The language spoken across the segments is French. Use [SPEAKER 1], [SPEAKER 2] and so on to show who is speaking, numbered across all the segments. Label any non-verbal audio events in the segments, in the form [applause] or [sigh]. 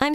[SPEAKER 1] I'm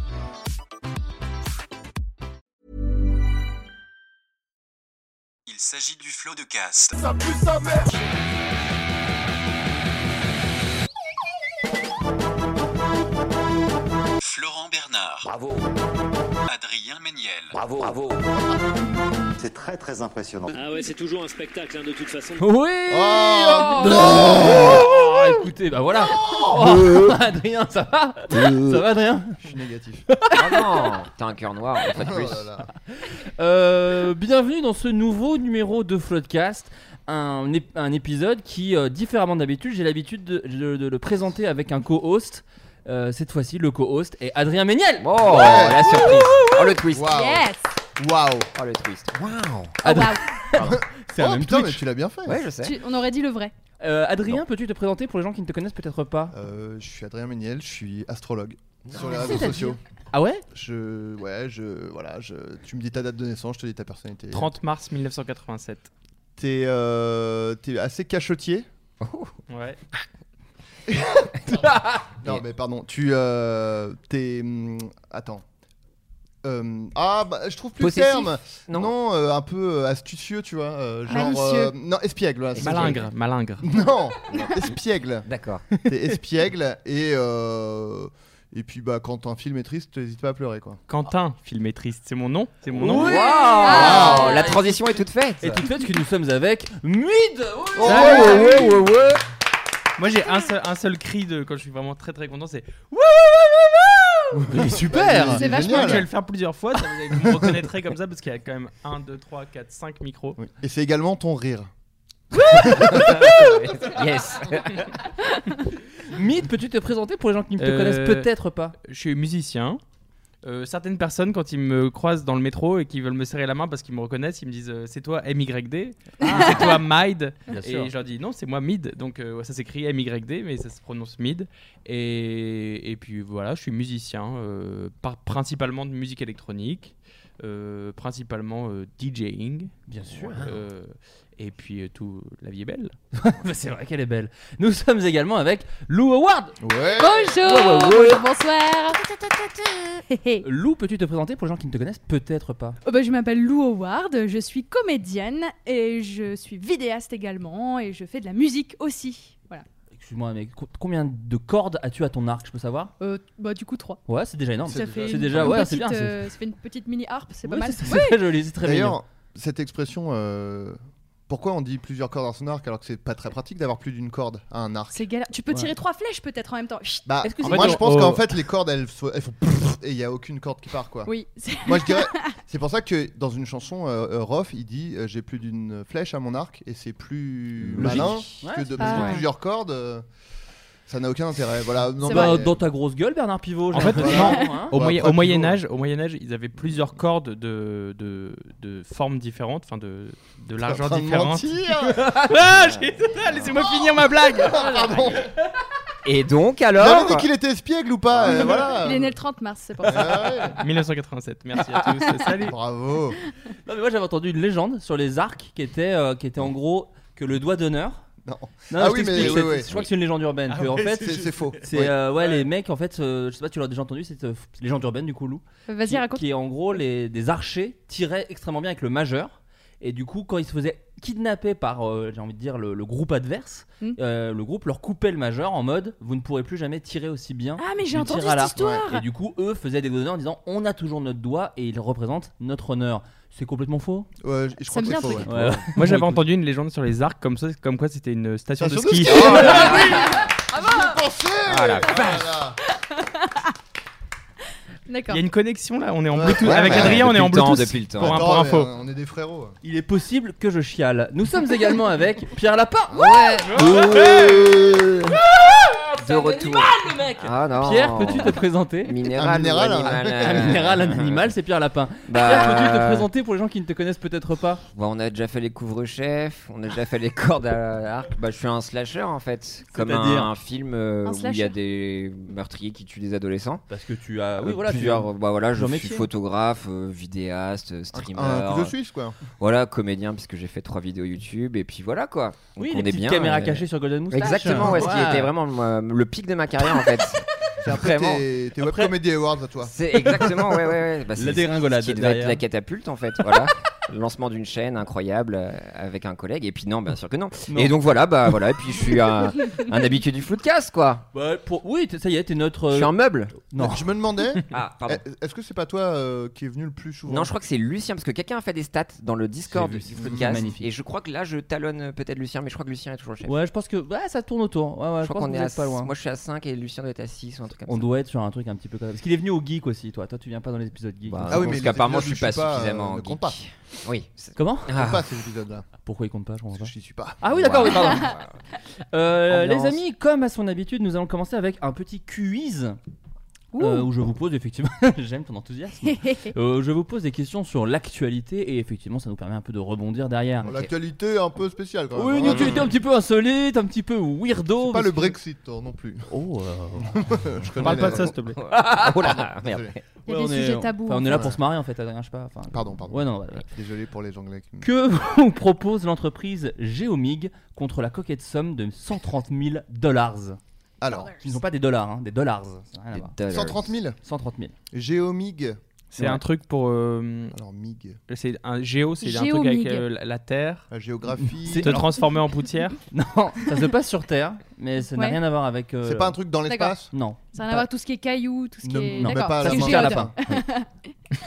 [SPEAKER 2] Il s'agit du flot de cast. Florent Bernard.
[SPEAKER 3] Bravo,
[SPEAKER 2] Adrien Méniel.
[SPEAKER 3] bravo, bravo. C'est très très impressionnant.
[SPEAKER 4] Ah ouais, c'est toujours un spectacle hein, de toute façon.
[SPEAKER 5] Oui
[SPEAKER 6] Oh,
[SPEAKER 5] Oh,
[SPEAKER 6] non
[SPEAKER 5] oh, Écoutez, bah voilà Oh, [laughs] Adrien, ça va
[SPEAKER 3] Euh.
[SPEAKER 5] Ça va, Adrien
[SPEAKER 6] Je suis
[SPEAKER 5] [laughs]
[SPEAKER 6] négatif.
[SPEAKER 7] Ah non T'as un cœur noir, en fait,
[SPEAKER 6] Oh
[SPEAKER 7] plus.
[SPEAKER 6] là là.
[SPEAKER 5] Euh, Bienvenue dans ce nouveau numéro de Floodcast. Un, ép- un épisode qui, euh, différemment d'habitude, j'ai l'habitude de, de- de le présenter avec un co-host. Euh, cette fois-ci, le co-host est Adrien Méniel.
[SPEAKER 7] Oh,
[SPEAKER 6] Ouais.
[SPEAKER 7] la surprise Oh, le twist
[SPEAKER 6] Waouh.
[SPEAKER 8] Yes
[SPEAKER 6] Waouh
[SPEAKER 7] Oh, le twist
[SPEAKER 6] Waouh
[SPEAKER 5] Adrien- [laughs] C'est un
[SPEAKER 6] Oh
[SPEAKER 5] même
[SPEAKER 6] putain, mais
[SPEAKER 5] Twitch.
[SPEAKER 6] tu l'as bien fait
[SPEAKER 7] Ouais, je sais.
[SPEAKER 8] Tu- On aurait dit le vrai.
[SPEAKER 5] Euh, Adrien, peux-tu te présenter pour les gens qui ne te connaissent peut-être pas
[SPEAKER 6] Euh, Je suis Adrien Méniel, je suis astrologue sur les
[SPEAKER 5] Ah,
[SPEAKER 6] réseaux
[SPEAKER 5] c'est-à-dire
[SPEAKER 6] sociaux.
[SPEAKER 5] Ah ouais
[SPEAKER 6] Je. Ouais, je. Voilà, je. Tu me dis ta date de naissance, je te dis ta personnalité.
[SPEAKER 9] 30 mars 1987.
[SPEAKER 6] T'es euh, t'es assez cachotier.
[SPEAKER 9] Ouais.
[SPEAKER 6] [laughs] Non,
[SPEAKER 7] Et-
[SPEAKER 6] mais pardon, tu. Euh, T'es. hum, Attends. Euh, ah, bah, je trouve plus
[SPEAKER 7] Possessif
[SPEAKER 6] le terme. Non, euh, un peu euh, astucieux, tu vois. euh, genre.
[SPEAKER 8] Malicieux.
[SPEAKER 6] euh, non, espiègle. voilà, c'est-
[SPEAKER 9] Malingre, malingre.
[SPEAKER 6] [laughs] Non, espiègle.
[SPEAKER 7] D'accord.
[SPEAKER 6] T'es espiègle et. euh, Et puis bah quand un film est triste, t'hésites pas à pleurer quoi.
[SPEAKER 9] Quentin, filmétriste, c'est mon nom C'est mon nom
[SPEAKER 7] Waouh
[SPEAKER 8] Ah.
[SPEAKER 7] La transition est toute faite
[SPEAKER 5] Et tout de fait que nous sommes avec Mid
[SPEAKER 6] Oh,
[SPEAKER 9] Salut.
[SPEAKER 6] ouais, ouais, ouais, ouais.
[SPEAKER 9] Moi j'ai un seul, un seul cri de quand je suis vraiment très très content, c'est
[SPEAKER 5] Il est super
[SPEAKER 8] C'est vachement
[SPEAKER 9] Je
[SPEAKER 6] génial.
[SPEAKER 9] vais le faire plusieurs fois, ça, vous, allez- vous me reconnaîtrez comme ça parce qu'il y a quand même 1, 2, 3, 4, 5 micros. [laughs]
[SPEAKER 6] Oui. Et c'est également ton rire.
[SPEAKER 7] Yes
[SPEAKER 5] [laughs] Mid, peux-tu te présenter pour les gens qui ne te
[SPEAKER 9] Euh,
[SPEAKER 5] connaissent peut-être pas
[SPEAKER 9] Je suis musicien. Euh, certaines personnes, quand ils me croisent dans le métro et qu'ils veulent me serrer la main parce qu'ils me reconnaissent, ils me disent euh, C'est toi MYD [laughs] C'est toi Mide
[SPEAKER 5] Ah. Bien
[SPEAKER 9] Et je leur dis non, c'est moi Mid. Donc euh, ouais, ça s'écrit MYD, mais ça se prononce Mid. Et, et puis voilà, je suis musicien, euh, par- principalement de musique électronique, euh, principalement euh, DJing.
[SPEAKER 5] Bien sûr.
[SPEAKER 9] euh, et puis euh, tout, la vie est
[SPEAKER 5] [laughs]
[SPEAKER 9] belle.
[SPEAKER 5] Bah, c'est vrai qu'elle est belle. Nous sommes également avec Lou Howard.
[SPEAKER 6] Ouais.
[SPEAKER 8] Bonjour
[SPEAKER 5] Ouais, ouais, ouais.
[SPEAKER 8] Bonsoir Hé, hé.
[SPEAKER 5] Lou, peux-tu te présenter pour les gens qui ne te connaissent peut-être pas
[SPEAKER 8] Oh, bah, Je m'appelle Lou Howard, je suis comédienne et je suis vidéaste également et je fais de la musique aussi. Voilà.
[SPEAKER 5] Excuse-moi, mais co- combien de cordes as-tu à ton arc, je peux savoir
[SPEAKER 8] Euh, bah, du coup, 3.
[SPEAKER 5] Ouais, c'est déjà énorme.
[SPEAKER 6] C'est déjà-
[SPEAKER 5] c'est déjà- ouais, c'est bien, c'est-
[SPEAKER 8] ça fait une petite mini harpe, c'est
[SPEAKER 5] Ouais,
[SPEAKER 8] pas mal.
[SPEAKER 5] C'est
[SPEAKER 8] Ouais.
[SPEAKER 5] c'est très [laughs] joli, c'est très mignon.
[SPEAKER 6] D'ailleurs, cette expression, euh, pourquoi on dit plusieurs cordes à son arc alors que c'est pas très pratique d'avoir plus d'une corde à un arc
[SPEAKER 8] C'est galère. Tu peux
[SPEAKER 5] Ouais.
[SPEAKER 8] tirer trois flèches peut-être en même temps. Chut.
[SPEAKER 6] Bah,
[SPEAKER 5] Est-ce que
[SPEAKER 6] moi
[SPEAKER 9] c'est-
[SPEAKER 6] je pense
[SPEAKER 9] Oh.
[SPEAKER 6] qu'en fait les cordes elles, fo- elles font pfff et il y a aucune corde qui part quoi.
[SPEAKER 8] Oui, c'est-
[SPEAKER 6] [laughs] Moi je dirais, c'est pour ça que dans une chanson, euh, euh, Rof il dit euh, j'ai plus d'une flèche à mon arc et c'est plus
[SPEAKER 5] Logique.
[SPEAKER 6] malin que
[SPEAKER 5] Ouais,
[SPEAKER 6] de
[SPEAKER 5] c'est
[SPEAKER 6] parce que
[SPEAKER 8] vrai.
[SPEAKER 6] plusieurs cordes. euh, ça n'a aucun intérêt. Voilà. Non,
[SPEAKER 8] C'est
[SPEAKER 6] mais-
[SPEAKER 5] Bah, dans ta grosse gueule, Bernard Pivot. j'ai
[SPEAKER 9] En fait,
[SPEAKER 5] l'impression,
[SPEAKER 9] non.
[SPEAKER 5] hein.
[SPEAKER 9] Au,
[SPEAKER 6] Ouais,
[SPEAKER 9] moyen-
[SPEAKER 6] après,
[SPEAKER 9] au
[SPEAKER 6] toujours,
[SPEAKER 9] Moyen Âge, au Moyen Âge, ils avaient plusieurs cordes de, de, de formes différentes, enfin de, de
[SPEAKER 6] T'es en
[SPEAKER 9] largeur
[SPEAKER 6] train de
[SPEAKER 9] différente.
[SPEAKER 6] mentir.
[SPEAKER 9] [laughs] Ah, j'ai- [laughs] laissez-moi
[SPEAKER 8] Oh.
[SPEAKER 9] finir
[SPEAKER 8] [laughs]
[SPEAKER 9] ma blague.
[SPEAKER 6] [laughs] Pardon.
[SPEAKER 7] Et donc
[SPEAKER 6] Non,
[SPEAKER 7] alors
[SPEAKER 6] mais qu'il était espiègle ou pas euh, Voilà.
[SPEAKER 8] il est né le 30 mars, c'est pour ça.
[SPEAKER 6] Ah
[SPEAKER 9] [laughs]
[SPEAKER 6] ouais.
[SPEAKER 9] 1987. Merci
[SPEAKER 8] [laughs]
[SPEAKER 9] à
[SPEAKER 6] [laughs]
[SPEAKER 9] tous. Salut.
[SPEAKER 6] Bravo.
[SPEAKER 5] Non, mais moi j'avais entendu une légende sur les arcs qui était, euh, qui était en gros que le doigt d'honneur.
[SPEAKER 6] Non.
[SPEAKER 5] Non,
[SPEAKER 6] Ah
[SPEAKER 5] je
[SPEAKER 6] oui,
[SPEAKER 5] t'explique,
[SPEAKER 6] mais
[SPEAKER 5] c'est-
[SPEAKER 6] oui, oui.
[SPEAKER 5] Je crois que c'est une légende urbaine.
[SPEAKER 9] Ah
[SPEAKER 5] que, en
[SPEAKER 6] Ouais,
[SPEAKER 5] fait,
[SPEAKER 6] c'est c'est faux.
[SPEAKER 5] c'est
[SPEAKER 6] Ouais.
[SPEAKER 5] euh, ouais, les mecs en fait, euh, je sais pas, tu l'as déjà entendu, cette euh, légende urbaine du coup, Lou.
[SPEAKER 8] Euh, Vas-y,
[SPEAKER 5] qui,
[SPEAKER 8] raconte.
[SPEAKER 5] qui est en gros les, des archers tiraient extrêmement bien avec le majeur Et du coup, quand ils se faisaient kidnapper par, euh, j'ai envie de dire, le, le groupe adverse,
[SPEAKER 8] Mm.
[SPEAKER 5] euh, le groupe leur coupait le majeur en mode vous ne pourrez plus jamais tirer aussi bien.
[SPEAKER 8] Ah, mais j'ai
[SPEAKER 5] du
[SPEAKER 8] entendu
[SPEAKER 5] tir à
[SPEAKER 8] cette
[SPEAKER 5] l'arc.
[SPEAKER 8] histoire.
[SPEAKER 5] Et du coup, eux faisaient des honneurs en disant on a toujours notre doigt et il représente notre honneur. C'est complètement faux
[SPEAKER 6] Ouais, je
[SPEAKER 8] crois me que c'est dit un faux, truc. ouais.
[SPEAKER 5] [laughs] Ouais.
[SPEAKER 9] Moi j'avais entendu une légende sur les arcs comme, ça, comme quoi c'était une station de
[SPEAKER 6] Station de
[SPEAKER 9] ski.
[SPEAKER 6] ski. Oh là
[SPEAKER 5] Ah
[SPEAKER 6] là, oui. J'y ai pensé.
[SPEAKER 9] Ah la
[SPEAKER 6] Oh là
[SPEAKER 9] vache.
[SPEAKER 6] là.
[SPEAKER 8] [laughs] D'accord.
[SPEAKER 9] Il y a une connexion là, on est en
[SPEAKER 6] Ouais.
[SPEAKER 9] Bluetooth.
[SPEAKER 6] Ouais,
[SPEAKER 9] Avec
[SPEAKER 6] ouais,
[SPEAKER 9] Adrien, on
[SPEAKER 6] depuis
[SPEAKER 9] est en
[SPEAKER 6] le temps,
[SPEAKER 9] Bluetooth.
[SPEAKER 6] depuis le temps.
[SPEAKER 9] Pour, un-
[SPEAKER 6] Attends,
[SPEAKER 9] pour
[SPEAKER 6] mais,
[SPEAKER 9] info.
[SPEAKER 6] euh, on est des frérots.
[SPEAKER 5] Il est possible que je chiale. Nous sommes également avec Pierre Lapin. Ouais. Euh,
[SPEAKER 7] De retour.
[SPEAKER 5] le mec.
[SPEAKER 7] Ah non.
[SPEAKER 5] Pierre, peux-tu te présenter
[SPEAKER 7] Minéral Un minéral, ou un- animal, euh,
[SPEAKER 5] Un minéral, un animal, c'est Pierre Lapin.
[SPEAKER 7] Bah,
[SPEAKER 5] Pierre, peux-tu te présenter pour les gens qui ne te connaissent peut-être pas
[SPEAKER 7] Bon, on a déjà fait les couvre-chefs, on a déjà fait les cordes à arc. Bah, je suis un slasher en fait, comme un,
[SPEAKER 5] C'est-à-dire
[SPEAKER 7] un film euh,
[SPEAKER 5] Un
[SPEAKER 7] où il y
[SPEAKER 5] slasher
[SPEAKER 7] a des meurtriers qui tuent des adolescents.
[SPEAKER 5] Parce que tu as.
[SPEAKER 7] Euh,
[SPEAKER 5] Oui, voilà. tu-
[SPEAKER 7] plusieurs, bah voilà, je
[SPEAKER 5] plusieurs
[SPEAKER 7] suis
[SPEAKER 5] métiers.
[SPEAKER 7] photographe, euh, vidéaste, euh, streamer.
[SPEAKER 6] un couteau suisse, quoi.
[SPEAKER 7] Voilà, comédien puisque j'ai fait trois vidéos YouTube et puis voilà quoi. Donc,
[SPEAKER 5] Oui,
[SPEAKER 7] on
[SPEAKER 5] les
[SPEAKER 7] est
[SPEAKER 5] petites
[SPEAKER 7] bien.
[SPEAKER 5] caméras
[SPEAKER 7] euh,
[SPEAKER 5] cachées sur Golden Moustache.
[SPEAKER 7] Exactement, ouais, ce qui
[SPEAKER 5] Ouais.
[SPEAKER 7] était vraiment euh, le pic de ma
[SPEAKER 5] [laughs]
[SPEAKER 7] carrière en fait.
[SPEAKER 6] C'est après
[SPEAKER 7] Vraiment.
[SPEAKER 6] tes, tes Web Comedy Awards à toi.
[SPEAKER 7] C'est exactement, ouais, ouais,
[SPEAKER 9] [laughs]
[SPEAKER 7] ouais. Bah, c'est-
[SPEAKER 5] La dégringolade,
[SPEAKER 7] Ce qui devait
[SPEAKER 5] derrière.
[SPEAKER 7] être la catapulte, en fait.
[SPEAKER 5] [laughs]
[SPEAKER 7] Voilà. Le Lancement d'une chaîne incroyable euh, avec un collègue. Et puis, non, bien sûr que non.
[SPEAKER 5] Non.
[SPEAKER 7] Et donc, voilà, bah voilà. Et puis, je suis un, un habitué du flou de casse, quoi.
[SPEAKER 5] Bah, pour... Oui, t'es- ça y est, t'es notre. euh,
[SPEAKER 7] Je suis un meuble.
[SPEAKER 5] Non.
[SPEAKER 6] Je me demandais,
[SPEAKER 7] [laughs] Ah, pardon.
[SPEAKER 6] est-
[SPEAKER 5] euh,
[SPEAKER 6] est-ce que c'est pas toi euh, qui est venu le plus souvent
[SPEAKER 7] Non, je crois que c'est Lucien, parce que quelqu'un a fait des stats dans le Discord
[SPEAKER 5] J'ai vu,
[SPEAKER 7] du
[SPEAKER 5] c'est
[SPEAKER 7] flou de casse.
[SPEAKER 5] magnifique.
[SPEAKER 7] Et je crois que là, je talonne euh, peut-être Lucien, mais je crois que Lucien est toujours le chef.
[SPEAKER 5] Ouais, je pense que ouais, ça tourne autour. Ouais, ouais, je,
[SPEAKER 7] je crois
[SPEAKER 5] pense
[SPEAKER 7] qu'on
[SPEAKER 5] que
[SPEAKER 7] est
[SPEAKER 5] vous
[SPEAKER 7] à
[SPEAKER 5] êtes pas loin.
[SPEAKER 7] Moi, je suis à 5 et Lucien doit être à 6 ou un truc comme
[SPEAKER 5] On
[SPEAKER 7] ça.
[SPEAKER 5] doit être sur un truc un petit peu comme ça. Parce qu'il est venu au geek aussi, toi. Toi, tu viens pas dans les épisodes geek.
[SPEAKER 7] Bah,
[SPEAKER 6] Ah oui, mais
[SPEAKER 7] parce
[SPEAKER 6] les
[SPEAKER 7] qu'apparemment, je
[SPEAKER 6] épisodes
[SPEAKER 7] suis
[SPEAKER 6] où je suis pas,
[SPEAKER 7] pas
[SPEAKER 6] euh,
[SPEAKER 7] suffisamment.
[SPEAKER 6] ne
[SPEAKER 7] geek.
[SPEAKER 6] compte pas.
[SPEAKER 7] Oui. c'est-
[SPEAKER 5] Comment
[SPEAKER 6] Je
[SPEAKER 7] Ah.
[SPEAKER 6] compte pas ces épisodes-là.
[SPEAKER 5] Pourquoi il compte pas Je comprends
[SPEAKER 6] Parce que
[SPEAKER 5] pas.
[SPEAKER 6] je n'y suis pas.
[SPEAKER 5] Ah oui, d'accord, oui,
[SPEAKER 7] Waouh.
[SPEAKER 5] pardon. Euh,
[SPEAKER 7] Ambiance.
[SPEAKER 5] les amis, comme à son habitude, nous allons commencer avec un petit quiz. euh, où je vous pose effectivement, [laughs] j'aime ton
[SPEAKER 7] [laughs]
[SPEAKER 5] enthousiasme. Euh, je vous pose des questions sur l'actualité et effectivement, ça nous permet un peu de rebondir derrière.
[SPEAKER 6] Bon, L'actualité est un peu spéciale quand même.
[SPEAKER 5] Oui,
[SPEAKER 6] hein, euh,
[SPEAKER 5] une actualité un petit peu insolite, un petit peu
[SPEAKER 6] C'est
[SPEAKER 5] weirdo.
[SPEAKER 6] pas
[SPEAKER 5] parce
[SPEAKER 6] le
[SPEAKER 5] que-
[SPEAKER 6] Brexit toi, non plus.
[SPEAKER 5] Oh, euh,
[SPEAKER 6] [laughs]
[SPEAKER 9] Parle
[SPEAKER 6] Je connais
[SPEAKER 9] pas
[SPEAKER 6] les-
[SPEAKER 9] de ça, s'il
[SPEAKER 7] [laughs]
[SPEAKER 9] te plaît.
[SPEAKER 7] Oh là, merde.
[SPEAKER 6] Désolé.
[SPEAKER 8] Il y a
[SPEAKER 5] ouais,
[SPEAKER 8] des
[SPEAKER 5] on est-
[SPEAKER 8] sujets tabous.
[SPEAKER 5] enfin, on est là pour se marrer en fait, Adrien, je sais pas. enfin-
[SPEAKER 6] Pardon, pardon.
[SPEAKER 5] Ouais, non, voilà.
[SPEAKER 6] Désolé pour les Anglais. qui me-
[SPEAKER 5] Que [laughs] vous propose l'entreprise Geomig contre la coquette somme de 130 000 dollars
[SPEAKER 6] Alors,
[SPEAKER 5] Ce ne sont pas des dollars, hein, des dollars. ça n'a rien à
[SPEAKER 7] Des
[SPEAKER 5] voir.
[SPEAKER 7] dollars.
[SPEAKER 6] 130 000
[SPEAKER 5] 130 000.
[SPEAKER 6] Géomig.
[SPEAKER 9] C'est un truc pour. euh,
[SPEAKER 6] Alors, MIG.
[SPEAKER 9] c'est un géo, c'est un truc
[SPEAKER 8] Géomig.
[SPEAKER 9] avec euh, la la terre.
[SPEAKER 6] La géographie.
[SPEAKER 9] Te transformer en poussière.
[SPEAKER 5] [laughs] Non, ça se passe sur Terre, mais ça n'a
[SPEAKER 8] Ouais.
[SPEAKER 5] rien à voir avec. euh,
[SPEAKER 6] C'est pas un truc dans
[SPEAKER 8] D'accord.
[SPEAKER 6] l'espace
[SPEAKER 5] Non.
[SPEAKER 8] Ça n'a rien à voir tout ce qui est cailloux, tout ce qui
[SPEAKER 6] Ne-
[SPEAKER 8] est.
[SPEAKER 6] non, mais pas
[SPEAKER 8] D'accord.
[SPEAKER 6] à la
[SPEAKER 8] c'est
[SPEAKER 6] main.
[SPEAKER 8] géode.
[SPEAKER 5] Pierre Lapin.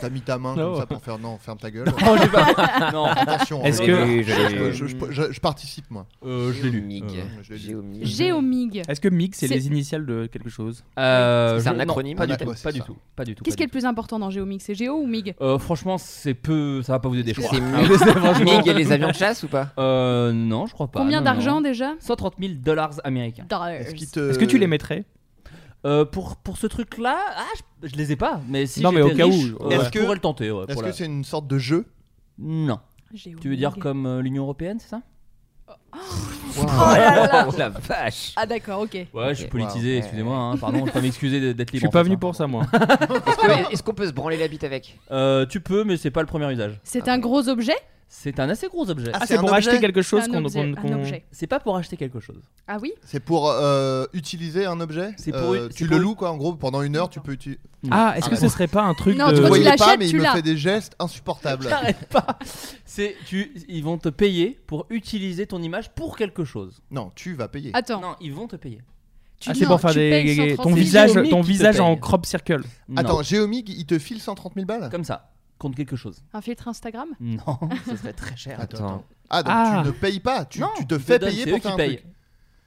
[SPEAKER 6] T'as mis ta main
[SPEAKER 9] Non.
[SPEAKER 6] comme ça pour faire non, ferme
[SPEAKER 9] [laughs]
[SPEAKER 6] ta gueule.
[SPEAKER 5] Non, j'ai pas. Non.
[SPEAKER 6] Attention.
[SPEAKER 9] Est-ce
[SPEAKER 6] hein.
[SPEAKER 9] que-
[SPEAKER 7] Oui,
[SPEAKER 6] Je-
[SPEAKER 7] j'allais-
[SPEAKER 6] je, je- je- je participe moi.
[SPEAKER 5] Euh, je l'ai lu.
[SPEAKER 7] Géomig.
[SPEAKER 5] Euh,
[SPEAKER 6] je l'ai lu.
[SPEAKER 7] Géomig.
[SPEAKER 8] Géomig.
[SPEAKER 9] Est-ce que MIG, c'est
[SPEAKER 8] C'est-
[SPEAKER 9] les initiales de quelque chose
[SPEAKER 5] euh,
[SPEAKER 7] C'est un
[SPEAKER 5] je- non,
[SPEAKER 7] acronyme.
[SPEAKER 5] Pas du
[SPEAKER 6] Ouais,
[SPEAKER 5] tout.
[SPEAKER 6] ouais, c'est
[SPEAKER 5] Pas du
[SPEAKER 6] ça.
[SPEAKER 5] tout. Pas du tout.
[SPEAKER 8] Qu'est-ce
[SPEAKER 5] pas
[SPEAKER 8] qui est
[SPEAKER 5] du
[SPEAKER 8] le plus important dans Géomig C'est Géo ou Mig
[SPEAKER 5] tout. Euh, franchement, c'est peu. Ça va pas vous aider, je crois.
[SPEAKER 7] C'est
[SPEAKER 5] Ah oui, [laughs] c'est franchement-
[SPEAKER 7] MIG et les avions de chasse ou pas
[SPEAKER 5] Euh, non, je crois pas.
[SPEAKER 8] Combien
[SPEAKER 5] non,
[SPEAKER 8] d'argent
[SPEAKER 5] non.
[SPEAKER 8] déjà
[SPEAKER 5] 130 000 dollars américains.
[SPEAKER 8] Dollars.
[SPEAKER 6] Est-ce qu'il te-
[SPEAKER 9] Est-ce que tu les mettrais
[SPEAKER 5] Euh, pour, pour ce truc-là, ah, je, je les ai pas. Mais si
[SPEAKER 9] Non, mais
[SPEAKER 5] j'étais
[SPEAKER 9] au cas
[SPEAKER 5] riche,
[SPEAKER 9] où,
[SPEAKER 5] euh,
[SPEAKER 6] ouais.
[SPEAKER 5] je
[SPEAKER 6] Est-ce
[SPEAKER 5] pourrais
[SPEAKER 6] que-
[SPEAKER 5] le tenter. ouais,
[SPEAKER 6] Est-ce
[SPEAKER 5] pour
[SPEAKER 6] que
[SPEAKER 5] la-
[SPEAKER 6] c'est une sorte de jeu
[SPEAKER 5] Non.
[SPEAKER 8] Géomig.
[SPEAKER 5] Tu veux dire comme euh, l'Union Européenne, c'est ça
[SPEAKER 7] Oh
[SPEAKER 5] [laughs]
[SPEAKER 8] là là.
[SPEAKER 7] la vache
[SPEAKER 8] Ah d'accord, ok.
[SPEAKER 5] Ouais, je suis
[SPEAKER 7] Ok.
[SPEAKER 5] politisé,
[SPEAKER 7] Wow.
[SPEAKER 5] excusez-moi. hein, pardon, je peux pas m'excuser d'être
[SPEAKER 9] Je
[SPEAKER 5] libre.
[SPEAKER 9] suis
[SPEAKER 5] en
[SPEAKER 9] pas
[SPEAKER 5] fait,
[SPEAKER 9] venu
[SPEAKER 5] hein.
[SPEAKER 9] pour ça,
[SPEAKER 5] [laughs]
[SPEAKER 9] moi.
[SPEAKER 5] Ah,
[SPEAKER 7] Est-ce que- Est-ce qu'on peut se branler la bite avec
[SPEAKER 5] Euh, tu peux, mais c'est pas le premier usage.
[SPEAKER 8] C'est un gros objet
[SPEAKER 5] C'est un assez gros objet.
[SPEAKER 9] Ah, c'est pour acheter quelque chose
[SPEAKER 8] un
[SPEAKER 9] qu'on.
[SPEAKER 8] objet,
[SPEAKER 9] qu'on-
[SPEAKER 8] un
[SPEAKER 9] qu'on-
[SPEAKER 8] objet.
[SPEAKER 5] C'est pas pour acheter quelque chose.
[SPEAKER 8] Ah oui
[SPEAKER 6] C'est pour euh, utiliser un objet
[SPEAKER 5] C'est pour-
[SPEAKER 6] Euh,
[SPEAKER 5] c'est
[SPEAKER 6] Tu
[SPEAKER 5] pour-
[SPEAKER 6] le loues quoi en gros pendant une heure tu peux utiliser.
[SPEAKER 9] Ah, est-ce que
[SPEAKER 6] Arrête.
[SPEAKER 9] ce serait pas un truc
[SPEAKER 8] Non,
[SPEAKER 9] de.
[SPEAKER 8] tu
[SPEAKER 6] Vous
[SPEAKER 8] vois,
[SPEAKER 6] voyez pas
[SPEAKER 8] l'achètes,
[SPEAKER 6] mais
[SPEAKER 8] tu
[SPEAKER 6] il me
[SPEAKER 8] l'as.
[SPEAKER 6] fait des gestes insupportables.
[SPEAKER 5] T'arrêtes pas. C'est tu, ils vont te payer pour utiliser ton image pour quelque chose.
[SPEAKER 6] Non tu vas payer.
[SPEAKER 8] Attends.
[SPEAKER 5] Non, ils vont te payer.
[SPEAKER 8] Tu
[SPEAKER 9] Ah,
[SPEAKER 8] dis
[SPEAKER 9] c'est
[SPEAKER 8] non,
[SPEAKER 9] pour faire
[SPEAKER 8] tu payes
[SPEAKER 9] des.
[SPEAKER 8] 130
[SPEAKER 9] Ton
[SPEAKER 5] C'est
[SPEAKER 8] 000.
[SPEAKER 9] visage,
[SPEAKER 5] Géomig
[SPEAKER 9] ton
[SPEAKER 5] qui te
[SPEAKER 9] visage en
[SPEAKER 5] paye.
[SPEAKER 9] crop circle.
[SPEAKER 5] Non,
[SPEAKER 6] Attends Géomig il te file 130 000 balles.
[SPEAKER 5] comme ça, contre quelque chose.
[SPEAKER 8] Un filtre Instagram
[SPEAKER 5] Non, [laughs] ce serait très cher.
[SPEAKER 7] Attends.
[SPEAKER 6] Ah donc
[SPEAKER 9] Ah.
[SPEAKER 6] tu ne payes pas tu,
[SPEAKER 5] non,
[SPEAKER 6] tu te
[SPEAKER 5] ils
[SPEAKER 6] fais
[SPEAKER 5] donnent,
[SPEAKER 6] payer
[SPEAKER 5] c'est
[SPEAKER 6] pour
[SPEAKER 5] eux
[SPEAKER 6] faire
[SPEAKER 5] qui
[SPEAKER 6] un
[SPEAKER 5] payent.
[SPEAKER 6] truc.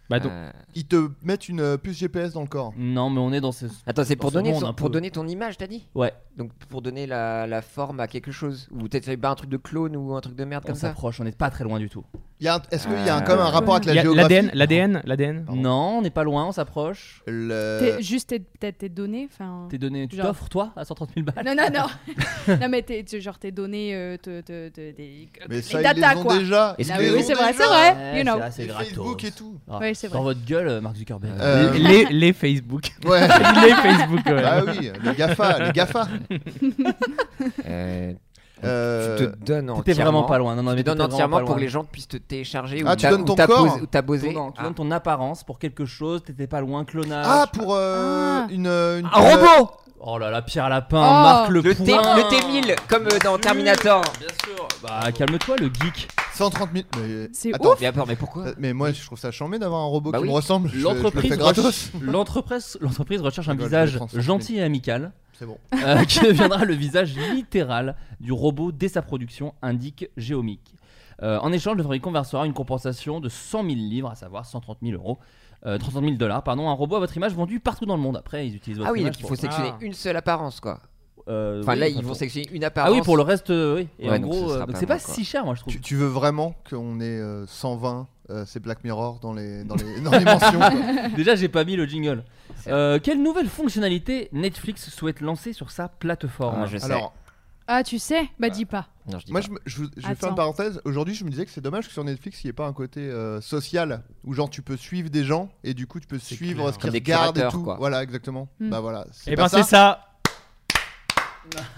[SPEAKER 9] Bah, donc,
[SPEAKER 7] Euh,
[SPEAKER 6] Ils te mettent une euh, puce GPS dans le corps.
[SPEAKER 5] Non, mais on est dans ce.
[SPEAKER 7] Attends, c'est pour
[SPEAKER 5] Dans ce
[SPEAKER 7] donner
[SPEAKER 5] monde
[SPEAKER 7] ton-
[SPEAKER 5] un
[SPEAKER 7] pour
[SPEAKER 5] peu.
[SPEAKER 7] donner ton image, t'as dit
[SPEAKER 5] Ouais,
[SPEAKER 7] Donc pour donner la la forme à quelque chose ou peut-être pas un truc de clone ou un truc de merde
[SPEAKER 5] on
[SPEAKER 7] comme ça.
[SPEAKER 5] s'approche, on n'est pas très loin du tout.
[SPEAKER 6] Il y a un- Est-ce qu'il y
[SPEAKER 7] Euh.
[SPEAKER 6] a un- quand
[SPEAKER 8] Euh,
[SPEAKER 6] même un rapport avec
[SPEAKER 9] il
[SPEAKER 6] la
[SPEAKER 9] y a
[SPEAKER 6] géographie
[SPEAKER 9] l'ADN, l'ADN, l'ADN.
[SPEAKER 6] Pardon.
[SPEAKER 5] Non, on n'est pas loin, on s'approche.
[SPEAKER 6] Le-
[SPEAKER 8] T'es- Juste tes- peut-être tes données enfin...
[SPEAKER 5] T'es donné, tu
[SPEAKER 8] Genre-
[SPEAKER 5] t'offres toi à 130 000 balles.
[SPEAKER 8] Non, non, non
[SPEAKER 5] [laughs]
[SPEAKER 8] Non [laughs] mais t'es, tu- genre tes données, euh, te- te- te- des...
[SPEAKER 6] Mais
[SPEAKER 8] les
[SPEAKER 6] ça ils
[SPEAKER 8] data
[SPEAKER 6] les ont
[SPEAKER 8] quoi
[SPEAKER 6] déjà.
[SPEAKER 7] Est-ce
[SPEAKER 8] Ah
[SPEAKER 7] que-
[SPEAKER 8] oui,
[SPEAKER 6] Ils
[SPEAKER 8] oui,
[SPEAKER 6] les
[SPEAKER 8] c'est
[SPEAKER 6] ont
[SPEAKER 8] vrai,
[SPEAKER 6] déjà.
[SPEAKER 8] c'est vrai, you know.
[SPEAKER 5] assez
[SPEAKER 6] Et Facebook et tout.
[SPEAKER 5] Ah,
[SPEAKER 8] Ouais, c'est
[SPEAKER 5] Dans
[SPEAKER 8] vrai.
[SPEAKER 5] votre gueule, euh, Mark Zuckerberg.
[SPEAKER 6] Euh,
[SPEAKER 9] Les, les Facebook.
[SPEAKER 6] [laughs]
[SPEAKER 7] [laughs]
[SPEAKER 6] Ouais.
[SPEAKER 9] les Facebook, ouais.
[SPEAKER 6] Bah oui, les GAFA, les GAFA.
[SPEAKER 7] Euh,
[SPEAKER 6] Euh,
[SPEAKER 7] Tu te donnes
[SPEAKER 5] T'es
[SPEAKER 7] entièrement.
[SPEAKER 5] vraiment pas loin. Non, non,
[SPEAKER 7] Tu
[SPEAKER 5] mais
[SPEAKER 7] te donnes
[SPEAKER 5] t'étais vraiment
[SPEAKER 7] entièrement
[SPEAKER 5] pas
[SPEAKER 7] pour
[SPEAKER 5] loin.
[SPEAKER 7] que les gens puissent te télécharger
[SPEAKER 6] Ah,
[SPEAKER 7] ou
[SPEAKER 6] tu
[SPEAKER 7] t'a-
[SPEAKER 6] donnes ton
[SPEAKER 7] ou t'as
[SPEAKER 6] corps.
[SPEAKER 7] posé- ou t'as
[SPEAKER 5] Tu
[SPEAKER 7] posé.
[SPEAKER 5] donnes, tu
[SPEAKER 7] Ah.
[SPEAKER 5] donnes ton apparence pour quelque chose, t'étais pas loin, clonage.
[SPEAKER 6] Ah, pour euh,
[SPEAKER 8] Ah.
[SPEAKER 6] une, euh, une-
[SPEAKER 7] Un robot
[SPEAKER 5] Oh là là, Pierre Lapin marque le,
[SPEAKER 7] T-
[SPEAKER 5] point.
[SPEAKER 7] Ah. le T1000, comme euh, dans Terminator.
[SPEAKER 5] Bien sûr. Bah calme-toi le geek.
[SPEAKER 6] 130 000. Mais...
[SPEAKER 8] C'est
[SPEAKER 6] Attends,
[SPEAKER 7] Mais attends, mais pourquoi
[SPEAKER 6] euh, Mais moi, je trouve ça chambé d'avoir un robot
[SPEAKER 7] Bah
[SPEAKER 6] qui
[SPEAKER 7] oui.
[SPEAKER 6] me ressemble. Je- je le fais
[SPEAKER 5] L'entreprise
[SPEAKER 6] gratos. [laughs]
[SPEAKER 5] recherche, l'entreprise, l'entreprise recherche un
[SPEAKER 6] Je rigole, je
[SPEAKER 5] visage
[SPEAKER 6] les transforme.
[SPEAKER 5] gentil et amical.
[SPEAKER 6] C'est bon.
[SPEAKER 5] euh, [laughs] qui deviendra le visage littéral du robot dès sa production, indique Géomic. Euh, en échange, le fabricant versera une compensation de 100 000 livres, à savoir 130 000 euros, euh, 300 000 dollars, pardon, un robot à votre image vendu partout dans le monde. Après, ils utilisent votre
[SPEAKER 7] Ah oui,
[SPEAKER 5] image
[SPEAKER 7] donc il
[SPEAKER 5] pour-
[SPEAKER 7] faut sélectionner
[SPEAKER 9] Ah.
[SPEAKER 7] une seule apparence, quoi.
[SPEAKER 5] Euh,
[SPEAKER 7] Enfin,
[SPEAKER 5] oui,
[SPEAKER 7] là, ils
[SPEAKER 5] pour-
[SPEAKER 7] vont sélectionner une
[SPEAKER 5] Ah
[SPEAKER 7] apparence.
[SPEAKER 5] oui, pour le reste, euh, oui. Et
[SPEAKER 7] Ouais,
[SPEAKER 5] en
[SPEAKER 7] donc ce
[SPEAKER 5] gros,
[SPEAKER 7] sera
[SPEAKER 5] euh, donc
[SPEAKER 7] pas
[SPEAKER 5] c'est pas
[SPEAKER 7] mal, quoi.
[SPEAKER 5] si cher, moi, je trouve.
[SPEAKER 6] Tu, tu veux vraiment qu'on ait euh, 120 euh, c'est Black Mirror dans les, dans les, dans les mentions quoi.
[SPEAKER 5] [laughs]
[SPEAKER 7] [laughs]
[SPEAKER 5] Déjà, j'ai pas mis le jingle. Euh, quelle nouvelle fonctionnalité Netflix souhaite lancer sur sa plateforme
[SPEAKER 7] Ah, je sais.
[SPEAKER 6] Alors,
[SPEAKER 8] Ah, tu sais Bah, dis
[SPEAKER 5] [laughs]
[SPEAKER 8] pas.
[SPEAKER 7] Non, je dis
[SPEAKER 6] moi,
[SPEAKER 7] pas.
[SPEAKER 6] je, me- je, vous- je vais faire
[SPEAKER 8] Attends.
[SPEAKER 6] une parenthèse. Aujourd'hui, je me disais que c'est dommage que sur Netflix, il n'y ait pas un côté euh, social où, genre, tu peux suivre des gens et du coup, tu peux
[SPEAKER 9] C'est
[SPEAKER 6] suivre
[SPEAKER 9] clair.
[SPEAKER 6] ce qu'ils
[SPEAKER 7] Comme des
[SPEAKER 6] regardent et
[SPEAKER 7] curateurs,
[SPEAKER 6] tout.
[SPEAKER 7] quoi.
[SPEAKER 6] Voilà, exactement.
[SPEAKER 8] Hmm.
[SPEAKER 6] Bah voilà.
[SPEAKER 9] Et
[SPEAKER 6] pas
[SPEAKER 9] ben c'est ça.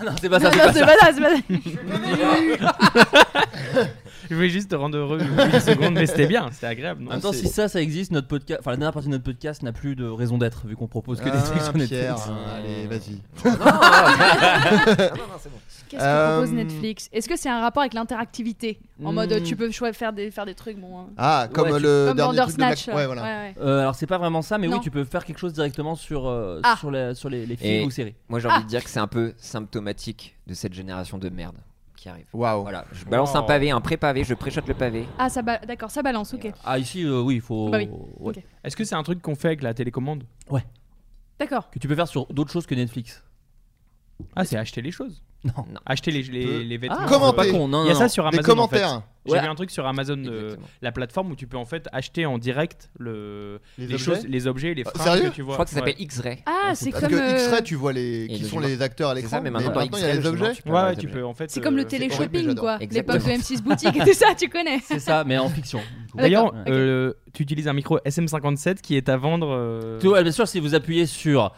[SPEAKER 9] euh,
[SPEAKER 5] Non, c'est pas ça.
[SPEAKER 8] non,
[SPEAKER 5] c'est
[SPEAKER 8] non,
[SPEAKER 5] pas
[SPEAKER 8] c'est
[SPEAKER 5] ça.
[SPEAKER 8] pas ça, c'est pas ça.
[SPEAKER 6] [laughs]
[SPEAKER 9] [laughs] Je voulais juste te rendre heureux une seconde, mais c'était bien, c'était agréable.
[SPEAKER 5] En
[SPEAKER 9] non
[SPEAKER 5] même temps,
[SPEAKER 6] c'est-
[SPEAKER 5] si ça, ça existe, notre podcast, enfin la dernière partie de notre podcast n'a plus de raison d'être vu qu'on propose que des trucs
[SPEAKER 6] Ah,
[SPEAKER 5] sur Netflix. Euh, Ah,
[SPEAKER 6] Pierre, hein, allez,
[SPEAKER 5] [laughs]
[SPEAKER 6] vas-y. [laughs]
[SPEAKER 7] Non, non, c'est bon.
[SPEAKER 8] Qu'est-ce que
[SPEAKER 6] Euh,
[SPEAKER 8] propose Netflix Est-ce que c'est un rapport avec l'interactivité En
[SPEAKER 5] Hmm.
[SPEAKER 8] mode tu peux choi- faire des, faire des trucs, bon. hein.
[SPEAKER 6] Ah, comme
[SPEAKER 5] Ouais, tu-
[SPEAKER 6] le
[SPEAKER 8] Comme
[SPEAKER 6] dernier truc de Black-
[SPEAKER 8] Bandersnatch.
[SPEAKER 6] Ouais, voilà.
[SPEAKER 8] ouais, ouais.
[SPEAKER 5] Euh, alors c'est pas vraiment ça, mais
[SPEAKER 8] Non.
[SPEAKER 5] oui, tu peux faire quelque chose directement sur euh,
[SPEAKER 8] Ah.
[SPEAKER 5] sur, la- sur les, les films
[SPEAKER 7] Et-
[SPEAKER 5] ou séries. Ah.
[SPEAKER 7] Moi, j'ai envie de dire que c'est un peu symptomatique de cette génération de merde qui arrive.
[SPEAKER 6] Waouh.
[SPEAKER 7] Voilà, je balance un
[SPEAKER 9] Wow.
[SPEAKER 7] pavé, un pré-pavé, je préchote le pavé.
[SPEAKER 8] Ah, ça ba- d'accord, ça balance, ok.
[SPEAKER 7] Et
[SPEAKER 5] Ah ici, euh, oui, il faut
[SPEAKER 8] Bah oui.
[SPEAKER 5] ouais.
[SPEAKER 8] Ok.
[SPEAKER 9] Est-ce que c'est un truc qu'on fait avec la télécommande
[SPEAKER 8] D'accord.
[SPEAKER 5] que tu peux faire sur d'autres choses que Netflix.
[SPEAKER 9] Ah, c'est acheter les choses.
[SPEAKER 5] Non.
[SPEAKER 9] Acheter les, les, les vêtements.
[SPEAKER 5] Ah,
[SPEAKER 6] Commenter.
[SPEAKER 5] pas con. Non,
[SPEAKER 9] Il y a
[SPEAKER 5] non,
[SPEAKER 9] ça
[SPEAKER 5] non.
[SPEAKER 9] sur
[SPEAKER 6] Des
[SPEAKER 9] Amazon. en fait.
[SPEAKER 6] commentaires.
[SPEAKER 9] J'ai
[SPEAKER 5] Ouais.
[SPEAKER 9] vu un truc sur Amazon, euh,
[SPEAKER 7] Exactement.
[SPEAKER 9] la plateforme où tu peux en fait acheter en direct le,
[SPEAKER 6] Les,
[SPEAKER 9] les
[SPEAKER 6] objets.
[SPEAKER 9] choses, les objets, les
[SPEAKER 6] Ah,
[SPEAKER 9] fringues
[SPEAKER 6] sérieux
[SPEAKER 9] que tu
[SPEAKER 7] Je
[SPEAKER 9] vois.
[SPEAKER 7] crois que ça
[SPEAKER 9] Ouais.
[SPEAKER 7] s'appelle X-Ray.
[SPEAKER 8] Ah, c'est
[SPEAKER 6] Parce
[SPEAKER 8] comme.
[SPEAKER 6] que
[SPEAKER 8] euh,
[SPEAKER 6] X-Ray, tu vois les...
[SPEAKER 7] et
[SPEAKER 6] qui
[SPEAKER 7] le
[SPEAKER 6] sont
[SPEAKER 7] jumeau.
[SPEAKER 6] les acteurs à
[SPEAKER 7] C'est ça,
[SPEAKER 6] l'écran.
[SPEAKER 7] mais maintenant, dans
[SPEAKER 6] il y a
[SPEAKER 7] X-Ray,
[SPEAKER 6] les
[SPEAKER 7] justement,
[SPEAKER 6] objets.
[SPEAKER 7] tu peux avoir
[SPEAKER 9] Ouais,
[SPEAKER 7] les
[SPEAKER 9] tu
[SPEAKER 7] objets.
[SPEAKER 9] peux en fait.
[SPEAKER 8] C'est comme
[SPEAKER 9] euh,
[SPEAKER 8] le
[SPEAKER 9] c'est-
[SPEAKER 6] horrible,
[SPEAKER 8] téléshopping,
[SPEAKER 6] j'adore.
[SPEAKER 8] quoi. L'époque de
[SPEAKER 7] Exactement.
[SPEAKER 8] M6 Boutique et tout ça, tu connais.
[SPEAKER 5] C'est ça, mais en fiction. du coup.
[SPEAKER 9] D'ailleurs,
[SPEAKER 5] Ouais.
[SPEAKER 9] euh, tu utilises un micro SM57 qui est à vendre. euh,
[SPEAKER 5] Tout- ouais, bien sûr, si vous appuyez sur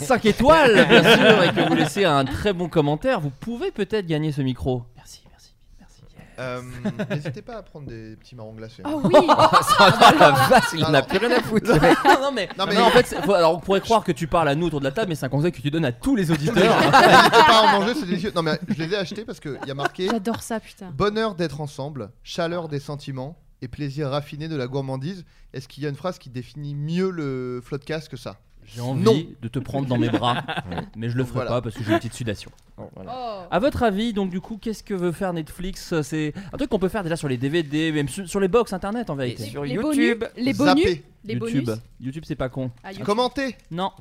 [SPEAKER 5] 5 étoiles, [laughs] bien sûr, et que vous laissez un très bon commentaire, vous pouvez peut-être gagner ce micro. Merci, merci, merci.
[SPEAKER 6] Euh, [laughs] N'hésitez pas à prendre des petits marrons glacés.
[SPEAKER 5] Ah
[SPEAKER 8] Oh
[SPEAKER 6] [laughs]
[SPEAKER 5] [laughs]
[SPEAKER 8] oui
[SPEAKER 7] Oh la vache, il en a
[SPEAKER 6] Alors-
[SPEAKER 7] plus rien à foutre.
[SPEAKER 5] non, non, mais,
[SPEAKER 6] Non, mais-
[SPEAKER 5] non, en fait, c'est- faut- alors on pourrait croire que tu parles à nous autour de la table, mais c'est un conseil que tu donnes à tous les auditeurs.
[SPEAKER 6] N'hésitez pas à en manger, c'est délicieux. Non, mais je les ai achetés parce qu'il y a marqué
[SPEAKER 8] J'adore ça, putain.
[SPEAKER 6] Bonheur d'être ensemble, chaleur des sentiments et plaisir raffiné de la gourmandise. Est-ce qu'il y a une phrase qui définit mieux le floodcast que ça
[SPEAKER 5] J'ai envie
[SPEAKER 6] Non.
[SPEAKER 5] de te prendre dans mes
[SPEAKER 6] [laughs]
[SPEAKER 5] bras, mais je le ferai
[SPEAKER 6] Voilà.
[SPEAKER 5] pas parce que j'ai une petite sudation.
[SPEAKER 8] Oh.
[SPEAKER 5] À votre avis, donc du coup, qu'est-ce que veut faire Netflix euh, C'est un truc qu'on peut faire déjà sur les DVD, même su- sur les box internet en
[SPEAKER 7] Et
[SPEAKER 5] vérité.
[SPEAKER 7] sur
[SPEAKER 8] Les
[SPEAKER 7] YouTube,
[SPEAKER 8] bonus, les bonus,
[SPEAKER 6] Zapper,
[SPEAKER 8] les
[SPEAKER 5] YouTube,
[SPEAKER 8] bonus.
[SPEAKER 5] YouTube, c'est pas con.
[SPEAKER 8] Ah, YouTube.
[SPEAKER 6] commenter.
[SPEAKER 5] Non.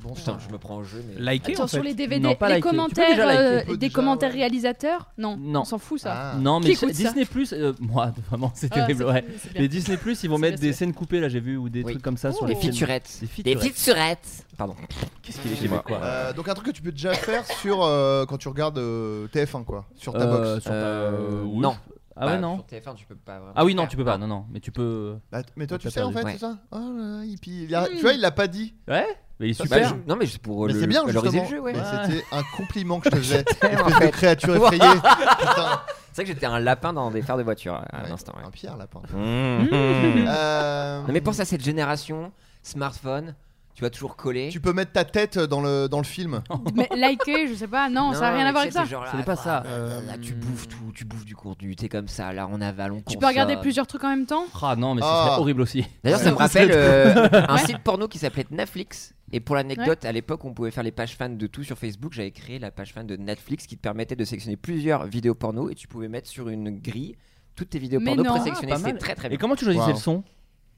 [SPEAKER 6] Bon
[SPEAKER 7] putain,
[SPEAKER 6] sang.
[SPEAKER 7] je me prends au jeu, mais.
[SPEAKER 9] Liker
[SPEAKER 8] Attends,
[SPEAKER 9] en fait.
[SPEAKER 8] sur les DVD,
[SPEAKER 5] Non, pas
[SPEAKER 8] les
[SPEAKER 5] liker. Tu peux
[SPEAKER 8] commentaires,
[SPEAKER 5] déjà liker,
[SPEAKER 8] euh,
[SPEAKER 6] on peut
[SPEAKER 8] des
[SPEAKER 6] déjà,
[SPEAKER 8] commentaires
[SPEAKER 6] ouais.
[SPEAKER 8] réalisateurs Non,
[SPEAKER 5] Non.
[SPEAKER 8] on s'en fout ça.
[SPEAKER 6] Ah.
[SPEAKER 5] Non, mais
[SPEAKER 8] Qui écoute ça
[SPEAKER 5] Disney Plus, euh, [laughs] moi, vraiment, c'est
[SPEAKER 8] Ah,
[SPEAKER 5] terrible.
[SPEAKER 8] c'est-
[SPEAKER 5] ouais.
[SPEAKER 8] c'est bien.
[SPEAKER 5] Les Disney Plus, ils vont
[SPEAKER 8] C'est
[SPEAKER 5] mettre
[SPEAKER 8] bien,
[SPEAKER 5] des
[SPEAKER 8] c'est
[SPEAKER 5] scènes coupées là, j'ai vu, ou des
[SPEAKER 7] Oui.
[SPEAKER 5] trucs comme ça sur
[SPEAKER 7] Les
[SPEAKER 5] les films.
[SPEAKER 7] featurettes.
[SPEAKER 5] Des
[SPEAKER 7] Les
[SPEAKER 5] featurettes.
[SPEAKER 7] featurettes. Pardon.
[SPEAKER 5] Qu'est-ce qu'il est chez moi quoi
[SPEAKER 6] Euh, donc un truc que tu peux déjà faire sur euh, quand tu regardes euh, TF1 quoi, sur ta
[SPEAKER 5] Euh,
[SPEAKER 6] box.
[SPEAKER 5] sur ta-
[SPEAKER 7] Euh,
[SPEAKER 5] oui.
[SPEAKER 7] non.
[SPEAKER 5] Ah ouais
[SPEAKER 7] Bah,
[SPEAKER 5] non.
[SPEAKER 7] Sur TF1, tu peux pas. vraiment
[SPEAKER 5] Ah oui non
[SPEAKER 7] faire.
[SPEAKER 5] tu peux pas non non mais tu peux.
[SPEAKER 6] Bah, t- mais toi
[SPEAKER 5] t'as
[SPEAKER 6] tu sais en
[SPEAKER 5] perdu.
[SPEAKER 6] fait
[SPEAKER 7] Ouais.
[SPEAKER 6] c'est ça. Oh là là, et puis, il a- tu vois il l'a pas dit.
[SPEAKER 5] Ouais. Mais il est
[SPEAKER 6] Ça,
[SPEAKER 7] Bah,
[SPEAKER 5] super.
[SPEAKER 7] je- Non, mais c'est pour
[SPEAKER 6] Mais
[SPEAKER 7] le,
[SPEAKER 6] c'est bien
[SPEAKER 7] valoriser
[SPEAKER 6] justement.
[SPEAKER 7] le jeu, ouais.
[SPEAKER 6] Mais
[SPEAKER 5] Ouais.
[SPEAKER 6] c'était un compliment que je
[SPEAKER 8] [laughs]
[SPEAKER 6] te
[SPEAKER 7] [laughs]
[SPEAKER 6] faisais.
[SPEAKER 7] t'aime, en
[SPEAKER 6] Espèce de
[SPEAKER 7] fait.
[SPEAKER 6] créature effrayée. Putain.
[SPEAKER 7] C'est vrai que j'étais un lapin dans des phares de voiture à- à
[SPEAKER 6] Ouais,
[SPEAKER 7] l'instant. ouais.
[SPEAKER 6] Un pierre lapin.
[SPEAKER 7] Mmh.
[SPEAKER 6] Euh,
[SPEAKER 7] Non, mais pense à cette génération, smartphone, tu vas toujours coller.
[SPEAKER 6] Tu peux mettre ta tête dans le dans le film.
[SPEAKER 8] Mais liker, je sais pas, [laughs] non, ça n'a rien à voir avec ça.
[SPEAKER 5] Ce n'est pas ça.
[SPEAKER 7] ah, Là, tu bouffes tout, tu bouffes du contenu, t'es comme ça, là on avale, on
[SPEAKER 8] Tu peux
[SPEAKER 7] consomme.
[SPEAKER 8] regarder plusieurs trucs en même temps
[SPEAKER 5] Ah non mais c'est
[SPEAKER 6] Ah.
[SPEAKER 5] horrible aussi.
[SPEAKER 7] D'ailleurs,
[SPEAKER 6] Ouais.
[SPEAKER 7] ça
[SPEAKER 5] [laughs]
[SPEAKER 7] me rappelle euh, un
[SPEAKER 8] Ouais.
[SPEAKER 7] site porno qui s'appelait Netflix. Et pour l'anecdote, à l'époque, on pouvait faire les pages fans de tout sur Facebook. J'avais créé la page fan de Netflix qui te permettait de sélectionner plusieurs vidéos porno et tu pouvais mettre sur une grille toutes tes vidéos
[SPEAKER 8] Mais
[SPEAKER 7] porno
[SPEAKER 8] non.
[SPEAKER 7] présélectionnées.
[SPEAKER 5] Ah, pas
[SPEAKER 7] C'était
[SPEAKER 5] mal.
[SPEAKER 7] très très
[SPEAKER 5] Et
[SPEAKER 7] bien.
[SPEAKER 5] comment tu choisissais
[SPEAKER 6] Wow.
[SPEAKER 5] le son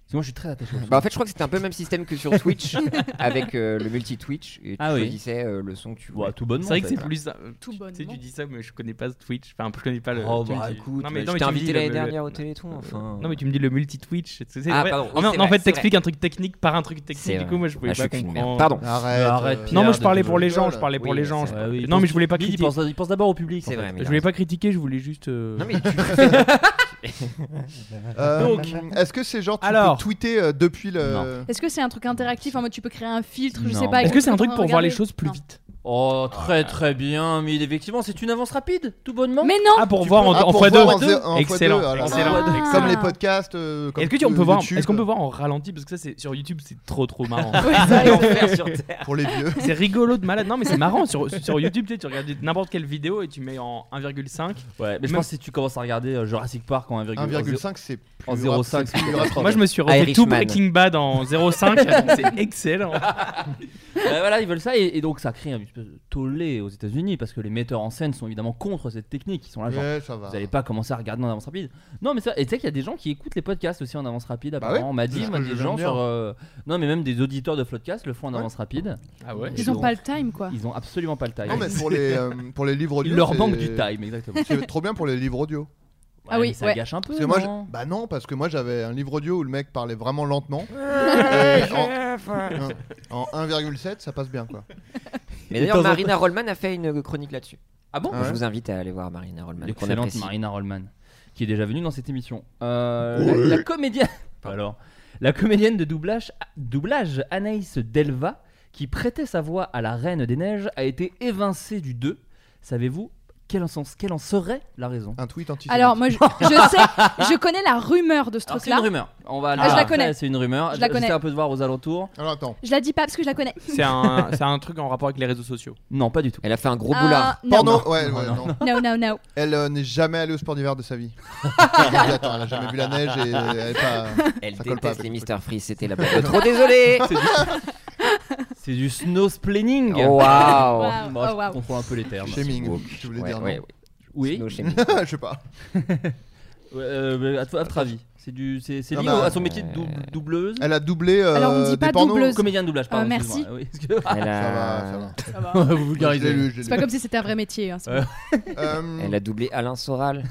[SPEAKER 5] Parce que moi je suis très attaché. au son.
[SPEAKER 7] Bah, en fait, je crois que c'était un peu le même système que sur
[SPEAKER 8] [laughs]
[SPEAKER 7] Twitch avec euh, le multi-Twitch et tu
[SPEAKER 5] Ah oui.
[SPEAKER 7] choisissais euh, le son que tu voulais.
[SPEAKER 5] Ouais, tout bonnement.
[SPEAKER 9] C'est vrai que
[SPEAKER 5] en
[SPEAKER 9] c'est
[SPEAKER 5] fait.
[SPEAKER 9] plus.
[SPEAKER 8] Tout
[SPEAKER 9] tu- Tu sais,
[SPEAKER 8] bonnement.
[SPEAKER 9] tu dis ça, mais je connais pas Twitch. Enfin, je connais pas le.
[SPEAKER 5] Oh,
[SPEAKER 9] tu me
[SPEAKER 5] bah,
[SPEAKER 9] dis-
[SPEAKER 7] Écoute,
[SPEAKER 9] Non, mais
[SPEAKER 7] mais
[SPEAKER 9] non,
[SPEAKER 7] je
[SPEAKER 9] mais tu me
[SPEAKER 7] t'ai
[SPEAKER 9] dis
[SPEAKER 7] invité
[SPEAKER 9] le-
[SPEAKER 7] l'année
[SPEAKER 9] le-
[SPEAKER 7] dernière au téléthon. Enfin...
[SPEAKER 9] Non mais tu me dis le multi-twitch. tu sais,
[SPEAKER 7] Ah,
[SPEAKER 9] ouais.
[SPEAKER 7] pardon, oui,
[SPEAKER 9] Oh, non,
[SPEAKER 7] c'est
[SPEAKER 9] non, en
[SPEAKER 7] vrai,
[SPEAKER 9] fait
[SPEAKER 7] c'est
[SPEAKER 9] t'expliques un truc technique par un truc
[SPEAKER 7] C'est
[SPEAKER 9] technique. Du
[SPEAKER 7] vrai.
[SPEAKER 9] coup moi je pouvais
[SPEAKER 7] Ah, je
[SPEAKER 9] pas
[SPEAKER 7] suis qu'une
[SPEAKER 9] comprendre.
[SPEAKER 7] merde. Pardon.
[SPEAKER 6] Arrête.
[SPEAKER 5] Arrête,
[SPEAKER 6] euh,
[SPEAKER 5] Pierre.
[SPEAKER 9] Non moi je parlais
[SPEAKER 5] de-
[SPEAKER 9] pour les
[SPEAKER 6] de-
[SPEAKER 9] gens, je parlais pour
[SPEAKER 7] Oui,
[SPEAKER 9] les
[SPEAKER 7] mais
[SPEAKER 9] gens.
[SPEAKER 7] c'est
[SPEAKER 9] je-
[SPEAKER 5] Ouais, oui, il
[SPEAKER 9] Non
[SPEAKER 5] pense-
[SPEAKER 9] mais je voulais pas
[SPEAKER 5] Mid, il
[SPEAKER 9] critiquer.
[SPEAKER 5] pense, il pense d'abord au public.
[SPEAKER 7] C'est
[SPEAKER 5] en
[SPEAKER 7] vrai.
[SPEAKER 5] fait.
[SPEAKER 7] mais
[SPEAKER 9] Je
[SPEAKER 7] il a
[SPEAKER 9] voulais pas critiquer, je voulais juste. euh, [laughs]
[SPEAKER 7] Non mais tu-
[SPEAKER 6] Euh,
[SPEAKER 9] Donc.
[SPEAKER 6] est-ce que c'est genre tu
[SPEAKER 9] Alors.
[SPEAKER 6] peux tweeter euh, depuis le
[SPEAKER 5] Non.
[SPEAKER 8] Est-ce que c'est un truc interactif en mode tu peux créer un filtre, je
[SPEAKER 5] Non.
[SPEAKER 8] sais pas
[SPEAKER 9] Est-ce que c'est un truc
[SPEAKER 8] comment
[SPEAKER 9] pour voir
[SPEAKER 8] regarder
[SPEAKER 9] les choses plus
[SPEAKER 8] Non.
[SPEAKER 9] vite
[SPEAKER 5] Oh, très très bien, mais effectivement, c'est une avance rapide, tout bonnement.
[SPEAKER 8] Mais non
[SPEAKER 9] Ah, pour voir en-
[SPEAKER 6] Ah,
[SPEAKER 9] en
[SPEAKER 6] pour
[SPEAKER 9] fois
[SPEAKER 6] voir
[SPEAKER 9] deux.
[SPEAKER 6] en zé- en
[SPEAKER 9] Excellent,
[SPEAKER 6] fois deux, alors.
[SPEAKER 9] excellent,
[SPEAKER 6] Ah.
[SPEAKER 9] excellent.
[SPEAKER 6] Comme les podcasts, euh, comme
[SPEAKER 9] Est-ce que tu on peut
[SPEAKER 6] le
[SPEAKER 9] voir,
[SPEAKER 6] YouTube.
[SPEAKER 9] est-ce qu'on peut voir en ralenti parce que ça c'est sur YouTube c'est trop trop marrant.
[SPEAKER 6] Ouais, ça, ouais.
[SPEAKER 9] L'enfer sur Terre.
[SPEAKER 6] Pour les vieux.
[SPEAKER 9] [laughs] C'est rigolo de malade. Non mais c'est marrant sur, sur YouTube tu sais, tu regardes n'importe quelle vidéo et tu mets en 1,5.
[SPEAKER 5] Ouais, mais je
[SPEAKER 9] Même-
[SPEAKER 5] pense que si tu commences à regarder euh, Jurassic Park en 1,5,
[SPEAKER 6] 1,5, c'est plus
[SPEAKER 5] en
[SPEAKER 6] rap-
[SPEAKER 5] 0,5.
[SPEAKER 6] c'est plus
[SPEAKER 5] c'est
[SPEAKER 6] rap-
[SPEAKER 5] catastrophe.
[SPEAKER 9] Moi je me suis refait tout Breaking Bad en 0,5.
[SPEAKER 5] [laughs]
[SPEAKER 9] c'est excellent.
[SPEAKER 5] Euh, voilà, ils veulent ça et, et donc ça crée un espèce de tollé aux États-Unis parce que les metteurs en scène sont évidemment contre cette technique. Ils sont là, genre,
[SPEAKER 6] Ouais, ça va.
[SPEAKER 5] vous n'allez pas commencer à regarder en avance rapide. Non, mais ça, et tu sais qu'il y a des gens qui écoutent les podcasts aussi en avance rapide. Apparemment,
[SPEAKER 6] Bah ouais,
[SPEAKER 5] on m'a
[SPEAKER 6] c'est
[SPEAKER 5] dit,
[SPEAKER 6] ce
[SPEAKER 5] moi,
[SPEAKER 6] que
[SPEAKER 5] des
[SPEAKER 6] je viens
[SPEAKER 5] gens
[SPEAKER 6] de dire.
[SPEAKER 5] sur. euh, non, mais même des auditeurs de podcast le font en avance rapide.
[SPEAKER 9] Ah ouais
[SPEAKER 5] Et
[SPEAKER 8] Ils ont pas le time, quoi.
[SPEAKER 5] Ils ont absolument pas le time.
[SPEAKER 6] Non, mais pour les,
[SPEAKER 5] [laughs]
[SPEAKER 6] euh, pour les livres audio.
[SPEAKER 5] Il leur
[SPEAKER 6] c'est-
[SPEAKER 5] manque du time, exactement.
[SPEAKER 6] [laughs] C'est trop bien pour les livres audio.
[SPEAKER 8] Ah oui,
[SPEAKER 5] mais ça
[SPEAKER 8] ouais.
[SPEAKER 5] gâche un peu.
[SPEAKER 6] Parce que moi, je-
[SPEAKER 5] non
[SPEAKER 6] Bah non, parce que moi j'avais un livre audio où le mec parlait vraiment
[SPEAKER 7] [laughs]
[SPEAKER 6] lentement.
[SPEAKER 7] Ouais,
[SPEAKER 6] Et en-
[SPEAKER 7] chef.
[SPEAKER 6] en 1,7, ça passe bien
[SPEAKER 7] [laughs]
[SPEAKER 6] quoi.
[SPEAKER 7] Mais
[SPEAKER 5] Et
[SPEAKER 7] d'ailleurs,
[SPEAKER 5] de temps en
[SPEAKER 7] Marina Rollman a fait une chronique là-dessus.
[SPEAKER 5] Ah bon
[SPEAKER 6] Ah ouais
[SPEAKER 7] Je vous invite à aller voir Marina Rollman. qu'on
[SPEAKER 5] L'excellente
[SPEAKER 7] apprécie.
[SPEAKER 5] Marina Rollman, qui est déjà venue dans cette émission. Euh, la, la comédienne. [laughs] Alors, la comédienne de doublage, doublage Anaïs Delva, qui prêtait sa voix à la Reine des Neiges, a été évincée du 2. Savez-vous quelle en, sens- quelle en serait la raison
[SPEAKER 6] Un tweet anti
[SPEAKER 8] Alors,
[SPEAKER 5] [laughs]
[SPEAKER 8] moi, je, je sais, je connais la rumeur de ce
[SPEAKER 5] Alors, Ah, C'est une
[SPEAKER 8] truc-là.
[SPEAKER 5] rumeur. On va
[SPEAKER 8] Ah,
[SPEAKER 5] le-
[SPEAKER 8] je la
[SPEAKER 5] après,
[SPEAKER 8] connais.
[SPEAKER 5] C'est une rumeur.
[SPEAKER 8] Je la connais.
[SPEAKER 5] J'essaie un peu de voir aux alentours.
[SPEAKER 6] Alors attends,
[SPEAKER 8] Je la dis pas parce que je la connais.
[SPEAKER 9] C'est un, c'est un truc en rapport avec les réseaux sociaux.
[SPEAKER 5] Non, pas du tout.
[SPEAKER 7] Elle a fait un gros
[SPEAKER 8] Ah,
[SPEAKER 7] boulard.
[SPEAKER 8] non.
[SPEAKER 6] porno Ouais, ouais,
[SPEAKER 5] non.
[SPEAKER 8] No,
[SPEAKER 6] non.
[SPEAKER 8] no, no.
[SPEAKER 6] Elle euh, n'est jamais allée au sport d'hiver de
[SPEAKER 8] [laughs]
[SPEAKER 6] sa vie. Attends, elle a jamais vu la neige et euh, elle est pas.
[SPEAKER 7] Elle
[SPEAKER 6] ça colle pas avec
[SPEAKER 7] déteste les
[SPEAKER 6] le truc.
[SPEAKER 7] Mister Freeze, c'était la blague.
[SPEAKER 6] [laughs]
[SPEAKER 7] Trop désolé
[SPEAKER 5] C'est du snowsplaining.
[SPEAKER 7] Oh, Waouh
[SPEAKER 8] Waouh,
[SPEAKER 5] Moi,
[SPEAKER 8] oh,
[SPEAKER 5] je
[SPEAKER 8] waouh.
[SPEAKER 5] confonds un peu les termes.
[SPEAKER 6] Shaming, tu voulais
[SPEAKER 7] Ouais,
[SPEAKER 6] dire
[SPEAKER 7] ouais,
[SPEAKER 6] non. [laughs]
[SPEAKER 5] Oui.
[SPEAKER 7] Snow shaming.
[SPEAKER 6] Je sais pas.
[SPEAKER 5] Ouais, euh, à, toi- à votre avis, c'est du, c'est c'est
[SPEAKER 6] Non,
[SPEAKER 5] lié
[SPEAKER 6] mais, euh,
[SPEAKER 5] au- à son métier de dou- doubleuse.
[SPEAKER 6] Elle a doublé euh,
[SPEAKER 8] Alors, on dit
[SPEAKER 6] des
[SPEAKER 8] pas
[SPEAKER 6] pornos.
[SPEAKER 8] doubleuse.
[SPEAKER 5] Comédien de doublage, pardon.
[SPEAKER 8] Euh, merci.
[SPEAKER 5] excuse-moi. Oui, excuse-
[SPEAKER 7] Elle
[SPEAKER 6] Ça va, ça
[SPEAKER 7] a...
[SPEAKER 6] va.
[SPEAKER 5] [laughs] Vous
[SPEAKER 6] Je l'ai
[SPEAKER 5] vulgarisez.
[SPEAKER 6] lu, je
[SPEAKER 8] [laughs]
[SPEAKER 6] l'ai
[SPEAKER 8] C'est pas
[SPEAKER 6] lu.
[SPEAKER 8] comme si c'était un vrai métier. hein, c'est
[SPEAKER 5] Ouais.
[SPEAKER 8] bon.
[SPEAKER 6] Euh,
[SPEAKER 7] Elle a doublé Alain Soral.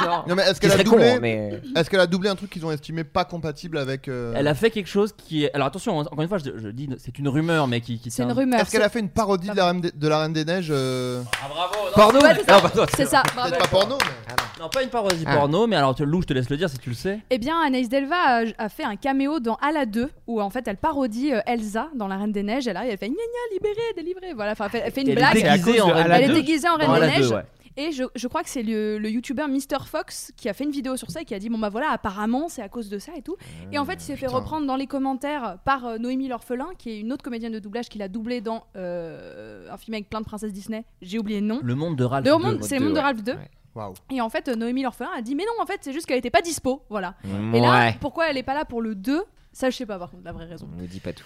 [SPEAKER 5] Euh,
[SPEAKER 6] Non mais est-ce
[SPEAKER 7] C'est
[SPEAKER 6] qu'elle a
[SPEAKER 7] très
[SPEAKER 6] doublé
[SPEAKER 7] con, mais.
[SPEAKER 6] Est-ce qu'elle a doublé un truc qu'ils ont estimé pas compatible avec euh,
[SPEAKER 5] Elle a fait quelque chose qui est. Alors attention, hein, encore une fois, je, je dis, c'est une rumeur, mais qui. qui
[SPEAKER 8] C'est une
[SPEAKER 5] tient-
[SPEAKER 8] rumeur.
[SPEAKER 6] Est-ce qu'elle a fait une parodie de la Reine des, de la Reine des Neiges euh,
[SPEAKER 5] Ah, bravo non,
[SPEAKER 7] Porno
[SPEAKER 8] Ouais, c'est ça.
[SPEAKER 7] Non, pardon.
[SPEAKER 8] C'est ça, bravo.
[SPEAKER 6] Peut-être pas porno, mais.
[SPEAKER 5] Non, pas une parodie
[SPEAKER 7] Ah.
[SPEAKER 5] porno, mais alors, tu- Lou, je te laisse le dire si tu le sais.
[SPEAKER 8] Eh bien, Anaïs Delva a, a fait un caméo dans Ala 2, où en fait elle parodie euh, Elsa dans La Reine des Neiges. Elle arrive, elle fait gna gna, libérée, délivrée. Voilà, enfin, elle fait, elle fait une
[SPEAKER 5] Elle
[SPEAKER 8] blague.
[SPEAKER 5] est déguisée
[SPEAKER 9] C'est à
[SPEAKER 5] en
[SPEAKER 9] cause de
[SPEAKER 5] Reine
[SPEAKER 9] Alain
[SPEAKER 5] des
[SPEAKER 8] elle est
[SPEAKER 5] Neiges.
[SPEAKER 8] déguisée en Reine
[SPEAKER 5] Dans
[SPEAKER 8] des
[SPEAKER 5] Alain
[SPEAKER 8] Neiges.
[SPEAKER 5] deux, ouais.
[SPEAKER 8] Et je, je crois que c'est le, le youtubeur Mr. Fox qui a fait une vidéo sur ça et qui a dit Bon, bah voilà, apparemment, c'est à cause de ça et tout. Et en fait, il s'est fait
[SPEAKER 6] Ah, putain.
[SPEAKER 8] reprendre dans les commentaires par euh, Noémie L'Orphelin, qui est une autre comédienne de doublage qu'il a doublé dans euh, un film avec plein de princesses Disney. J'ai oublié le nom.
[SPEAKER 5] Le monde de Ralph.
[SPEAKER 8] Le
[SPEAKER 5] deux,
[SPEAKER 8] monde,
[SPEAKER 5] ouais.
[SPEAKER 8] c'est le monde de
[SPEAKER 7] ouais.
[SPEAKER 8] Ralph 2.
[SPEAKER 7] Ouais.
[SPEAKER 6] Waouh.
[SPEAKER 8] Et en fait, euh, Noémie L'Orphelin a dit Mais non, en fait, c'est juste qu'elle était pas dispo. Voilà. Et là,
[SPEAKER 7] Ouais.
[SPEAKER 8] pourquoi elle est pas là pour le 2 Ça, je sais pas, par contre, la vraie
[SPEAKER 7] On
[SPEAKER 8] raison.
[SPEAKER 7] ne dit pas tout.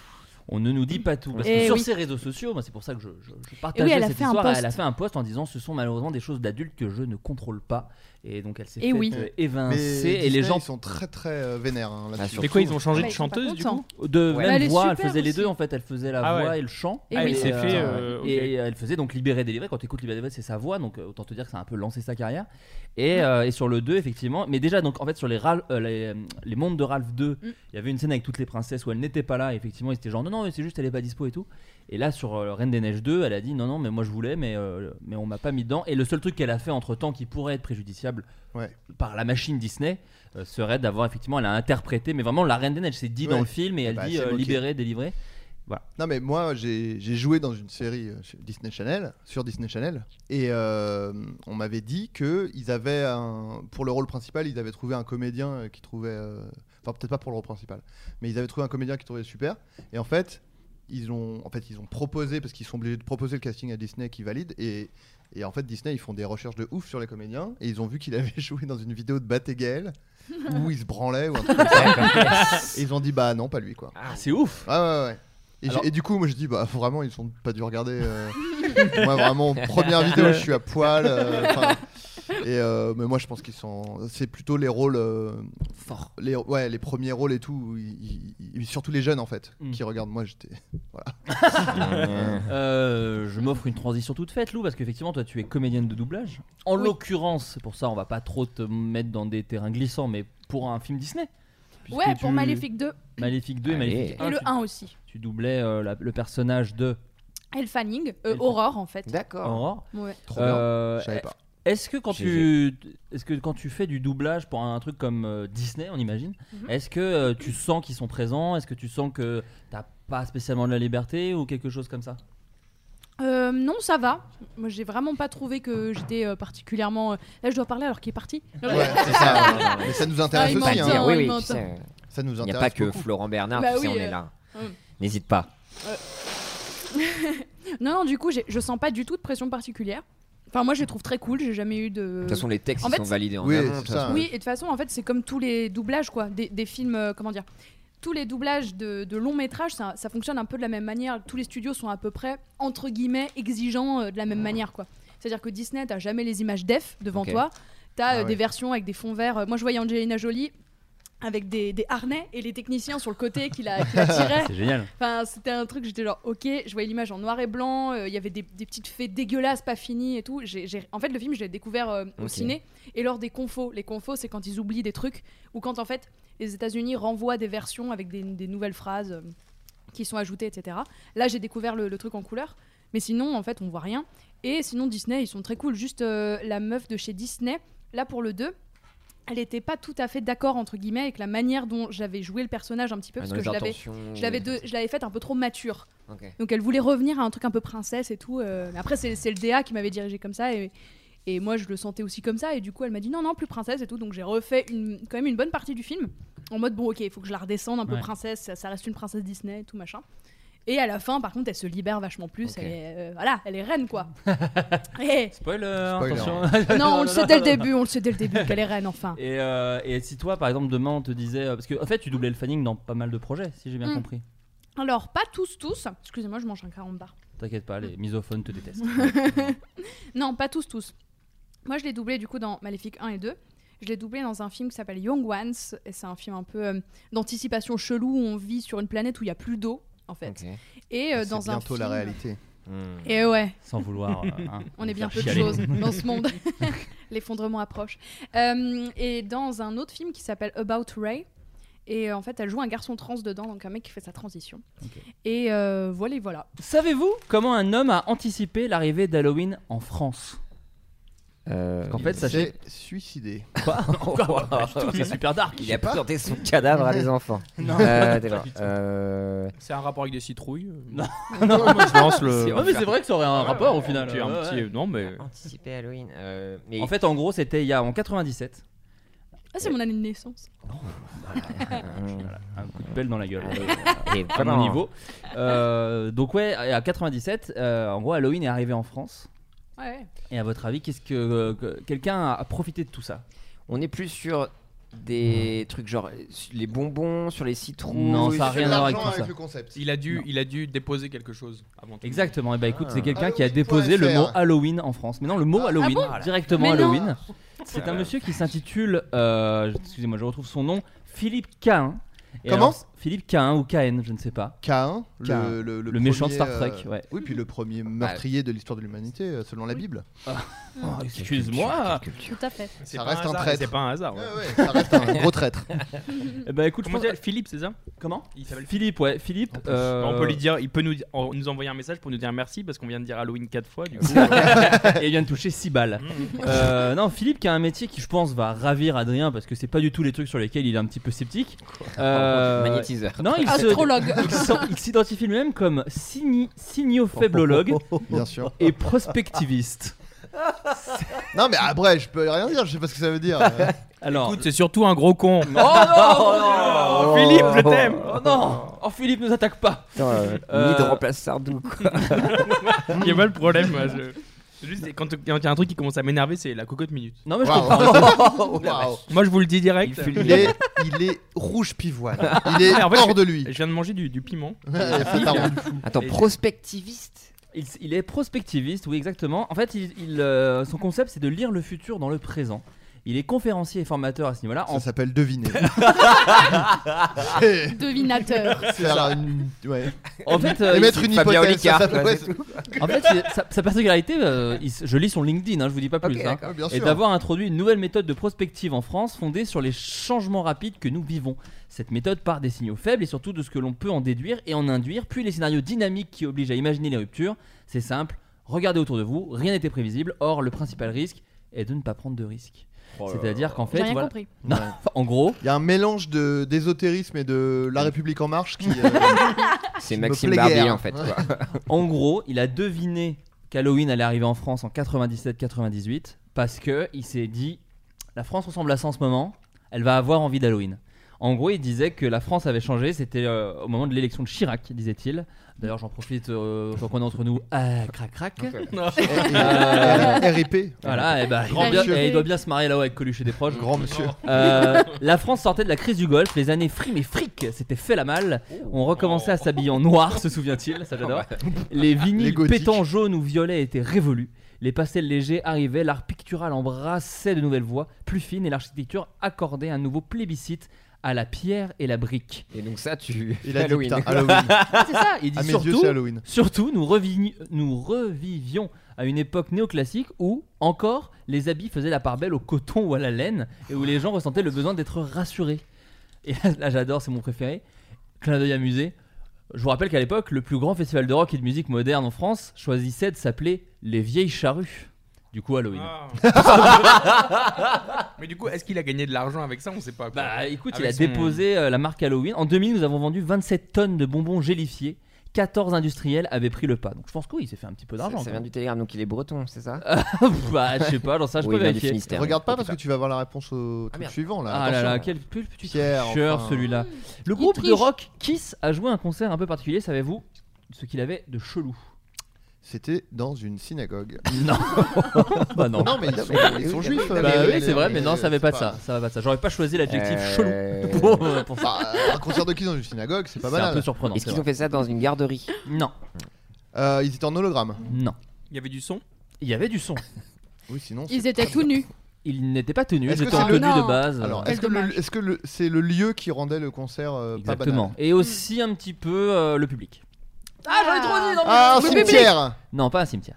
[SPEAKER 5] On ne nous dit pas tout. Parce
[SPEAKER 8] Et
[SPEAKER 5] que sur
[SPEAKER 8] Eh oui.
[SPEAKER 5] ses réseaux sociaux, moi, c'est pour ça que je, je, je partageais
[SPEAKER 8] Et oui, elle a
[SPEAKER 5] cette
[SPEAKER 8] fait un
[SPEAKER 5] histoire.
[SPEAKER 8] post.
[SPEAKER 5] Elle a fait un post en disant ce sont malheureusement des choses d'adultes que je ne contrôle pas. Et donc elle s'est
[SPEAKER 8] Et
[SPEAKER 5] fait
[SPEAKER 8] Eh oui.
[SPEAKER 5] euh,
[SPEAKER 6] Mais
[SPEAKER 5] évincer.
[SPEAKER 6] Disney,
[SPEAKER 5] et les gens Ah,
[SPEAKER 6] ils sont très très euh, vénères hein, là-dessus.
[SPEAKER 7] surtout.
[SPEAKER 9] Mais quoi, ils ont changé
[SPEAKER 8] Bah,
[SPEAKER 9] de
[SPEAKER 8] ils sont pas
[SPEAKER 9] chanteuse du
[SPEAKER 8] contents.
[SPEAKER 9] coup
[SPEAKER 5] de
[SPEAKER 7] Ouais.
[SPEAKER 8] Mais
[SPEAKER 5] même
[SPEAKER 8] elle est
[SPEAKER 5] voix, elle
[SPEAKER 8] super
[SPEAKER 5] faisait les
[SPEAKER 8] aussi.
[SPEAKER 5] deux en fait, elle faisait la
[SPEAKER 9] Ah
[SPEAKER 5] voix
[SPEAKER 9] ouais.
[SPEAKER 5] et le chant.
[SPEAKER 8] Et Ah, oui.
[SPEAKER 9] il s'est fait, euh, ok.
[SPEAKER 5] et elle faisait donc Libéré délivré quand tu écoutes Libéré délivré, c'est sa voix donc euh, autant te dire que ça a un peu lancé sa carrière. Et, euh, et sur le 2 effectivement, mais déjà donc en fait sur les Ralph- euh, les, euh, les mondes de Ralph 2, il y avait une scène avec toutes les princesses où elle n'était pas là et effectivement, ils étaient genre non non, mais c'est juste elle est pas dispo et tout. Et là sur euh, Reine des Neiges 2, elle a dit non non, mais moi je voulais mais euh, mais on m'a pas mis dedans et le seul truc qu'elle a fait entre-temps qui pourrait être préjudiciable
[SPEAKER 6] Ouais.
[SPEAKER 5] par la machine Disney euh, serait d'avoir effectivement elle a interprété mais vraiment la Reine des Neiges c'est dit dans
[SPEAKER 6] Ouais.
[SPEAKER 5] le film et elle
[SPEAKER 6] Bah,
[SPEAKER 5] dit
[SPEAKER 6] c'est
[SPEAKER 5] euh,
[SPEAKER 6] moqué.
[SPEAKER 5] libéré délivré
[SPEAKER 6] Non mais moi j'ai j'ai joué dans une série euh, chez Disney Channel sur Disney Channel et euh, on m'avait dit que ils avaient un- pour le rôle principal ils avaient trouvé un comédien euh, qui trouvait euh, enfin peut-être pas pour le rôle principal mais ils avaient trouvé un comédien qui trouvait super et en fait ils ont en fait ils ont proposé parce qu'ils sont obligés de proposer le casting à Disney qui valide et et en fait, Disney, ils font des recherches de ouf sur les comédiens. Et ils ont vu qu'il [laughs] avait joué dans une vidéo de Bat et Gaël où il se branlait ou un truc comme ça. Et ils ont dit, bah non, pas lui quoi.
[SPEAKER 5] Ah, c'est ouf
[SPEAKER 6] Ah ouais, ouais. Et,
[SPEAKER 5] Alors-
[SPEAKER 6] j'ai- et du coup, moi je dis, bah vraiment, ils sont pas dû regarder. euh, moi
[SPEAKER 5] [laughs]
[SPEAKER 6] vraiment, première vidéo, je suis à poil. euh, enfin, et euh, mais moi je pense qu'ils sont. C'est plutôt les rôles. Forts. Les, ouais, les premiers rôles et tout. où ils- ils- ils- surtout les jeunes en fait,
[SPEAKER 5] Mm.
[SPEAKER 6] qui regardent. Moi j'étais. [laughs] Voilà.
[SPEAKER 8] Ah.
[SPEAKER 5] Euh, Je m'offre une transition toute faite, Lou, parce qu'effectivement, toi, tu es comédienne de doublage. En
[SPEAKER 8] Oui.
[SPEAKER 5] l'occurrence, c'est pour ça, on va pas trop te mettre dans des terrains glissants, mais pour un film Disney. puisque
[SPEAKER 8] Ouais, pour
[SPEAKER 5] tu-
[SPEAKER 8] Maléfique 2
[SPEAKER 5] Maléfique 2 et
[SPEAKER 7] Allez.
[SPEAKER 5] Maléfique
[SPEAKER 8] et
[SPEAKER 5] 1.
[SPEAKER 8] le
[SPEAKER 5] tu,
[SPEAKER 8] 1 aussi.
[SPEAKER 5] tu doublais euh, la- le personnage de
[SPEAKER 8] Elle Fanning, euh,
[SPEAKER 5] Elle-
[SPEAKER 8] Aurore en fait.
[SPEAKER 7] D'accord.
[SPEAKER 5] Aurore.
[SPEAKER 8] Ouais.
[SPEAKER 6] Trop bien.
[SPEAKER 5] Euh,
[SPEAKER 6] Je savais pas.
[SPEAKER 5] Est-ce que quand tu est-ce que quand tu fais du doublage pour un truc comme euh, Disney, on imagine,
[SPEAKER 8] Mhm.
[SPEAKER 5] est-ce que euh, tu sens qu'ils sont présents Est-ce que tu sens que t'as pas spécialement de la liberté ou quelque chose comme ça
[SPEAKER 8] Euh, non, ça va. Moi, j'ai vraiment pas trouvé que j'étais euh, particulièrement. euh, Là, je dois parler alors qu'il est parti. Ah,
[SPEAKER 6] Ouais, c'est ça,
[SPEAKER 7] Ah,
[SPEAKER 6] ouais,
[SPEAKER 8] [laughs]
[SPEAKER 6] ouais. Mais ça nous intéresse
[SPEAKER 8] il
[SPEAKER 6] aussi, hein.
[SPEAKER 8] m'entend,
[SPEAKER 7] oui,
[SPEAKER 8] il
[SPEAKER 7] oui, tu
[SPEAKER 8] m'entend.
[SPEAKER 7] sais, euh,
[SPEAKER 6] Ça nous
[SPEAKER 7] Il n'y a
[SPEAKER 6] intéresse
[SPEAKER 7] pas que
[SPEAKER 6] beaucoup.
[SPEAKER 7] Florent Bernard,
[SPEAKER 8] Bah
[SPEAKER 7] tu sais,
[SPEAKER 8] oui,
[SPEAKER 7] on est
[SPEAKER 8] euh,
[SPEAKER 7] là.
[SPEAKER 8] hum.
[SPEAKER 7] N'hésite pas. euh.
[SPEAKER 8] [laughs] non, non, du coup, j'ai- je sens pas du tout de pression particulière. Enfin, moi, je les trouve très cool. J'ai jamais eu de.
[SPEAKER 7] De toute façon, les textes
[SPEAKER 8] En
[SPEAKER 7] ils
[SPEAKER 8] fait,
[SPEAKER 7] sont validés en
[SPEAKER 6] Oui,
[SPEAKER 7] amont. de
[SPEAKER 6] c'est
[SPEAKER 7] toute
[SPEAKER 6] ça.
[SPEAKER 7] façon.
[SPEAKER 8] Oui, et de toute façon, en fait, c'est comme tous les doublages, quoi, des, des films, euh, comment dire, tous les doublages de, de longs métrages, ça, ça fonctionne un peu de la même manière. Tous les studios sont à peu près, entre guillemets, exigeants euh, de la même manière, quoi. C'est-à-dire que Disney, t'as jamais les images def devant
[SPEAKER 7] Ok.
[SPEAKER 8] toi, t'as
[SPEAKER 7] Ah
[SPEAKER 8] euh,
[SPEAKER 7] ouais.
[SPEAKER 8] des versions avec des fonds verts. Euh, Moi, je voyais Angelina Jolie avec des, des harnais et les techniciens sur le côté qui la, qui la tiraient.
[SPEAKER 5] C'est génial.
[SPEAKER 8] Enfin, c'était un truc, j'étais genre, ok, je voyais l'image en noir et blanc, euh, il y avait des, des petites fées dégueulasses, pas finies et tout. J'ai- j'ai- En fait, le film, je l'ai découvert euh, au
[SPEAKER 7] Ok.
[SPEAKER 8] ciné et lors des confos. Les confos, c'est quand ils oublient des trucs ou quand en fait les États-Unis renvoient des versions avec des, des nouvelles phrases euh, qui sont ajoutées, etc. Là, j'ai découvert le, le truc en couleur, mais sinon, en fait, on voit rien. Et sinon, Disney, ils sont très cool. Juste euh, la meuf de chez Disney, là pour le 2. Elle n'était pas tout à fait d'accord entre guillemets avec la manière dont j'avais joué le personnage un petit peu
[SPEAKER 7] Ah,
[SPEAKER 8] parce
[SPEAKER 7] dans
[SPEAKER 8] que
[SPEAKER 7] les
[SPEAKER 8] je l'avais
[SPEAKER 7] intentions,
[SPEAKER 8] je l'avais
[SPEAKER 7] les
[SPEAKER 8] de- je l'avais faite un peu trop mature.
[SPEAKER 7] Ok.
[SPEAKER 8] Donc elle voulait revenir à un truc un peu princesse et tout. euh, mais après, c'est c'est le DA qui m'avait dirigé comme ça. Et, et moi, je le sentais aussi comme ça. Et du coup, elle m'a dit non, non, plus princesse et tout. Donc j'ai refait une, quand même une bonne partie du film. En mode, bon, ok, il faut que je la redescende un peu
[SPEAKER 5] Ouais.
[SPEAKER 8] princesse. Ça, ça reste une princesse Disney et tout machin. Et à la fin, par contre, elle se libère vachement plus. Elle est, euh, voilà, elle est reine, quoi. Et-
[SPEAKER 5] Spoiler,
[SPEAKER 6] Spoiler.
[SPEAKER 5] [laughs] attention.
[SPEAKER 8] non, on le sait
[SPEAKER 5] non,
[SPEAKER 8] dès le
[SPEAKER 5] non,
[SPEAKER 8] début. On le sait dès le début qu'elle est reine, [laughs] enfin.
[SPEAKER 5] Et, euh, et si toi, par exemple, demain, on te disait. euh, Parce que, en fait, tu doublais le fanning dans pas mal de projets, si j'ai bien
[SPEAKER 8] Mm.
[SPEAKER 5] compris.
[SPEAKER 8] Alors, pas tous, tous. Excusez-moi, je mange un 40 bar.
[SPEAKER 5] T'inquiète pas, les misophones te détestent.
[SPEAKER 8] Non, pas tous, tous. Moi, je l'ai doublé du coup dans Maléfique 1 et 2. Je l'ai doublé dans un film qui s'appelle Young Ones. Et c'est un film un peu euh, d'anticipation chelou où on vit sur une planète où il n'y a plus d'eau, en fait.
[SPEAKER 7] Ok.
[SPEAKER 8] Et euh,
[SPEAKER 6] C'est
[SPEAKER 8] dans un
[SPEAKER 6] bientôt la
[SPEAKER 8] film- [laughs]
[SPEAKER 6] réalité.
[SPEAKER 7] Hmm.
[SPEAKER 8] [laughs]
[SPEAKER 5] Mm.
[SPEAKER 8] Et ouais,
[SPEAKER 5] Sans vouloir. euh, hein,
[SPEAKER 8] on est
[SPEAKER 5] nous
[SPEAKER 8] bien
[SPEAKER 5] faire
[SPEAKER 8] peu de
[SPEAKER 5] chialer.
[SPEAKER 8] choses dans ce monde. [laughs] L'effondrement approche. Euh, et dans un autre film qui s'appelle About Ray. Et euh, en fait, elle joue un garçon trans dedans, donc un mec qui fait sa transition. Et euh, voilà, et voilà.
[SPEAKER 5] Savez-vous comment un homme a anticipé l'arrivée d'Halloween en France
[SPEAKER 7] Euh,
[SPEAKER 5] En fait, sachez.
[SPEAKER 6] C'est suicidé.
[SPEAKER 5] Quoi [laughs] Quoi C'est super dark.
[SPEAKER 7] Il a présenté son cadavre à des
[SPEAKER 6] [laughs]
[SPEAKER 7] enfants.
[SPEAKER 5] Non.
[SPEAKER 7] Euh, d'accord. Euh,
[SPEAKER 9] C'est un rapport avec des citrouilles euh,
[SPEAKER 6] [laughs]
[SPEAKER 5] Non.
[SPEAKER 9] non, moi, je lance le.
[SPEAKER 5] Ouais, mais c'est vrai que ça aurait un
[SPEAKER 7] Ouais,
[SPEAKER 5] rapport
[SPEAKER 7] ouais,
[SPEAKER 5] au final.
[SPEAKER 9] Tu as
[SPEAKER 5] Ouais,
[SPEAKER 9] un
[SPEAKER 5] ouais.
[SPEAKER 9] petit. Non, mais.
[SPEAKER 7] Anticiper Halloween. euh, mais
[SPEAKER 5] En fait, en gros, c'était il y a en 97.
[SPEAKER 8] Ah, c'est mon année de naissance.
[SPEAKER 6] Ah,
[SPEAKER 5] Un coup de pelle dans la gueule. [laughs]
[SPEAKER 7] et
[SPEAKER 5] à mon niveau. Euh, donc ouais, à 97, euh, en gros, Halloween est arrivé en France.
[SPEAKER 8] Ouais.
[SPEAKER 5] Et à votre avis, qu'est-ce que, euh, que- quelqu'un a- a profité de tout ça
[SPEAKER 7] On est plus sur des trucs genre euh, sur les bonbons, sur les citrouilles.
[SPEAKER 5] Non, ça a
[SPEAKER 6] C'est
[SPEAKER 5] rien à voir avec
[SPEAKER 6] l'argent
[SPEAKER 5] tout ça.
[SPEAKER 6] le concept.
[SPEAKER 9] Il a, dû,
[SPEAKER 5] Non.
[SPEAKER 9] il a dû déposer quelque chose avant tout.
[SPEAKER 5] Exactement. Et bah écoute, c'est quelqu'un qui a
[SPEAKER 6] Halloween.fr.
[SPEAKER 5] déposé le mot Halloween en France. Mais non, le mot
[SPEAKER 6] Ah
[SPEAKER 5] Halloween
[SPEAKER 8] bon
[SPEAKER 5] directement
[SPEAKER 8] Mais non.
[SPEAKER 5] Halloween. C'est un monsieur qui s'intitule, euh, excusez-moi, je retrouve son nom, Philippe Cain. Et
[SPEAKER 6] Comment
[SPEAKER 5] alors, Philippe Cain ou Cain, je ne sais pas.
[SPEAKER 6] Cain, le,
[SPEAKER 5] Cain.
[SPEAKER 6] le, le
[SPEAKER 5] Le méchant de
[SPEAKER 6] premier,
[SPEAKER 5] Star
[SPEAKER 6] euh,
[SPEAKER 5] Trek, ouais.
[SPEAKER 6] Oui, puis le premier meurtrier de l'histoire de l'humanité, euh, selon la Bible.
[SPEAKER 5] Ah, oh, Excuse-moi.
[SPEAKER 8] Ah. Tout à fait.
[SPEAKER 9] C'est
[SPEAKER 6] Ça
[SPEAKER 9] pas
[SPEAKER 6] reste un
[SPEAKER 9] hasard,
[SPEAKER 6] traître.
[SPEAKER 9] C'est pas un hasard. ouais.
[SPEAKER 6] Ouais, ouais, ça reste un gros traître.
[SPEAKER 5] Bah écoute, je
[SPEAKER 9] Comment
[SPEAKER 5] pense-
[SPEAKER 9] il s'appelle Philippe, c'est ça
[SPEAKER 5] Comment
[SPEAKER 9] Il s'appelle
[SPEAKER 5] Philippe, ouais, Philippe. euh,
[SPEAKER 9] On peut lui dire, il peut nous, en- nous envoyer un message pour nous dire merci parce qu'on vient de dire Halloween quatre fois. Du coup,
[SPEAKER 5] [laughs] et il vient de toucher 6 balles.
[SPEAKER 9] Mmh.
[SPEAKER 5] Euh, non, Philippe qui a un métier qui je pense va ravir Adrien parce que c'est pas du tout les trucs sur lesquels il est un petit peu
[SPEAKER 7] [laughs]
[SPEAKER 5] sceptique. Euh,
[SPEAKER 7] Magnétiseur.
[SPEAKER 5] non, il se-
[SPEAKER 8] Astrologue.
[SPEAKER 5] il s'en- il s'identifie lui-même comme signi, signo-faiblologue
[SPEAKER 9] oh,
[SPEAKER 6] Bien sûr.
[SPEAKER 5] et [laughs] prospectiviste.
[SPEAKER 6] Non, mais après, je peux rien dire, je sais pas ce que ça veut dire. Euh,
[SPEAKER 5] Alors,
[SPEAKER 9] Écoute, c'est surtout un gros con.
[SPEAKER 5] oh non,
[SPEAKER 9] [laughs] Oh, Philippe, je t'aime.
[SPEAKER 5] oh non, oh Philippe nous attaque pas. Euh,
[SPEAKER 7] Ni de euh, remplace Sardou. quoi.
[SPEAKER 9] [laughs] Il y a pas le problème. moi, je- c'est Juste, quand il y a un truc qui commence à m'énerver, c'est la cocotte minute.
[SPEAKER 5] Non mais je
[SPEAKER 6] waouh.
[SPEAKER 5] comprends. [laughs]
[SPEAKER 7] Oh
[SPEAKER 6] Waouh.
[SPEAKER 9] Moi, je vous le dis direct.
[SPEAKER 7] Il fait
[SPEAKER 6] Il est, il est rouge pivoine. Il est
[SPEAKER 9] Ah, [laughs] en fait,
[SPEAKER 6] hors de lui.
[SPEAKER 9] Je viens de manger du, du
[SPEAKER 6] [laughs]
[SPEAKER 9] piment.
[SPEAKER 6] Ça t'a [laughs] rendu fou.
[SPEAKER 7] Attends,
[SPEAKER 9] Et-
[SPEAKER 7] prospectiviste.
[SPEAKER 5] Il, il est prospectiviste, oui exactement. En fait, il, il, euh, son concept c'est de lire le futur dans le présent. Il est conférencier et formateur à ce niveau-là. En
[SPEAKER 6] Ça s'appelle
[SPEAKER 5] [laughs]
[SPEAKER 6] deviner. [laughs]
[SPEAKER 5] [laughs]
[SPEAKER 8] Devinateur.
[SPEAKER 6] Faire une- ouais.
[SPEAKER 5] En fait, euh,
[SPEAKER 6] Émettre une
[SPEAKER 7] Fabien
[SPEAKER 6] hypothèse. ça
[SPEAKER 7] Olicard,
[SPEAKER 6] s'appelle-
[SPEAKER 7] quoi,
[SPEAKER 6] ouais,
[SPEAKER 7] c'est
[SPEAKER 6] c'est-
[SPEAKER 5] en fait, c'est- sa, sa particularité, euh, il s- je lis son LinkedIn, hein, je vous dis pas plus. hein.
[SPEAKER 6] Ah, bien
[SPEAKER 5] et
[SPEAKER 6] sûr.
[SPEAKER 5] d'avoir introduit une nouvelle méthode de prospective en France fondée sur les changements rapides que nous vivons. Cette méthode part des signaux faibles et surtout de ce que l'on peut en déduire et en induire, puis les scénarios dynamiques qui obligent à imaginer les ruptures. C'est simple, regardez autour de vous, rien n'était prévisible, or le principal risque est de ne pas prendre de risques.
[SPEAKER 6] Oh
[SPEAKER 5] C'est-à-dire qu'en
[SPEAKER 8] J'ai
[SPEAKER 5] fait,
[SPEAKER 8] rien
[SPEAKER 5] voilà-
[SPEAKER 8] compris.
[SPEAKER 5] Non, [laughs] en gros,
[SPEAKER 6] Il y a un mélange de d'ésotérisme et de La République en marche qui, euh,
[SPEAKER 7] [laughs] C'est
[SPEAKER 5] Je me
[SPEAKER 7] Maxime
[SPEAKER 5] plais
[SPEAKER 7] Barbier,
[SPEAKER 5] guère.
[SPEAKER 7] en fait, quoi.
[SPEAKER 5] [laughs]
[SPEAKER 6] [laughs]
[SPEAKER 5] en gros, il a deviné qu'Halloween allait arriver en France en 97-98 parce que il s'est dit la France ressemble à ça en ce moment, elle va avoir envie d'Halloween. En gros, il disait que la France avait changé, c'était euh, au moment de l'élection de Chirac, disait-il. D'ailleurs, j'en profite, euh, j'en connais entre nous, ah, crac crac. Euh,
[SPEAKER 6] RIP.
[SPEAKER 5] Voilà, et bah, grand
[SPEAKER 6] Grand
[SPEAKER 5] bien,
[SPEAKER 6] monsieur.
[SPEAKER 5] et il doit bien se marier là-haut avec Coluche et des proches.
[SPEAKER 6] Grand monsieur.
[SPEAKER 5] Euh, la France sortait de la crise du Golfe, les années fric mais fric, c'était fait la malle. On recommençait à s'habiller en noir, se souvient-il, ça j'adore.
[SPEAKER 7] Oh. Ouais.
[SPEAKER 5] Les vinyles
[SPEAKER 7] Les gothiques.
[SPEAKER 5] pétants jaunes ou violets étaient révolus. Les pastels légers arrivaient, l'art pictural embrassait de nouvelles voies plus fines et l'architecture accordait un nouveau plébiscite à la pierre et la brique.
[SPEAKER 7] Et donc ça, tu
[SPEAKER 5] Il
[SPEAKER 7] fais Halloween.
[SPEAKER 5] [laughs] Ah, c'est ça, il dit
[SPEAKER 7] À mes yeux,
[SPEAKER 5] surtout,
[SPEAKER 7] c'est Halloween.
[SPEAKER 5] surtout nous, revigni- nous revivions à une époque néoclassique où encore les habits faisaient la part belle au coton ou à la laine et où les gens ressentaient le besoin d'être rassurés. Et là, là, j'adore, c'est mon préféré. Clin d'œil amusé. Je vous rappelle qu'à l'époque, le plus grand festival de rock et de musique moderne en France choisissait de s'appeler les Vieilles Charrues. Du coup, Halloween.
[SPEAKER 9] [laughs]
[SPEAKER 5] [laughs]
[SPEAKER 9] Mais du coup, est-ce qu'il a gagné de l'argent avec ça On sait pas.
[SPEAKER 5] Bah écoute, il a
[SPEAKER 9] [laughs]
[SPEAKER 5] déposé euh, la marque Halloween. En 2000, nous avons vendu 27 tonnes de bonbons gélifiés. 14 industriels avaient pris le pas. Donc je pense que oui, il s'est fait un petit peu d'argent.
[SPEAKER 7] Ça, ça
[SPEAKER 5] quand
[SPEAKER 7] vient
[SPEAKER 5] même.
[SPEAKER 7] du Telegram, donc il est breton,
[SPEAKER 5] [laughs]
[SPEAKER 7] c'est ça
[SPEAKER 5] bah, je sais pas, j'en sais, je
[SPEAKER 7] Oui,
[SPEAKER 5] peux
[SPEAKER 7] il vient du
[SPEAKER 5] vérifier.
[SPEAKER 7] Finistère.
[SPEAKER 6] Regarde pas parce que tu vas avoir la réponse au truc
[SPEAKER 5] merde.
[SPEAKER 6] suivant là.
[SPEAKER 5] Ah là
[SPEAKER 6] Attention.
[SPEAKER 5] là, quel petit
[SPEAKER 6] Pierre,
[SPEAKER 5] tricheur,
[SPEAKER 6] enfin.
[SPEAKER 5] celui-là. Le
[SPEAKER 6] Il
[SPEAKER 5] groupe de
[SPEAKER 6] triche.
[SPEAKER 5] rock Kiss a joué un concert un peu particulier, savez-vous ce qu'il avait de chelou
[SPEAKER 6] C'était dans une synagogue.
[SPEAKER 5] [laughs] Non. bah non.
[SPEAKER 6] mais ils sont, ils sont juifs.
[SPEAKER 5] Bah
[SPEAKER 6] euh,
[SPEAKER 5] oui,
[SPEAKER 6] les-
[SPEAKER 5] c'est vrai, mais non,
[SPEAKER 6] les-
[SPEAKER 5] ça avait
[SPEAKER 6] c'est
[SPEAKER 5] pas de ça. Ça va pas de ça. J'aurais pas choisi l'adjectif
[SPEAKER 7] Euh,
[SPEAKER 6] [laughs]
[SPEAKER 5] chelou pour, pour ça.
[SPEAKER 6] Bah, un concert de qui dans une synagogue, c'est pas
[SPEAKER 5] C'est un
[SPEAKER 6] mal.
[SPEAKER 5] peu surprenant,
[SPEAKER 7] Est-ce qu'ils ont fait ça dans une garderie
[SPEAKER 5] Non.
[SPEAKER 6] Euh, ils étaient en hologramme
[SPEAKER 5] Non.
[SPEAKER 9] Il y avait du son
[SPEAKER 5] Il y avait du son.
[SPEAKER 6] [laughs] Oui, sinon.
[SPEAKER 8] Ils étaient tout nus.
[SPEAKER 5] Ils n'étaient pas tenus, ils
[SPEAKER 6] Est-ce que
[SPEAKER 5] étaient en
[SPEAKER 6] c'est le-
[SPEAKER 5] tenue de base.
[SPEAKER 6] Alors, est-ce que le- est-ce que le- c'est le lieu qui rendait le concert euh, pas banal
[SPEAKER 5] Exactement. Et aussi un petit peu euh, le public.
[SPEAKER 8] Ah, j'en ai trop dit non, mais-
[SPEAKER 6] Ah, un
[SPEAKER 8] le public.
[SPEAKER 6] cimetière
[SPEAKER 5] Non, pas un cimetière.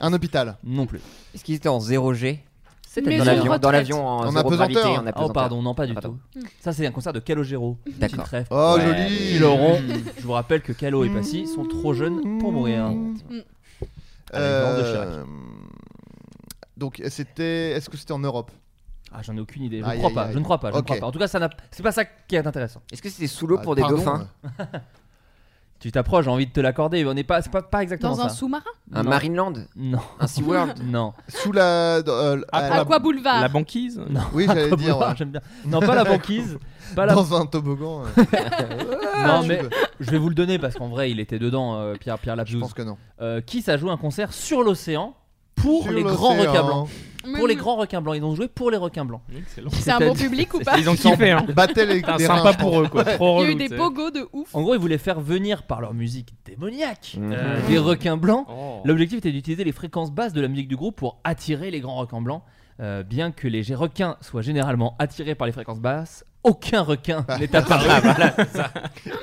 [SPEAKER 6] Un hôpital
[SPEAKER 5] Non plus.
[SPEAKER 7] Est-ce qu'ils étaient en 0G
[SPEAKER 5] C'était
[SPEAKER 7] dans l'avion, dans l'avion en, zéro gravité, en
[SPEAKER 5] Oh
[SPEAKER 7] apesanteur. Ah,
[SPEAKER 5] pardon, non pas du
[SPEAKER 7] Pardon. Hmm.
[SPEAKER 5] tout. Ça c'est un concert de Calogero.
[SPEAKER 7] D'accord.
[SPEAKER 5] Trêve.
[SPEAKER 7] Oh, joli.
[SPEAKER 5] Ils l'auront. Je vous rappelle que Calo et Passy sont trop jeunes
[SPEAKER 8] Mm.
[SPEAKER 5] pour mourir.
[SPEAKER 7] Hmm.
[SPEAKER 5] Avec Laurence de Chirac.
[SPEAKER 6] Euh, Donc, c'était. Est-ce que c'était en Europe
[SPEAKER 5] Ah, j'en ai aucune idée. Je ne
[SPEAKER 6] Aïe,
[SPEAKER 5] crois
[SPEAKER 6] aïe,
[SPEAKER 5] pas.
[SPEAKER 6] aïe.
[SPEAKER 5] Je ne crois pas. Je ne
[SPEAKER 6] Ok.
[SPEAKER 5] crois pas. En tout cas, ça n'a. C'est pas ça qui est intéressant.
[SPEAKER 7] Est-ce que c'était sous l'eau
[SPEAKER 6] Ah,
[SPEAKER 7] pour des
[SPEAKER 6] pardon.
[SPEAKER 7] dauphins
[SPEAKER 5] Tu t'approches, j'ai envie de te l'accorder. mais On n'est pas. C'est pas, pas exactement
[SPEAKER 8] Dans
[SPEAKER 5] ça.
[SPEAKER 8] un sous-marin
[SPEAKER 7] Un
[SPEAKER 5] Non.
[SPEAKER 7] Marineland
[SPEAKER 5] Non.
[SPEAKER 7] Un SeaWorld
[SPEAKER 5] Non.
[SPEAKER 6] Sous la.
[SPEAKER 8] Aqua Boulevard.
[SPEAKER 9] La banquise
[SPEAKER 5] Non.
[SPEAKER 6] Oui, j'allais dire.
[SPEAKER 5] Boulevard,
[SPEAKER 6] ouais.
[SPEAKER 5] j'aime bien. Non, pas la
[SPEAKER 7] [laughs]
[SPEAKER 5] banquise. Pas la.
[SPEAKER 6] Dans un toboggan.
[SPEAKER 9] [laughs]
[SPEAKER 6] euh. [laughs]
[SPEAKER 5] Non
[SPEAKER 6] je
[SPEAKER 5] mais
[SPEAKER 6] veux.
[SPEAKER 5] je vais vous le donner parce qu'en vrai il était dedans euh, Pierre Pierre Lapjouz.
[SPEAKER 6] pense que non.
[SPEAKER 5] Euh, Kiss a joué un concert sur l'océan pour
[SPEAKER 6] Sur
[SPEAKER 5] les grands
[SPEAKER 6] l'océan.
[SPEAKER 5] requins blancs.
[SPEAKER 8] Mais
[SPEAKER 5] Pour les
[SPEAKER 8] oui.
[SPEAKER 5] grands requins blancs, ils ont joué pour les requins blancs.
[SPEAKER 9] Excellent.
[SPEAKER 8] C'est un bon
[SPEAKER 5] C'est-à-dire-
[SPEAKER 8] public ou pas
[SPEAKER 9] Ils ont kiffé, hein.
[SPEAKER 6] Battait les-
[SPEAKER 9] Putain,
[SPEAKER 6] les
[SPEAKER 9] sympa
[SPEAKER 6] reins,
[SPEAKER 9] pour eux, quoi. Trop
[SPEAKER 8] Il y a eu
[SPEAKER 9] relou,
[SPEAKER 8] des
[SPEAKER 9] tu sais.
[SPEAKER 8] pogos de ouf.
[SPEAKER 5] En gros, ils voulaient faire venir par leur musique démoniaque euh,
[SPEAKER 9] Mhm.
[SPEAKER 5] des requins blancs.
[SPEAKER 9] Oh.
[SPEAKER 5] L'objectif était d'utiliser les fréquences basses de la musique du groupe pour attirer les grands requins blancs. Euh, bien que les gé- requins soient généralement attirés par les fréquences basses, aucun
[SPEAKER 6] [laughs]
[SPEAKER 5] requin n'est apparu.
[SPEAKER 6] Ah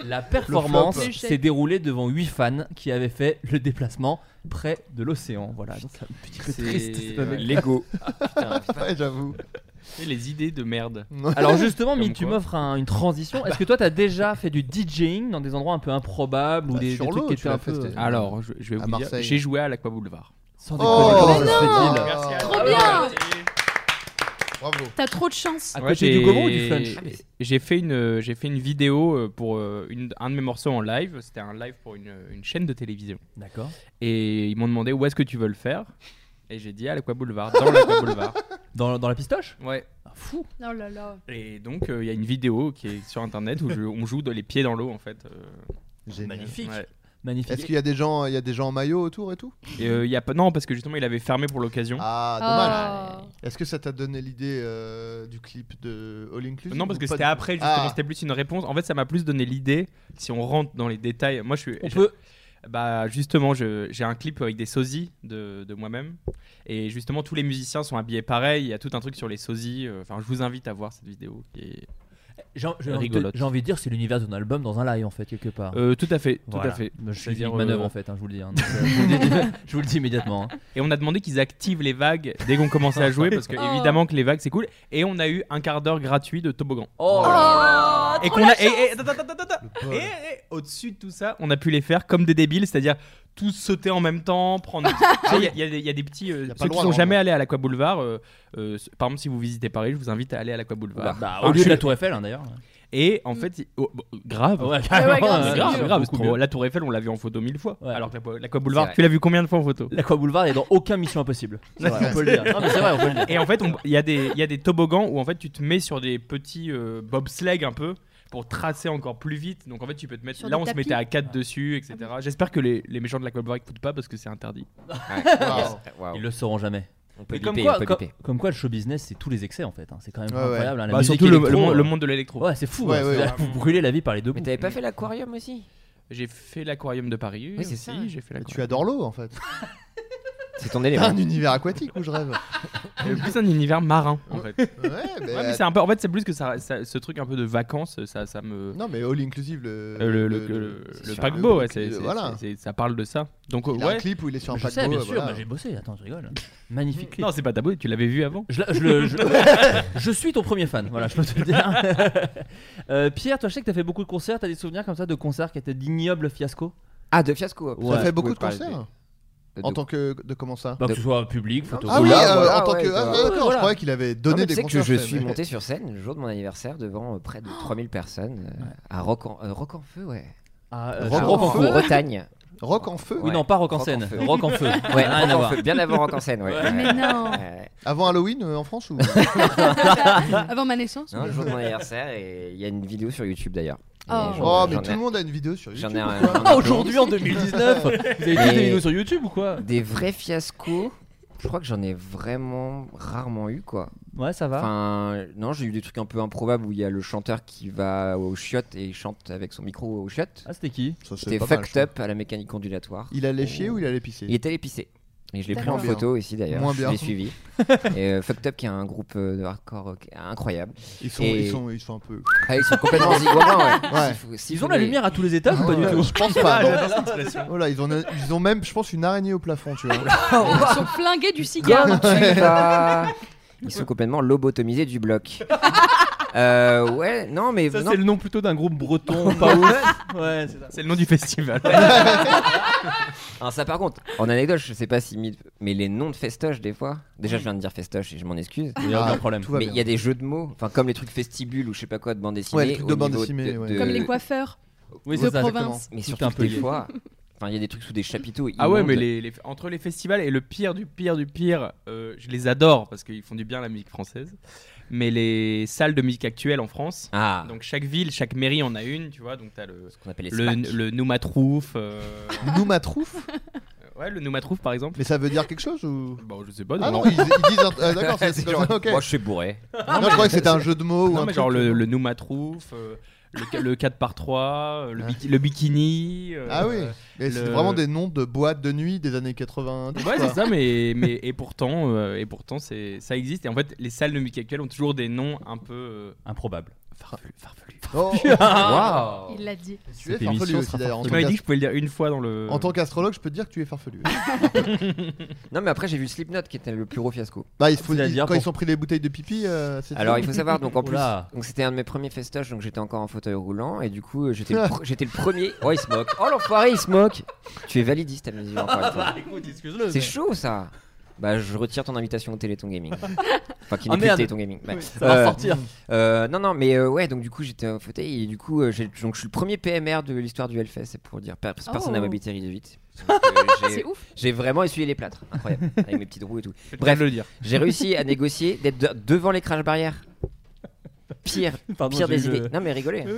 [SPEAKER 5] La performance
[SPEAKER 8] Le flop.
[SPEAKER 5] s'est déroulée devant 8 fans qui avaient fait le déplacement près de l'océan. Voilà, donc c'est Ah, un petit peu
[SPEAKER 9] C'est- Ah,
[SPEAKER 5] triste. cette
[SPEAKER 9] ouais.
[SPEAKER 5] anecdote. [laughs]
[SPEAKER 7] Lego.
[SPEAKER 6] Ouais, j'avoue.
[SPEAKER 9] Tu sais, Les idées de merde.
[SPEAKER 5] Alors justement,
[SPEAKER 9] Comme
[SPEAKER 5] Mid, tu
[SPEAKER 9] quoi.
[SPEAKER 5] m'offres un- une transition.
[SPEAKER 6] Bah.
[SPEAKER 5] Est-ce que toi, t'as déjà fait du DJing dans des endroits un peu improbables ou
[SPEAKER 6] Bah,
[SPEAKER 5] des,
[SPEAKER 6] sur
[SPEAKER 5] des trucs
[SPEAKER 6] l'eau,
[SPEAKER 5] qui
[SPEAKER 6] tu
[SPEAKER 5] étaient
[SPEAKER 6] l'as
[SPEAKER 5] un
[SPEAKER 6] fait,
[SPEAKER 5] peu
[SPEAKER 6] c'était-
[SPEAKER 9] Alors, je, je vais
[SPEAKER 6] À
[SPEAKER 9] vous dire,
[SPEAKER 6] Marseille.
[SPEAKER 9] j'ai joué à l'Aqua Boulevard.
[SPEAKER 5] sans
[SPEAKER 6] Oh,
[SPEAKER 5] déconner, comment ça se
[SPEAKER 8] non.
[SPEAKER 5] fait-il
[SPEAKER 6] Ah,
[SPEAKER 8] Trop bien
[SPEAKER 6] Bravo.
[SPEAKER 8] T'as trop de chance.
[SPEAKER 5] À
[SPEAKER 9] Ouais,
[SPEAKER 5] côté
[SPEAKER 9] j'ai- Ah,
[SPEAKER 5] du Gaumont ou du Flunch
[SPEAKER 9] J'ai fait une, euh, j'ai fait une vidéo euh, pour euh, une- un de mes morceaux en live. C'était un live pour une, euh, une chaîne de télévision.
[SPEAKER 5] D'accord.
[SPEAKER 9] Et ils m'ont demandé où est-ce que tu veux le faire. Et j'ai dit à l'Aqua Boulevard, dans l'Aqua Boulevard.
[SPEAKER 5] [laughs] Dans, dans la pistoche
[SPEAKER 9] Ouais.
[SPEAKER 5] Ah, Fou.
[SPEAKER 8] Oh là là.
[SPEAKER 9] Et donc euh, il y a une vidéo qui est sur internet où je- on joue de- les pieds dans l'eau en fait. euh.
[SPEAKER 6] Génial.
[SPEAKER 5] Magnifique.
[SPEAKER 9] Ouais.
[SPEAKER 5] Magnifique.
[SPEAKER 6] Est-ce qu'il y a des gens, il y a des gens en maillot autour et tout
[SPEAKER 9] Et, euh, il y a pas non parce que justement il avait fermé pour l'occasion.
[SPEAKER 6] Ah, dommage.
[SPEAKER 8] Oh.
[SPEAKER 6] Est-ce que ça t'a donné l'idée euh, du clip de All Inclusive
[SPEAKER 9] Non parce
[SPEAKER 6] ou
[SPEAKER 9] que
[SPEAKER 6] pas
[SPEAKER 9] c'était
[SPEAKER 6] du-
[SPEAKER 9] après justement
[SPEAKER 6] Ah.
[SPEAKER 9] c'était plus une réponse. En fait ça m'a plus donné l'idée si on rentre dans les détails. Moi je suis.
[SPEAKER 5] On
[SPEAKER 9] je-
[SPEAKER 5] peut.
[SPEAKER 9] Bah justement je- j'ai un clip avec des sosies de, de moi-même et justement tous les musiciens sont habillés pareil. Il y a tout un truc sur les sosies. euh, Enfin je vous invite à voir cette vidéo. qui est-
[SPEAKER 5] J'ai j'ai envie, de-
[SPEAKER 9] Rigolote.
[SPEAKER 5] j'ai envie de dire, c'est l'univers d'un album dans un live en fait, quelque part.
[SPEAKER 9] Euh, tout à fait, tout
[SPEAKER 5] Hein. Voilà.
[SPEAKER 9] à fait.
[SPEAKER 5] Je suis
[SPEAKER 9] C'est-à-dire,
[SPEAKER 5] une manœuvre
[SPEAKER 9] euh,
[SPEAKER 5] en fait, hein, je vous le
[SPEAKER 9] [laughs]
[SPEAKER 5] dis. hein. Donc, euh, je, vous [laughs] le dis je vous le dis immédiatement. hein.
[SPEAKER 9] Et on a demandé qu'ils activent les vagues dès qu'on commençait à jouer parce
[SPEAKER 5] [laughs]
[SPEAKER 9] que
[SPEAKER 8] Oh.
[SPEAKER 9] évidemment que les vagues c'est cool. Et on a eu un quart d'heure gratuit de toboggan.
[SPEAKER 5] Oh là
[SPEAKER 8] Oh,
[SPEAKER 9] et
[SPEAKER 8] trop
[SPEAKER 9] qu'on
[SPEAKER 8] la
[SPEAKER 9] a et,
[SPEAKER 8] chance.
[SPEAKER 9] et- attends, attends, attends, attends.
[SPEAKER 6] bol.
[SPEAKER 9] Et- et au-dessus de tout ça, on a pu les faire comme des débiles, c'est-à-dire tous sauter en même temps,
[SPEAKER 5] [laughs]
[SPEAKER 9] prendre.
[SPEAKER 5] Ah
[SPEAKER 9] Tu sais, Il y a- il y, a des- il y a des petits euh,
[SPEAKER 6] Il y a pas
[SPEAKER 9] ceux
[SPEAKER 6] le
[SPEAKER 9] qui
[SPEAKER 6] droit,
[SPEAKER 9] sont jamais
[SPEAKER 6] normalement.
[SPEAKER 9] allés à l'Aqua Boulevard. euh, euh, par exemple, si vous visitez Paris, je vous invite à aller à l'Aqua Boulevard.
[SPEAKER 5] Bah,
[SPEAKER 9] Alors,
[SPEAKER 5] au lieu
[SPEAKER 9] je-
[SPEAKER 5] de la Tour Eiffel hein, d'ailleurs.
[SPEAKER 9] Et en fait, il- oh, bon, grave.
[SPEAKER 5] Ouais, carrément, Ah Ouais, ouais, grave,
[SPEAKER 9] Mais
[SPEAKER 5] c'est
[SPEAKER 9] grave,
[SPEAKER 5] mieux.
[SPEAKER 9] grave,
[SPEAKER 5] Beaucoup
[SPEAKER 9] parce que
[SPEAKER 5] mieux.
[SPEAKER 9] La Tour Eiffel, on l'a vu en photo mille fois. Alors que la- l'Aqua
[SPEAKER 5] C'est
[SPEAKER 9] Boulevard,
[SPEAKER 5] vrai.
[SPEAKER 9] tu l'as vu combien de fois en photo
[SPEAKER 5] L'Aqua Boulevard est dans aucun Mission Impossible. C'est vrai, on peut le dire. Non, mais c'est vrai, on peut le dire.
[SPEAKER 9] Et en fait, on- il y, a des- il y a des toboggans où en fait tu te mets sur des petits euh, bobsleigh un peu pour tracer encore plus vite. Donc en fait, tu peux te mettre.
[SPEAKER 5] Sur
[SPEAKER 9] Là,
[SPEAKER 5] des
[SPEAKER 9] on se
[SPEAKER 5] tapis. Ah
[SPEAKER 9] mettent à 4 dessus, etc. J'espère que les, les méchants de l'Aqua Boulevard écoutent pas parce que c'est
[SPEAKER 5] [laughs]
[SPEAKER 9] interdit.
[SPEAKER 5] Ils le sauront jamais. Mais comme,
[SPEAKER 9] biper,
[SPEAKER 5] quoi,
[SPEAKER 9] on peut
[SPEAKER 5] comme,
[SPEAKER 9] biper.
[SPEAKER 5] comme quoi, le show business, c'est tous les excès en fait. hein. C'est quand même
[SPEAKER 9] Ouais,
[SPEAKER 5] incroyable.
[SPEAKER 9] ouais.
[SPEAKER 5] hein, la
[SPEAKER 9] Bah,
[SPEAKER 5] musique
[SPEAKER 9] surtout le-
[SPEAKER 5] électro,
[SPEAKER 9] le mon-
[SPEAKER 5] hein.
[SPEAKER 9] le monde de l'électro.
[SPEAKER 5] Ouais, c'est fou.
[SPEAKER 9] Ouais,
[SPEAKER 5] hein.
[SPEAKER 9] ouais,
[SPEAKER 5] C'est-à-dire
[SPEAKER 9] ouais.
[SPEAKER 5] que Vous brûlez la vie par les deux bouts.
[SPEAKER 7] Mais t'avais pas fait l'aquarium aussi
[SPEAKER 9] J'ai fait l'aquarium de Paris.
[SPEAKER 7] Oui, c'est
[SPEAKER 9] aussi,
[SPEAKER 7] ça.
[SPEAKER 9] J'ai fait
[SPEAKER 6] Mais
[SPEAKER 9] l'aquarium.
[SPEAKER 6] Tu adores l'eau en fait.
[SPEAKER 7] [laughs] C'est ton
[SPEAKER 6] T'as
[SPEAKER 9] élément.
[SPEAKER 6] un univers aquatique où je
[SPEAKER 7] [laughs]
[SPEAKER 6] rêve.
[SPEAKER 9] C'est Euh, plus un univers marin en fait.
[SPEAKER 6] Ouais, mais-
[SPEAKER 9] mais c'est un peu. En fait, c'est plus que ça, ça- ce truc un peu de vacances, ça, ça me.
[SPEAKER 6] Non, mais all inclusive le,
[SPEAKER 9] Euh, le, le- le- le paquebot, ouais, c'est- c'est-
[SPEAKER 6] voilà.
[SPEAKER 9] c'est- ça parle de ça. Donc,
[SPEAKER 6] Il
[SPEAKER 9] ouais.
[SPEAKER 6] a un clip où il est sur un
[SPEAKER 5] Je
[SPEAKER 6] paquebot.
[SPEAKER 5] sais, bien
[SPEAKER 6] euh,
[SPEAKER 5] sûr,
[SPEAKER 6] voilà.
[SPEAKER 5] bah, j'ai bossé. Attends, je rigole. Magnifique clip.
[SPEAKER 9] Non, c'est pas tabou, tu l'avais vu avant.
[SPEAKER 5] Je, la- je
[SPEAKER 9] [laughs]
[SPEAKER 5] le- je- je suis ton premier fan, voilà, je peux te le dire. [laughs] Euh, Pierre, toi, je sais que t'as fait beaucoup de concerts, t'as des souvenirs comme ça de concerts qui étaient d'ignobles fiascos
[SPEAKER 7] Ah, de fiasco.
[SPEAKER 6] T'as fait beaucoup de concerts En tant que. De comment ça
[SPEAKER 5] Bah, que ce soit public, photo.
[SPEAKER 6] Ah oui,
[SPEAKER 7] Oula,
[SPEAKER 6] euh,
[SPEAKER 7] voilà,
[SPEAKER 6] en tant
[SPEAKER 7] ouais,
[SPEAKER 6] que.
[SPEAKER 7] ça
[SPEAKER 6] ah,
[SPEAKER 7] va.
[SPEAKER 6] d'accord, je
[SPEAKER 7] Voilà.
[SPEAKER 6] croyais qu'il avait
[SPEAKER 7] Non,
[SPEAKER 6] donné
[SPEAKER 7] mais
[SPEAKER 6] des
[SPEAKER 7] tu sais
[SPEAKER 6] concerts.
[SPEAKER 7] que je
[SPEAKER 6] mais-
[SPEAKER 7] suis monté sur scène le jour de mon anniversaire devant euh, près de 3000 personnes euh, à Rock en, euh, Rock en Feu, ouais.
[SPEAKER 5] Ah,
[SPEAKER 7] Euh,
[SPEAKER 5] euh,
[SPEAKER 7] à
[SPEAKER 5] Rock en Feu.
[SPEAKER 7] Bretagne.
[SPEAKER 6] Rock en feu
[SPEAKER 5] Oui, non, pas Rock en scène,
[SPEAKER 7] Feu. [laughs]
[SPEAKER 5] Rock en Feu.
[SPEAKER 7] Ouais,
[SPEAKER 5] Rien
[SPEAKER 7] Rock
[SPEAKER 5] à
[SPEAKER 7] en
[SPEAKER 5] voir.
[SPEAKER 7] Feu, bien avant Rock en scène, ouais.
[SPEAKER 5] Ouais.
[SPEAKER 8] Mais non.
[SPEAKER 7] Ouais.
[SPEAKER 6] Avant Halloween euh, en France ou
[SPEAKER 7] [laughs]
[SPEAKER 8] [laughs] Avant ma naissance
[SPEAKER 7] Non, le jour de mon anniversaire, et il y a une vidéo sur YouTube d'ailleurs. Et
[SPEAKER 8] Oh.
[SPEAKER 7] j'en-
[SPEAKER 6] Oh, mais
[SPEAKER 7] j'en
[SPEAKER 6] tout le monde a une vidéo sur
[SPEAKER 7] j'en ai
[SPEAKER 6] YouTube,
[SPEAKER 7] un-
[SPEAKER 6] quoi.
[SPEAKER 7] j'en ai
[SPEAKER 6] Ah,
[SPEAKER 7] un
[SPEAKER 6] aujourd'hui,
[SPEAKER 7] peu.
[SPEAKER 6] en
[SPEAKER 7] [laughs]
[SPEAKER 6] 2019, vous avez tous des
[SPEAKER 7] Mais
[SPEAKER 6] vidéos sur YouTube ou quoi
[SPEAKER 7] Des vrais fiascos, je crois que j'en ai vraiment rarement eu quoi.
[SPEAKER 5] Ouais, ça va.
[SPEAKER 7] Enfin, non, j'ai eu des trucs un peu improbables où il y a le chanteur qui va au chiottes et il chante avec son micro au chiottes.
[SPEAKER 5] Ah, c'était qui
[SPEAKER 6] Ça, c'est
[SPEAKER 7] C'était
[SPEAKER 6] pas mal,
[SPEAKER 7] fucked
[SPEAKER 6] je
[SPEAKER 7] up à la mécanique ondulatoire.
[SPEAKER 6] Il allait chier ou il allait pisser
[SPEAKER 7] Il était allé pisser. Et je l'ai pris en
[SPEAKER 6] D'accord. Moins
[SPEAKER 7] photo
[SPEAKER 6] bien.
[SPEAKER 7] ici d'ailleurs.
[SPEAKER 6] Moins
[SPEAKER 7] je
[SPEAKER 6] bien.
[SPEAKER 7] l'ai suivi. et euh, Fucked Up qui est un groupe euh, de hardcore euh, qui est incroyable.
[SPEAKER 6] Ils sont-
[SPEAKER 7] Et-
[SPEAKER 6] ils sont- ils sont un peu-
[SPEAKER 7] Ah, ils sont
[SPEAKER 6] [laughs]
[SPEAKER 7] complètement zigouillants, ouais.
[SPEAKER 6] Ouais.
[SPEAKER 7] S'il faut- s'il
[SPEAKER 5] Ils
[SPEAKER 7] faut
[SPEAKER 5] ont la
[SPEAKER 7] les-
[SPEAKER 5] lumière à tous les étages ou pas du
[SPEAKER 6] Ouais,
[SPEAKER 5] tout
[SPEAKER 6] Je
[SPEAKER 9] [laughs]
[SPEAKER 6] pense pas.
[SPEAKER 5] Ah,
[SPEAKER 6] non.
[SPEAKER 5] j'adore cette expression.
[SPEAKER 6] Voilà, ils ont, ils ont même, je pense, une araignée au plafond,
[SPEAKER 9] [laughs]
[SPEAKER 6] tu vois.
[SPEAKER 8] Ils sont flingués du cigare.
[SPEAKER 7] Comme tu [laughs] vas. Ah. Ils sont complètement lobotomisés du bloc. Euh, ouais, non, mais.
[SPEAKER 5] Ça,
[SPEAKER 7] non.
[SPEAKER 5] c'est le nom plutôt d'un groupe breton, pas
[SPEAKER 7] [laughs]
[SPEAKER 5] ouf. Ouais, c'est ça.
[SPEAKER 9] C'est le nom du
[SPEAKER 6] [laughs]
[SPEAKER 9] festival.
[SPEAKER 7] Alors ça par contre, en anecdote, je sais pas si Mid- mais les noms de festoches des fois. Déjà je viens de dire festoche et je m'en excuse. Ah,
[SPEAKER 5] Il y a aucun problème.
[SPEAKER 7] Mais il y a des jeux de mots, enfin comme les trucs festibules ou je sais pas quoi de bande dessinée.
[SPEAKER 6] Ouais, les trucs de
[SPEAKER 7] au
[SPEAKER 6] bande
[SPEAKER 7] niveau
[SPEAKER 6] dessinée, ouais.
[SPEAKER 8] Comme les coiffeurs
[SPEAKER 5] Oui,
[SPEAKER 8] de province.
[SPEAKER 7] Mais
[SPEAKER 5] Tout
[SPEAKER 7] surtout
[SPEAKER 5] est un
[SPEAKER 7] que
[SPEAKER 5] peu
[SPEAKER 7] des
[SPEAKER 5] lié.
[SPEAKER 7] fois, enfin il y a des trucs sous des chapiteaux.
[SPEAKER 9] Ah ouais, mais
[SPEAKER 7] immondes.
[SPEAKER 9] les, les- entre les festivals et le pire du pire du pire, euh, je les adore parce qu'ils font du bien à la musique française. Mais les salles de musique actuelle en France,
[SPEAKER 7] Ah.
[SPEAKER 9] donc chaque ville, chaque mairie en a une, tu vois. Donc t'as le,
[SPEAKER 7] qu'on appelle les
[SPEAKER 9] le,
[SPEAKER 7] SPAC.
[SPEAKER 9] le Noumatrouf. euh,
[SPEAKER 6] [laughs] Noumatrouf
[SPEAKER 9] Ouais, le Noumatrouf par exemple.
[SPEAKER 6] Mais ça veut dire quelque chose ou
[SPEAKER 9] Bah, je sais pas.
[SPEAKER 6] Ah non,
[SPEAKER 9] non.
[SPEAKER 6] ils, ils disent. un- ah,
[SPEAKER 9] [laughs]
[SPEAKER 6] D'accord,
[SPEAKER 7] [laughs]
[SPEAKER 6] c'est- c'est
[SPEAKER 9] genre,
[SPEAKER 6] ok.
[SPEAKER 7] Moi je suis bourré.
[SPEAKER 6] Non, je croyais que c'était un jeu de mots ou
[SPEAKER 9] Non,
[SPEAKER 6] un
[SPEAKER 9] mais
[SPEAKER 6] truc. euh,
[SPEAKER 9] genre le, le Noumatrouf, euh, le, le 4x3, euh, le, biki- le bikini. euh,
[SPEAKER 6] Ah oui, mais c'est
[SPEAKER 9] le-
[SPEAKER 6] vraiment des noms de boîtes de nuit des années 80.
[SPEAKER 9] Ouais, c'est ça, mais, mais et pourtant, euh, et pourtant c'est, ça existe. Et en fait, les salles de musique actuelles ont toujours des noms un peu. euh,
[SPEAKER 5] Improbable.
[SPEAKER 9] farfelus, farfelus. [laughs]
[SPEAKER 6] Oh,
[SPEAKER 7] Waouh
[SPEAKER 8] Il l'a dit.
[SPEAKER 6] tu es
[SPEAKER 5] Cette
[SPEAKER 6] farfelu
[SPEAKER 5] émission
[SPEAKER 6] aussi
[SPEAKER 5] sera
[SPEAKER 6] d'ailleurs. en
[SPEAKER 9] Tu
[SPEAKER 6] tant
[SPEAKER 9] m'avais
[SPEAKER 6] qu'as-
[SPEAKER 9] dit que je pouvais le dire une fois dans le.
[SPEAKER 6] En tant qu'astrologue, je peux te dire que tu es farfelu.
[SPEAKER 7] Non mais après j'ai vu Slipknot qui était le plus gros fiasco.
[SPEAKER 6] bah, il faut
[SPEAKER 5] C'est à
[SPEAKER 6] ils-
[SPEAKER 5] dire
[SPEAKER 6] quand
[SPEAKER 5] pour-
[SPEAKER 6] ils sont pris les bouteilles de pipi. euh, c'est
[SPEAKER 7] Alors il
[SPEAKER 6] tout.
[SPEAKER 7] faut
[SPEAKER 6] [laughs]
[SPEAKER 7] savoir donc en plus
[SPEAKER 5] Oula.
[SPEAKER 7] donc c'était un de mes premiers festoches donc j'étais encore en fauteuil roulant et du coup
[SPEAKER 6] [laughs]
[SPEAKER 7] euh, j'étais le, pr- j'étais le premier. Oh il se moque. Oh l'enfoiré il se moque. Tu es validiste à mes yeux
[SPEAKER 5] [laughs]
[SPEAKER 7] encore une fois.
[SPEAKER 5] Écoute, excuse-le.
[SPEAKER 7] C'est chaud ça. Bah je retire ton invitation au
[SPEAKER 5] [laughs]
[SPEAKER 7] Téléthon Gaming. Enfin qui
[SPEAKER 5] Ah,
[SPEAKER 7] n'est plus
[SPEAKER 5] merde.
[SPEAKER 7] Téléthon Gaming. Bah,
[SPEAKER 5] Ça va
[SPEAKER 7] euh,
[SPEAKER 5] sortir.
[SPEAKER 7] euh, non non mais euh, ouais donc du coup j'étais en fauteuil et du coup euh, j'ai- donc je suis le premier PMR de l'histoire du Hellfest c'est pour dire per- personne n'a
[SPEAKER 8] Oh.
[SPEAKER 7] m'habité
[SPEAKER 8] [laughs]
[SPEAKER 7] de vite. Donc, euh, j'ai-
[SPEAKER 8] C'est ouf.
[SPEAKER 7] J'ai vraiment essuyé les plâtres.
[SPEAKER 8] [laughs]
[SPEAKER 7] Incroyable. Avec mes petites roues et tout.
[SPEAKER 9] Bref,
[SPEAKER 7] Bref.
[SPEAKER 9] le dire.
[SPEAKER 7] J'ai réussi à négocier d'être de- devant les crash
[SPEAKER 5] [laughs]
[SPEAKER 7] barrières. Pire,
[SPEAKER 5] Pardon,
[SPEAKER 7] pire
[SPEAKER 5] j'ai
[SPEAKER 7] des
[SPEAKER 5] eu le-
[SPEAKER 7] idées. Non
[SPEAKER 5] [laughs]
[SPEAKER 7] mais rigolez. Non,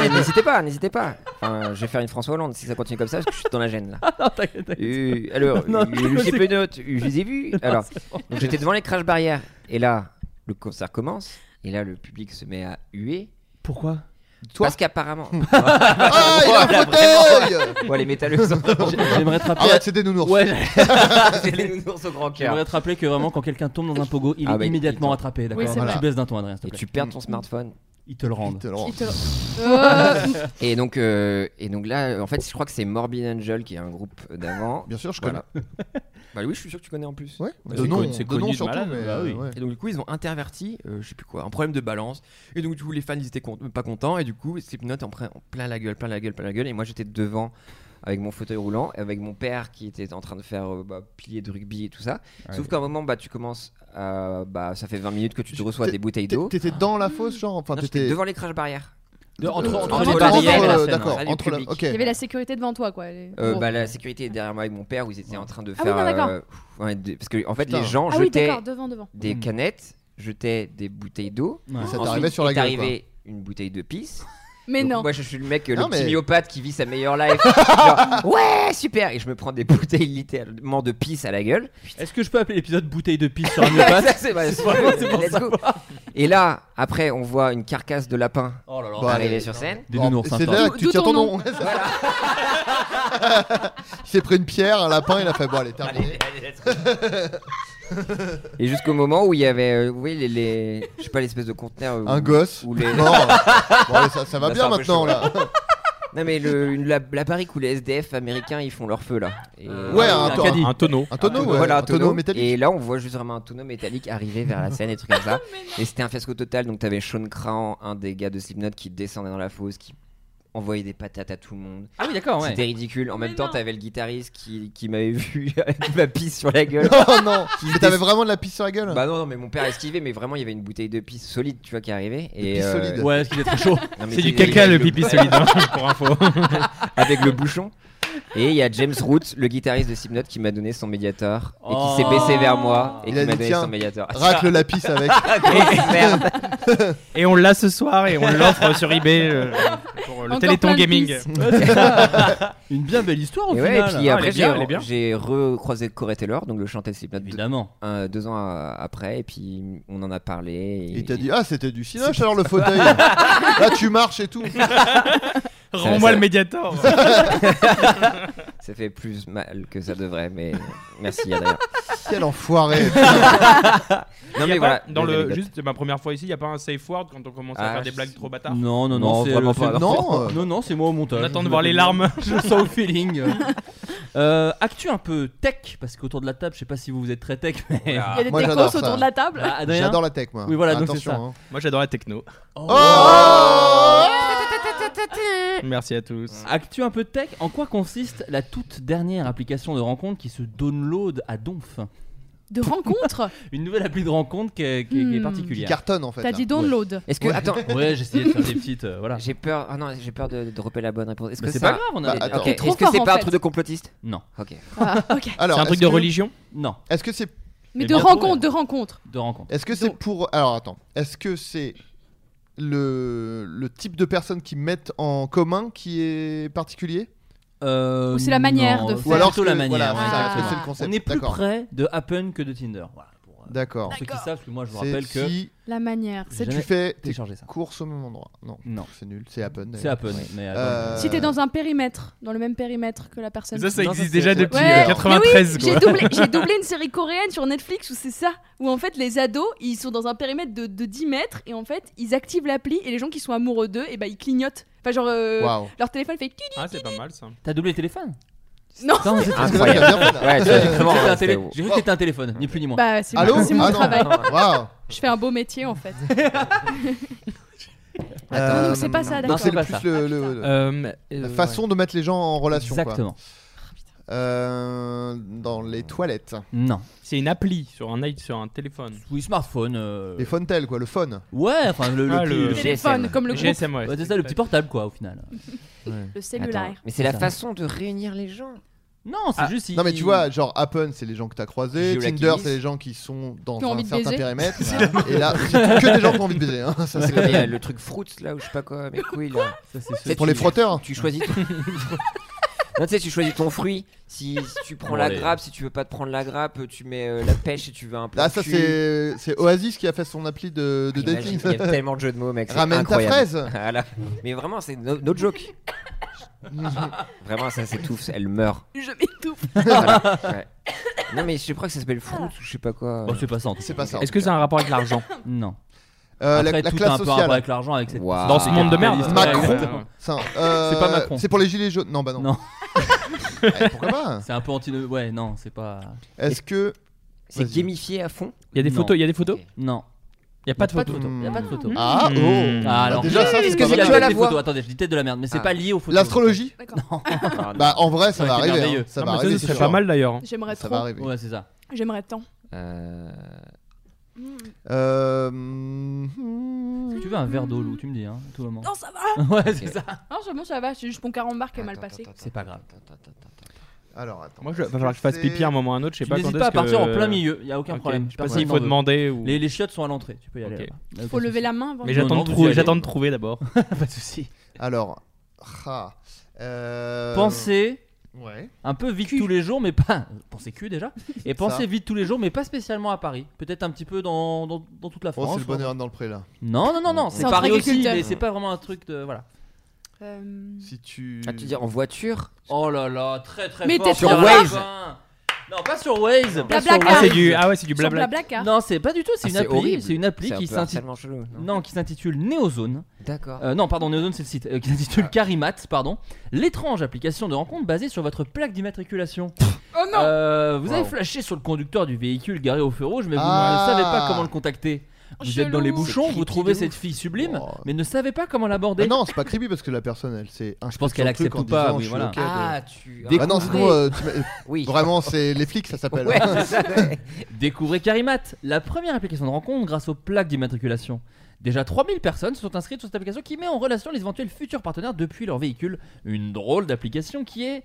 [SPEAKER 7] mais n'hésitez pas, n'hésitez pas. Enfin, je vais faire une François Hollande si ça continue comme ça parce que je suis dans
[SPEAKER 5] [laughs]
[SPEAKER 7] la gêne là.
[SPEAKER 5] Ah T'inquiète, t'inquiète.
[SPEAKER 7] Euh, alors,
[SPEAKER 5] Non,
[SPEAKER 7] euh,
[SPEAKER 5] non,
[SPEAKER 7] je sais
[SPEAKER 5] c'est-
[SPEAKER 7] plus de notes, euh, je les ai vus. Alors, donc j'étais devant les crash barrières et là, le concert commence et là le public se met à huer
[SPEAKER 5] Pourquoi
[SPEAKER 7] parce [laughs] qu'apparemment,
[SPEAKER 5] Hmm.
[SPEAKER 6] [laughs] Ah, il a un fauteuil
[SPEAKER 7] bon, les métalleux
[SPEAKER 5] [laughs]
[SPEAKER 7] sont
[SPEAKER 5] J'aimerais te rappeler.
[SPEAKER 6] Arrête, c'est des nounours. [laughs]
[SPEAKER 7] [laughs]
[SPEAKER 5] Ouais, j'allais-
[SPEAKER 7] j'ai les nounours au grand
[SPEAKER 5] j'aimerais
[SPEAKER 7] cœur.
[SPEAKER 5] te rappeler que vraiment, quand quelqu'un tombe dans un pogo, il
[SPEAKER 7] Ah
[SPEAKER 5] est
[SPEAKER 7] bah, il-
[SPEAKER 5] immédiatement
[SPEAKER 7] il-
[SPEAKER 5] rattrapé. D'accord
[SPEAKER 8] Oui, c'est
[SPEAKER 6] vrai.
[SPEAKER 5] Tu baisses d'un ton, Adrien, s'il
[SPEAKER 7] Et
[SPEAKER 5] te plaît.
[SPEAKER 7] tu perds
[SPEAKER 6] Hmm.
[SPEAKER 7] ton smartphone.
[SPEAKER 5] Ils te le
[SPEAKER 6] Ils
[SPEAKER 5] rendent.
[SPEAKER 6] te le Oh. rendent.
[SPEAKER 8] Il
[SPEAKER 6] [laughs]
[SPEAKER 8] te- Euh,
[SPEAKER 7] Et donc, euh, et donc là, en fait, je crois que c'est Morbid Angel qui est un groupe d'avant.
[SPEAKER 6] Bien sûr, je connais.
[SPEAKER 7] Voilà. bah oui, je suis sûr que tu connais en plus.
[SPEAKER 6] Ouais,
[SPEAKER 7] Bah,
[SPEAKER 6] de
[SPEAKER 7] c'est
[SPEAKER 6] nom,
[SPEAKER 7] connu-
[SPEAKER 9] c'est
[SPEAKER 6] de
[SPEAKER 9] connu
[SPEAKER 6] nom
[SPEAKER 9] de
[SPEAKER 6] surtout,
[SPEAKER 9] malade,
[SPEAKER 6] mais,
[SPEAKER 9] bah
[SPEAKER 6] euh,
[SPEAKER 9] oui.
[SPEAKER 6] ouais.
[SPEAKER 7] Et donc du coup ils ont interverti, euh, je sais plus quoi, un problème de balance. Et donc du coup les fans ils étaient con- pas contents et du coup Slipknot en pre- en plein la gueule, plein la gueule, plein la gueule. Et moi j'étais devant avec mon fauteuil roulant, avec mon père qui était en train de faire euh, bah, pilier de rugby et tout ça.
[SPEAKER 6] Ouais.
[SPEAKER 7] Sauf qu'à un moment, bah, tu commences à- Bah, ça fait 20 minutes que tu te reçois des bouteilles
[SPEAKER 6] T'é-
[SPEAKER 7] d'eau.
[SPEAKER 6] T'étais dans la fosse, genre Enfin,
[SPEAKER 7] Non,
[SPEAKER 6] t'étais.
[SPEAKER 7] j'étais devant les crash barrières.
[SPEAKER 6] De- entre-
[SPEAKER 7] Euh,
[SPEAKER 6] entre les barrières euh, et la scène,
[SPEAKER 7] d'accord,
[SPEAKER 6] ouais.
[SPEAKER 7] entre la-
[SPEAKER 6] Il y
[SPEAKER 7] ok.
[SPEAKER 8] Il y avait la sécurité devant toi, quoi. les-
[SPEAKER 7] Euh,
[SPEAKER 8] Bon.
[SPEAKER 7] bah, la sécurité est derrière moi avec mon père où ils étaient en train de
[SPEAKER 8] Ah oui,
[SPEAKER 7] faire.
[SPEAKER 8] non, d'accord.
[SPEAKER 7] euh, pff, ouais, des- parce que en fait,
[SPEAKER 8] Putain.
[SPEAKER 7] les gens
[SPEAKER 8] Ah oui,
[SPEAKER 7] jetaient
[SPEAKER 8] d'accord, devant, devant.
[SPEAKER 7] des
[SPEAKER 8] Mm.
[SPEAKER 7] canettes, jetaient des bouteilles d'eau.
[SPEAKER 6] Hmm. Ouais. Ça
[SPEAKER 7] Ensuite,
[SPEAKER 6] t'arrivait sur la
[SPEAKER 7] est
[SPEAKER 6] gueule,
[SPEAKER 7] arrivée une bouteille de pisse.
[SPEAKER 8] Mais
[SPEAKER 7] Donc,
[SPEAKER 8] non.
[SPEAKER 7] Moi, je suis le mec, euh,
[SPEAKER 8] Non,
[SPEAKER 7] le petit
[SPEAKER 8] mais-
[SPEAKER 7] myopathe qui vit sa meilleure life. [laughs] Genre, ouais, super. Et je me prends des [laughs] bouteilles littéralement de pisse à la gueule.
[SPEAKER 5] Est-ce que je peux appeler l'épisode bouteille de pisse
[SPEAKER 7] [laughs]
[SPEAKER 5] sur un myopathe
[SPEAKER 7] Ça, c'est- bah,
[SPEAKER 5] C'est
[SPEAKER 7] c'est-
[SPEAKER 5] vraiment- c'est pour
[SPEAKER 7] let's
[SPEAKER 5] ça.
[SPEAKER 7] go. Et là, après, on voit une carcasse de lapin
[SPEAKER 5] Oh là là.
[SPEAKER 6] Bon,
[SPEAKER 7] arriver
[SPEAKER 6] allez.
[SPEAKER 7] sur scène.
[SPEAKER 5] Des nounours, hein,
[SPEAKER 6] C'est là que tu tiens ton
[SPEAKER 7] [laughs]
[SPEAKER 6] nom. [laughs]
[SPEAKER 7] Voilà.
[SPEAKER 6] il s'est pris une pierre, un lapin, il a fait bon, allez, terminé.
[SPEAKER 7] Et jusqu'au moment où il y avait, euh, vous voyez, les, les- je sais pas, l'espèce de conteneur. où-
[SPEAKER 6] Un gosse.
[SPEAKER 7] Où les...
[SPEAKER 6] Non. Bon, allez, ça- ça va
[SPEAKER 7] Bah,
[SPEAKER 6] bien
[SPEAKER 7] c'est un peu
[SPEAKER 6] maintenant,
[SPEAKER 7] chaud,
[SPEAKER 6] là.
[SPEAKER 7] Non mais le, une- la, la barrique où les SDF américains ils font leur feu là. Et-
[SPEAKER 6] Euh, Ouais, un- un caddie. un tonneau. Un tonneau, ouais,
[SPEAKER 7] Voilà,
[SPEAKER 6] un
[SPEAKER 7] un tonneau.
[SPEAKER 6] tonneau métallique.
[SPEAKER 7] Et là on voit juste vraiment un tonneau métallique arriver vers la scène et trucs comme ça. et c'était un fiasco total. Donc t'avais Sean Cran, un des gars de Slipknot qui descendait dans la fosse, qui envoyait des patates à tout le monde.
[SPEAKER 5] Ah oui, d'accord, ouais.
[SPEAKER 7] C'était ridicule. En même temps t'avais le guitariste qui, qui m'avait [laughs] vu avec ma pisse sur la gueule.
[SPEAKER 6] Oh non
[SPEAKER 7] Qui
[SPEAKER 6] Mais t'avais
[SPEAKER 7] dé-
[SPEAKER 6] vraiment de la pisse sur la gueule
[SPEAKER 7] bah non, non, mais mon père esquivait, mais vraiment, il y avait une bouteille de pisse solide, tu vois, qui arrivait. Et euh,
[SPEAKER 6] pisse solide.
[SPEAKER 5] Ouais, parce qu'il est très chaud.
[SPEAKER 7] [laughs] Non, mais
[SPEAKER 5] C'est du
[SPEAKER 7] il- il-
[SPEAKER 5] caca,
[SPEAKER 7] avec
[SPEAKER 5] le pipi solide, hein, [laughs] pour info.
[SPEAKER 7] [laughs] avec le bouchon. Et il y a James Root, le guitariste de Slipknot, qui m'a donné son médiator et qui
[SPEAKER 5] Oh.
[SPEAKER 7] s'est baissé vers moi et
[SPEAKER 6] Il
[SPEAKER 7] qui
[SPEAKER 6] a
[SPEAKER 7] m'a
[SPEAKER 6] dit,
[SPEAKER 7] donné
[SPEAKER 6] tiens,
[SPEAKER 7] son médiator.
[SPEAKER 6] racle la pisse
[SPEAKER 7] [laughs]
[SPEAKER 6] avec.
[SPEAKER 7] Grosse merde. [laughs]
[SPEAKER 9] Et on l'a ce soir et on l'offre sur eBay euh, pour le Téléthon Gaming. [laughs]
[SPEAKER 5] Une bien belle histoire au
[SPEAKER 7] Et
[SPEAKER 5] final.
[SPEAKER 7] ouais, et puis
[SPEAKER 5] Ah,
[SPEAKER 7] après,
[SPEAKER 5] elle est bien, elle est
[SPEAKER 7] j'ai-
[SPEAKER 5] bien.
[SPEAKER 7] j'ai recroisé Corey Taylor, donc le chanteur de Slipknot. Évidemment. deux ans euh, après, et puis on en a parlé. Et,
[SPEAKER 6] Il t'a dit, ah, c'était du cinoche alors le fauteuil. Là, tu marches et tout.
[SPEAKER 9] [laughs] Rends-moi le
[SPEAKER 6] [laughs]
[SPEAKER 9] Mediator.
[SPEAKER 7] ça fait plus mal que ça devrait, mais merci Adrien.
[SPEAKER 6] Quel [laughs] enfoiré.
[SPEAKER 7] non,
[SPEAKER 9] Il y a
[SPEAKER 7] mais
[SPEAKER 9] pas-
[SPEAKER 7] voilà.
[SPEAKER 9] Dans
[SPEAKER 7] les
[SPEAKER 9] le,
[SPEAKER 7] anecdotes.
[SPEAKER 9] juste ma première fois ici, il n'y a pas un safe word quand on commence
[SPEAKER 7] Ah,
[SPEAKER 9] à faire des
[SPEAKER 7] je-
[SPEAKER 9] blagues trop bâtards
[SPEAKER 5] Non, non, non,
[SPEAKER 7] Non,
[SPEAKER 5] c'est
[SPEAKER 7] vraiment
[SPEAKER 5] le-
[SPEAKER 7] pas,
[SPEAKER 5] c'est-
[SPEAKER 7] non.
[SPEAKER 5] non, euh, non, non, c'est moi au montage.
[SPEAKER 9] On attend de
[SPEAKER 5] Je
[SPEAKER 9] voir les larmes.
[SPEAKER 5] [laughs] Je le sens au feeling. Euh, actu un peu tech, parce qu'autour de la table, je sais pas si vous, vous êtes très tech, mais. Il y
[SPEAKER 8] a des Moi, technos j'adore autour ça. de la table.
[SPEAKER 5] Adrien
[SPEAKER 6] J'adore la tech, moi.
[SPEAKER 5] Oui, voilà, donc c'est
[SPEAKER 6] Attention,
[SPEAKER 5] ça.
[SPEAKER 6] hein.
[SPEAKER 9] Moi, j'adore la techno.
[SPEAKER 8] Mm.
[SPEAKER 9] Merci à tous.
[SPEAKER 5] Mm. Actu un peu tech, en quoi consiste la toute dernière application de rencontre qui se download à Donf
[SPEAKER 8] De rencontre
[SPEAKER 5] [laughs] Une nouvelle appli de rencontre qui est, qui est- qui est
[SPEAKER 8] Hmm.
[SPEAKER 5] particulière.
[SPEAKER 8] Qui cartonne, en fait, T'as là. dit download.
[SPEAKER 7] Est-ce que
[SPEAKER 5] Ouais.
[SPEAKER 7] attends
[SPEAKER 5] Ouais, j'essayais de faire des petites. euh, voilà.
[SPEAKER 7] J'ai peur. Ah non, j'ai peur de, de repérer la bonne réponse. Est-ce
[SPEAKER 5] Bah,
[SPEAKER 7] que
[SPEAKER 5] c'est
[SPEAKER 7] ça-
[SPEAKER 5] pas grave, on a-
[SPEAKER 7] Ok,
[SPEAKER 5] attends.
[SPEAKER 6] T'es trop
[SPEAKER 7] Est-ce que c'est
[SPEAKER 6] fort, en
[SPEAKER 7] pas un
[SPEAKER 6] fait.
[SPEAKER 7] truc de complotiste
[SPEAKER 5] Non.
[SPEAKER 6] [laughs]
[SPEAKER 7] Ok.
[SPEAKER 8] Ah, ok.
[SPEAKER 6] Alors,
[SPEAKER 9] C'est un truc
[SPEAKER 6] est-ce
[SPEAKER 9] de
[SPEAKER 6] que-
[SPEAKER 9] religion
[SPEAKER 5] Non.
[SPEAKER 6] Est-ce que c'est.
[SPEAKER 8] Mais de rencontre, de rencontre.
[SPEAKER 5] De rencontre.
[SPEAKER 6] Est-ce que c'est pour. Alors attends. Est-ce que c'est le... le type de personnes qui mettent en commun qui est particulier
[SPEAKER 5] Euh,
[SPEAKER 8] Ou c'est la manière
[SPEAKER 5] non,
[SPEAKER 8] de
[SPEAKER 5] c'est
[SPEAKER 8] faire.
[SPEAKER 6] Ou alors
[SPEAKER 5] plutôt
[SPEAKER 6] que-
[SPEAKER 5] la
[SPEAKER 6] voilà,
[SPEAKER 5] manière.
[SPEAKER 6] c'est ça,
[SPEAKER 5] exactement.
[SPEAKER 6] que c'est le concept,
[SPEAKER 5] On est plus
[SPEAKER 6] d'accord.
[SPEAKER 5] près [laughs] de Happen que de Tinder. Voilà, pour, euh,
[SPEAKER 6] D'accord.
[SPEAKER 5] pour ceux qui savent, parce que moi je vous
[SPEAKER 6] C'est
[SPEAKER 5] rappelle que.
[SPEAKER 6] si
[SPEAKER 8] La manière. C'est
[SPEAKER 6] tu fais tes
[SPEAKER 5] télécharger ça.
[SPEAKER 6] courses au même endroit. Non,
[SPEAKER 5] Non.
[SPEAKER 6] c'est nul. C'est Happen.
[SPEAKER 5] C'est
[SPEAKER 6] d'ailleurs.
[SPEAKER 5] Happen, mais à
[SPEAKER 6] Euh,
[SPEAKER 8] Si t'es dans un périmètre, dans le même périmètre que la personne.
[SPEAKER 9] Ça, ça
[SPEAKER 8] qui-
[SPEAKER 6] Non, ça,
[SPEAKER 9] existe
[SPEAKER 6] c'est-
[SPEAKER 9] déjà
[SPEAKER 6] c'est-
[SPEAKER 9] depuis
[SPEAKER 6] Ouais,
[SPEAKER 9] euh,
[SPEAKER 6] mais oui,
[SPEAKER 9] 93.
[SPEAKER 8] J'ai
[SPEAKER 9] quoi.
[SPEAKER 8] doublé,
[SPEAKER 9] [laughs]
[SPEAKER 8] j'ai doublé une série coréenne sur Netflix où c'est ça, où en fait les ados ils sont dans un périmètre de, de 10 mètres et en fait ils activent l'appli et les gens qui sont amoureux d'eux et bah ils clignotent. Enfin genre euh,
[SPEAKER 5] Waouh.
[SPEAKER 8] leur téléphone fait.
[SPEAKER 9] Ah, c'est pas mal ça.
[SPEAKER 5] T'as doublé le téléphone
[SPEAKER 8] Non.
[SPEAKER 5] Non, c'est-
[SPEAKER 7] Parce
[SPEAKER 6] que là, il a Ah, bien fait, là.
[SPEAKER 5] Ouais, tu vois, j'ai cru que
[SPEAKER 7] Ouais,
[SPEAKER 5] c'était un
[SPEAKER 7] c'est
[SPEAKER 5] télé-
[SPEAKER 7] bon.
[SPEAKER 5] j'ai cru que c'était un téléphone, ni plus ni moins.
[SPEAKER 8] Bah c'est
[SPEAKER 6] Allô
[SPEAKER 8] mon, c'est mon
[SPEAKER 6] Ah non.
[SPEAKER 8] travail.
[SPEAKER 6] [laughs] Waouh.
[SPEAKER 8] Je fais un beau métier en fait.
[SPEAKER 6] Euh,
[SPEAKER 8] donc c'est pas ça,
[SPEAKER 6] donc
[SPEAKER 8] d'accord.
[SPEAKER 6] c'est
[SPEAKER 8] Non, c'est
[SPEAKER 6] plus
[SPEAKER 8] pas ça.
[SPEAKER 6] le- le-
[SPEAKER 9] Euh,
[SPEAKER 6] la
[SPEAKER 9] euh,
[SPEAKER 6] façon
[SPEAKER 9] ouais.
[SPEAKER 6] de mettre les gens en relation. quoi.
[SPEAKER 5] Exactement.
[SPEAKER 8] Ah,
[SPEAKER 6] Euh, dans les toilettes.
[SPEAKER 5] Non.
[SPEAKER 9] C'est une appli sur un i- sur un téléphone.
[SPEAKER 5] Oui, smartphone. euh,
[SPEAKER 6] Les phonetels, quoi, le phone.
[SPEAKER 5] Ouais, enfin le, E le
[SPEAKER 9] Ah,
[SPEAKER 5] petit-
[SPEAKER 9] le-
[SPEAKER 5] le-
[SPEAKER 8] Téléphone, GSM. comme le groupe.
[SPEAKER 9] GSM, ouais.
[SPEAKER 5] Ouais, c'est ça, le petit portable, quoi,
[SPEAKER 8] [laughs]
[SPEAKER 5] au final.
[SPEAKER 8] Le
[SPEAKER 7] Attends,
[SPEAKER 8] cellulaire.
[SPEAKER 7] mais c'est la
[SPEAKER 5] Ça.
[SPEAKER 7] façon de réunir les gens. Ah.
[SPEAKER 5] Non, c'est juste.
[SPEAKER 6] Non, Ah, mais
[SPEAKER 5] il-
[SPEAKER 6] tu vois, genre Happen, c'est les gens que t'as croisés.
[SPEAKER 7] Géolactisme.
[SPEAKER 6] Tinder, c'est les gens qui sont dans
[SPEAKER 8] Qui ont envie
[SPEAKER 6] un
[SPEAKER 8] de
[SPEAKER 6] certain
[SPEAKER 8] baiser. [laughs]
[SPEAKER 6] périmètre. [laughs] Et là, c'est que des gens qui ont envie de baiser. hein. Ça, c'est
[SPEAKER 7] C'est comme euh, le truc Fruits là, ou je sais pas quoi, mes couilles là.
[SPEAKER 5] Ça, c'est
[SPEAKER 7] Tu sais,
[SPEAKER 6] pour
[SPEAKER 7] tu-
[SPEAKER 6] les frotteurs.
[SPEAKER 7] Tu choisis. ton- [laughs] Non, tu sais, tu choisis ton fruit. Si, si tu prends
[SPEAKER 5] Bon,
[SPEAKER 7] la
[SPEAKER 5] allez.
[SPEAKER 7] grappe, si tu veux pas te prendre la grappe, tu mets euh, la pêche si tu veux un peu.
[SPEAKER 6] Ah, ça, c'est c'est Oasis qui a fait son appli de, de
[SPEAKER 7] Imagine,
[SPEAKER 6] dating.
[SPEAKER 7] Ah, Il y
[SPEAKER 6] [laughs]
[SPEAKER 7] a tellement de jeux de mots, mec. c'est
[SPEAKER 6] Ramène ta
[SPEAKER 7] incroyable. [laughs]
[SPEAKER 6] fraise. Euh,
[SPEAKER 7] Voilà. Mais vraiment, c'est no, no
[SPEAKER 6] [laughs]
[SPEAKER 7] joke. Vraiment, ça s'étouffe, elle meurt.
[SPEAKER 8] Je m'étouffe.
[SPEAKER 7] [laughs]
[SPEAKER 6] [laughs]
[SPEAKER 7] Voilà, ouais. Non, mais je crois que ça s'appelle Fruits ou je sais pas quoi.
[SPEAKER 5] Bon, Oh, c'est pas ça. en tout cas.
[SPEAKER 6] C'est pas ça. en
[SPEAKER 9] Est-ce
[SPEAKER 6] tout
[SPEAKER 9] que ça a un rapport avec l'argent
[SPEAKER 5] Non.
[SPEAKER 6] [laughs] Euh,
[SPEAKER 5] Après,
[SPEAKER 6] la, la
[SPEAKER 5] tout a un
[SPEAKER 6] classe
[SPEAKER 5] peu rapport
[SPEAKER 6] sociale.
[SPEAKER 5] avec l'argent, avec cette.
[SPEAKER 7] Waouh.
[SPEAKER 9] Dans ce monde de merde.
[SPEAKER 5] Ouais,
[SPEAKER 6] Macron.
[SPEAKER 5] exactement.
[SPEAKER 6] Ça, euh,
[SPEAKER 5] C'est pas Macron.
[SPEAKER 6] C'est pour les gilets jaunes. Non, bah non.
[SPEAKER 5] Non,
[SPEAKER 6] Eh, pourquoi pas
[SPEAKER 5] c'est un peu anti. Ouais, non, c'est pas.
[SPEAKER 6] Est-ce que.
[SPEAKER 7] C'est
[SPEAKER 6] Vas-y.
[SPEAKER 7] gamifié à fond
[SPEAKER 9] Il y a des
[SPEAKER 5] Non.
[SPEAKER 9] photos, il y a des photos.
[SPEAKER 7] Ok.
[SPEAKER 5] Non. Il n'y a pas de photo.
[SPEAKER 6] Il
[SPEAKER 5] y a pas de photo.
[SPEAKER 6] [laughs]
[SPEAKER 8] Hmm.
[SPEAKER 6] Ah, oh.
[SPEAKER 5] Ah,
[SPEAKER 9] Hmm.
[SPEAKER 6] Ah,
[SPEAKER 5] alors.
[SPEAKER 6] déjà, ça,
[SPEAKER 5] Est-ce
[SPEAKER 6] c'est
[SPEAKER 5] que
[SPEAKER 6] pas
[SPEAKER 5] c'est
[SPEAKER 6] mal.
[SPEAKER 5] que
[SPEAKER 6] Tu as la
[SPEAKER 5] des
[SPEAKER 6] voix.
[SPEAKER 5] photos Attends, je dis peut-être de la merde, mais c'est
[SPEAKER 6] Ah.
[SPEAKER 5] pas lié aux photos.
[SPEAKER 6] L'astrologie
[SPEAKER 5] [laughs] Non.
[SPEAKER 8] Ah.
[SPEAKER 6] Bah, en vrai, ça va
[SPEAKER 5] aurait été
[SPEAKER 6] arriver, hein.
[SPEAKER 5] merveilleux.
[SPEAKER 6] Ça
[SPEAKER 9] Non,
[SPEAKER 6] va
[SPEAKER 9] mais
[SPEAKER 6] arriver,
[SPEAKER 9] ce
[SPEAKER 6] c'est
[SPEAKER 9] serait
[SPEAKER 6] sûr.
[SPEAKER 9] pas mal d'ailleurs. hein.
[SPEAKER 8] J'aimerais
[SPEAKER 6] Ça
[SPEAKER 8] trop.
[SPEAKER 6] va arriver.
[SPEAKER 5] Ouais, c'est ça.
[SPEAKER 8] J'aimerais tant.
[SPEAKER 6] Euh, hmm.
[SPEAKER 5] Tu veux un verre d'eau, Lou, tu me dis, hein, à tout moment.
[SPEAKER 8] Non, ça va
[SPEAKER 5] [laughs] Ouais, c'est ça.
[SPEAKER 8] Non, c'est bon, ça va. C'est juste mon carambar qui est mal passé.
[SPEAKER 5] C'est pas grave.
[SPEAKER 6] Alors, attends.
[SPEAKER 9] Moi, je, va falloir que je fasse pipi à un moment ou à un autre. Je sais
[SPEAKER 5] Tu
[SPEAKER 9] pas
[SPEAKER 5] n'hésites
[SPEAKER 9] quand
[SPEAKER 5] pas à
[SPEAKER 9] est-ce que-
[SPEAKER 5] partir en plein milieu, il n'y a aucun
[SPEAKER 9] Ok.
[SPEAKER 5] problème.
[SPEAKER 9] Je sais pas
[SPEAKER 5] Personne
[SPEAKER 9] s'il
[SPEAKER 5] m'en
[SPEAKER 9] faut
[SPEAKER 5] veut.
[SPEAKER 9] demander ou.
[SPEAKER 5] Les, les chiottes sont à l'entrée, tu peux y aller.
[SPEAKER 9] Ok.
[SPEAKER 5] là-bas. Là,
[SPEAKER 8] Faut
[SPEAKER 5] aucun
[SPEAKER 8] lever la main avant
[SPEAKER 9] Mais
[SPEAKER 8] de-
[SPEAKER 9] j'attends
[SPEAKER 5] Non,
[SPEAKER 9] de
[SPEAKER 5] vous y
[SPEAKER 9] trouver-
[SPEAKER 5] allez.
[SPEAKER 9] j'attends de trouver d'abord.
[SPEAKER 5] souci. [laughs] Pas de souci.
[SPEAKER 6] Alors, ah, euh,
[SPEAKER 5] Pensez
[SPEAKER 6] Ouais.
[SPEAKER 5] un peu vite tous les jours, mais pas. [laughs] Pensez cul déjà. Et pensez
[SPEAKER 6] Ça.
[SPEAKER 5] vite tous les jours, mais pas spécialement à Paris. Peut-être un petit peu dans, dans, dans toute la
[SPEAKER 6] Oh,
[SPEAKER 5] France. hein.
[SPEAKER 6] c'est le bonheur dans le pré là.
[SPEAKER 5] Non, non, non, non, c'est
[SPEAKER 8] C'est un
[SPEAKER 5] Paris
[SPEAKER 8] truc
[SPEAKER 5] aussi,
[SPEAKER 8] culturel.
[SPEAKER 5] mais c'est pas vraiment un truc de. Voilà.
[SPEAKER 8] Euh,
[SPEAKER 6] Si tu.
[SPEAKER 7] Ah, tu veux dire en voiture
[SPEAKER 5] Oh là là, très très
[SPEAKER 8] Mais
[SPEAKER 5] fort.
[SPEAKER 8] t'es
[SPEAKER 7] Sur
[SPEAKER 5] Pierre
[SPEAKER 7] Waze.
[SPEAKER 5] Lapin. Non, pas sur Waze. Pas
[SPEAKER 8] Blablacar.
[SPEAKER 5] sur
[SPEAKER 9] Ah, c'est
[SPEAKER 5] Waze.
[SPEAKER 9] du. Ah ouais, c'est du
[SPEAKER 8] Sur
[SPEAKER 9] blabla.
[SPEAKER 8] Blablacar.
[SPEAKER 5] Non, c'est pas du tout, c'est
[SPEAKER 7] Ah,
[SPEAKER 5] une appli,
[SPEAKER 7] horrible.
[SPEAKER 5] c'est une appli
[SPEAKER 7] C'est un
[SPEAKER 5] qui
[SPEAKER 7] peu
[SPEAKER 5] s'intitule
[SPEAKER 7] harcèlement chelou, non
[SPEAKER 5] non, qui s'intitule Neozone.
[SPEAKER 7] D'accord.
[SPEAKER 5] Euh, non, pardon, Neozone c'est le site euh, qui s'intitule Carimat, pardon. L'étrange application de rencontre basée sur votre plaque d'immatriculation.
[SPEAKER 8] Oh non
[SPEAKER 5] Euh, vous avez
[SPEAKER 7] Wow.
[SPEAKER 5] flashé sur le conducteur du véhicule garé au feu rouge, mais vous
[SPEAKER 6] Ah.
[SPEAKER 5] ne savez pas comment le contacter. Vous êtes dans les
[SPEAKER 8] Chelou.
[SPEAKER 5] bouchons,
[SPEAKER 7] C'est
[SPEAKER 5] vous
[SPEAKER 7] creepy
[SPEAKER 5] trouvez
[SPEAKER 7] de
[SPEAKER 5] cette
[SPEAKER 7] ouf.
[SPEAKER 5] fille sublime,
[SPEAKER 6] Oh.
[SPEAKER 5] mais ne savez pas comment l'aborder.
[SPEAKER 6] Ah non, c'est pas creepy parce que la personne, elle s'est. Je
[SPEAKER 5] pense qu'elle accepte ou pas, oui, voilà.
[SPEAKER 7] Ah, tu.
[SPEAKER 6] Ah non, sinon, euh, tu
[SPEAKER 5] [laughs]
[SPEAKER 6] m'as-
[SPEAKER 7] [laughs] Oui.
[SPEAKER 6] vraiment, c'est les flics, ça s'appelle. [laughs]
[SPEAKER 7] Ouais, c'est ça.
[SPEAKER 5] Découvrez Carimat, la première application de rencontre grâce aux plaques d'immatriculation. Déjà 3000 personnes se sont inscrites sur cette application qui met en relation les éventuels futurs partenaires depuis leur véhicule. Une drôle d'application qui est,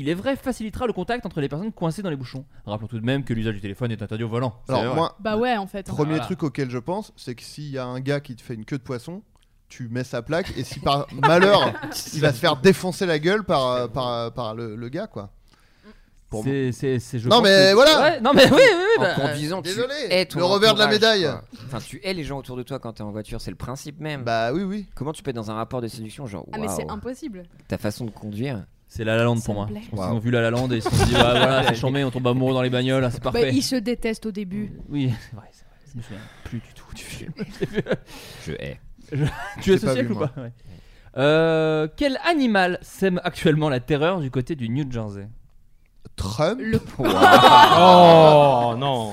[SPEAKER 5] il est vrai, facilitera le contact entre les personnes coincées dans les bouchons. Rappelons tout de même que l'usage du téléphone est interdit au volant.
[SPEAKER 6] Alors,
[SPEAKER 5] C'est vrai.
[SPEAKER 6] moi,
[SPEAKER 8] Bah ouais, en fait. hein.
[SPEAKER 6] premier
[SPEAKER 5] Voilà.
[SPEAKER 6] truc auquel je pense, c'est que s'il y a un gars qui te fait une queue de poisson, tu mets sa plaque et si
[SPEAKER 7] [laughs]
[SPEAKER 6] par malheur, il va se faire défoncer la gueule par, euh, par, euh, par le, le gars, quoi. Pour moi.
[SPEAKER 5] c'est, c'est, c'est- je
[SPEAKER 6] Non,
[SPEAKER 5] pense
[SPEAKER 6] mais
[SPEAKER 5] que-
[SPEAKER 6] voilà.
[SPEAKER 5] Ouais, Non mais oui, oui,
[SPEAKER 7] en
[SPEAKER 5] bah,
[SPEAKER 7] conduisant,
[SPEAKER 6] désolé,
[SPEAKER 7] tu hais ton
[SPEAKER 6] le revers de la
[SPEAKER 7] entourage,
[SPEAKER 6] médaille.
[SPEAKER 7] quoi. Enfin, tu hais les gens autour de toi quand t'es en voiture, c'est le principe même.
[SPEAKER 6] Bah oui, oui.
[SPEAKER 7] Comment tu peux être dans un rapport de séduction, genre,
[SPEAKER 8] Ah, mais c'est
[SPEAKER 7] waouh,
[SPEAKER 8] impossible.
[SPEAKER 7] ta façon de conduire
[SPEAKER 5] c'est la La Land
[SPEAKER 8] Ça
[SPEAKER 5] pour
[SPEAKER 8] me
[SPEAKER 5] moi.
[SPEAKER 8] plaît.
[SPEAKER 5] Ils ont vu la La Land et ils se sont
[SPEAKER 6] [laughs]
[SPEAKER 5] dit bah, voilà, c'est chambé, on tombe amoureux dans les bagnoles, hein, c'est
[SPEAKER 8] Bah,
[SPEAKER 5] parfait. Ah,
[SPEAKER 8] ils se détestent au début.
[SPEAKER 5] Oui, [laughs] c'est vrai, c'est vrai. Je me souviens plus du tout du
[SPEAKER 7] [laughs]
[SPEAKER 5] film.
[SPEAKER 7] Je hais.
[SPEAKER 5] Tu es
[SPEAKER 6] J'ai pas
[SPEAKER 5] ce siècle
[SPEAKER 6] vu,
[SPEAKER 5] ou
[SPEAKER 6] moi.
[SPEAKER 5] pas Ouais. Euh, Quel animal sème actuellement la terreur du côté du New Jersey
[SPEAKER 6] Trump
[SPEAKER 5] [laughs]
[SPEAKER 8] Le
[SPEAKER 9] Oh
[SPEAKER 7] [laughs]
[SPEAKER 9] non.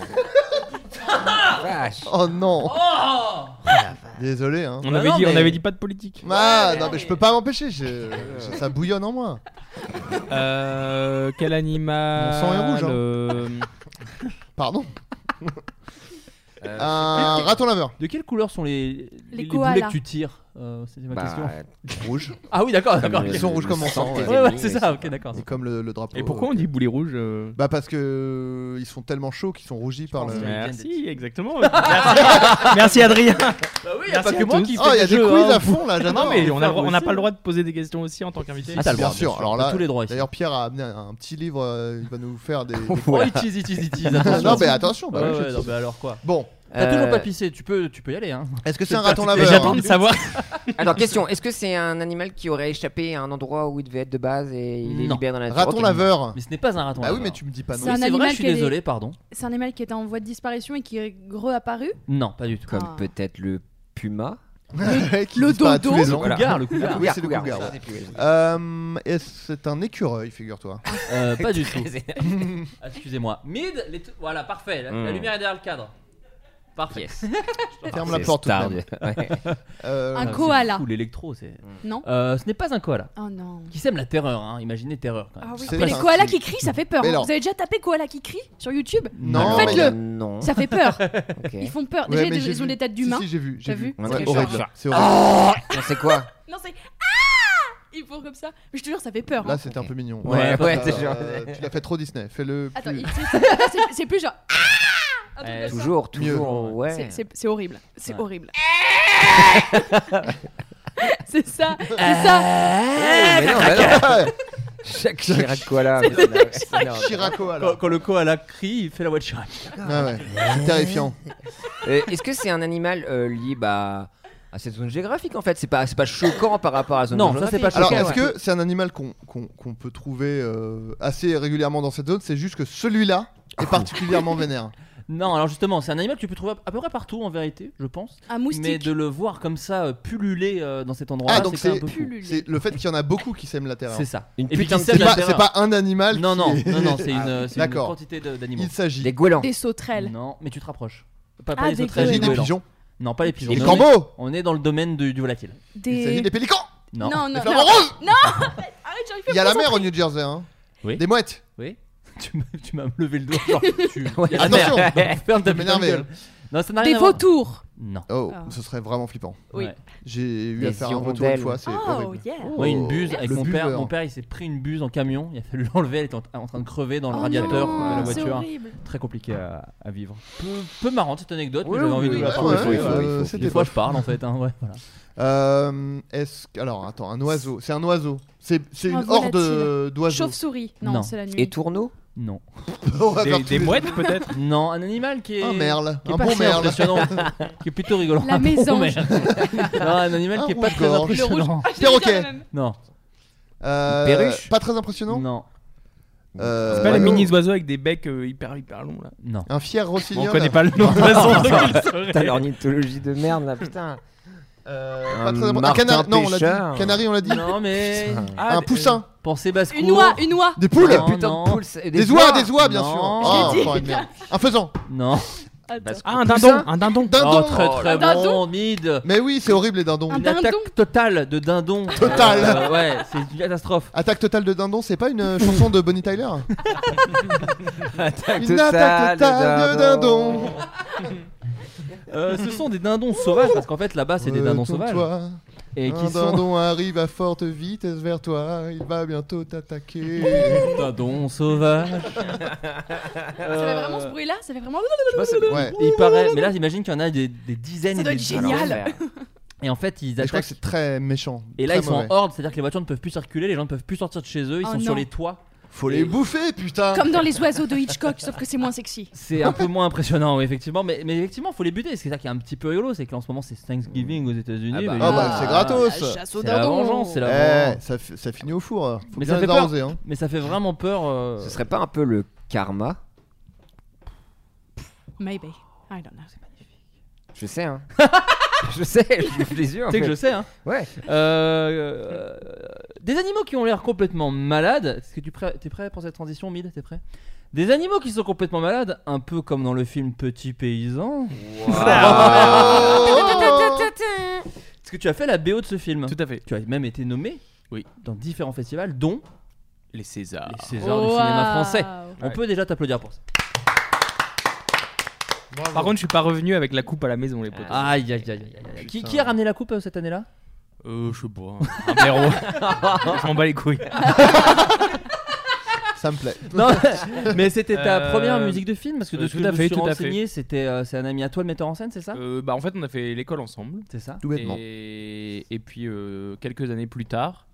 [SPEAKER 7] Vache. Ah,
[SPEAKER 6] Oh non Désolé, hein.
[SPEAKER 9] On
[SPEAKER 5] Bah
[SPEAKER 9] avait
[SPEAKER 5] non,
[SPEAKER 9] dit, on
[SPEAKER 5] mais-
[SPEAKER 9] avait dit pas de politique.
[SPEAKER 6] Ah, non, mais je peux pas m'empêcher, je- je- ça bouillonne en moi.
[SPEAKER 9] Euh, quel animal
[SPEAKER 6] Mon sang est rouge, hein.
[SPEAKER 9] euh,
[SPEAKER 6] Pardon.
[SPEAKER 7] Euh,
[SPEAKER 6] Un raton laveur.
[SPEAKER 5] De quelle couleur sont les,
[SPEAKER 8] Les
[SPEAKER 5] boulets
[SPEAKER 8] koalas.
[SPEAKER 5] que tu tires Euh, C'était ma
[SPEAKER 7] bah,
[SPEAKER 5] question.
[SPEAKER 7] euh,
[SPEAKER 6] Rouge.
[SPEAKER 9] [laughs]
[SPEAKER 5] Ah oui, d'accord, d'accord.
[SPEAKER 7] comme
[SPEAKER 5] ok.
[SPEAKER 6] Ils
[SPEAKER 7] le-
[SPEAKER 6] sont rouges comme
[SPEAKER 7] le
[SPEAKER 6] on
[SPEAKER 7] sang
[SPEAKER 6] sent,
[SPEAKER 7] de tes
[SPEAKER 6] ouais.
[SPEAKER 5] Ouais, ouais,
[SPEAKER 7] ennemis,
[SPEAKER 5] c'est
[SPEAKER 7] oui,
[SPEAKER 5] ça, ok, d'accord.
[SPEAKER 6] Et comme le, le drapeau.
[SPEAKER 9] Et pourquoi
[SPEAKER 6] euh,
[SPEAKER 9] on dit boulet rouge euh
[SPEAKER 6] Bah parce que euh, ils sont tellement chauds qu'ils sont rougis par
[SPEAKER 5] pense
[SPEAKER 6] le.
[SPEAKER 5] que-
[SPEAKER 9] Merci, exactement. [laughs] Merci, Merci, Adrien.
[SPEAKER 5] Bah oui,
[SPEAKER 9] Merci à tous.
[SPEAKER 5] qui
[SPEAKER 6] Oh, il y a des
[SPEAKER 5] jeux,
[SPEAKER 6] quiz
[SPEAKER 5] hein.
[SPEAKER 6] à fond là, j'adore.
[SPEAKER 9] Non, mais
[SPEAKER 5] les
[SPEAKER 9] on n'a
[SPEAKER 5] femmes
[SPEAKER 9] on n'a
[SPEAKER 5] aussi.
[SPEAKER 9] pas le droit de poser des questions aussi en tant qu'invité.
[SPEAKER 5] Ah, t'as le
[SPEAKER 6] bien
[SPEAKER 5] droit,
[SPEAKER 6] sûr. Alors
[SPEAKER 5] T'as
[SPEAKER 6] là,
[SPEAKER 5] tous les droits ici.
[SPEAKER 6] d'ailleurs Pierre a amené un petit livre, euh, il va nous faire
[SPEAKER 7] [laughs]
[SPEAKER 6] des. des-
[SPEAKER 5] Oh, il tease, il tease, il tease,
[SPEAKER 6] Ah,
[SPEAKER 5] attention.
[SPEAKER 6] [laughs] non mais attention. bah
[SPEAKER 5] Ouais,
[SPEAKER 6] oui,
[SPEAKER 5] ouais,
[SPEAKER 6] je-
[SPEAKER 5] non, mais alors quoi
[SPEAKER 6] Bon,
[SPEAKER 5] T'as
[SPEAKER 7] Euh,
[SPEAKER 5] toujours pas pissé, tu peux, tu peux y aller. Hein.
[SPEAKER 6] est-ce que c'est un raton
[SPEAKER 9] Et
[SPEAKER 6] laveur hein
[SPEAKER 9] J'attends de
[SPEAKER 7] [laughs]
[SPEAKER 9] savoir.
[SPEAKER 7] Attends, question est-ce que c'est un animal qui aurait échappé à un endroit où il devait être de base et il est
[SPEAKER 5] Non.
[SPEAKER 7] libéré dans la nature
[SPEAKER 6] Raton
[SPEAKER 7] Ok.
[SPEAKER 6] laveur.
[SPEAKER 5] Mais ce n'est pas un raton.
[SPEAKER 6] Bah oui,
[SPEAKER 5] laveur.
[SPEAKER 6] mais tu me dis pas
[SPEAKER 8] C'est
[SPEAKER 5] Oui,
[SPEAKER 8] un
[SPEAKER 6] non.
[SPEAKER 5] c'est vrai,
[SPEAKER 8] animal
[SPEAKER 5] je suis
[SPEAKER 8] qui est-
[SPEAKER 5] désolé, pardon.
[SPEAKER 8] C'est un animal qui était en voie de disparition et qui est reapparu.
[SPEAKER 5] Non, pas du tout.
[SPEAKER 7] Comme
[SPEAKER 8] Ah.
[SPEAKER 7] peut-être le
[SPEAKER 6] [laughs]
[SPEAKER 7] puma.
[SPEAKER 6] Qui disparaît tous
[SPEAKER 8] dodo.
[SPEAKER 6] les ans.
[SPEAKER 7] Voilà.
[SPEAKER 5] Cougar, Ah le cougar.
[SPEAKER 6] Oui, c'est le cougar,
[SPEAKER 7] ça,
[SPEAKER 6] ouais.
[SPEAKER 7] c'est plus-
[SPEAKER 6] Euh, est-ce- c'est un écureuil, figure-toi.
[SPEAKER 5] Euh, pas du
[SPEAKER 7] [laughs]
[SPEAKER 5] tout.
[SPEAKER 7] Très énervé.
[SPEAKER 5] Ah, Excusez-moi. Mid, les t- voilà, parfait. La, la
[SPEAKER 7] Mm.
[SPEAKER 5] lumière est derrière le cadre. Parfait. [laughs]
[SPEAKER 7] Yes.
[SPEAKER 6] Ferme la
[SPEAKER 7] C'est
[SPEAKER 6] porte. tout de
[SPEAKER 7] star
[SPEAKER 6] même.
[SPEAKER 7] de- Ouais.
[SPEAKER 6] Euh,
[SPEAKER 8] Un
[SPEAKER 5] Ah,
[SPEAKER 8] koala.
[SPEAKER 5] c'est fou, l'électro, c'est.
[SPEAKER 8] Non
[SPEAKER 5] Euh, ce n'est pas un koala.
[SPEAKER 8] Oh non.
[SPEAKER 5] Qui sème la terreur, hein. imaginez terreur quand même.
[SPEAKER 8] Ah oui.
[SPEAKER 6] C'est
[SPEAKER 8] Mais les
[SPEAKER 6] un
[SPEAKER 8] koalas
[SPEAKER 6] style.
[SPEAKER 8] qui crient, ça fait peur.
[SPEAKER 6] Mais
[SPEAKER 8] hein.
[SPEAKER 6] non.
[SPEAKER 8] Vous avez déjà tapé koala qui crie sur YouTube
[SPEAKER 6] Non,
[SPEAKER 7] Alors,
[SPEAKER 6] mais-
[SPEAKER 8] Faites-le.
[SPEAKER 7] Non.
[SPEAKER 8] Ça fait peur.
[SPEAKER 7] [laughs] Ok.
[SPEAKER 8] Ils font peur.
[SPEAKER 6] Ouais,
[SPEAKER 8] Déjà,
[SPEAKER 6] mais
[SPEAKER 8] ils-
[SPEAKER 6] j'ai
[SPEAKER 8] ils ont
[SPEAKER 6] vu.
[SPEAKER 8] des têtes
[SPEAKER 6] Si,
[SPEAKER 8] d'humains.
[SPEAKER 6] si, j'ai vu, j'ai
[SPEAKER 8] T'as vu
[SPEAKER 6] vu.
[SPEAKER 7] On a
[SPEAKER 6] Ouais,
[SPEAKER 7] fait
[SPEAKER 6] horrible.
[SPEAKER 7] genre-
[SPEAKER 6] C'est horrible.
[SPEAKER 7] Ah. On sait quoi
[SPEAKER 8] Non, c'est. Ah Ils font comme ça. Mais je te jure, ça fait peur. hein.
[SPEAKER 6] Là, c'était un peu mignon.
[SPEAKER 7] Ouais, ouais,
[SPEAKER 6] Euh,
[SPEAKER 7] c'est genre-
[SPEAKER 6] Tu l'as fait trop Disney. Fais-le.
[SPEAKER 8] Attends,
[SPEAKER 6] plus-
[SPEAKER 8] il- [laughs] c'est- c'est- c'est- c'est plus genre. Ah Un truc
[SPEAKER 5] Ouais,
[SPEAKER 8] comme ça.
[SPEAKER 7] Toujours,
[SPEAKER 6] Mieux.
[SPEAKER 7] toujours, ouais.
[SPEAKER 8] C'est- C'est c'est horrible. C'est
[SPEAKER 5] Ouais.
[SPEAKER 8] horrible. [laughs] c'est ça. C'est ça. Eh,
[SPEAKER 5] Eh,
[SPEAKER 8] bah,
[SPEAKER 7] Ah, mais non, mais non.
[SPEAKER 5] [laughs]
[SPEAKER 7] Chaque [laughs] Chirac Koala. mais c'est énorme. C'est énorme.
[SPEAKER 6] Chiraco
[SPEAKER 5] Quand,
[SPEAKER 6] alors.
[SPEAKER 5] quand le koala crie, il fait la voix de Chirac.
[SPEAKER 6] Ah Ouais, ouais. C'est terrifiant.
[SPEAKER 7] Euh, Est-ce que c'est un animal euh, lié bah, à cette zone géographique en fait C'est pas, c'est pas choquant par rapport à la zone
[SPEAKER 5] Non, ça,
[SPEAKER 7] géographique.
[SPEAKER 5] c'est pas
[SPEAKER 6] Alors,
[SPEAKER 5] choquant.
[SPEAKER 6] est-ce que c'est un animal qu'on qu'on- qu'on peut trouver euh, assez régulièrement dans cette zone C'est juste que celui-là
[SPEAKER 7] Oh.
[SPEAKER 6] est particulièrement
[SPEAKER 7] [laughs]
[SPEAKER 6] vénère.
[SPEAKER 5] Non, alors justement, c'est un animal que tu peux trouver à peu près partout en vérité, je pense.
[SPEAKER 8] Un
[SPEAKER 5] Mais
[SPEAKER 8] Ah, moustique.
[SPEAKER 5] de le voir comme ça euh, pulluler euh, dans cet endroit-là,
[SPEAKER 6] Ah, donc
[SPEAKER 5] c'est quand
[SPEAKER 6] c'est-
[SPEAKER 5] même un peu fou.
[SPEAKER 8] Pullule.
[SPEAKER 6] C'est le fait qu'il y en a beaucoup qui sèment la terreur.
[SPEAKER 5] C'est ça.
[SPEAKER 7] Une
[SPEAKER 5] Et puis
[SPEAKER 7] putain
[SPEAKER 5] qui
[SPEAKER 7] de
[SPEAKER 5] sème
[SPEAKER 6] C'est
[SPEAKER 5] la
[SPEAKER 6] pas,
[SPEAKER 5] terreur.
[SPEAKER 6] c'est pas un animal.
[SPEAKER 5] Non,
[SPEAKER 6] qui
[SPEAKER 5] non,
[SPEAKER 6] est- Ah,
[SPEAKER 5] non, non, c'est une, euh, c'est une
[SPEAKER 6] D'accord.
[SPEAKER 5] quantité de- d'animaux.
[SPEAKER 6] Il s'agit.
[SPEAKER 7] Des goélands.
[SPEAKER 8] Des sauterelles.
[SPEAKER 5] Non, mais tu te rapproches. Pas,
[SPEAKER 8] Ah,
[SPEAKER 5] pas les
[SPEAKER 8] des
[SPEAKER 6] Il
[SPEAKER 5] sauterelles,
[SPEAKER 6] s'agit
[SPEAKER 5] les
[SPEAKER 6] des
[SPEAKER 5] goélands.
[SPEAKER 6] pigeons.
[SPEAKER 5] Non, pas les pigeons.
[SPEAKER 6] Les
[SPEAKER 5] On est-
[SPEAKER 6] corbeaux
[SPEAKER 5] On est dans le domaine du, du volatile.
[SPEAKER 8] Des- Il s'agit des
[SPEAKER 6] pélicans
[SPEAKER 5] Non.
[SPEAKER 8] Non, non,
[SPEAKER 6] Les flamants roses
[SPEAKER 8] non. Arrête, j'arrive plus à
[SPEAKER 6] Il y a
[SPEAKER 8] me
[SPEAKER 6] la mer au
[SPEAKER 8] concentrer.
[SPEAKER 6] New Jersey, hein
[SPEAKER 5] Oui.
[SPEAKER 6] Des mouettes
[SPEAKER 5] Oui [laughs] Tu m'as- [laughs] tu m'as levé le doigt.
[SPEAKER 6] [laughs]
[SPEAKER 5] Genre, tu...
[SPEAKER 6] Ouais,
[SPEAKER 5] Ah, merde.
[SPEAKER 6] attention.
[SPEAKER 5] Non, ferme ta
[SPEAKER 6] Je vais
[SPEAKER 5] putain de
[SPEAKER 6] m'énerver.
[SPEAKER 5] gueule. hein. Non, ça n'a
[SPEAKER 8] Des
[SPEAKER 5] rien à voir.
[SPEAKER 8] vautours.
[SPEAKER 5] Non.
[SPEAKER 6] Oh,
[SPEAKER 8] Ah.
[SPEAKER 6] ce serait vraiment flippant.
[SPEAKER 8] Oui.
[SPEAKER 6] J'ai eu
[SPEAKER 7] Des
[SPEAKER 6] à faire un retour
[SPEAKER 7] hirondelles.
[SPEAKER 6] une fois, c'est
[SPEAKER 8] Oh,
[SPEAKER 6] horrible.
[SPEAKER 8] yeah.
[SPEAKER 5] Moi, une buse
[SPEAKER 6] Oh,
[SPEAKER 5] avec
[SPEAKER 6] le
[SPEAKER 5] mon père.
[SPEAKER 6] buveur.
[SPEAKER 5] Mon père, il s'est pris une buse en camion. Il a fallu [laughs] l'enlever. Elle était en, en train de crever dans le
[SPEAKER 8] Oh
[SPEAKER 5] radiateur
[SPEAKER 8] non,
[SPEAKER 5] de la
[SPEAKER 8] c'est
[SPEAKER 5] voiture.
[SPEAKER 8] horrible.
[SPEAKER 5] Très compliqué à, à vivre. Peu, peu marrante cette anecdote,
[SPEAKER 7] Oui,
[SPEAKER 5] mais j'avais envie
[SPEAKER 7] oui,
[SPEAKER 5] de la
[SPEAKER 6] ouais,
[SPEAKER 5] partager.
[SPEAKER 6] ouais, il faut,
[SPEAKER 5] Euh,
[SPEAKER 6] il faut.
[SPEAKER 5] des
[SPEAKER 6] C'était
[SPEAKER 5] fois,
[SPEAKER 6] pas-
[SPEAKER 5] je parle en fait. hein, ouais, voilà.
[SPEAKER 6] Euh, est-ce que- Alors, attends, un oiseau. C'est un oiseau. C'est c'est
[SPEAKER 8] Un
[SPEAKER 6] une horde
[SPEAKER 8] volatile.
[SPEAKER 6] euh, d'oiseaux.
[SPEAKER 8] Chauve-souris. Non,
[SPEAKER 5] Non.
[SPEAKER 8] c'est la nuit.
[SPEAKER 7] Et tourneau
[SPEAKER 5] Non.
[SPEAKER 6] [laughs] On va faire
[SPEAKER 9] Des,
[SPEAKER 6] tous
[SPEAKER 9] des
[SPEAKER 6] les-
[SPEAKER 9] mouettes peut-être
[SPEAKER 5] [laughs] Non, un animal qui est.
[SPEAKER 6] Un Oh, merle.
[SPEAKER 5] qui est
[SPEAKER 6] Un
[SPEAKER 5] pas
[SPEAKER 6] bon
[SPEAKER 5] très
[SPEAKER 6] merle. [laughs]
[SPEAKER 5] impressionnant, qui est plutôt rigolant.
[SPEAKER 8] La
[SPEAKER 5] Un bon
[SPEAKER 8] mésange.
[SPEAKER 5] merle. non, un animal
[SPEAKER 6] Un
[SPEAKER 5] qui est pas très
[SPEAKER 6] rouge-gorge.
[SPEAKER 8] Le rouge.
[SPEAKER 5] impressionnant.
[SPEAKER 8] Ah, j'allais dire
[SPEAKER 6] Perroquet.
[SPEAKER 8] la même.
[SPEAKER 5] Non,
[SPEAKER 6] Euh,
[SPEAKER 7] Perruche.
[SPEAKER 6] Pas très impressionnant
[SPEAKER 5] non,
[SPEAKER 6] Euh,
[SPEAKER 9] [laughs] C'est pas les
[SPEAKER 6] oiseau.
[SPEAKER 9] mini oiseaux avec des becs euh, hyper hyper longs là.
[SPEAKER 5] non.
[SPEAKER 6] Un fier
[SPEAKER 9] Bon,
[SPEAKER 6] rossignol
[SPEAKER 9] on connaît pas le nom de
[SPEAKER 6] [laughs]
[SPEAKER 9] façon, donc il le saurait.
[SPEAKER 7] Putain, l'ornithologie de merde là, putain.
[SPEAKER 6] Euh,
[SPEAKER 7] Un
[SPEAKER 6] pas très impressionnant. Un
[SPEAKER 7] martin
[SPEAKER 6] canard Non, on l'a
[SPEAKER 7] pêcheur.
[SPEAKER 6] dit. Canari, on l'a dit.
[SPEAKER 5] Non, mais.
[SPEAKER 6] [laughs]
[SPEAKER 5] Ah,
[SPEAKER 6] Un poussin.
[SPEAKER 5] Pensez basse
[SPEAKER 8] Une oie, une oie.
[SPEAKER 6] Des poules
[SPEAKER 5] Non,
[SPEAKER 7] Putain
[SPEAKER 5] non.
[SPEAKER 7] de poule, c'est-
[SPEAKER 6] Des oies, des oies, bien
[SPEAKER 5] Non.
[SPEAKER 6] sûr.
[SPEAKER 5] Je
[SPEAKER 6] Ah,
[SPEAKER 8] l'ai dit.
[SPEAKER 6] encore une
[SPEAKER 5] [laughs]
[SPEAKER 6] merde. Un faisan.
[SPEAKER 5] Non.
[SPEAKER 8] Attends.
[SPEAKER 9] Ah, un dindon,
[SPEAKER 6] Poussin.
[SPEAKER 9] un dindon.
[SPEAKER 6] Dindon.
[SPEAKER 5] Oh, très très
[SPEAKER 8] Un dindon.
[SPEAKER 5] bon, mid.
[SPEAKER 6] Mais oui, c'est horrible les dindons.
[SPEAKER 8] Un
[SPEAKER 5] Une
[SPEAKER 8] dindon.
[SPEAKER 5] attaque totale de dindon.
[SPEAKER 6] [laughs] Totale.
[SPEAKER 5] Euh, ouais, c'est une catastrophe.
[SPEAKER 6] Attaque totale de dindon, c'est pas une euh, chanson de Bonnie
[SPEAKER 5] [laughs]
[SPEAKER 6] Tyler
[SPEAKER 7] Attaque
[SPEAKER 6] Une attaque totale de dindon.
[SPEAKER 5] [laughs] Euh, ce sont des dindons sauvages parce qu'en fait là-bas c'est des dindons
[SPEAKER 6] Retourne-toi.
[SPEAKER 5] sauvages et
[SPEAKER 6] Un
[SPEAKER 5] qui sont [laughs]
[SPEAKER 6] dindon arrive à forte vitesse vers toi, il va bientôt t'attaquer.
[SPEAKER 5] dindons sauvages.
[SPEAKER 8] Ça fait vraiment
[SPEAKER 5] Euh,
[SPEAKER 8] ce bruit-là Ça fait vraiment.
[SPEAKER 6] ouais.
[SPEAKER 8] [laughs]
[SPEAKER 5] Il paraît, mais là j'imagine qu'il y en a des, des dizaines
[SPEAKER 8] Ça
[SPEAKER 5] et
[SPEAKER 8] doit
[SPEAKER 5] des
[SPEAKER 8] être
[SPEAKER 5] dizaines.
[SPEAKER 8] génial.
[SPEAKER 5] Et en fait ils
[SPEAKER 6] Et je crois que
[SPEAKER 5] attaquent.
[SPEAKER 6] c'est très méchant.
[SPEAKER 5] Et là
[SPEAKER 6] très
[SPEAKER 5] ils sont en
[SPEAKER 6] mauvais.
[SPEAKER 5] horde, c'est-à-dire que les voitures ne peuvent plus circuler, les gens ne peuvent plus sortir de chez eux, ils
[SPEAKER 8] Oh
[SPEAKER 5] sont sur
[SPEAKER 8] non.
[SPEAKER 5] les toits.
[SPEAKER 6] Faut les bouffer, putain
[SPEAKER 8] Comme dans les oiseaux de Hitchcock, sauf que c'est moins sexy.
[SPEAKER 5] C'est un peu moins impressionnant, oui, effectivement. Mais, mais effectivement, faut les buter. C'est ça qui est un petit peu rigolo, c'est que là, en ce moment, c'est Thanksgiving aux États-Unis.
[SPEAKER 7] Ah bah.
[SPEAKER 5] mais-
[SPEAKER 6] Ah bah, c'est gratos.
[SPEAKER 8] La chasse au
[SPEAKER 5] C'est la
[SPEAKER 8] dindon.
[SPEAKER 5] vengeance, c'est la
[SPEAKER 6] Eh,
[SPEAKER 5] vengeance.
[SPEAKER 6] ça, fi- ça finit au four. euh. Faut
[SPEAKER 5] Mais
[SPEAKER 6] bien
[SPEAKER 5] ça fait
[SPEAKER 6] les
[SPEAKER 5] peur.
[SPEAKER 6] arroser, hein.
[SPEAKER 5] Mais ça fait vraiment peur. euh,
[SPEAKER 7] Ce serait pas un peu le karma
[SPEAKER 8] Maybe. I don't know.
[SPEAKER 7] Je
[SPEAKER 9] [laughs]
[SPEAKER 7] sais, hein. je sais, je me fais les yeux. en
[SPEAKER 5] Tu sais que
[SPEAKER 7] fait.
[SPEAKER 5] je sais, hein.
[SPEAKER 7] Ouais.
[SPEAKER 5] Euh, euh, des animaux qui ont l'air complètement malades. Est-ce que tu prêt, es prêt pour cette transition, Mid T'es prêt Des animaux qui sont complètement malades, un peu comme dans le film Petit Paysan. Est-ce que tu as fait la BO de ce film
[SPEAKER 9] Tout à fait.
[SPEAKER 5] Tu as même été nommé
[SPEAKER 9] Oui.
[SPEAKER 5] dans différents festivals, dont
[SPEAKER 9] Les Césars.
[SPEAKER 5] les Césars du cinéma français. On
[SPEAKER 9] Ouais.
[SPEAKER 5] peut déjà t'applaudir pour ça.
[SPEAKER 9] Par contre, je suis pas revenu avec la coupe à la maison, les potes.
[SPEAKER 5] Aïe aïe aïe aïe, aïe, aïe. Qui,
[SPEAKER 6] Putain.
[SPEAKER 5] qui a ramené la coupe euh, cette année-là
[SPEAKER 9] Euh, je sais pas. Un blaireau.
[SPEAKER 5] [laughs]
[SPEAKER 9] je m'en bats les couilles.
[SPEAKER 6] [laughs] Ça me plaît.
[SPEAKER 9] [laughs]
[SPEAKER 5] Non, mais c'était ta
[SPEAKER 9] Euh,
[SPEAKER 5] première musique de film parce que de
[SPEAKER 9] euh,
[SPEAKER 5] ce
[SPEAKER 9] tout
[SPEAKER 5] que je
[SPEAKER 9] à
[SPEAKER 5] me
[SPEAKER 9] fait,
[SPEAKER 5] suis
[SPEAKER 9] tout à
[SPEAKER 5] renseigné, c'était euh, c'est un ami à toi le metteur en scène, c'est ça
[SPEAKER 9] Euh, bah, en fait, on a fait l'école ensemble.
[SPEAKER 5] C'est ça.
[SPEAKER 6] Tout bêtement.
[SPEAKER 9] Et, et puis, euh, quelques années plus tard,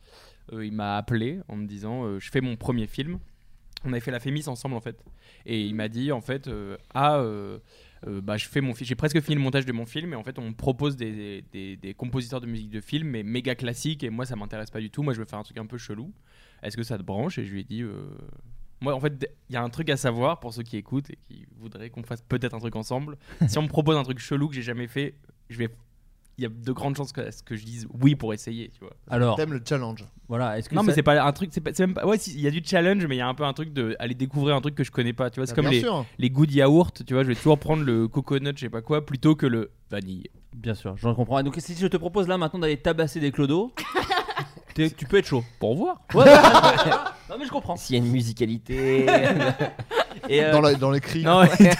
[SPEAKER 9] euh, il m'a appelé en me disant euh, Je fais mon premier film. On avait fait la Fémis ensemble, en fait. Et il m'a dit, en fait, euh, ah. euh, euh, bah, je fais mon fi- j'ai presque fini le montage de mon film et en fait on me propose des, des, des- des compositeurs de musique de film mais méga classiques et moi ça m'intéresse pas du tout moi je veux faire un truc un peu chelou est-ce que ça te branche et je lui ai dit euh, moi en fait d- il y a un truc à savoir pour ceux qui écoutent et qui voudraient qu'on fasse peut-être un truc ensemble si on me propose un truc chelou que j'ai jamais fait je vais il y a de grandes chances que, à ce que je dise oui pour essayer tu vois
[SPEAKER 5] Alors,
[SPEAKER 6] T'aimes le challenge.
[SPEAKER 5] voilà, est-ce que
[SPEAKER 9] non mais
[SPEAKER 5] ça-
[SPEAKER 9] c'est pas un truc c'est pas- c'est même pas ouais si, il y a du challenge mais il y a un peu un truc de aller découvrir un truc que je connais pas tu vois c'est
[SPEAKER 6] Bah,
[SPEAKER 9] comme les
[SPEAKER 6] bien sûr.
[SPEAKER 9] les goûts de yaourt, tu vois, je vais toujours prendre le coconut, je sais pas quoi, plutôt que le vanille.
[SPEAKER 5] bien sûr, j'en comprends. Et Donc si je te propose là maintenant d'aller tabasser des
[SPEAKER 9] [laughs]
[SPEAKER 5] clodos, t'es- tu peux être chaud.
[SPEAKER 9] Pour voir.
[SPEAKER 5] Ouais,
[SPEAKER 9] [laughs]
[SPEAKER 5] ouais, ouais. non mais je comprends.
[SPEAKER 7] S'il y a une musicalité.
[SPEAKER 5] [laughs] Et, euh,
[SPEAKER 6] Dans, la- dans les cris.
[SPEAKER 9] Non, ouais.
[SPEAKER 6] [laughs]
[SPEAKER 5] [laughs]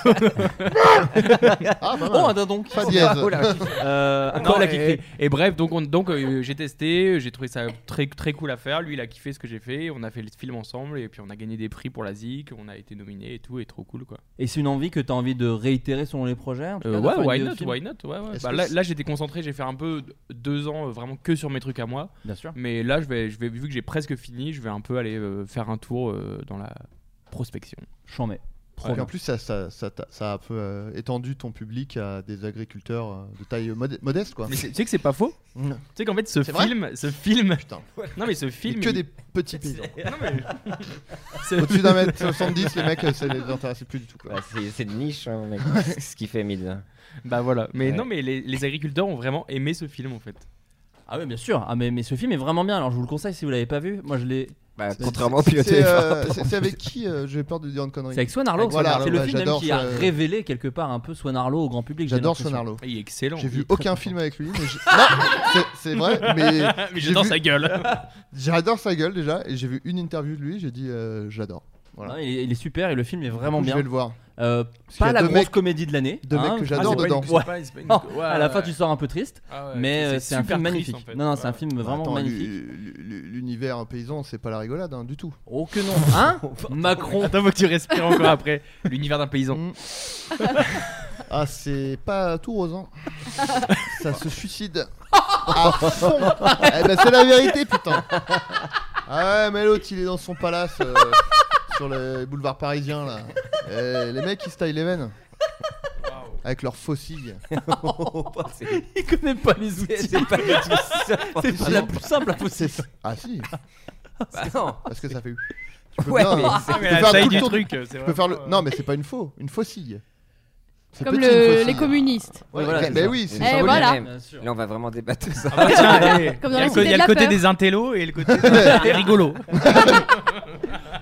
[SPEAKER 6] Ah, bah,
[SPEAKER 5] Oh un dindon.
[SPEAKER 6] Pas dièse.
[SPEAKER 5] [laughs]
[SPEAKER 7] Oh là,
[SPEAKER 5] Euh, un
[SPEAKER 9] Non,
[SPEAKER 5] koala qui
[SPEAKER 9] et,
[SPEAKER 5] crie.
[SPEAKER 9] et bref, donc, on- donc euh, j'ai testé, j'ai trouvé ça très, très cool à faire. Lui, il a kiffé ce que j'ai fait. On a fait le film ensemble et puis on a gagné des prix pour la ZIC. On a été nominé et tout, et trop cool quoi.
[SPEAKER 5] Et c'est une envie que t'as envie de réitérer selon les projets. en tout
[SPEAKER 9] Euh,
[SPEAKER 5] cas, de
[SPEAKER 9] ouais,
[SPEAKER 5] faire une
[SPEAKER 9] why
[SPEAKER 5] vidéo de
[SPEAKER 9] not,
[SPEAKER 5] film.
[SPEAKER 9] why not, ouais, ouais.
[SPEAKER 6] Est-ce
[SPEAKER 9] Bah,
[SPEAKER 6] que
[SPEAKER 9] là,
[SPEAKER 6] c'est-
[SPEAKER 9] là, j'étais concentré, j'ai fait un peu deux ans euh, vraiment que sur mes trucs à moi.
[SPEAKER 5] Bien sûr.
[SPEAKER 9] Mais là, je vais, je vais, vu que j'ai presque fini, je vais un peu aller euh, faire un tour euh, dans la prospection.
[SPEAKER 5] J'en mets.
[SPEAKER 6] Et en plus, ça, ça, ça, t'a- ça a un peu euh, étendu ton public à des agriculteurs euh, de taille mod- modeste, quoi.
[SPEAKER 9] Mais c'est- tu sais que c'est pas faux
[SPEAKER 6] Mm.
[SPEAKER 9] Tu sais qu'en fait, ce
[SPEAKER 6] C'est vrai
[SPEAKER 9] film, ce film,
[SPEAKER 6] Putain.
[SPEAKER 9] [laughs] non mais ce film,
[SPEAKER 6] que
[SPEAKER 9] il-
[SPEAKER 6] des
[SPEAKER 9] [laughs]
[SPEAKER 6] petits paysans.
[SPEAKER 9] Non, mais- Ce-
[SPEAKER 6] Au-dessus d'un mètre 70, les mecs, euh,
[SPEAKER 9] [laughs]
[SPEAKER 6] ça les intéressait plus du tout. Quoi.
[SPEAKER 7] bah, c'est c'est une niche, hein, mec. C'est ce qui fait mille.
[SPEAKER 9] Bah voilà. Mais
[SPEAKER 7] Ouais.
[SPEAKER 9] non, mais les, les agriculteurs ont vraiment aimé ce film en fait.
[SPEAKER 5] Ah oui, bien sûr. Ah mais, mais ce film est vraiment bien. Alors je vous le conseille si vous l'avez pas vu. Moi je l'ai.
[SPEAKER 7] Bah,
[SPEAKER 6] C'est-
[SPEAKER 7] contrairement au
[SPEAKER 6] c'est-
[SPEAKER 7] pilote
[SPEAKER 6] c'est,
[SPEAKER 7] et- [laughs]
[SPEAKER 6] euh, C'est c'est avec qui euh, J'ai peur de dire une connerie.
[SPEAKER 5] C'est avec Swan Arlo.
[SPEAKER 6] Swan Arlo,
[SPEAKER 5] c'est le
[SPEAKER 6] ouais,
[SPEAKER 5] film même
[SPEAKER 6] j'adore
[SPEAKER 5] qui a
[SPEAKER 6] ce-
[SPEAKER 5] révélé quelque part un peu Swan Arlo au grand public. j'ai
[SPEAKER 6] J'adore Swan
[SPEAKER 5] l'impression.
[SPEAKER 6] Arlo. J'ai vu
[SPEAKER 5] Il est
[SPEAKER 6] aucun
[SPEAKER 9] [laughs]
[SPEAKER 6] film avec lui. mais j'ai- non, c'est- c'est vrai, mais.
[SPEAKER 9] Mais
[SPEAKER 6] j'ai
[SPEAKER 9] j'adore
[SPEAKER 6] vu-
[SPEAKER 9] sa gueule.
[SPEAKER 6] [laughs] J'adore sa gueule déjà, et j'ai vu une interview de lui, j'ai dit euh, j'adore. Voilà.
[SPEAKER 5] Non, il, est, il est super et le film est vraiment
[SPEAKER 6] Du coup, je
[SPEAKER 5] bien.
[SPEAKER 6] vais le voir.
[SPEAKER 5] Euh,
[SPEAKER 6] Parce qu'il y
[SPEAKER 5] pas
[SPEAKER 6] a
[SPEAKER 5] la
[SPEAKER 6] deux
[SPEAKER 5] grosse
[SPEAKER 6] mecs-
[SPEAKER 5] comédie de l'année.
[SPEAKER 6] deux mecs que
[SPEAKER 5] Ah,
[SPEAKER 6] j'adore
[SPEAKER 5] c'est pas une-
[SPEAKER 6] dedans.
[SPEAKER 5] c'est
[SPEAKER 6] Ouais.
[SPEAKER 5] pas une- c'est pas une-
[SPEAKER 6] Oh,
[SPEAKER 5] Ouais, à la fin, tu sors un peu triste,
[SPEAKER 6] Ah ouais,
[SPEAKER 5] mais
[SPEAKER 6] c'est-
[SPEAKER 5] euh,
[SPEAKER 6] c'est
[SPEAKER 5] c'est un
[SPEAKER 6] super
[SPEAKER 5] film
[SPEAKER 6] triste,
[SPEAKER 5] magnifique.
[SPEAKER 6] en fait.
[SPEAKER 5] Non, non, c'est un film
[SPEAKER 6] Bah,
[SPEAKER 5] vraiment
[SPEAKER 6] attends,
[SPEAKER 5] magnifique.
[SPEAKER 6] l'u- l'u- L'univers un paysan, c'est pas la rigolade hein, du tout.
[SPEAKER 5] Oh
[SPEAKER 6] [laughs]
[SPEAKER 5] que non, hein [laughs] Macron.
[SPEAKER 9] Attends, faut que tu respires encore après. L'univers d'un paysan.
[SPEAKER 6] Mm. Ah, c'est pas tout rose, hein. Ça se suicide. À fond. [laughs] Eh ben, c'est la vérité, putain. Ah ouais, mais l'autre, il est dans son palace euh, sur le boulevard parisien, là. Eh, les mecs, ils se taillent les veines. Avec leurs fossiles.
[SPEAKER 5] Il connaît pas les outils.
[SPEAKER 7] C'est pas du tout ça,
[SPEAKER 5] C'est pas la plus simple la possible.
[SPEAKER 6] Ah si.
[SPEAKER 7] Bah non.
[SPEAKER 6] Parce que ça fait. Tu
[SPEAKER 7] Ouais,
[SPEAKER 6] bien-
[SPEAKER 7] mais c'est-
[SPEAKER 6] tu
[SPEAKER 7] mais
[SPEAKER 6] peux
[SPEAKER 7] la
[SPEAKER 6] faire
[SPEAKER 7] taille
[SPEAKER 6] tout le
[SPEAKER 7] du
[SPEAKER 6] tour
[SPEAKER 7] truc, c'est
[SPEAKER 6] tu peux
[SPEAKER 7] vraiment,
[SPEAKER 6] faire le-
[SPEAKER 7] euh,
[SPEAKER 6] Non, mais c'est pas une faux, une faucille. C'est
[SPEAKER 8] Comme
[SPEAKER 6] petit,
[SPEAKER 8] le-
[SPEAKER 6] une faucille.
[SPEAKER 8] les communistes.
[SPEAKER 6] Ouais,
[SPEAKER 8] Ouais,
[SPEAKER 6] voilà,
[SPEAKER 8] voilà,
[SPEAKER 6] mais
[SPEAKER 8] c'est ça.
[SPEAKER 6] oui, c'est
[SPEAKER 8] Eh,
[SPEAKER 6] symbolique.
[SPEAKER 8] voilà.
[SPEAKER 7] Là, on va vraiment débattre
[SPEAKER 9] [laughs]
[SPEAKER 7] de ça.
[SPEAKER 9] Ah bah tiens, allez.
[SPEAKER 8] Comme
[SPEAKER 9] il
[SPEAKER 8] dans
[SPEAKER 9] y a
[SPEAKER 8] la
[SPEAKER 9] le, co-
[SPEAKER 8] cité
[SPEAKER 9] il y a
[SPEAKER 8] de
[SPEAKER 9] le
[SPEAKER 8] la
[SPEAKER 9] côté
[SPEAKER 8] peur.
[SPEAKER 9] des intellos et le
[SPEAKER 6] [laughs]
[SPEAKER 9] côté des rigolos.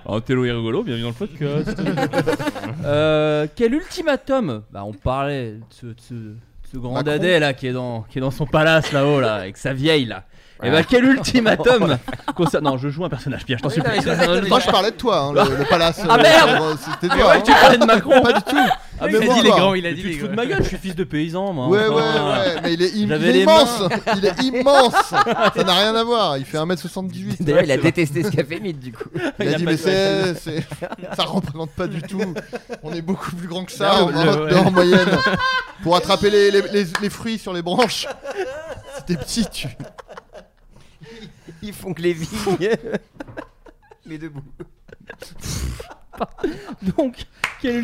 [SPEAKER 5] Un télo et Oh, rigolo, bienvenue dans le podcast. [laughs] Euh, quel ultimatum Bah, on parlait de ce, de ce- de ce grand
[SPEAKER 6] Macron.
[SPEAKER 5] dadais là qui est dans, qui est dans son palace là-haut là, avec sa vieille là. Et bah,
[SPEAKER 7] Ouais.
[SPEAKER 5] quel
[SPEAKER 6] [laughs]
[SPEAKER 5] ultimatum concerne- Non, je joue un personnage, Pierre, je t'en
[SPEAKER 7] Oui, non,
[SPEAKER 5] supplie.
[SPEAKER 7] mais je-
[SPEAKER 6] Moi, je parlais de toi, hein, le, le palace.
[SPEAKER 5] Ah,
[SPEAKER 6] euh,
[SPEAKER 5] merde
[SPEAKER 6] euh, C'était
[SPEAKER 5] Mais
[SPEAKER 6] toi.
[SPEAKER 5] ouais,
[SPEAKER 6] hein.
[SPEAKER 5] tu parlais de Macron
[SPEAKER 6] Pas du tout.
[SPEAKER 5] Ah,
[SPEAKER 9] Il a
[SPEAKER 5] mais
[SPEAKER 9] dit
[SPEAKER 5] moi,
[SPEAKER 9] les
[SPEAKER 6] quoi.
[SPEAKER 9] grands, il a
[SPEAKER 5] mais
[SPEAKER 9] dit
[SPEAKER 5] tu
[SPEAKER 9] les
[SPEAKER 5] te fous de
[SPEAKER 9] grands.
[SPEAKER 5] ma gueule, je suis fils de paysan moi. Ah.
[SPEAKER 6] Ouais, ouais,
[SPEAKER 5] enfin.
[SPEAKER 6] ouais, mais il est, im-
[SPEAKER 5] J'avais
[SPEAKER 6] il est
[SPEAKER 5] les
[SPEAKER 6] immense!
[SPEAKER 5] mains.
[SPEAKER 6] Il est immense!
[SPEAKER 5] [laughs]
[SPEAKER 6] Ça n'a rien à voir, il fait 1m78.
[SPEAKER 7] D'ailleurs, il a détesté ce qu'a fait Mid du coup.
[SPEAKER 6] Il
[SPEAKER 5] Il
[SPEAKER 6] a
[SPEAKER 5] a
[SPEAKER 6] dit,
[SPEAKER 5] pas
[SPEAKER 6] mais
[SPEAKER 5] de
[SPEAKER 6] c'est, c'est- ça représente pas du tout. On est beaucoup plus grand que ça
[SPEAKER 9] Le-
[SPEAKER 6] en,
[SPEAKER 9] le- ouais.
[SPEAKER 6] en moyenne. Pour attraper les, les- les- les fruits sur les branches. C'était petit, tu.
[SPEAKER 7] Ils font que les vignes. [laughs] Mais debout.
[SPEAKER 5] Donc, quel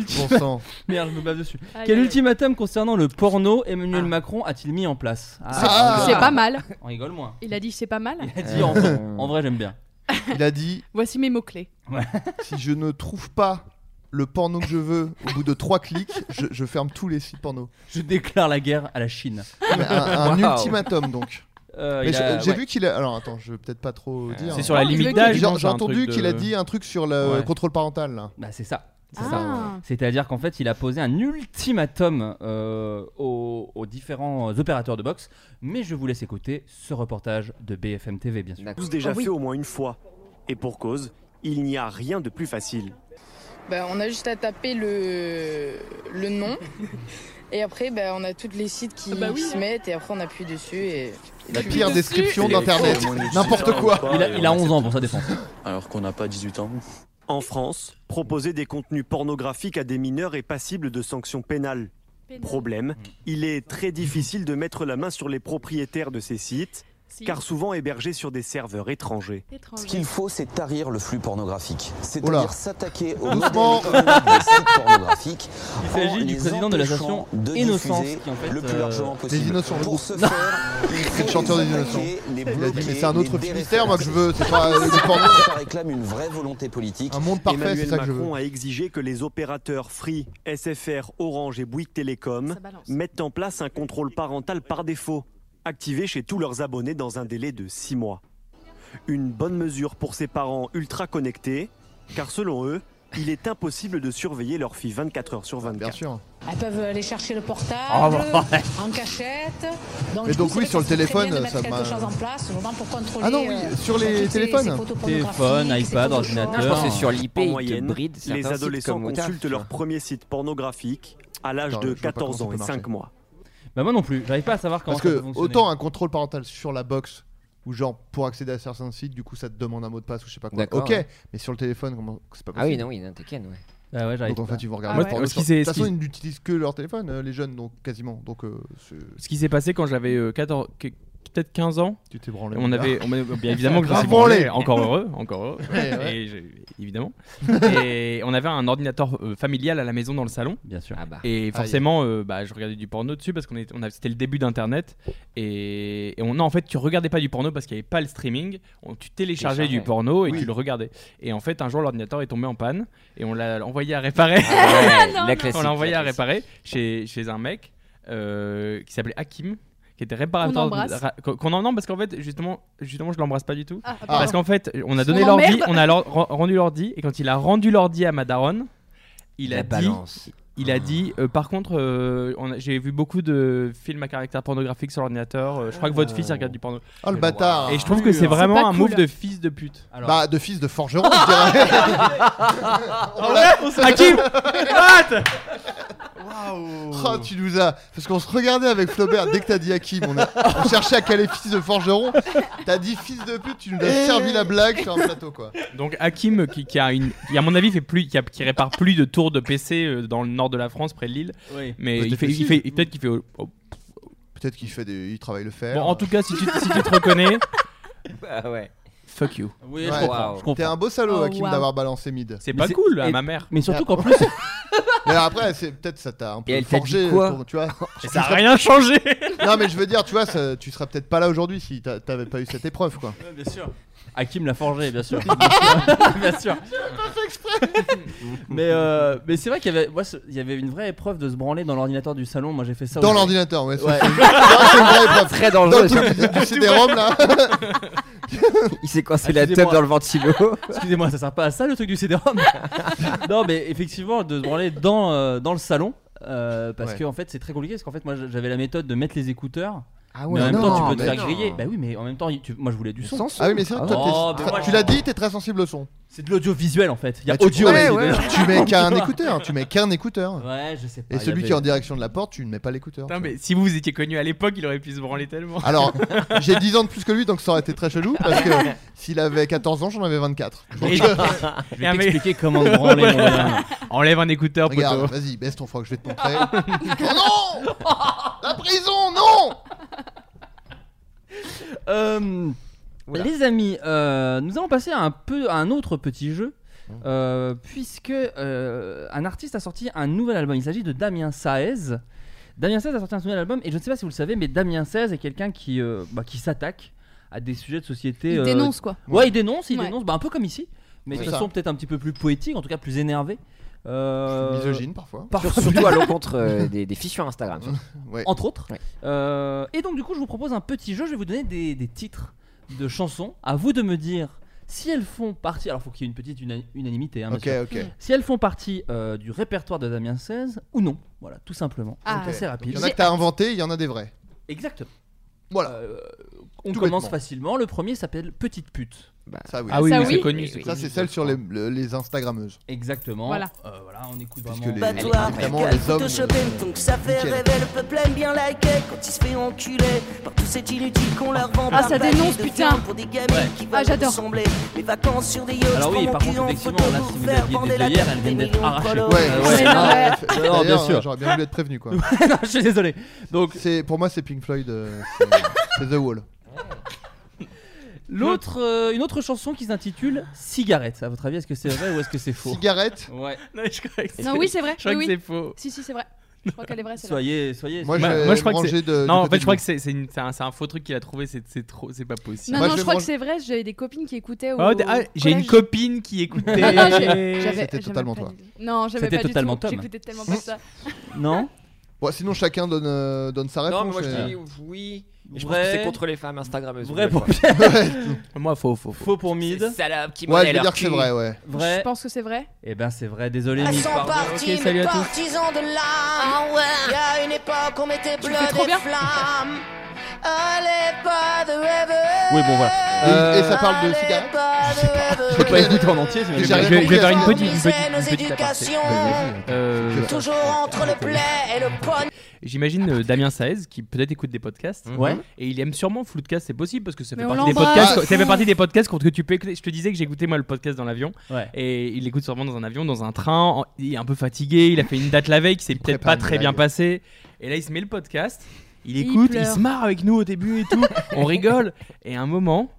[SPEAKER 6] Bon
[SPEAKER 5] ultimatum
[SPEAKER 6] sang.
[SPEAKER 5] Merde, je me bave dessus.
[SPEAKER 8] Aïe,
[SPEAKER 5] Quel
[SPEAKER 8] aïe, aïe.
[SPEAKER 5] ultimatum concernant le porno Emmanuel Macron a-t-il mis en place
[SPEAKER 6] Ah.
[SPEAKER 8] C'est pas mal.
[SPEAKER 5] On rigole moins.
[SPEAKER 8] Il a dit c'est pas mal.
[SPEAKER 5] Il a dit en, vrai- en
[SPEAKER 6] [laughs]
[SPEAKER 5] vrai, j'aime bien.
[SPEAKER 6] Il a dit,
[SPEAKER 8] Voici mes mots-clés.
[SPEAKER 6] [laughs] si je ne trouve pas le porno que je veux au bout de 3 clics, je, je ferme tous les sites porno.
[SPEAKER 5] Je déclare la guerre à la Chine.
[SPEAKER 6] Mais Un,
[SPEAKER 5] [laughs]
[SPEAKER 6] un
[SPEAKER 7] Wow.
[SPEAKER 6] ultimatum donc.
[SPEAKER 5] Euh,
[SPEAKER 6] Mais
[SPEAKER 5] il a-
[SPEAKER 6] j'ai j'ai
[SPEAKER 5] ouais.
[SPEAKER 6] vu qu'il a. Alors attends, je vais peut-être pas
[SPEAKER 10] Euh,
[SPEAKER 6] trop
[SPEAKER 5] Euh,
[SPEAKER 6] dire.
[SPEAKER 9] C'est sur la
[SPEAKER 8] Non, il le
[SPEAKER 9] limite
[SPEAKER 8] dit.
[SPEAKER 9] d'âge.
[SPEAKER 6] J'ai
[SPEAKER 9] non,
[SPEAKER 6] j'ai
[SPEAKER 9] c'est un
[SPEAKER 6] entendu
[SPEAKER 9] truc
[SPEAKER 6] qu'il
[SPEAKER 9] de-
[SPEAKER 6] a dit un truc sur le
[SPEAKER 9] Ouais.
[SPEAKER 6] contrôle parental là.
[SPEAKER 5] Bah, c'est ça. C'est ça.
[SPEAKER 8] Ah.
[SPEAKER 5] C'est-à-dire qu'en fait, il a posé un ultimatum euh, aux, aux différents euh, opérateurs de boxe. Mais je vous laisse écouter ce reportage de BFM TV, bien sûr.
[SPEAKER 7] D'accord.
[SPEAKER 11] tous déjà
[SPEAKER 8] Ah oui.
[SPEAKER 11] fait au moins une fois. Et pour cause, il n'y a rien de plus facile.
[SPEAKER 12] Bah, on a juste à taper le, le nom. Et après, bah, on a toutes les sites qui
[SPEAKER 8] Ah bah oui,
[SPEAKER 12] s'y
[SPEAKER 8] hein.
[SPEAKER 12] mettent et après on appuie dessus. Et...
[SPEAKER 6] La
[SPEAKER 12] Puis
[SPEAKER 6] pire
[SPEAKER 12] dessus-
[SPEAKER 6] description d'internet. N'importe quoi.
[SPEAKER 5] Il a, il a 11 ans pour sa défense.
[SPEAKER 10] Alors qu'on n'a pas 18 ans.
[SPEAKER 11] En France, proposer des contenus pornographiques à des mineurs est passible de sanctions pénales. Problème,
[SPEAKER 5] Hmm.
[SPEAKER 11] il est très difficile de mettre la main sur les propriétaires de ces sites,
[SPEAKER 8] Si.
[SPEAKER 11] car souvent hébergés sur des serveurs étrangers.
[SPEAKER 10] Ce
[SPEAKER 8] Étranger.
[SPEAKER 10] qu'il faut, c'est tarir le flux pornographique.
[SPEAKER 6] Oh là.
[SPEAKER 10] C'est-à-dire
[SPEAKER 11] Ah
[SPEAKER 10] s'attaquer au
[SPEAKER 6] Doucement.
[SPEAKER 11] [laughs]
[SPEAKER 10] modèle économique des sites pornographiques.
[SPEAKER 5] Il
[SPEAKER 10] en
[SPEAKER 5] s'agit du
[SPEAKER 10] les
[SPEAKER 5] président de l'association
[SPEAKER 10] empêchant de
[SPEAKER 5] Innocence
[SPEAKER 10] diffuser
[SPEAKER 5] qui, en fait,
[SPEAKER 10] le plus
[SPEAKER 5] euh,
[SPEAKER 10] largement possible.
[SPEAKER 6] Des Innocents, le groupe.
[SPEAKER 10] Pour ce faire, il
[SPEAKER 6] C'est le
[SPEAKER 10] faut
[SPEAKER 6] chanteur
[SPEAKER 10] les
[SPEAKER 6] des Innocents.
[SPEAKER 10] attaquer, les
[SPEAKER 6] Il a dit, mais
[SPEAKER 10] bloquer,
[SPEAKER 6] c'est un
[SPEAKER 10] les
[SPEAKER 6] autre ministère,
[SPEAKER 10] déréférencer.
[SPEAKER 6] moi que je veux. C'est pas euh, le porno.
[SPEAKER 10] Ça [laughs] réclame une vraie volonté politique.
[SPEAKER 6] Un monde parfait, c'est
[SPEAKER 11] Emmanuel
[SPEAKER 6] ça que je veux.
[SPEAKER 11] Macron a exigé que les opérateurs Free, SFR, Orange et Bouygues Télécom
[SPEAKER 8] Ça balance.
[SPEAKER 11] mettent en place un contrôle parental par défaut, activé chez tous leurs abonnés dans un délai de 6 mois. Une bonne mesure pour ces parents ultra connectés, car selon eux, il est impossible de surveiller leur fille 24 heures sur
[SPEAKER 6] Bien
[SPEAKER 11] 24.
[SPEAKER 6] sûr.
[SPEAKER 12] Elles peuvent aller chercher le portable en cachette.
[SPEAKER 6] Ah, Mais
[SPEAKER 12] je
[SPEAKER 6] donc
[SPEAKER 12] trouve
[SPEAKER 6] oui,
[SPEAKER 12] que
[SPEAKER 6] sur le
[SPEAKER 12] c'est très
[SPEAKER 6] téléphone,
[SPEAKER 12] bien de mettre
[SPEAKER 6] ça m'a-
[SPEAKER 12] quelque chose en place, vraiment pour contrôler.
[SPEAKER 6] Ah non, oui,
[SPEAKER 12] euh,
[SPEAKER 6] sur les
[SPEAKER 12] toutes ces-
[SPEAKER 6] téléphones.
[SPEAKER 12] ces photos
[SPEAKER 5] Téléphone,
[SPEAKER 7] Ah,
[SPEAKER 12] pornographiques, ces
[SPEAKER 5] iPad,
[SPEAKER 12] photos de choses.
[SPEAKER 7] Je pense que
[SPEAKER 5] ordinateur.
[SPEAKER 7] sur l'IP,
[SPEAKER 11] En
[SPEAKER 7] ils te
[SPEAKER 11] moyenne,
[SPEAKER 7] brident certains
[SPEAKER 11] les
[SPEAKER 7] sites
[SPEAKER 11] adolescents
[SPEAKER 7] comme au taf,
[SPEAKER 11] consultent
[SPEAKER 7] tu
[SPEAKER 11] leur
[SPEAKER 7] vois.
[SPEAKER 11] premier site pornographique à l'âge
[SPEAKER 6] Attends,
[SPEAKER 11] de
[SPEAKER 6] je vois pas
[SPEAKER 11] 14
[SPEAKER 6] comment
[SPEAKER 11] ans
[SPEAKER 6] ça
[SPEAKER 11] et
[SPEAKER 6] peut
[SPEAKER 11] 5
[SPEAKER 6] marcher.
[SPEAKER 11] mois.
[SPEAKER 5] Bah, moi non plus, j'arrive pas à savoir comment
[SPEAKER 6] Parce
[SPEAKER 5] ça
[SPEAKER 6] que
[SPEAKER 5] peut fonctionner.
[SPEAKER 6] autant un contrôle parental sur la box ou genre pour accéder à certains sites, du coup ça te demande un mot de passe ou je sais pas quoi.
[SPEAKER 7] D'accord,
[SPEAKER 6] Ok,
[SPEAKER 7] ouais.
[SPEAKER 6] mais sur le téléphone, comment c'est pas
[SPEAKER 7] Ah
[SPEAKER 6] possible
[SPEAKER 7] oui, non, oui, non, t'es ken, ouais.
[SPEAKER 5] Ah ouais, j'arrive
[SPEAKER 6] Donc en
[SPEAKER 5] pas.
[SPEAKER 6] fait, ils vont
[SPEAKER 8] Ah
[SPEAKER 6] regarder.
[SPEAKER 8] ouais.
[SPEAKER 6] le porno
[SPEAKER 9] Ce qui
[SPEAKER 6] sur-
[SPEAKER 9] s'est-
[SPEAKER 6] De toute
[SPEAKER 9] ce
[SPEAKER 6] façon,
[SPEAKER 9] qui-
[SPEAKER 6] ils n'utilisent que leur téléphone, euh, les jeunes, donc quasiment. Donc euh, c'est-
[SPEAKER 9] Ce qui s'est passé quand j'avais euh, 14 que- peut-être 15 ans,
[SPEAKER 6] tu t'es branlé.
[SPEAKER 9] on avait, on m'avait- bien évidemment que je me suis
[SPEAKER 6] Grave branlé.
[SPEAKER 9] branlé, encore heureux, encore heureux,
[SPEAKER 6] Ouais, ouais.
[SPEAKER 9] Et j'ai- évidemment. et on avait un ordinateur euh, familial à la maison dans le salon.
[SPEAKER 5] Bien sûr.
[SPEAKER 7] Ah bah.
[SPEAKER 9] Et forcément, euh, bah, je regardais du porno dessus parce qu'on est- on a- c'était le début d'Internet. Et, et on, non, en fait, tu regardais pas du porno parce qu'il n'y avait pas le streaming. On- tu téléchargeais du
[SPEAKER 7] Téléchargeais.
[SPEAKER 9] porno et
[SPEAKER 6] Oui.
[SPEAKER 9] tu le regardais. Et en fait, un jour, l'ordinateur est tombé en panne et on l'a envoyé à réparer.
[SPEAKER 7] Ah ouais,
[SPEAKER 8] non,
[SPEAKER 7] la
[SPEAKER 9] [laughs]
[SPEAKER 8] non.
[SPEAKER 7] classique.
[SPEAKER 9] on l'a envoyé
[SPEAKER 7] la
[SPEAKER 9] à
[SPEAKER 7] classique.
[SPEAKER 9] réparer chez, chez un mec euh, qui s'appelait Hakim. qui était réparateur.
[SPEAKER 8] Qu'on embrasse.
[SPEAKER 9] ra- Qu'on qu'on en non, parce qu'en fait, justement, justement, je l'embrasse pas du tout.
[SPEAKER 8] Ah, pardon.
[SPEAKER 9] parce qu'en fait, on a
[SPEAKER 8] On
[SPEAKER 9] donné l'ordi,
[SPEAKER 8] l'emmerde.
[SPEAKER 9] on a l'or- ren- rendu l'ordi, et quand il a rendu l'ordi à Madaron, il
[SPEAKER 7] La
[SPEAKER 9] a dit.
[SPEAKER 7] balance.
[SPEAKER 9] Il a dit, euh, par contre, euh, on a- j'ai vu beaucoup de films à caractère pornographique sur l'ordinateur. euh, je crois que votre fils il regarde du porno.
[SPEAKER 6] Oh le bâtard
[SPEAKER 9] Et je trouve que c'est vraiment un move de fils de pute.
[SPEAKER 6] Bah de fils de forgeron je dirais
[SPEAKER 9] [laughs] Ah ouais Hakim What
[SPEAKER 6] Oh, tu nous as. Parce qu'on se regardait avec Flaubert dès que t'as dit Hakim. On, a... on cherchait à caler fils de forgeron. T'as dit fils de pute, tu nous as servi la blague
[SPEAKER 8] [laughs]
[SPEAKER 6] sur un plateau quoi.
[SPEAKER 9] Donc Hakim, qui, qui a une, qui, à mon avis fait plus, qui, a- qui répare plus de tours de PC euh, dans le nord de la France, près de Lille.
[SPEAKER 5] Oui.
[SPEAKER 9] Mais
[SPEAKER 6] Pose
[SPEAKER 9] il
[SPEAKER 6] des
[SPEAKER 9] fait, il
[SPEAKER 6] fessiers.
[SPEAKER 9] fait- il- peut-être qu'il fait. oh,
[SPEAKER 6] Bah, Peut-être qu'il fait des... il travaille le fer.
[SPEAKER 9] Bon, en tout cas, si tu, si tu te
[SPEAKER 6] [laughs]
[SPEAKER 9] reconnais,
[SPEAKER 7] [laughs] Bah ouais.
[SPEAKER 9] fuck you.
[SPEAKER 5] Oui,
[SPEAKER 6] Ouais. T'es un beau salaud, Hakim, d'avoir balancé mid.
[SPEAKER 9] C'est pas cool à ma mère.
[SPEAKER 5] Mais surtout qu'en plus.
[SPEAKER 6] [laughs] Mais après, c'est peut-être ça t'a un peu
[SPEAKER 7] Et elle t'a dit
[SPEAKER 6] forgé.
[SPEAKER 7] quoi
[SPEAKER 6] pour-
[SPEAKER 5] [laughs]
[SPEAKER 6] tu vois.
[SPEAKER 9] Et
[SPEAKER 6] Tu
[SPEAKER 9] ça a
[SPEAKER 6] serais-
[SPEAKER 9] rien changé.
[SPEAKER 6] [laughs] non, mais je veux dire, tu vois, ça- tu serais peut-être pas là aujourd'hui si t'a- t'avais pas eu cette épreuve quoi.
[SPEAKER 5] bien sûr. Hakim l'a forgé,
[SPEAKER 6] [laughs]
[SPEAKER 5] bien sûr. [laughs] bien sûr. mais euh, mais c'est vrai qu'il y avait, moi, ce- il y avait une vraie épreuve de se branler dans l'ordinateur du salon. Moi, j'ai fait ça.
[SPEAKER 6] Dans
[SPEAKER 5] aussi.
[SPEAKER 6] l'ordinateur, ouais. ça,
[SPEAKER 5] Ouais.
[SPEAKER 6] C'est Non, c'est une vraie
[SPEAKER 5] [laughs]
[SPEAKER 6] épreuve.
[SPEAKER 7] Très dangereux,
[SPEAKER 6] Dans le truc du- du CD-ROM là.
[SPEAKER 7] [laughs] Il s'est coincé la
[SPEAKER 5] Excusez-moi.
[SPEAKER 7] tête dans le ventilo.
[SPEAKER 5] [laughs] Excusez-moi, ça sert pas à ça le truc du CD-ROM. [laughs] non, mais effectivement, de se branler dans, euh, dans le salon. euh, parce
[SPEAKER 6] Ouais.
[SPEAKER 5] que en fait c'est très compliqué parce qu'en fait moi j'avais la méthode de mettre les écouteurs
[SPEAKER 7] Ah
[SPEAKER 5] mais en même temps tu peux te
[SPEAKER 6] mais
[SPEAKER 5] faire
[SPEAKER 6] non.
[SPEAKER 5] griller bah oui mais en même temps tu- moi je voulais [laughs] du son
[SPEAKER 6] Ah oui, mais c'est vrai que toi, t'es-
[SPEAKER 5] Oh, mais moi,
[SPEAKER 6] tu
[SPEAKER 5] je-
[SPEAKER 6] l'as dit, t'es très sensible au son.
[SPEAKER 5] c'est de l'audiovisuel en fait il y a
[SPEAKER 6] Bah, tu-
[SPEAKER 5] audio
[SPEAKER 6] ouais,
[SPEAKER 5] et
[SPEAKER 6] ouais.
[SPEAKER 5] vidéo.
[SPEAKER 6] Tu mets
[SPEAKER 5] [laughs]
[SPEAKER 6] qu'un écouteur, tu mets qu'un écouteur.
[SPEAKER 5] ouais je sais pas
[SPEAKER 6] Et
[SPEAKER 5] il y
[SPEAKER 6] celui
[SPEAKER 5] avait-
[SPEAKER 6] qui est en direction de la porte, tu ne mets pas l'écouteur.
[SPEAKER 9] Putain, mais si vous vous étiez connu à l'époque, il aurait pu se branler tellement.
[SPEAKER 6] [laughs] Alors, j'ai 10 ans de plus que lui, donc ça aurait été très chelou. Parce que s'il avait 14 ans, j'en avais 24.
[SPEAKER 9] [laughs]
[SPEAKER 6] Donc, euh,
[SPEAKER 9] Et-
[SPEAKER 5] je
[SPEAKER 9] Et un
[SPEAKER 5] vais
[SPEAKER 9] mec-
[SPEAKER 5] t'expliquer comment te branler
[SPEAKER 9] [laughs]
[SPEAKER 5] mon gars.
[SPEAKER 9] Enlève un écouteur,
[SPEAKER 6] regarde,
[SPEAKER 9] poteau.
[SPEAKER 6] vas-y, baisse ton froc, je vais te montrer. oh non [laughs] La prison, non
[SPEAKER 5] Euh,
[SPEAKER 7] Voilà.
[SPEAKER 5] Les amis, euh, nous allons passer à un, peu, à un autre petit jeu.
[SPEAKER 6] Mmh.
[SPEAKER 5] euh, puisque euh, un artiste a sorti un nouvel album, il s'agit de Damien Saez. Damien Saez a sorti un nouvel album et je ne sais pas si vous le savez, mais Damien Saez est quelqu'un qui, euh, bah, qui s'attaque à des sujets de société.
[SPEAKER 8] Il
[SPEAKER 5] euh,
[SPEAKER 8] dénonce quoi.
[SPEAKER 5] Ouais, il dénonce, il
[SPEAKER 8] Ouais.
[SPEAKER 5] dénonce, bah, un peu comme ici, mais de
[SPEAKER 6] C'est
[SPEAKER 5] façon
[SPEAKER 6] ça.
[SPEAKER 5] peut-être un petit peu plus poétique, en tout cas plus énervée. Euh,
[SPEAKER 6] Misogyne parfois.
[SPEAKER 5] Parfois, [laughs]
[SPEAKER 7] Surtout à l'encontre euh, des, des filles sur Instagram. surtout.
[SPEAKER 6] Ouais.
[SPEAKER 5] entre autres.
[SPEAKER 7] Ouais.
[SPEAKER 5] Euh, et donc du coup, je vous propose un petit jeu. Je vais vous donner des, des titres de chansons. À vous de me dire si elles font partie. Alors, faut qu'il y ait une petite una- unanimité. hein, bien
[SPEAKER 6] Ok,
[SPEAKER 5] sûr.
[SPEAKER 6] ok.
[SPEAKER 5] Si elles font partie euh, du répertoire de Damien 16 ou non. Voilà, tout simplement.
[SPEAKER 8] Ah.
[SPEAKER 5] C'est assez rapide.
[SPEAKER 6] Il y en a que t'as inventé, il y en a des vrais.
[SPEAKER 5] Exactement.
[SPEAKER 6] Voilà.
[SPEAKER 5] Euh, on
[SPEAKER 6] Tout
[SPEAKER 5] commence
[SPEAKER 6] bêtement. Bah,
[SPEAKER 5] facilement. Le premier s'appelle Petite pute.
[SPEAKER 6] Ça, oui.
[SPEAKER 9] Ah oui,
[SPEAKER 8] Ça,
[SPEAKER 9] mais
[SPEAKER 8] oui.
[SPEAKER 9] c'est connu.
[SPEAKER 7] Oui, oui.
[SPEAKER 6] Ça, c'est celle sur les, le- les Instagrammeuses.
[SPEAKER 5] Exactement.
[SPEAKER 8] Voilà.
[SPEAKER 5] Euh, voilà, on écoute
[SPEAKER 6] Puisque
[SPEAKER 5] vraiment.
[SPEAKER 6] les-
[SPEAKER 13] Bah
[SPEAKER 6] Elle
[SPEAKER 13] toi,
[SPEAKER 6] est
[SPEAKER 13] regarde,
[SPEAKER 6] évidemment, les hommes,
[SPEAKER 13] photoshopé,
[SPEAKER 6] euh,
[SPEAKER 13] donc ça fait
[SPEAKER 6] nickel.
[SPEAKER 13] rêver le peuple aime bien liker quand il se fait enculer par tous ces inutiles qu'on leur vend
[SPEAKER 8] Ah,
[SPEAKER 13] par
[SPEAKER 8] ça
[SPEAKER 13] paquet
[SPEAKER 8] dénonce,
[SPEAKER 13] de
[SPEAKER 8] putain.
[SPEAKER 13] viande pour des gamines
[SPEAKER 5] Ouais.
[SPEAKER 13] qui
[SPEAKER 8] Ah,
[SPEAKER 13] veulent
[SPEAKER 8] j'adore.
[SPEAKER 13] ressembler. Les vacances sur des yachts,
[SPEAKER 5] Alors oui,
[SPEAKER 13] prends mon
[SPEAKER 5] par
[SPEAKER 13] cul
[SPEAKER 5] contre,
[SPEAKER 13] en
[SPEAKER 5] effectivement,
[SPEAKER 13] photo
[SPEAKER 5] là,
[SPEAKER 13] pour
[SPEAKER 5] si vous
[SPEAKER 13] faire
[SPEAKER 5] aviez
[SPEAKER 13] bander
[SPEAKER 5] des
[SPEAKER 13] la
[SPEAKER 5] œillères,
[SPEAKER 13] tête
[SPEAKER 5] elles viennent
[SPEAKER 13] des
[SPEAKER 5] d'être
[SPEAKER 13] millions de
[SPEAKER 5] arrachées.
[SPEAKER 13] prolos.
[SPEAKER 6] Ouais,
[SPEAKER 5] Ah, Ouais,
[SPEAKER 6] ouais.
[SPEAKER 8] non,
[SPEAKER 6] D'ailleurs,
[SPEAKER 8] ouais.
[SPEAKER 6] euh,
[SPEAKER 5] Non, bien
[SPEAKER 6] d'ailleurs,
[SPEAKER 5] sûr.
[SPEAKER 6] J'aurais bien voulu être prévenu quoi.
[SPEAKER 5] [laughs] Non, je suis désolé. Donc
[SPEAKER 6] C'est pour moi c'est Pink Floyd, euh, c'est- c'est The Wall.
[SPEAKER 5] l'autre, euh, une autre chanson qui s'intitule Cigarette. À votre avis, est-ce que c'est vrai ou est-ce que c'est faux
[SPEAKER 6] Cigarette.
[SPEAKER 5] [laughs] Ouais.
[SPEAKER 9] Non, je crois que c'est-
[SPEAKER 8] Non, oui, c'est vrai.
[SPEAKER 9] Je crois
[SPEAKER 8] oui,
[SPEAKER 9] que c'est
[SPEAKER 8] oui.
[SPEAKER 9] faux.
[SPEAKER 8] Si, si, c'est
[SPEAKER 9] [laughs]
[SPEAKER 8] vrai. Je crois qu'elle est vraie, celle-là.
[SPEAKER 5] Soyez, soyez.
[SPEAKER 6] Moi je
[SPEAKER 9] Bah,
[SPEAKER 6] vais
[SPEAKER 9] moi,
[SPEAKER 6] me
[SPEAKER 9] je crois que
[SPEAKER 6] ranger de.
[SPEAKER 9] Non, en fait, je crois que c'est c'est une- c'est un, c'est un faux truc qu'il a trouvé. C'est c'est trop, c'est pas possible.
[SPEAKER 8] Non,
[SPEAKER 6] Moi,
[SPEAKER 8] non,
[SPEAKER 6] je
[SPEAKER 8] je
[SPEAKER 6] vais
[SPEAKER 8] crois
[SPEAKER 6] me
[SPEAKER 8] que c'est vrai. J'avais des copines qui écoutaient. Au...
[SPEAKER 9] Ah, t'es- ah, j'ai une
[SPEAKER 8] collège.
[SPEAKER 9] copine qui écoutait.
[SPEAKER 8] Ah, non, j'ai- j'avais-
[SPEAKER 6] C'était
[SPEAKER 8] j'aimais
[SPEAKER 6] totalement
[SPEAKER 8] pas
[SPEAKER 6] toi.
[SPEAKER 8] du tout. Non, j'avais
[SPEAKER 5] C'était
[SPEAKER 8] pas du
[SPEAKER 5] totalement
[SPEAKER 8] tout.
[SPEAKER 5] Tom.
[SPEAKER 8] J'écoutais tellement pas ça.
[SPEAKER 5] [laughs] Non.
[SPEAKER 6] Bon, sinon chacun donne euh, donne sa réponse.
[SPEAKER 7] Non, mais moi
[SPEAKER 6] et-
[SPEAKER 7] je dis oui. Et Je pense
[SPEAKER 5] Vrai.
[SPEAKER 7] que c'est contre les femmes Instagrammeuses.
[SPEAKER 5] Vrai
[SPEAKER 6] [laughs]
[SPEAKER 7] pour
[SPEAKER 5] pour Pierre,
[SPEAKER 9] Moi, faux, faux, faux.
[SPEAKER 5] faux pour Mid.
[SPEAKER 7] Salope qui
[SPEAKER 6] Ouais,
[SPEAKER 7] monnaie
[SPEAKER 6] je vais
[SPEAKER 7] leur
[SPEAKER 6] dire que c'est
[SPEAKER 7] cul.
[SPEAKER 6] vrai, ouais.
[SPEAKER 5] Vrai.
[SPEAKER 8] Je pense que c'est vrai.
[SPEAKER 5] Eh ben c'est vrai, désolé
[SPEAKER 13] Elles
[SPEAKER 5] Mid.
[SPEAKER 13] sont
[SPEAKER 5] pardon.
[SPEAKER 13] parties,
[SPEAKER 5] Ok, salut
[SPEAKER 13] mes
[SPEAKER 5] à tous.
[SPEAKER 13] partisans de l'âme. Il y a une époque, on mettait
[SPEAKER 8] Ah Tu le
[SPEAKER 13] bleu
[SPEAKER 8] fais trop
[SPEAKER 13] des
[SPEAKER 8] bien.
[SPEAKER 13] flammes. À l'époque de rêve.
[SPEAKER 5] Oui, bon, voilà.
[SPEAKER 6] Et-
[SPEAKER 5] Euh,
[SPEAKER 6] Et ça parle de
[SPEAKER 13] À
[SPEAKER 6] cigarette.
[SPEAKER 13] l'époque de rêve.
[SPEAKER 5] Je vais pas écouter en entier.
[SPEAKER 6] J'ai
[SPEAKER 5] j'imagine.
[SPEAKER 6] rien
[SPEAKER 9] Je vais, je vais
[SPEAKER 6] compris à
[SPEAKER 9] faire une
[SPEAKER 6] ça.
[SPEAKER 9] petite, une petite,
[SPEAKER 13] Nos
[SPEAKER 9] une petite aparté.
[SPEAKER 13] éducations.
[SPEAKER 9] Euh,
[SPEAKER 13] Toujours entre le plaid et le pognon.
[SPEAKER 9] J'imagine euh, Damien Saez qui peut-être écoute des podcasts.
[SPEAKER 5] Ouais.
[SPEAKER 9] Et il aime sûrement Floodcast, c'est possible parce que ça fait,
[SPEAKER 8] Mais on
[SPEAKER 9] partie des,
[SPEAKER 8] l'embrasse.
[SPEAKER 9] podcasts,
[SPEAKER 6] Ah,
[SPEAKER 9] ça fait partie des podcasts contre que tu peux écouter. Je te disais que j'écoutais moi le podcast dans l'avion
[SPEAKER 5] Ouais.
[SPEAKER 9] et il écoute sûrement dans un avion, dans un train. en- Il est un peu fatigué, il a fait une date la veille qui s'est peut-être
[SPEAKER 6] prépare
[SPEAKER 9] pas
[SPEAKER 6] une
[SPEAKER 9] très
[SPEAKER 6] blague.
[SPEAKER 9] bien passée. Et là, il se met le podcast, il
[SPEAKER 8] Il
[SPEAKER 9] écoute, il,
[SPEAKER 8] pleure.
[SPEAKER 9] se marre avec nous au début et tout. on rigole. Et à un moment,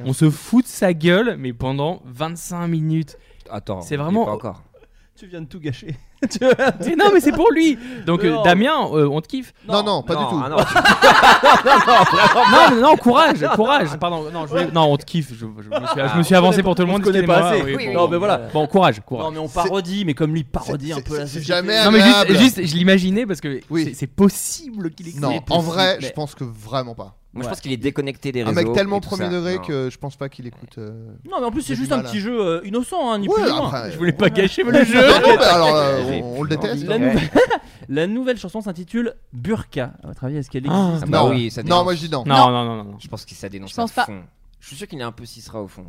[SPEAKER 9] on se fout de sa gueule, mais pendant 25 minutes.
[SPEAKER 7] Attends,
[SPEAKER 9] C'est vraiment-
[SPEAKER 7] il est pas encore.
[SPEAKER 9] [laughs]
[SPEAKER 5] Tu viens de tout gâcher.
[SPEAKER 9] Mais non, mais c'est pour lui. Donc, euh,
[SPEAKER 6] Non.
[SPEAKER 9] Damien, euh, on te kiffe.
[SPEAKER 6] Non, non, pas du
[SPEAKER 7] ah
[SPEAKER 6] tout.
[SPEAKER 9] ah
[SPEAKER 6] [laughs]
[SPEAKER 9] non, non, non, courage, courage. Ah, Pardon, non, je voulais- non, on te kiffe. Je, je me suis, je me suis avancé pour tout le monde.
[SPEAKER 5] Ah. On se connaît pas
[SPEAKER 9] excusez-moi,
[SPEAKER 5] assez.
[SPEAKER 9] oui, bon,
[SPEAKER 5] non, mais
[SPEAKER 8] Euh.
[SPEAKER 5] voilà.
[SPEAKER 9] Bon, courage, courage.
[SPEAKER 5] Non, mais on parodie, mais comme lui parodie un peu la société.
[SPEAKER 9] Non, mais juste, juste, je l'imaginais parce que c'est- c'est possible qu'il existe.
[SPEAKER 6] Non, en vrai, je pense que vraiment pas.
[SPEAKER 7] Moi, je pense qu'il est déconnecté des
[SPEAKER 6] Un
[SPEAKER 7] réseaux.
[SPEAKER 6] mec tellement
[SPEAKER 7] et tout
[SPEAKER 6] premier
[SPEAKER 7] ça.
[SPEAKER 6] degré
[SPEAKER 7] Non.
[SPEAKER 6] que je pense pas qu'il écoute. euh,
[SPEAKER 5] Non, mais en plus,
[SPEAKER 6] il
[SPEAKER 5] c'est
[SPEAKER 6] a
[SPEAKER 5] juste
[SPEAKER 6] du
[SPEAKER 5] un
[SPEAKER 6] mal à-
[SPEAKER 5] petit jeu euh, innocent, hein, ni
[SPEAKER 6] Ouais,
[SPEAKER 5] plus ni moins.
[SPEAKER 6] après,
[SPEAKER 5] Je voulais pas gâcher
[SPEAKER 6] Non,
[SPEAKER 5] le
[SPEAKER 6] [laughs]
[SPEAKER 5] jeu.
[SPEAKER 6] non, mais alors, euh, on- on le déteste,
[SPEAKER 5] La
[SPEAKER 6] hein.
[SPEAKER 5] nouvelle, [laughs] la nouvelle chanson s'intitule Burka. À votre avis, est-ce qu'elle
[SPEAKER 7] Ah,
[SPEAKER 5] existe
[SPEAKER 7] bah oui, ça
[SPEAKER 9] Non,
[SPEAKER 7] dénonce.
[SPEAKER 9] non, non, non, non.
[SPEAKER 7] Je pense que ça dénonce
[SPEAKER 9] Je pense
[SPEAKER 7] à
[SPEAKER 9] pas.
[SPEAKER 7] fond. Je suis sûr qu'il est un peu cisra au fond.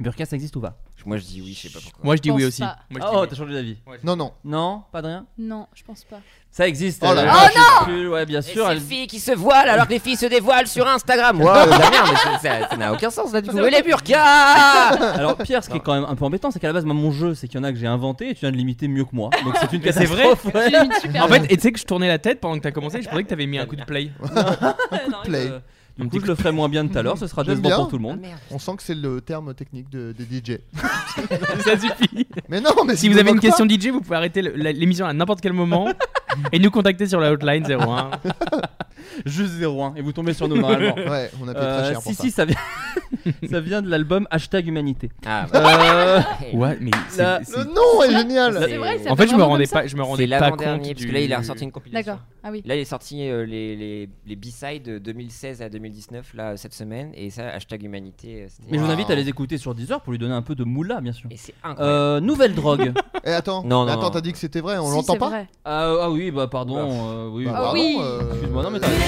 [SPEAKER 5] Burka, ça existe ou pas
[SPEAKER 7] Moi, je dis oui, je sais pas pourquoi.
[SPEAKER 9] Moi, je dis oui aussi.
[SPEAKER 8] pas.
[SPEAKER 9] Moi, je dis
[SPEAKER 5] Oh,
[SPEAKER 9] oui.
[SPEAKER 5] t'as changé d'avis.
[SPEAKER 6] Non, non.
[SPEAKER 5] Non, pas de rien.
[SPEAKER 8] Non, je pense pas.
[SPEAKER 5] Ça existe.
[SPEAKER 7] Oh là
[SPEAKER 5] euh, je
[SPEAKER 7] là. Oh non
[SPEAKER 5] sais plus, Ouais, bien
[SPEAKER 7] Et
[SPEAKER 5] sûr.
[SPEAKER 7] ces
[SPEAKER 5] elle-
[SPEAKER 7] filles qui se voilent alors que les filles se dévoilent sur Instagram. [laughs] Waouh, la merde, mais c'est- ça ça n'a aucun sens là du tout. Et les
[SPEAKER 6] [laughs]
[SPEAKER 7] burkas
[SPEAKER 5] Alors Pierre, ce qui est quand même un peu embêtant, c'est qu'à la base, moi, mon jeu, c'est qu'il y en a que j'ai inventé et tu viens de l'imiter mieux que moi. Donc c'est une
[SPEAKER 9] Mais c'est vrai.
[SPEAKER 5] catastrophe. ouais.
[SPEAKER 9] En fait, et tu sais que je tournais la tête pendant que t'as commencé, je pensais que t'avais mis un coup de play.
[SPEAKER 6] [laughs]
[SPEAKER 5] un coup de play. Du coup, je le ferai moins bien tout à l'heure. Ce sera
[SPEAKER 6] J'aime
[SPEAKER 5] décevant
[SPEAKER 6] bien.
[SPEAKER 5] pour tout le
[SPEAKER 9] Ah,
[SPEAKER 5] monde.
[SPEAKER 6] On sent que c'est le terme technique de, des DJ.
[SPEAKER 9] [laughs] Ça suffit.
[SPEAKER 6] Mais non, mais
[SPEAKER 9] si
[SPEAKER 6] je
[SPEAKER 9] vous
[SPEAKER 6] me
[SPEAKER 9] avez une
[SPEAKER 6] moque
[SPEAKER 9] question
[SPEAKER 6] pas.
[SPEAKER 9] DJ, vous pouvez arrêter le- la- l'émission à n'importe quel
[SPEAKER 6] [laughs]
[SPEAKER 9] moment et nous contacter sur la hotline 01.
[SPEAKER 5] Juste 01 hein. et vous tombez sur nous normalement.
[SPEAKER 6] [laughs]
[SPEAKER 5] Euh,
[SPEAKER 6] Ouais, on a payé très cher
[SPEAKER 5] si,
[SPEAKER 6] pour
[SPEAKER 5] si, ça, vient... [laughs] ça vient de l'album Hashtag Humanité.
[SPEAKER 7] Ah,
[SPEAKER 5] Euh,
[SPEAKER 9] [laughs] Ouais, mais c'est-
[SPEAKER 5] la-
[SPEAKER 9] c'est-
[SPEAKER 6] Le nom est génial.
[SPEAKER 8] C'est vrai, ça
[SPEAKER 9] En fait, je me
[SPEAKER 8] vraiment
[SPEAKER 9] rendais
[SPEAKER 8] comme ça
[SPEAKER 9] pas, je me rendais
[SPEAKER 7] C'est
[SPEAKER 9] pas
[SPEAKER 7] l'avant-dernier,
[SPEAKER 9] compte
[SPEAKER 7] parce que
[SPEAKER 9] du-
[SPEAKER 7] là, il a ressorti une compilation.
[SPEAKER 8] D'accord. Ah oui.
[SPEAKER 7] Là, il est sorti euh, les, les, les B-sides de 2016 à 2019, là, cette semaine, et ça, hashtag humanité. euh, c'était-
[SPEAKER 5] Mais je vous invite à les écouter sur Deezer pour lui donner un peu de moula, bien sûr.
[SPEAKER 7] Et c'est incroyable.
[SPEAKER 5] Euh, nouvelle drogue.
[SPEAKER 6] [laughs] Eh, attends,
[SPEAKER 7] Non, non,
[SPEAKER 6] attends,
[SPEAKER 7] non.
[SPEAKER 6] t'as dit que c'était vrai, on
[SPEAKER 8] Si,
[SPEAKER 6] l'entend
[SPEAKER 8] c'est
[SPEAKER 6] pas
[SPEAKER 8] vrai. Ah
[SPEAKER 5] Ah, ah oui, bah pardon. euh, oui,
[SPEAKER 6] Bah,
[SPEAKER 5] bah,
[SPEAKER 6] pardon,
[SPEAKER 5] oui.
[SPEAKER 6] euh,
[SPEAKER 5] Excuse-moi, non mais t'as raison.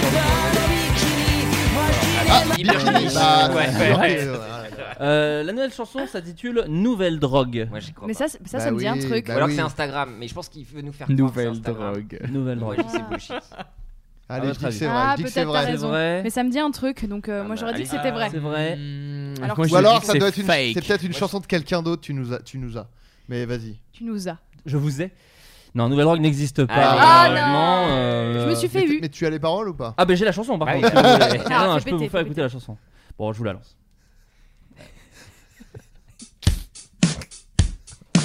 [SPEAKER 5] Ah.
[SPEAKER 6] Virginie, bah,
[SPEAKER 5] Ouais,
[SPEAKER 6] c'est
[SPEAKER 5] ouais,
[SPEAKER 6] sûr
[SPEAKER 5] ouais.
[SPEAKER 6] que, euh,
[SPEAKER 5] Euh, la nouvelle chanson s'intitule Nouvelle drogue.
[SPEAKER 7] Moi, j'y crois
[SPEAKER 8] Mais ça,
[SPEAKER 7] pas.
[SPEAKER 8] c'est- ça, ça
[SPEAKER 6] Bah
[SPEAKER 8] me dit
[SPEAKER 5] Bah
[SPEAKER 8] un truc.
[SPEAKER 7] Ah, Ou alors que c'est Instagram, mais je pense qu'il veut nous faire
[SPEAKER 5] [laughs]
[SPEAKER 9] Nouvelle
[SPEAKER 7] drogue.
[SPEAKER 9] drogue.
[SPEAKER 5] Nouvelle drogue.
[SPEAKER 7] Ouais, je dis c'est bullshit.
[SPEAKER 6] Allez, je dis que c'est vrai.
[SPEAKER 8] Ah,
[SPEAKER 6] je dis que c'est
[SPEAKER 8] peut-être t'as
[SPEAKER 6] vrai.
[SPEAKER 8] raison.
[SPEAKER 5] vrai.
[SPEAKER 8] Mais ça me dit un truc, donc euh, moi j'aurais dit que c'était vrai.
[SPEAKER 5] C'est vrai.
[SPEAKER 8] Alors
[SPEAKER 9] Moi, je
[SPEAKER 6] Ou
[SPEAKER 9] dis
[SPEAKER 6] alors,
[SPEAKER 9] que
[SPEAKER 6] ça
[SPEAKER 9] c'est
[SPEAKER 6] doit être une.
[SPEAKER 9] fake.
[SPEAKER 6] C'est peut-être une chanson de quelqu'un d'autre, tu nous as. Tu nous as. Mais vas-y.
[SPEAKER 8] Tu nous as.
[SPEAKER 5] Je vous ai. Non, Nouvelle drogue n'existe pas.
[SPEAKER 8] Ah,
[SPEAKER 5] malheureusement,
[SPEAKER 8] non.
[SPEAKER 5] euh,
[SPEAKER 8] Je me suis fait
[SPEAKER 6] Mais t-
[SPEAKER 8] eu.
[SPEAKER 6] Mais tu as les paroles ou pas
[SPEAKER 5] Ah ben j'ai la chanson par
[SPEAKER 7] Ah,
[SPEAKER 5] contre.
[SPEAKER 7] oui.
[SPEAKER 5] si vous
[SPEAKER 6] [laughs]
[SPEAKER 5] [laughs] voulez.
[SPEAKER 8] Ah,
[SPEAKER 5] non, non,
[SPEAKER 8] fais
[SPEAKER 5] je peux vous
[SPEAKER 8] péter,
[SPEAKER 5] faire
[SPEAKER 8] fais
[SPEAKER 5] écouter la chanson. Bon, je vous la lance.
[SPEAKER 7] [laughs]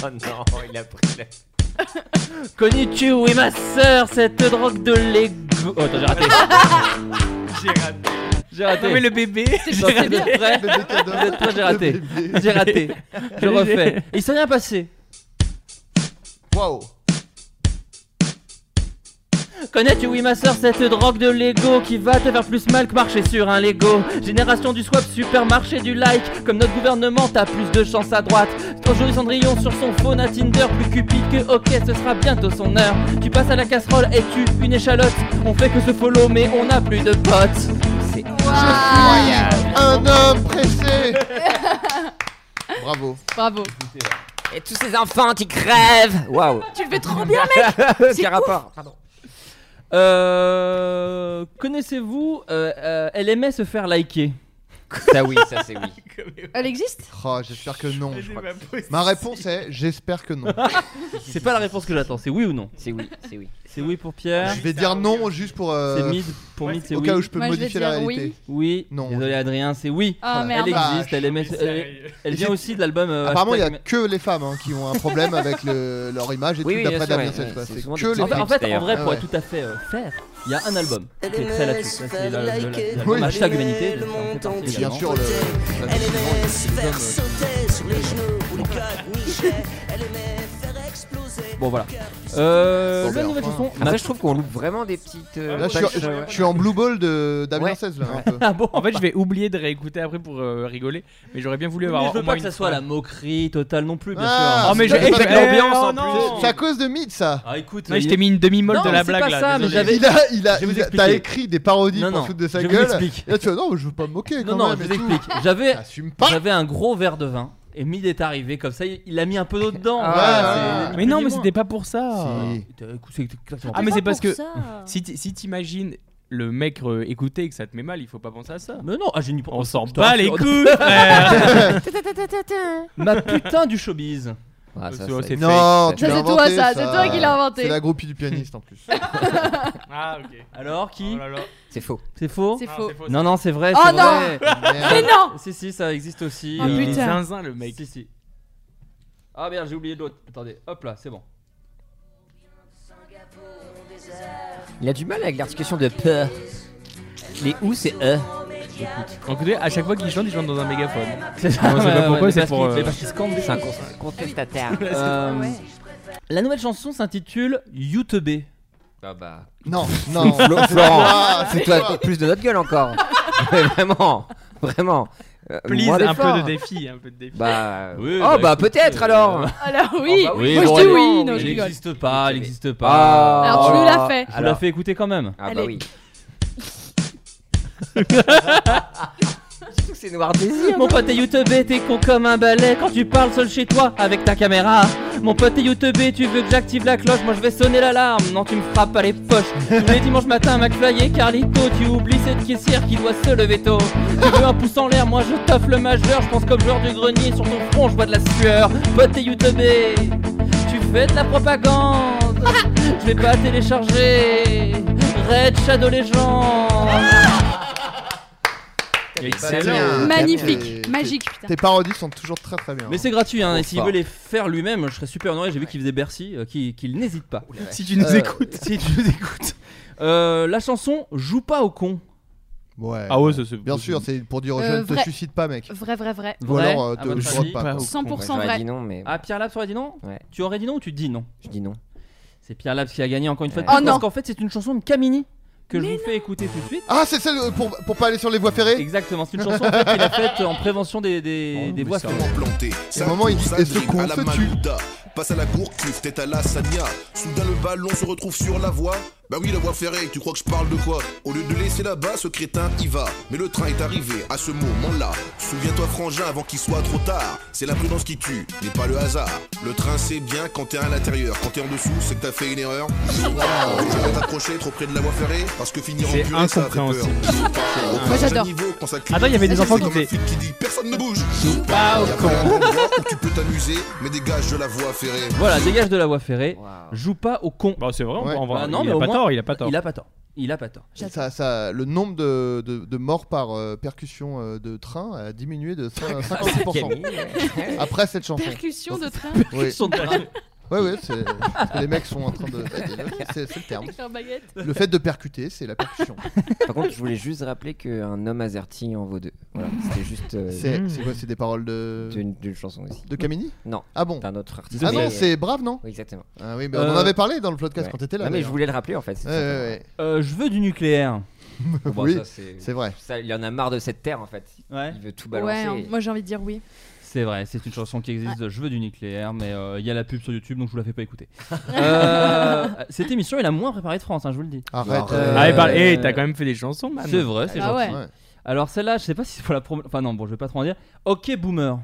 [SPEAKER 7] Oh non, il a pris la.
[SPEAKER 5] [laughs] Connais-tu, oui ma sœur, cette drogue de l'ego Oh, attends, j'ai
[SPEAKER 7] [laughs]
[SPEAKER 5] raté.
[SPEAKER 9] J'ai raté.
[SPEAKER 5] J'ai raté.
[SPEAKER 9] Non, mais le
[SPEAKER 5] [laughs]
[SPEAKER 9] bébé.
[SPEAKER 5] Non,
[SPEAKER 9] j'ai raté.
[SPEAKER 5] c'est vrai.
[SPEAKER 6] Bébé cadeau.
[SPEAKER 5] Vous êtes toi, j'ai
[SPEAKER 6] Le
[SPEAKER 5] raté.
[SPEAKER 6] bébé.
[SPEAKER 5] J'ai raté. Je refais. Il s'est rien passé.
[SPEAKER 6] Waouh.
[SPEAKER 5] Connais-tu, oui, ma soeur, cette drogue de Lego qui va te faire plus mal que marcher sur un Lego Génération du swap, supermarché du like. Comme notre gouvernement, t'as plus de chance à droite. Aujourd'hui, Cendrillon sur son phone à Tinder, plus cupide que OK, ce sera bientôt son heure. Tu passes à la casserole, et tu une échalote On fait que se follow, mais on n'a plus de potes.
[SPEAKER 7] C'est
[SPEAKER 6] Un homme pressé. Bravo.
[SPEAKER 8] Bravo.
[SPEAKER 7] Et tous ces enfants qui crèvent Waouh
[SPEAKER 8] Tu le fais trop bien, mec.
[SPEAKER 7] Quel rapport Pardon.
[SPEAKER 5] Euh. Connaissez-vous euh, euh, Elle aimait se faire liker.
[SPEAKER 7] Ça oui, ça c'est oui.
[SPEAKER 5] [laughs]
[SPEAKER 8] Elle existe
[SPEAKER 6] Oh, j'espère que non. je crois que- Ma réponse est j'espère que non.
[SPEAKER 5] [laughs] C'est pas la réponse que j'attends, c'est oui ou non
[SPEAKER 7] C'est oui, c'est oui.
[SPEAKER 5] C'est oui pour Pierre.
[SPEAKER 6] Je vais dire non juste pour. euh,
[SPEAKER 5] C'est mid. Pour mid, c'est
[SPEAKER 6] Au
[SPEAKER 5] oui.
[SPEAKER 6] cas où je peux
[SPEAKER 8] Moi, je vais
[SPEAKER 6] modifier la
[SPEAKER 8] dire oui.
[SPEAKER 6] réalité.
[SPEAKER 5] Oui.
[SPEAKER 6] Non.
[SPEAKER 5] Désolé Adrien, c'est oui.
[SPEAKER 13] Oh,
[SPEAKER 8] Ah,
[SPEAKER 6] Voilà.
[SPEAKER 8] merde.
[SPEAKER 5] Elle
[SPEAKER 6] Ah,
[SPEAKER 5] existe, elle aimait.
[SPEAKER 9] mais
[SPEAKER 5] elle-
[SPEAKER 9] sérieux.
[SPEAKER 5] elle
[SPEAKER 6] Et
[SPEAKER 5] vient
[SPEAKER 6] j'ai-
[SPEAKER 5] aussi de l'album. euh,
[SPEAKER 6] Apparemment, il y a
[SPEAKER 5] hashtag-
[SPEAKER 6] que les femmes hein, qui ont un problème avec le- leur image et
[SPEAKER 7] Oui, oui,
[SPEAKER 6] tout
[SPEAKER 7] bien
[SPEAKER 6] d'après
[SPEAKER 7] sûr,
[SPEAKER 6] Damien
[SPEAKER 7] ouais,
[SPEAKER 6] Seize, quoi.
[SPEAKER 7] ouais,
[SPEAKER 6] C'est
[SPEAKER 7] c'est souvent
[SPEAKER 6] que
[SPEAKER 7] des
[SPEAKER 6] les
[SPEAKER 7] femmes.
[SPEAKER 6] femmes.
[SPEAKER 5] En fait, en
[SPEAKER 7] d'ailleurs.
[SPEAKER 5] vrai, pour
[SPEAKER 6] Ah ouais.
[SPEAKER 5] être tout à fait euh, faire, il y a un album qui est
[SPEAKER 13] aimait
[SPEAKER 5] très là-dessus. Là, C'est la- la- la-
[SPEAKER 13] liker.
[SPEAKER 5] l'album
[SPEAKER 6] Oui.
[SPEAKER 5] Hashtag Humanité.
[SPEAKER 13] Le
[SPEAKER 5] donc ça en fait
[SPEAKER 13] monde
[SPEAKER 5] partie
[SPEAKER 6] Bien
[SPEAKER 5] également.
[SPEAKER 6] sûr, le. la-
[SPEAKER 13] Elle aimait se faire
[SPEAKER 5] euh,
[SPEAKER 13] sauter sur les genoux ou le code
[SPEAKER 5] [laughs]
[SPEAKER 13] Michel. Elle aimait faire exploser.
[SPEAKER 5] Bon, voilà. Euh,
[SPEAKER 6] Bon,
[SPEAKER 5] la
[SPEAKER 6] ben,
[SPEAKER 5] nouvelle
[SPEAKER 6] enfin.
[SPEAKER 5] chanson.
[SPEAKER 7] Après, je trouve qu'on loupe vraiment des petites. euh,
[SPEAKER 6] Là, je suis,
[SPEAKER 7] tâches,
[SPEAKER 6] je-
[SPEAKER 7] euh,
[SPEAKER 6] je suis en blue ball de Damien
[SPEAKER 7] Ouais.
[SPEAKER 6] Seize là, un
[SPEAKER 9] [laughs]
[SPEAKER 6] peu.
[SPEAKER 5] Ah bon
[SPEAKER 9] En fait, je vais oublier de réécouter après pour euh, rigoler, mais j'aurais bien voulu
[SPEAKER 5] Mais
[SPEAKER 9] avoir.
[SPEAKER 5] je veux
[SPEAKER 9] au moins
[SPEAKER 5] pas que ça
[SPEAKER 9] une
[SPEAKER 5] soit
[SPEAKER 9] phrase.
[SPEAKER 5] la moquerie totale non plus, bien
[SPEAKER 6] Ah,
[SPEAKER 5] sûr.
[SPEAKER 9] Oh, mais
[SPEAKER 6] c'est
[SPEAKER 9] j'ai-
[SPEAKER 6] pas-
[SPEAKER 9] j'ai-
[SPEAKER 6] l'ambiance,
[SPEAKER 9] eh,
[SPEAKER 6] en
[SPEAKER 9] oh, non.
[SPEAKER 6] C'est à cause de Mid ça.
[SPEAKER 5] Ah, écoute.
[SPEAKER 9] Ouais, je
[SPEAKER 5] il-
[SPEAKER 9] t'ai mis une demi-molle
[SPEAKER 5] Non,
[SPEAKER 9] de la
[SPEAKER 5] c'est
[SPEAKER 9] blague
[SPEAKER 5] pas
[SPEAKER 9] là.
[SPEAKER 5] ça, mais
[SPEAKER 9] désolé.
[SPEAKER 5] j'avais-
[SPEAKER 6] Il a, il a,
[SPEAKER 5] Je vais vous
[SPEAKER 6] il a-
[SPEAKER 5] expliquer.
[SPEAKER 6] t'as écrit des parodies
[SPEAKER 5] Non,
[SPEAKER 6] pour
[SPEAKER 5] non,
[SPEAKER 6] foutre de sa
[SPEAKER 5] je vous
[SPEAKER 6] gueule.
[SPEAKER 5] explique.
[SPEAKER 6] Et là, tu vas non, je veux pas me moquer.
[SPEAKER 5] Non,
[SPEAKER 6] quand
[SPEAKER 5] non,
[SPEAKER 6] même,
[SPEAKER 5] je
[SPEAKER 6] et
[SPEAKER 5] vous
[SPEAKER 6] tout.
[SPEAKER 5] explique. J'avais
[SPEAKER 6] Assume pas.
[SPEAKER 5] j'avais un gros verre de vin. Et Mid est arrivé comme ça, il il a mis un peu d'eau dedans.
[SPEAKER 7] Ah,
[SPEAKER 5] Voilà,
[SPEAKER 6] ouais,
[SPEAKER 5] c'est-
[SPEAKER 9] Mais non,
[SPEAKER 5] ni
[SPEAKER 9] mais
[SPEAKER 5] moins.
[SPEAKER 9] c'était pas pour ça.
[SPEAKER 6] Si.
[SPEAKER 5] Euh, écoute, c'est exactement
[SPEAKER 9] Ah,
[SPEAKER 5] ça.
[SPEAKER 9] mais c'est parce
[SPEAKER 8] pour
[SPEAKER 9] que
[SPEAKER 8] ça.
[SPEAKER 9] si t- si t'imagines le mec euh, écouter et que ça te met mal, il faut pas penser à ça.
[SPEAKER 5] Mais non, ah, j'ai ni
[SPEAKER 9] On s'en
[SPEAKER 5] Je te
[SPEAKER 9] bat les
[SPEAKER 5] rassure. [laughs]
[SPEAKER 9] couilles, frère.
[SPEAKER 5] Ma putain du showbiz.
[SPEAKER 7] Ah, ça,
[SPEAKER 9] C'est-
[SPEAKER 7] ça-
[SPEAKER 9] c'est
[SPEAKER 6] Non,
[SPEAKER 9] fake,
[SPEAKER 6] tu
[SPEAKER 8] Ça,
[SPEAKER 6] l'as
[SPEAKER 8] c'est toi,
[SPEAKER 6] inventé,
[SPEAKER 8] ça. C'est toi qui l'as inventé.
[SPEAKER 6] C'est la groupie du pianiste en plus.
[SPEAKER 9] [laughs] Ah, ok.
[SPEAKER 5] Alors qui
[SPEAKER 9] Oh là là.
[SPEAKER 7] c'est faux.
[SPEAKER 5] C'est faux
[SPEAKER 8] C'est
[SPEAKER 9] Ah,
[SPEAKER 8] faux.
[SPEAKER 9] c'est faux,
[SPEAKER 5] Non, non, c'est vrai.
[SPEAKER 8] Oh
[SPEAKER 5] c'est
[SPEAKER 8] non
[SPEAKER 5] vrai.
[SPEAKER 8] [laughs] Mais
[SPEAKER 6] [laughs] Merde.
[SPEAKER 8] non
[SPEAKER 5] Si, si, ça existe aussi. euh,
[SPEAKER 8] Oh,
[SPEAKER 9] Il est
[SPEAKER 8] putain.
[SPEAKER 9] zinzin le mec.
[SPEAKER 5] Si, si. Ah merde, j'ai oublié l'autre. Attendez, hop là, c'est bon.
[SPEAKER 7] Il a du mal avec l'articulation de peur. Les ou c'est e.
[SPEAKER 9] En côté, à chaque fois qu'il chante, il chante dans un mégaphone.
[SPEAKER 8] [laughs]
[SPEAKER 5] C'est ça,
[SPEAKER 9] On sait
[SPEAKER 5] ouais,
[SPEAKER 9] pas
[SPEAKER 5] ouais,
[SPEAKER 9] pourquoi,
[SPEAKER 5] mais
[SPEAKER 9] c'est
[SPEAKER 5] parce
[SPEAKER 9] pour.
[SPEAKER 5] qu'il-
[SPEAKER 9] euh,
[SPEAKER 5] mais parce qu'il se campe des
[SPEAKER 7] C'est un
[SPEAKER 5] choses.
[SPEAKER 7] cons- contestataire.
[SPEAKER 5] Euh,
[SPEAKER 7] Ouais.
[SPEAKER 5] La nouvelle chanson s'intitule Youtube.
[SPEAKER 7] Ah bah.
[SPEAKER 5] [laughs]
[SPEAKER 6] Non, non.
[SPEAKER 7] Flo-
[SPEAKER 6] C'est
[SPEAKER 7] Florent,
[SPEAKER 6] toi,
[SPEAKER 5] Ah,
[SPEAKER 6] c'est
[SPEAKER 7] fous-toi
[SPEAKER 6] toi.
[SPEAKER 7] plus de notre
[SPEAKER 5] [laughs]
[SPEAKER 7] gueule encore. Mais [laughs] vraiment, vraiment. Euh,
[SPEAKER 9] Please,
[SPEAKER 7] moins
[SPEAKER 9] un peu
[SPEAKER 7] d'efforts.
[SPEAKER 9] de défi, un peu de défi.
[SPEAKER 7] Bah.
[SPEAKER 5] Oui,
[SPEAKER 7] oh bah,
[SPEAKER 5] bah, écoute,
[SPEAKER 7] peut-être
[SPEAKER 5] euh,
[SPEAKER 7] [laughs] alors.
[SPEAKER 8] Alors oui,
[SPEAKER 7] bah
[SPEAKER 8] moi je dis
[SPEAKER 5] elle-
[SPEAKER 8] oui, non,
[SPEAKER 5] elle
[SPEAKER 8] je rigole.
[SPEAKER 5] n'existe pas, elle n'existe pas.
[SPEAKER 7] Ah.
[SPEAKER 8] Alors, tu nous l'as fait.
[SPEAKER 5] Je vous
[SPEAKER 7] Alors.
[SPEAKER 5] l'ai fait écouter quand même.
[SPEAKER 7] Ah bah
[SPEAKER 8] Allez.
[SPEAKER 7] oui. [laughs] Surtout que c'est noir désir.
[SPEAKER 5] Mon pote YouTube, t'es con comme un balai quand tu parles seul chez toi avec ta caméra. Mon pote YouTube, tu veux que j'active la cloche, moi je vais sonner l'alarme. Non, tu me frappes à les poches. Tous les dimanches matin, McFly et Carlito, tu oublies cette caissière qui doit se lever tôt. Tu veux un pouce en l'air, moi je toffe le majeur. Je pense comme joueur du grenier, sur ton front je vois de la sueur. Pote YouTube, tu fais de la propagande. Je vais pas télécharger Red Shadow Legends.
[SPEAKER 6] Bien.
[SPEAKER 8] Magnifique,
[SPEAKER 6] Tes-
[SPEAKER 8] magique,
[SPEAKER 6] tes-
[SPEAKER 8] putain.
[SPEAKER 6] Tes parodies sont toujours très très bien.
[SPEAKER 5] Mais c'est gratuit, hein,
[SPEAKER 6] Trop
[SPEAKER 5] et s'il
[SPEAKER 6] fort.
[SPEAKER 5] veut les faire lui-même, je serais super honoré. J'ai vu qu'il faisait Bercy, euh, qu'il qu'il n'hésite pas. Euh,
[SPEAKER 9] vache. Si tu nous écoutes.
[SPEAKER 5] Si tu nous écoutes. Euh, la chanson Joue pas au con.
[SPEAKER 6] Ouais.
[SPEAKER 9] Ah ouais, ça, c'est-
[SPEAKER 6] Bien sûr, c'est pour dire aux
[SPEAKER 8] Euh,
[SPEAKER 6] jeunes, te
[SPEAKER 8] vrai.
[SPEAKER 6] suicide pas, mec.
[SPEAKER 8] Vrai, vrai, vrai.
[SPEAKER 6] Ou
[SPEAKER 5] Vrai,
[SPEAKER 6] alors, euh,
[SPEAKER 5] à
[SPEAKER 6] te
[SPEAKER 5] votre
[SPEAKER 6] drogue
[SPEAKER 5] avis
[SPEAKER 6] pas. quoi.
[SPEAKER 8] 100%
[SPEAKER 7] J'aurais
[SPEAKER 8] vrai.
[SPEAKER 7] dit non, mais.
[SPEAKER 5] Ah, Pierre Labs aurait dit non
[SPEAKER 7] Ouais,
[SPEAKER 5] Tu aurais dit non ou tu dis non
[SPEAKER 7] je dis non.
[SPEAKER 5] C'est Pierre Labs qui a gagné encore une fois. de
[SPEAKER 8] Oh
[SPEAKER 5] plus, parce
[SPEAKER 8] non.
[SPEAKER 5] qu'en fait, c'est une chanson de Camini que je vous fais écouter tout de suite.
[SPEAKER 6] Ah, c'est celle euh, pour, pour pas aller sur les voies ferrées
[SPEAKER 5] Exactement, c'est une chanson en fait, qu'il a faite en prévention des,
[SPEAKER 14] Oh,
[SPEAKER 5] des, des voies ferrées.
[SPEAKER 14] planté.
[SPEAKER 6] Et au moment, il-
[SPEAKER 14] ça
[SPEAKER 6] et ce
[SPEAKER 14] dribble
[SPEAKER 6] con
[SPEAKER 14] à la
[SPEAKER 6] se tue.
[SPEAKER 14] Malouda. Passe à la bourcuve, tête à la Sagna. Soudain, le ballon se retrouve sur la voie. Bah oui, la voie ferrée, tu crois que je parle de quoi Au lieu de laisser là-bas, ce crétin y va. Mais le train est arrivé à ce moment-là. Souviens-toi, frangin, avant qu'il soit trop tard. C'est la prudence qui tue, n'est pas le hasard. Le train, c'est bien quand t'es à l'intérieur. Quand t'es en dessous, c'est que t'as fait une erreur.
[SPEAKER 9] Ah,
[SPEAKER 14] Je vais t'approcher trop près de la voie ferrée parce que finir en
[SPEAKER 9] C'est
[SPEAKER 14] purée, Ah, ça fait peur.
[SPEAKER 9] incompréhensible.
[SPEAKER 14] Au
[SPEAKER 8] Moi, j'adore.
[SPEAKER 14] niveau, quand ça crie,
[SPEAKER 9] Attends, Ah bah, il y avait des
[SPEAKER 14] c'est
[SPEAKER 9] enfants qui
[SPEAKER 14] comme un
[SPEAKER 9] étaient.
[SPEAKER 14] flic dit, Personne ne bouge.
[SPEAKER 9] pas au
[SPEAKER 14] Y a
[SPEAKER 9] con.
[SPEAKER 14] pas un endroit où tu peux t'amuser, mais dégage de la voie ferrée.
[SPEAKER 5] Voilà, dégage de la voie ferrée. Joue pas au con.
[SPEAKER 9] Bah, c'est vrai, on peut
[SPEAKER 6] Ouais.
[SPEAKER 9] en voir.
[SPEAKER 5] Bah non,
[SPEAKER 9] il
[SPEAKER 5] mais
[SPEAKER 9] a
[SPEAKER 5] au
[SPEAKER 9] pas
[SPEAKER 5] moins-
[SPEAKER 9] tort, il a pas tort.
[SPEAKER 5] Il a pas tort. Il a pas tort.
[SPEAKER 6] Ça, ça, le nombre de, de, de morts par euh, percussion euh, de train a diminué de
[SPEAKER 7] [laughs]
[SPEAKER 6] cin- 50% après cette chanson.
[SPEAKER 8] Percussion de train
[SPEAKER 6] Oui.
[SPEAKER 5] Percussion de train.
[SPEAKER 6] Ouais, ouais, c'est parce que les mecs sont en train de. bah, C'est c'est le terme.
[SPEAKER 8] avec leur baguette.
[SPEAKER 6] Le fait de percuter, c'est la percussion.
[SPEAKER 7] Par contre, je voulais juste rappeler qu'un homme azerty en vaut deux. Voilà, c'était juste. euh,
[SPEAKER 9] Mmh.
[SPEAKER 6] C'est c'est quoi C'est des paroles de.
[SPEAKER 7] d'une d'une chanson aussi.
[SPEAKER 6] De Camini
[SPEAKER 7] Non.
[SPEAKER 6] Ah bon
[SPEAKER 7] D'un autre artiste.
[SPEAKER 6] Ah
[SPEAKER 7] mais-
[SPEAKER 6] non, c'est Brave, non
[SPEAKER 7] Oui, exactement.
[SPEAKER 6] Ah oui, mais on en
[SPEAKER 5] Euh,
[SPEAKER 6] avait parlé dans le podcast
[SPEAKER 7] Ouais.
[SPEAKER 6] quand t'étais là.
[SPEAKER 7] Non, mais je
[SPEAKER 6] d'ailleurs.
[SPEAKER 7] voulais le rappeler en fait. c'est
[SPEAKER 6] Ouais,
[SPEAKER 7] ça.
[SPEAKER 6] ouais, ouais.
[SPEAKER 5] Euh, je veux
[SPEAKER 6] [laughs]
[SPEAKER 5] du nucléaire.
[SPEAKER 7] Bon, bah,
[SPEAKER 6] Oui,
[SPEAKER 7] ça, c'est-
[SPEAKER 6] c'est vrai.
[SPEAKER 7] ça, il en a marre de cette terre en fait.
[SPEAKER 5] Ouais.
[SPEAKER 7] Il veut tout
[SPEAKER 8] Ouais,
[SPEAKER 7] balancer.
[SPEAKER 8] hein, moi j'ai envie de dire oui.
[SPEAKER 5] C'est vrai, c'est une chanson qui existe, Je veux du nucléaire, mais euh, il y a la pub sur YouTube, donc je vous la fais pas
[SPEAKER 8] [laughs]
[SPEAKER 5] écouter. Euh, cette émission est la moins préparée de France, hein, je vous le dis.
[SPEAKER 6] Arrête.
[SPEAKER 7] Euh,
[SPEAKER 9] Ah, et par-
[SPEAKER 7] euh,
[SPEAKER 9] eh, t'as quand même fait des chansons, man.
[SPEAKER 5] C'est vrai, c'est
[SPEAKER 8] Ah
[SPEAKER 5] gentil.
[SPEAKER 8] ouais.
[SPEAKER 6] Ouais.
[SPEAKER 5] Alors celle-là, je sais pas si c'est pour la promo... Enfin non, bon, je vais pas trop en dire. Ok Boomer.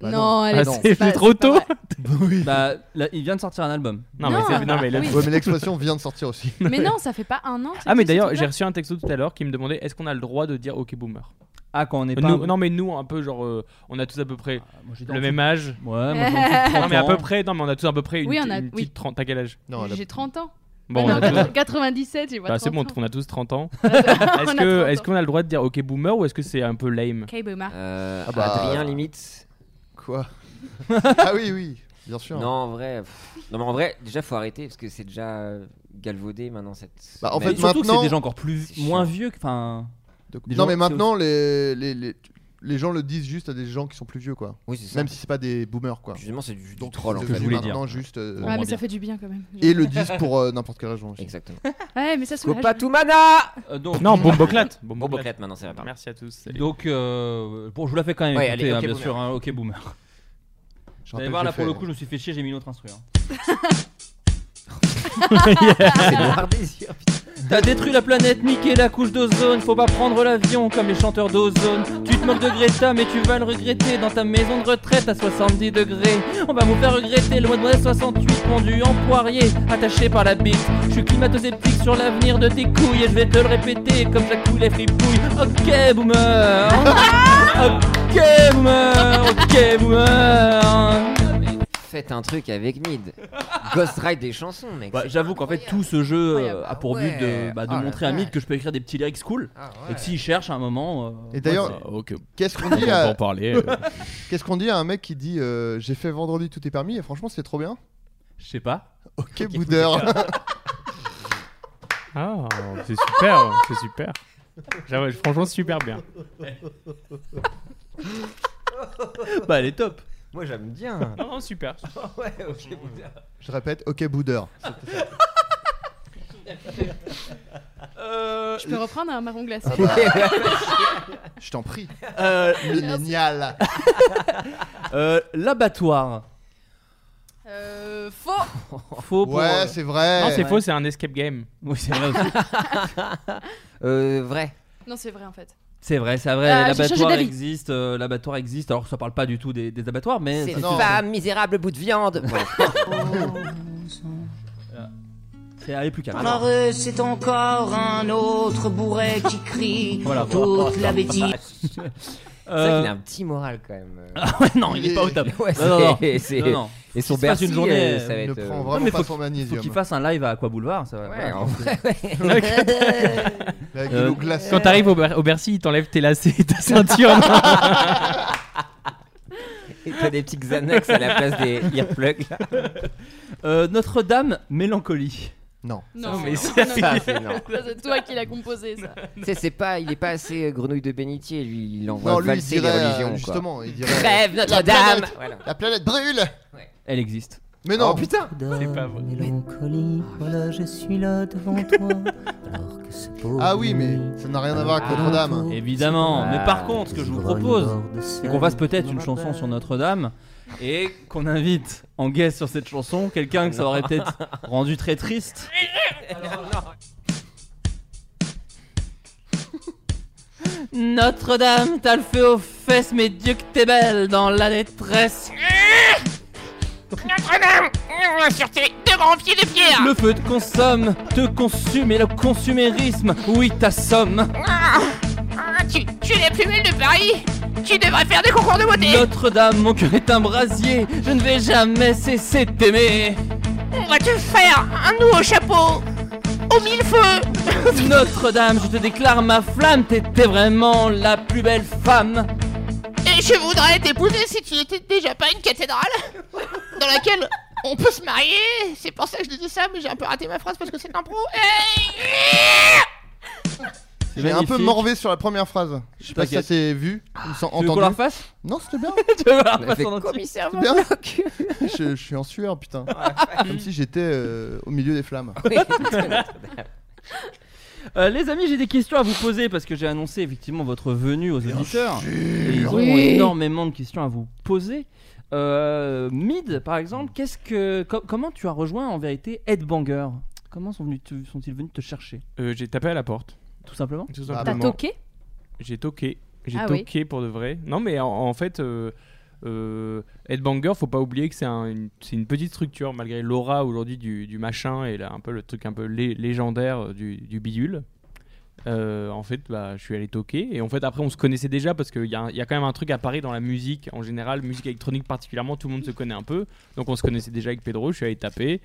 [SPEAKER 6] Bah
[SPEAKER 8] non, elle
[SPEAKER 9] Ah,
[SPEAKER 8] est
[SPEAKER 6] non.
[SPEAKER 9] c'est
[SPEAKER 8] pas-
[SPEAKER 9] c'est trop
[SPEAKER 8] c'est pas
[SPEAKER 9] tôt.
[SPEAKER 8] vrai.
[SPEAKER 6] Oui.
[SPEAKER 5] [laughs] bah, là, il vient de sortir un album.
[SPEAKER 9] Non, mais
[SPEAKER 8] Non, bah
[SPEAKER 9] c'est- non, mais là-
[SPEAKER 8] oui.
[SPEAKER 6] Ouais, mais l'expression vient de sortir aussi.
[SPEAKER 8] [laughs] Mais non, ça fait pas un an.
[SPEAKER 9] Ah, mais d'ailleurs, j'ai
[SPEAKER 8] j'ai
[SPEAKER 9] reçu un texto tout à l'heure qui me demandait est-ce qu'on a le droit de dire OK Boomer Euh,
[SPEAKER 5] Ah, quand on est pas...
[SPEAKER 9] Nous- Non, mais nous, un peu, genre, euh, on a tous à peu près
[SPEAKER 5] Ah, moi, j'étais en
[SPEAKER 9] le
[SPEAKER 5] dessous-
[SPEAKER 9] même âge.
[SPEAKER 8] [laughs]
[SPEAKER 5] Ouais, moi, j'étais en dessous de 30
[SPEAKER 9] Non, mais à
[SPEAKER 5] ans.
[SPEAKER 9] peu près, non, mais on a tous à peu près une,
[SPEAKER 8] Oui, on a-
[SPEAKER 9] une
[SPEAKER 8] oui.
[SPEAKER 9] petite 30. T'as quel âge
[SPEAKER 6] Non, elle a-
[SPEAKER 8] J'ai 30 ans.
[SPEAKER 9] Bon, on
[SPEAKER 8] non,
[SPEAKER 9] a
[SPEAKER 8] [laughs]
[SPEAKER 9] tous-
[SPEAKER 8] 97, j'ai pas
[SPEAKER 9] Bah, c'est
[SPEAKER 8] 30
[SPEAKER 9] bon,
[SPEAKER 8] ans.
[SPEAKER 9] on a tous 30 ans.
[SPEAKER 8] [laughs] On
[SPEAKER 9] Est-ce
[SPEAKER 8] a
[SPEAKER 9] que-
[SPEAKER 8] 30
[SPEAKER 9] est-ce
[SPEAKER 8] ans.
[SPEAKER 9] qu'on a le droit de dire OK Boomer ou est-ce que c'est un peu lame
[SPEAKER 8] Ok, Boomer.
[SPEAKER 7] Euh,
[SPEAKER 6] Ah bah,
[SPEAKER 7] Adrien
[SPEAKER 6] euh,
[SPEAKER 7] limite. [laughs]
[SPEAKER 6] Quoi Ah oui, oui, bien sûr.
[SPEAKER 7] Non, en vrai. pff, Non, mais en vrai, déjà, faut arrêter parce que c'est déjà euh, galvaudé maintenant cette.
[SPEAKER 6] Bah, en
[SPEAKER 7] Mais-
[SPEAKER 6] fait,
[SPEAKER 5] Surtout que c'est
[SPEAKER 6] maintenant-
[SPEAKER 5] des gens encore plus...
[SPEAKER 7] C'est
[SPEAKER 5] moins
[SPEAKER 7] chiant.
[SPEAKER 5] vieux que... Enfin...
[SPEAKER 6] De-
[SPEAKER 5] Des
[SPEAKER 6] non,
[SPEAKER 5] gens-
[SPEAKER 6] mais maintenant, les, les, les, les gens le disent juste à des gens qui sont plus vieux, quoi.
[SPEAKER 7] Oui, c'est ça.
[SPEAKER 6] Même si c'est pas des boomers, quoi.
[SPEAKER 7] Justement, c'est du, du
[SPEAKER 6] Donc,
[SPEAKER 7] troll en
[SPEAKER 6] ils
[SPEAKER 5] que je
[SPEAKER 7] fait.
[SPEAKER 6] deviennent
[SPEAKER 5] voulais
[SPEAKER 6] maintenant
[SPEAKER 5] dire.
[SPEAKER 6] juste. euh,
[SPEAKER 8] Ouais, mais ça
[SPEAKER 5] dire.
[SPEAKER 8] fait du bien quand même.
[SPEAKER 6] Et le disent pour euh, n'importe quelle raison aussi.
[SPEAKER 7] Exactement.
[SPEAKER 8] [laughs] Ouais, mais ça se
[SPEAKER 7] Copatumana
[SPEAKER 5] euh, donc,
[SPEAKER 9] Non, Bomboclat.
[SPEAKER 7] Bomboclette maintenant, c'est vrai.
[SPEAKER 9] Merci à tous. salut.
[SPEAKER 5] Donc, euh, bon, je vous la fais quand même
[SPEAKER 7] Ouais,
[SPEAKER 5] écouter,
[SPEAKER 7] allez,
[SPEAKER 5] hein,
[SPEAKER 7] Ok,
[SPEAKER 5] bien
[SPEAKER 7] Boomer.
[SPEAKER 5] sûr, hein, ok Boomer.
[SPEAKER 6] Je
[SPEAKER 5] Vous allez
[SPEAKER 6] rappelle
[SPEAKER 5] voir, là,
[SPEAKER 6] que
[SPEAKER 5] pour
[SPEAKER 6] j'ai
[SPEAKER 5] le
[SPEAKER 6] fait-
[SPEAKER 5] coup, je me suis fait chier, j'ai mis une autre instru. hein.
[SPEAKER 7] C'est noir désir.
[SPEAKER 5] T'as détruit la planète, niqué la couche d'ozone. Faut pas prendre l'avion comme les chanteurs d'ozone. Tu te moques de Greta, mais tu vas le regretter dans ta maison de retraite à 70 degrés. On va vous faire regretter le mois de mai 68 pendu en poirier, attaché par la bite. Je suis climato-sceptique sur l'avenir de tes couilles et je vais te le répéter comme j'accouille les fripouilles. Ok, boomer.
[SPEAKER 7] [laughs]
[SPEAKER 5] ok, boomer. Ok, boomer.
[SPEAKER 7] Faites un truc avec Mid. Ghost Ride des chansons, mec.
[SPEAKER 5] Bah,
[SPEAKER 7] c'est
[SPEAKER 5] J'avoue qu'en fait, tout
[SPEAKER 7] incroyable.
[SPEAKER 5] ce jeu euh,
[SPEAKER 7] Incroyable.
[SPEAKER 5] a pour but de,
[SPEAKER 7] Ouais.
[SPEAKER 5] bah, de
[SPEAKER 7] Oh la
[SPEAKER 5] montrer à Mid
[SPEAKER 7] vache.
[SPEAKER 5] que je peux écrire des petits lyrics cool.
[SPEAKER 7] Ah
[SPEAKER 5] Et
[SPEAKER 7] ouais.
[SPEAKER 5] que s'il cherche à un moment. euh,
[SPEAKER 6] Et d'ailleurs,
[SPEAKER 9] Ah, ok.
[SPEAKER 6] qu'est-ce qu'on
[SPEAKER 9] On
[SPEAKER 6] dit,
[SPEAKER 9] va
[SPEAKER 6] à-
[SPEAKER 9] en parler.
[SPEAKER 5] [laughs]
[SPEAKER 9] euh.
[SPEAKER 6] [laughs] qu'est-ce qu'on dit à un mec qui dit euh, J'ai fait vendredi, tout est [laughs]
[SPEAKER 5] [laughs]
[SPEAKER 6] permis, et franchement, c'est trop bien
[SPEAKER 5] Je sais pas.
[SPEAKER 6] Ok, boudeur
[SPEAKER 9] Ah, c'est super, c'est super. J'avoue, Franchement, super bien.
[SPEAKER 5] Bah, elle est top.
[SPEAKER 7] Moi,
[SPEAKER 5] [laughs]
[SPEAKER 7] j'aime bien.
[SPEAKER 9] Non, non, super.
[SPEAKER 7] [laughs] ouais, ok, Bouddha.
[SPEAKER 6] Je répète, ok boudeur.
[SPEAKER 9] Euh, [laughs]
[SPEAKER 8] Je peux reprendre hein, un marron glacé.
[SPEAKER 6] Je t'en prie.
[SPEAKER 5] Euh,
[SPEAKER 6] Millénial.
[SPEAKER 5] [laughs] Euh,
[SPEAKER 8] [laughs]
[SPEAKER 5] L'abattoir.
[SPEAKER 8] Euh, faux.
[SPEAKER 5] Faux pour-
[SPEAKER 9] euh,
[SPEAKER 6] Ouais, c'est vrai.
[SPEAKER 9] Non, c'est faux, c'est un escape game.
[SPEAKER 5] Oui, c'est vrai
[SPEAKER 9] [laughs]
[SPEAKER 7] vrai.
[SPEAKER 8] Non, c'est Euh, vrai en fait.
[SPEAKER 5] C'est vrai, c'est vrai.
[SPEAKER 8] Ah, j'ai
[SPEAKER 5] l'abattoir
[SPEAKER 8] changé d'avis.
[SPEAKER 5] existe. euh, l'abattoir existe. Alors, ça parle pas du tout des, des abattoirs, mais.
[SPEAKER 7] Ces
[SPEAKER 5] ça-
[SPEAKER 7] femmes, misérables bout de viande. [laughs]
[SPEAKER 5] C'est aller plus calme.
[SPEAKER 13] Alors euh, c'est encore un autre bourret qui crie
[SPEAKER 5] Voilà.
[SPEAKER 13] toute la bêtise.
[SPEAKER 7] C'est vrai qu'il a un petit moral quand même.
[SPEAKER 5] Euh, [laughs] Ah [laughs] ouais, [coughs] non, il est pas au top.
[SPEAKER 7] [laughs] Ouais,
[SPEAKER 5] Non, non, non.
[SPEAKER 7] c'est- c'est-
[SPEAKER 5] Non, non.
[SPEAKER 7] Et son
[SPEAKER 5] Qu'il se fasse
[SPEAKER 7] Bercy,
[SPEAKER 5] une journée,
[SPEAKER 7] euh, ça va
[SPEAKER 5] ne
[SPEAKER 7] être,
[SPEAKER 5] prend
[SPEAKER 7] euh,
[SPEAKER 5] vraiment
[SPEAKER 7] Non, mais
[SPEAKER 5] pas
[SPEAKER 7] faut
[SPEAKER 5] son
[SPEAKER 7] qu'il-
[SPEAKER 5] magnésium.
[SPEAKER 7] faut qu'il
[SPEAKER 5] fasse un live à Aqua Boulevard, ça va.
[SPEAKER 7] Ouais, en
[SPEAKER 5] voilà. [laughs]
[SPEAKER 7] vrai, ouais.
[SPEAKER 6] Avec
[SPEAKER 9] Euh,
[SPEAKER 6] l'eau glacée.
[SPEAKER 9] Quand t'arrives au, Ber- au Bercy, ils t'enlèvent tes lacets [laughs] et ta ceinture.
[SPEAKER 7] [laughs] Et t'as des petits Xanax à la
[SPEAKER 9] [laughs]
[SPEAKER 7] place des earplugs. là.
[SPEAKER 5] Euh, Notre-Dame, mélancolie.
[SPEAKER 6] Non.
[SPEAKER 8] Non,
[SPEAKER 7] mais
[SPEAKER 8] non,
[SPEAKER 7] ça,
[SPEAKER 8] non,
[SPEAKER 7] c'est-
[SPEAKER 8] non.
[SPEAKER 5] [laughs]
[SPEAKER 7] ça, c'est non.
[SPEAKER 8] Ça, c'est toi qui l'as composé ça.
[SPEAKER 7] Tu sais, c'est pas, il est pas assez euh, grenouille de bénitier, lui, il envoie
[SPEAKER 6] Non, lui, il
[SPEAKER 7] valser
[SPEAKER 6] dirait,
[SPEAKER 7] les
[SPEAKER 6] euh,
[SPEAKER 7] religions. quoi.
[SPEAKER 6] justement, il dirait,
[SPEAKER 7] Crève
[SPEAKER 6] la
[SPEAKER 7] Notre-Dame
[SPEAKER 6] planète-
[SPEAKER 7] Voilà.
[SPEAKER 6] La planète brûle.
[SPEAKER 5] Elle existe.
[SPEAKER 6] Mais non.
[SPEAKER 7] Oh, putain
[SPEAKER 9] C'est pas vrai.
[SPEAKER 13] Mélancolie, voilà je suis là devant toi. Alors que ce pauvre
[SPEAKER 6] Ah oui, mais ça n'a rien à voir avec Notre-Dame.
[SPEAKER 5] Évidemment, mais
[SPEAKER 7] Ah,
[SPEAKER 5] par contre, ce que je vous propose, c'est qu'on fasse peut-être une chanson sur Notre-Dame et qu'on invite en guest sur cette chanson quelqu'un que ça aurait
[SPEAKER 7] [laughs]
[SPEAKER 5] peut-être rendu très triste. Notre-Dame, t'as le feu aux fesses, mais Dieu que t'es belle dans la détresse.
[SPEAKER 13] Notre-Dame, sur tes deux grands pieds de pierre.
[SPEAKER 5] Le feu te consomme, te consume et le consumérisme, oui, t'assomme.
[SPEAKER 13] Ah, tu, tu es la plus belle de Paris. Tu devrais faire des concours de beauté.
[SPEAKER 5] Notre-Dame, mon cœur est un brasier, je ne vais jamais cesser de t'aimer.
[SPEAKER 13] On va te faire un nouveau chapeau au mille feux.
[SPEAKER 5] Notre-Dame, je te déclare ma flamme, t'étais vraiment la plus belle femme.
[SPEAKER 13] Et je voudrais t'épouser si tu n'étais déjà pas une cathédrale dans laquelle on peut se marier. C'est pour ça que je disais ça, mais j'ai un peu raté ma phrase parce que c'est un pro.
[SPEAKER 6] J'ai un peu
[SPEAKER 5] magnifique.
[SPEAKER 6] morvé sur la première phrase. Je sais pas si ça
[SPEAKER 5] T'inquiète.
[SPEAKER 6] s'est vu ou sans
[SPEAKER 5] Tu veux qu'on
[SPEAKER 6] entendu.
[SPEAKER 8] [laughs]
[SPEAKER 5] la refasse
[SPEAKER 6] Non, c'était bien.
[SPEAKER 5] [laughs] Tu veux qu'on la refasse
[SPEAKER 7] fait
[SPEAKER 5] en entier
[SPEAKER 7] commissaire
[SPEAKER 6] Bien. [laughs] je, je suis en sueur, putain. Comme si j'étais euh, au milieu des flammes.
[SPEAKER 5] Euh, Les amis, j'ai des questions à vous poser parce que j'ai annoncé effectivement votre venue aux auditeurs. Et ils ont
[SPEAKER 13] Oui.
[SPEAKER 5] énormément de questions à vous poser. Euh, Mid, par exemple, qu'est-ce que, co- comment tu as rejoint en vérité Headbanger Comment sont venus te- sont-ils venus te chercher
[SPEAKER 9] Euh, j'ai tapé à la porte.
[SPEAKER 5] Tout simplement
[SPEAKER 9] Tout
[SPEAKER 6] T'as
[SPEAKER 9] simplement.
[SPEAKER 8] toqué
[SPEAKER 9] J'ai toqué. J'ai
[SPEAKER 8] Ah oui.
[SPEAKER 9] toqué pour de vrai. Non, mais en, en fait, euh, euh, Headbanger, faut pas oublier que c'est un- une, c'est une petite structure, malgré l'aura aujourd'hui du, du machin et là, un peu le truc un peu lé- légendaire euh, du, du bidule. Euh, en fait, bah, je suis allé toquer et en fait après on se connaissait déjà parce qu'il y, a un- il y a quand même un truc à Paris dans la musique en général, musique électronique particulièrement, tout le monde se connaît un peu. Donc on se connaissait déjà avec Pedro, je suis allé taper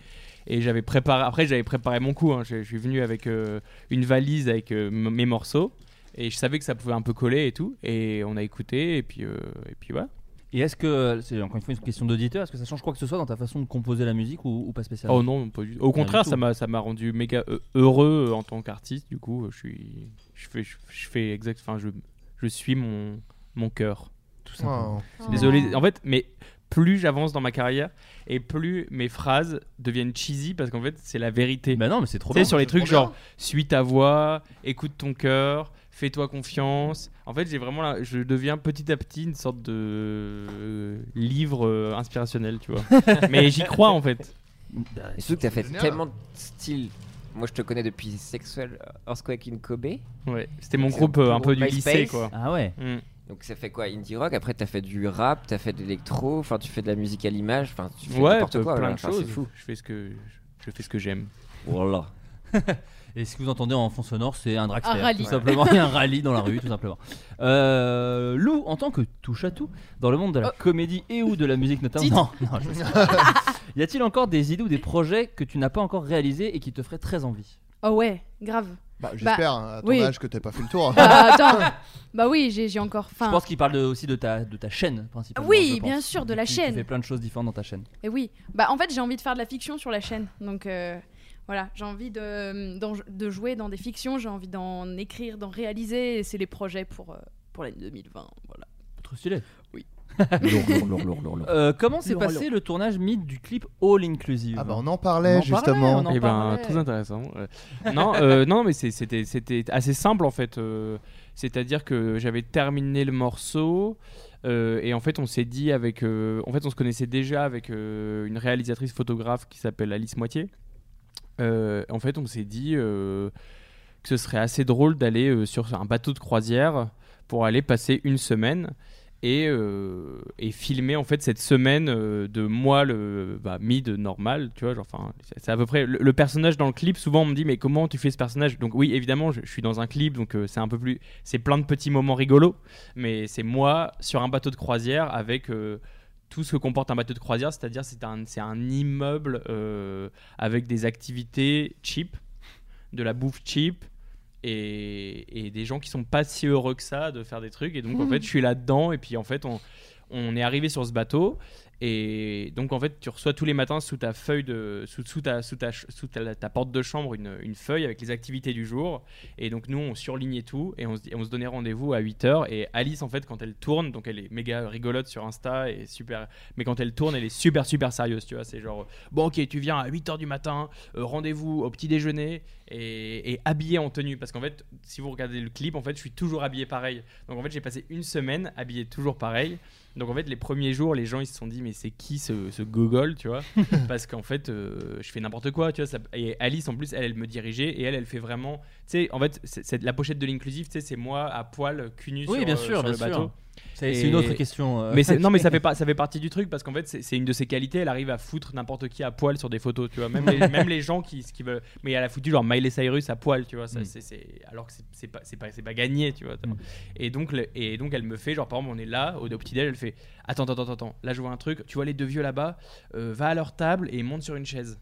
[SPEAKER 9] et j'avais préparé. Après j'avais préparé mon coup, hein. je, je suis venu avec euh, une valise avec euh, m- mes morceaux et je savais que ça pouvait un peu coller et tout et on a écouté et puis euh, et puis voilà.
[SPEAKER 5] Et est-ce que, c'est encore une fois une question d'auditeur, est-ce que ça change quoi que ce soit dans ta façon de composer la musique ou, ou pas spécialement
[SPEAKER 9] Oh non, pas du- au contraire,
[SPEAKER 5] du tout.
[SPEAKER 9] ça m'a ça m'a rendu méga euh, heureux euh, en tant qu'artiste. Du coup, euh, je suis je fais je, je fais exact enfin je je suis mon mon cœur tout simplement.
[SPEAKER 6] Oh.
[SPEAKER 9] C'est Désolé, en fait, mais plus j'avance dans ma carrière et plus mes phrases deviennent cheesy parce qu'en fait, c'est la vérité.
[SPEAKER 5] Bah non, mais c'est trop
[SPEAKER 9] Tu sais,
[SPEAKER 5] bien.
[SPEAKER 9] sur les
[SPEAKER 5] C'est
[SPEAKER 9] trucs
[SPEAKER 5] trop bien.
[SPEAKER 9] genre suis ta voix, écoute ton cœur, fais-toi confiance. En fait, j'ai vraiment la- je deviens petit à petit une sorte de euh, livre euh, inspirationnel, tu vois.
[SPEAKER 5] [laughs]
[SPEAKER 9] mais j'y crois en fait.
[SPEAKER 7] Et surtout que t'as fait
[SPEAKER 6] Génial.
[SPEAKER 7] tellement de styles. Moi, je te connais depuis Sexual Earthquake in Kobe.
[SPEAKER 9] Ouais, c'était mon
[SPEAKER 7] C'est
[SPEAKER 9] groupe euh, un peu
[SPEAKER 7] groupe
[SPEAKER 9] du
[SPEAKER 7] MySpace.
[SPEAKER 9] lycée quoi.
[SPEAKER 5] Ah ouais
[SPEAKER 9] Mm.
[SPEAKER 7] Donc ça fait quoi Indie rock, après t'as fait du rap, t'as fait de l'électro, enfin tu fais de la musique à l'image, enfin tu fais
[SPEAKER 9] Ouais,
[SPEAKER 7] n'importe
[SPEAKER 9] pe-
[SPEAKER 7] quoi.
[SPEAKER 9] plein
[SPEAKER 7] voilà.
[SPEAKER 9] de
[SPEAKER 7] Enfin,
[SPEAKER 9] choses.
[SPEAKER 7] C'est fou.
[SPEAKER 9] Je fais ce que je fais ce que j'aime.
[SPEAKER 7] Voilà.
[SPEAKER 5] [laughs] Et ce que vous entendez en fond sonore, c'est un dragster,
[SPEAKER 8] Un rallye.
[SPEAKER 5] tout
[SPEAKER 8] [laughs]
[SPEAKER 5] simplement, et un rallye dans la rue, tout simplement. Euh, Lou, en tant que touche à tout, dans le monde de la
[SPEAKER 8] Oh.
[SPEAKER 5] comédie et ou de la musique notamment, non, non, je sais pas.
[SPEAKER 8] [laughs]
[SPEAKER 5] y a-t-il encore des idées ou des projets que tu n'as pas encore réalisés et qui te feraient très envie
[SPEAKER 8] Oh ouais, grave.
[SPEAKER 6] Bah, J'espère, à ton
[SPEAKER 8] oui.
[SPEAKER 6] âge, que t'as pas fait le
[SPEAKER 8] [laughs]
[SPEAKER 6] tour.
[SPEAKER 8] Bah, attends. bah oui, j'ai j'ai encore
[SPEAKER 5] Je
[SPEAKER 8] faim.
[SPEAKER 5] pense qu'il parle de- aussi de ta, de ta chaîne, principalement.
[SPEAKER 8] Oui,
[SPEAKER 5] je pense.
[SPEAKER 8] bien sûr, de la
[SPEAKER 5] Tu-
[SPEAKER 8] chaîne. eh
[SPEAKER 5] Tu fais plein de choses différentes dans ta chaîne.
[SPEAKER 8] Et oui, bah en fait j'ai envie de faire de la fiction sur la chaîne, donc euh, Voilà, j'ai envie de, d'en- de jouer dans des fictions, j'ai envie d'en écrire, d'en réaliser, et c'est les projets pour, euh, pour l'année 2020. Voilà.
[SPEAKER 5] Trop stylé. [laughs]
[SPEAKER 8] Oui.
[SPEAKER 5] Euh, comment s'est
[SPEAKER 8] Lourd,
[SPEAKER 5] passé
[SPEAKER 8] lourd.
[SPEAKER 5] le tournage mythe du clip All Inclusive
[SPEAKER 6] Ah bah, on en parlait, justement.
[SPEAKER 5] on en
[SPEAKER 9] Eh ben,
[SPEAKER 5] parlait.
[SPEAKER 9] très intéressant. Euh, non, euh, [laughs] non, mais c'est- c'était c'était assez simple en fait. euh, C'est-à-dire que j'avais terminé le morceau. euh, et en fait, on s'est dit avec, euh, en fait, on se connaissait déjà avec euh, une réalisatrice photographe qui s'appelle Alice Moitié. Euh, en fait, on s'est dit euh, que ce serait assez drôle d'aller euh, sur un bateau de croisière pour aller passer une semaine et, euh, et filmer en fait cette semaine euh, de moi le bah, mid normal tu vois genre, enfin c'est- c'est à peu près le, le personnage dans le clip souvent on me dit mais comment tu fais ce personnage donc oui évidemment je, je suis dans un clip donc euh, c'est un peu plus c'est plein de petits moments rigolos mais c'est moi sur un bateau de croisière avec euh, tout ce que comporte un bateau de croisière, c'est-à-dire c'est un, c'est un immeuble euh, avec des activités cheap, de la bouffe cheap, et, et des gens qui sont pas si heureux que ça de faire des trucs. Et donc en fait, je suis là-dedans, et puis en fait, on, on est arrivé sur ce bateau, et donc en fait, tu reçois tous les matins sous ta feuille de, sous, sous ta, sous, ta, ch- sous ta, ta porte de chambre une, une feuille avec les activités du jour, et donc nous, on surlignait tout, et on se, on se donnait rendez-vous à 8h, et Alice, en fait, quand elle tourne, donc elle est méga rigolote sur Insta, et super, mais quand elle tourne, elle est super, super sérieuse, tu vois, c'est genre, bon ok, tu viens à 8h du matin, euh, rendez-vous au petit déjeuner, et, et habillée en tenue, parce qu'en fait, si vous regardez le clip, en fait, je suis toujours habillé pareil, donc en fait, j'ai passé une semaine habillé toujours pareil, donc en fait, les premiers jours, les gens, ils se sont dit, mais c'est qui ce, ce gogol, tu vois Parce qu'en fait, euh, je fais n'importe quoi, tu vois. ça- et Alice, en plus, elle, elle me dirigeait, et elle, elle fait vraiment, tu sais, en fait, c'est c'est- la pochette de l'inclusive, tu sais, c'est moi à poil, cul nu
[SPEAKER 5] Oui,
[SPEAKER 9] sur,
[SPEAKER 5] bien
[SPEAKER 9] euh,
[SPEAKER 5] sûr,
[SPEAKER 9] sur
[SPEAKER 5] bien
[SPEAKER 9] le
[SPEAKER 5] sûr.
[SPEAKER 9] bateau.
[SPEAKER 5] C'est-
[SPEAKER 9] Et-
[SPEAKER 5] c'est une autre question, euh.
[SPEAKER 9] Mais c'est- non, mais
[SPEAKER 5] [laughs]
[SPEAKER 9] ça fait, pas, ça fait partie du truc parce qu'en fait, c'est c'est une de ses qualités. Elle arrive à foutre n'importe qui à poil sur des photos, tu vois. Même
[SPEAKER 5] [laughs]
[SPEAKER 9] les, même les gens qui, qui veulent. Mais elle a foutu genre Miley Cyrus à poil, tu vois. Ça,
[SPEAKER 5] Mm.
[SPEAKER 9] c'est- c'est- alors que c'est- c'est pas, c'est pas, c'est pas gagné, tu vois. Et, donc, le- et donc, elle me fait, genre, par exemple, on est là, au, au petit-déj, elle fait Attends, attends, attends, attends, là, je vois un truc. Tu vois les deux vieux là-bas, euh, va à leur table et monte sur une chaise.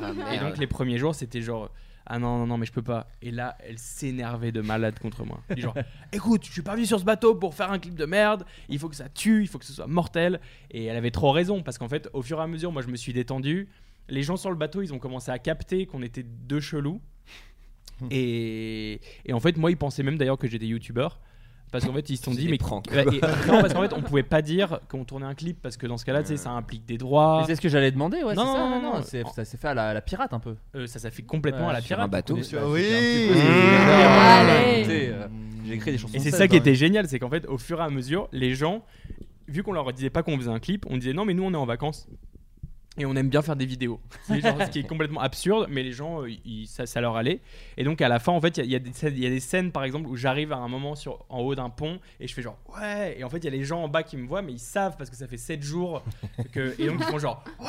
[SPEAKER 5] Ah,
[SPEAKER 9] et
[SPEAKER 5] merde.
[SPEAKER 9] donc, les premiers jours, c'était genre. Ah non, non, non, mais je peux pas. Et là, elle s'énervait de malade contre moi. Et genre, écoute, je suis pas venu sur ce bateau pour faire un clip de merde, il faut que ça tue, il faut que ce soit mortel. Et elle avait trop raison, parce qu'en fait, au fur et à mesure, moi je me suis détendu. Les gens sur le bateau, ils ont commencé à capter qu'on était deux chelous.
[SPEAKER 7] Hmm.
[SPEAKER 9] Et, et en fait, moi, ils pensaient même d'ailleurs que j'étais youtubeur. Parce qu'en fait, ils se sont
[SPEAKER 7] C'est
[SPEAKER 9] dit,
[SPEAKER 7] des
[SPEAKER 9] mais.
[SPEAKER 7] pranks,
[SPEAKER 9] Ouais,
[SPEAKER 7] quoi.
[SPEAKER 9] et- non, parce qu'en fait, on pouvait pas dire qu'on tournait un clip, parce que dans ce cas-là, tu sais, ça implique des droits.
[SPEAKER 5] Mais c'est ce que j'allais demander, ouais,
[SPEAKER 9] Non,
[SPEAKER 5] c'est
[SPEAKER 9] non,
[SPEAKER 5] ça,
[SPEAKER 9] non, non,
[SPEAKER 5] c'est- ça s'est fait à la, à la pirate un peu.
[SPEAKER 9] Euh, ça s'est fait complètement à la
[SPEAKER 5] sur
[SPEAKER 9] pirate.
[SPEAKER 5] bateau.
[SPEAKER 9] Oui.
[SPEAKER 5] C'était un
[SPEAKER 9] Oui.
[SPEAKER 5] petit peu-
[SPEAKER 9] Mmh.
[SPEAKER 5] Allez.
[SPEAKER 9] Écoutez, euh,
[SPEAKER 5] J'ai écrit des chansons
[SPEAKER 9] Et c'est
[SPEAKER 5] françaises,
[SPEAKER 9] ça qui
[SPEAKER 5] hein.
[SPEAKER 9] était génial, c'est qu'en fait, au fur et à mesure, les gens, vu qu'on leur disait pas qu'on faisait un clip, on disait non, mais nous on est en vacances. Et on aime bien faire des vidéos. C'est genre ce qui est complètement absurde, mais les gens, euh, ils- ça, ça leur allait. Et donc à la fin, en fait, il y a- il y, a des scènes- il y a des scènes, par exemple, où j'arrive à un moment sur, en haut d'un pont et je fais genre ouais. Et en fait, il y a les gens en bas qui me voient, mais ils savent parce que ça fait 7 jours. Que, et donc ils font genre ouais.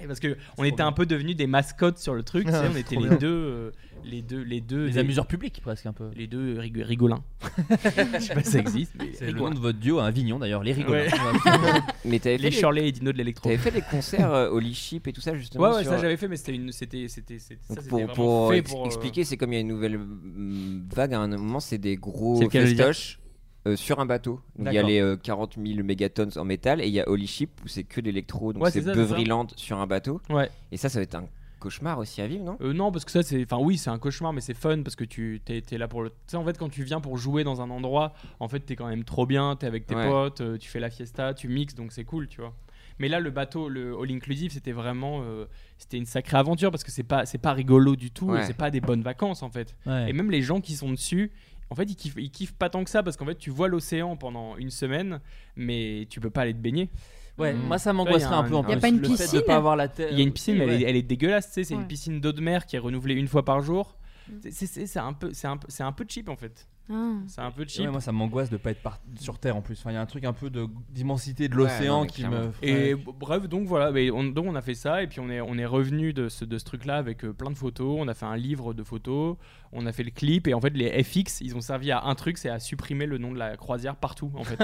[SPEAKER 9] Et Parce que on était un peu devenus des mascottes sur le truc. tu sais,
[SPEAKER 5] Ah,
[SPEAKER 9] on
[SPEAKER 5] c'est
[SPEAKER 9] était
[SPEAKER 5] trop
[SPEAKER 9] les
[SPEAKER 5] bien.
[SPEAKER 9] deux, euh, les deux, les deux.
[SPEAKER 5] Les
[SPEAKER 9] des-
[SPEAKER 5] amuseurs publics presque un peu.
[SPEAKER 9] Les deux rig-
[SPEAKER 5] [laughs]
[SPEAKER 9] rigolins. Je sais pas si ça existe. mais
[SPEAKER 5] C'est le
[SPEAKER 9] rigolins.
[SPEAKER 5] nom de votre duo à Avignon, d'ailleurs, les rigolins.
[SPEAKER 9] [laughs] Ouais.
[SPEAKER 7] [laughs] Mais t'avais
[SPEAKER 9] les
[SPEAKER 7] fait des-
[SPEAKER 9] Shirley et Dino de l'électro.
[SPEAKER 7] T'avais fait des concerts euh, au Lee Ship et tout ça justement.
[SPEAKER 9] Ouais, ouais,
[SPEAKER 7] sur- euh,
[SPEAKER 9] ça j'avais fait, mais c'était une, c'était, c'était, c'était- ça,
[SPEAKER 7] Donc,
[SPEAKER 9] c'était
[SPEAKER 7] pour,
[SPEAKER 9] vraiment
[SPEAKER 7] pour
[SPEAKER 9] fait
[SPEAKER 7] ex-
[SPEAKER 9] pour, euh,
[SPEAKER 7] expliquer, c'est comme il y a une nouvelle mm, vague à un moment, c'est des gros
[SPEAKER 9] C'est lequel,
[SPEAKER 7] festoches euh, sur un bateau. Donc, il y a
[SPEAKER 9] D'accord.
[SPEAKER 7] les euh, 40 000 mégatonnes en métal et il y a Holy Ship où c'est que l'électro, donc
[SPEAKER 9] Ouais,
[SPEAKER 7] c'est
[SPEAKER 9] c'est ça, c'est
[SPEAKER 7] beuvrillante sur un bateau.
[SPEAKER 9] Ouais.
[SPEAKER 7] Et ça, ça va être un cauchemar aussi à vivre, non
[SPEAKER 9] Euh, non, parce que ça, c'est. Enfin, oui, c'est un cauchemar, mais c'est fun parce que tu t'es, t'es là pour le. Tu sais, en fait, quand tu viens pour jouer dans un endroit, en fait, t'es quand même trop bien, t'es avec tes
[SPEAKER 7] Ouais.
[SPEAKER 9] potes, euh, tu fais la fiesta, tu mixes, donc c'est cool, tu vois. Mais là, le bateau, le all inclusive, c'était vraiment, euh, c'était une sacrée aventure parce que c'est pas, c'est pas rigolo du tout, et
[SPEAKER 7] Ouais.
[SPEAKER 9] c'est pas des bonnes vacances en fait.
[SPEAKER 5] Ouais.
[SPEAKER 9] Et même les gens qui sont dessus, en fait, ils kiffent, ils kiffent pas tant que ça parce qu'en fait, tu vois l'océan pendant une semaine, mais tu peux pas aller te baigner.
[SPEAKER 5] Ouais,
[SPEAKER 9] Mm.
[SPEAKER 5] moi, ça
[SPEAKER 9] Tu vois,
[SPEAKER 5] m'angoisserait
[SPEAKER 9] il y a
[SPEAKER 5] un peu, en
[SPEAKER 9] il y a
[SPEAKER 5] plus, le fait de pas avoir la tête-
[SPEAKER 9] Il y a une piscine, mais elle, est,
[SPEAKER 5] Ouais.
[SPEAKER 9] elle est dégueulasse, tu sais, c'est
[SPEAKER 5] Ouais. Mm.
[SPEAKER 9] une piscine d'eau de mer qui est renouvelée une fois par jour. C'est- c'est- C'est c'est un peu, c'est un peu, c'est un peu cheap en fait.
[SPEAKER 5] Ah.
[SPEAKER 9] C'est un peu cheap.
[SPEAKER 5] Ouais, moi ça m'angoisse de pas être par- sur Terre en plus. Enfin, il y a un truc un peu de d'immensité de
[SPEAKER 9] Ouais,
[SPEAKER 5] l'océan
[SPEAKER 9] non, mais
[SPEAKER 5] qui
[SPEAKER 9] clairement.
[SPEAKER 5] me.
[SPEAKER 9] Et b- bref, donc voilà, mais on, donc on a fait ça et puis on est, on est revenu de ce, de ce truc-là avec euh, plein de photos. On a fait un livre de photos, on a fait le clip et en fait les FX, ils ont servi à un truc, c'est à supprimer le nom de la croisière partout. En
[SPEAKER 5] [laughs]
[SPEAKER 9] fait,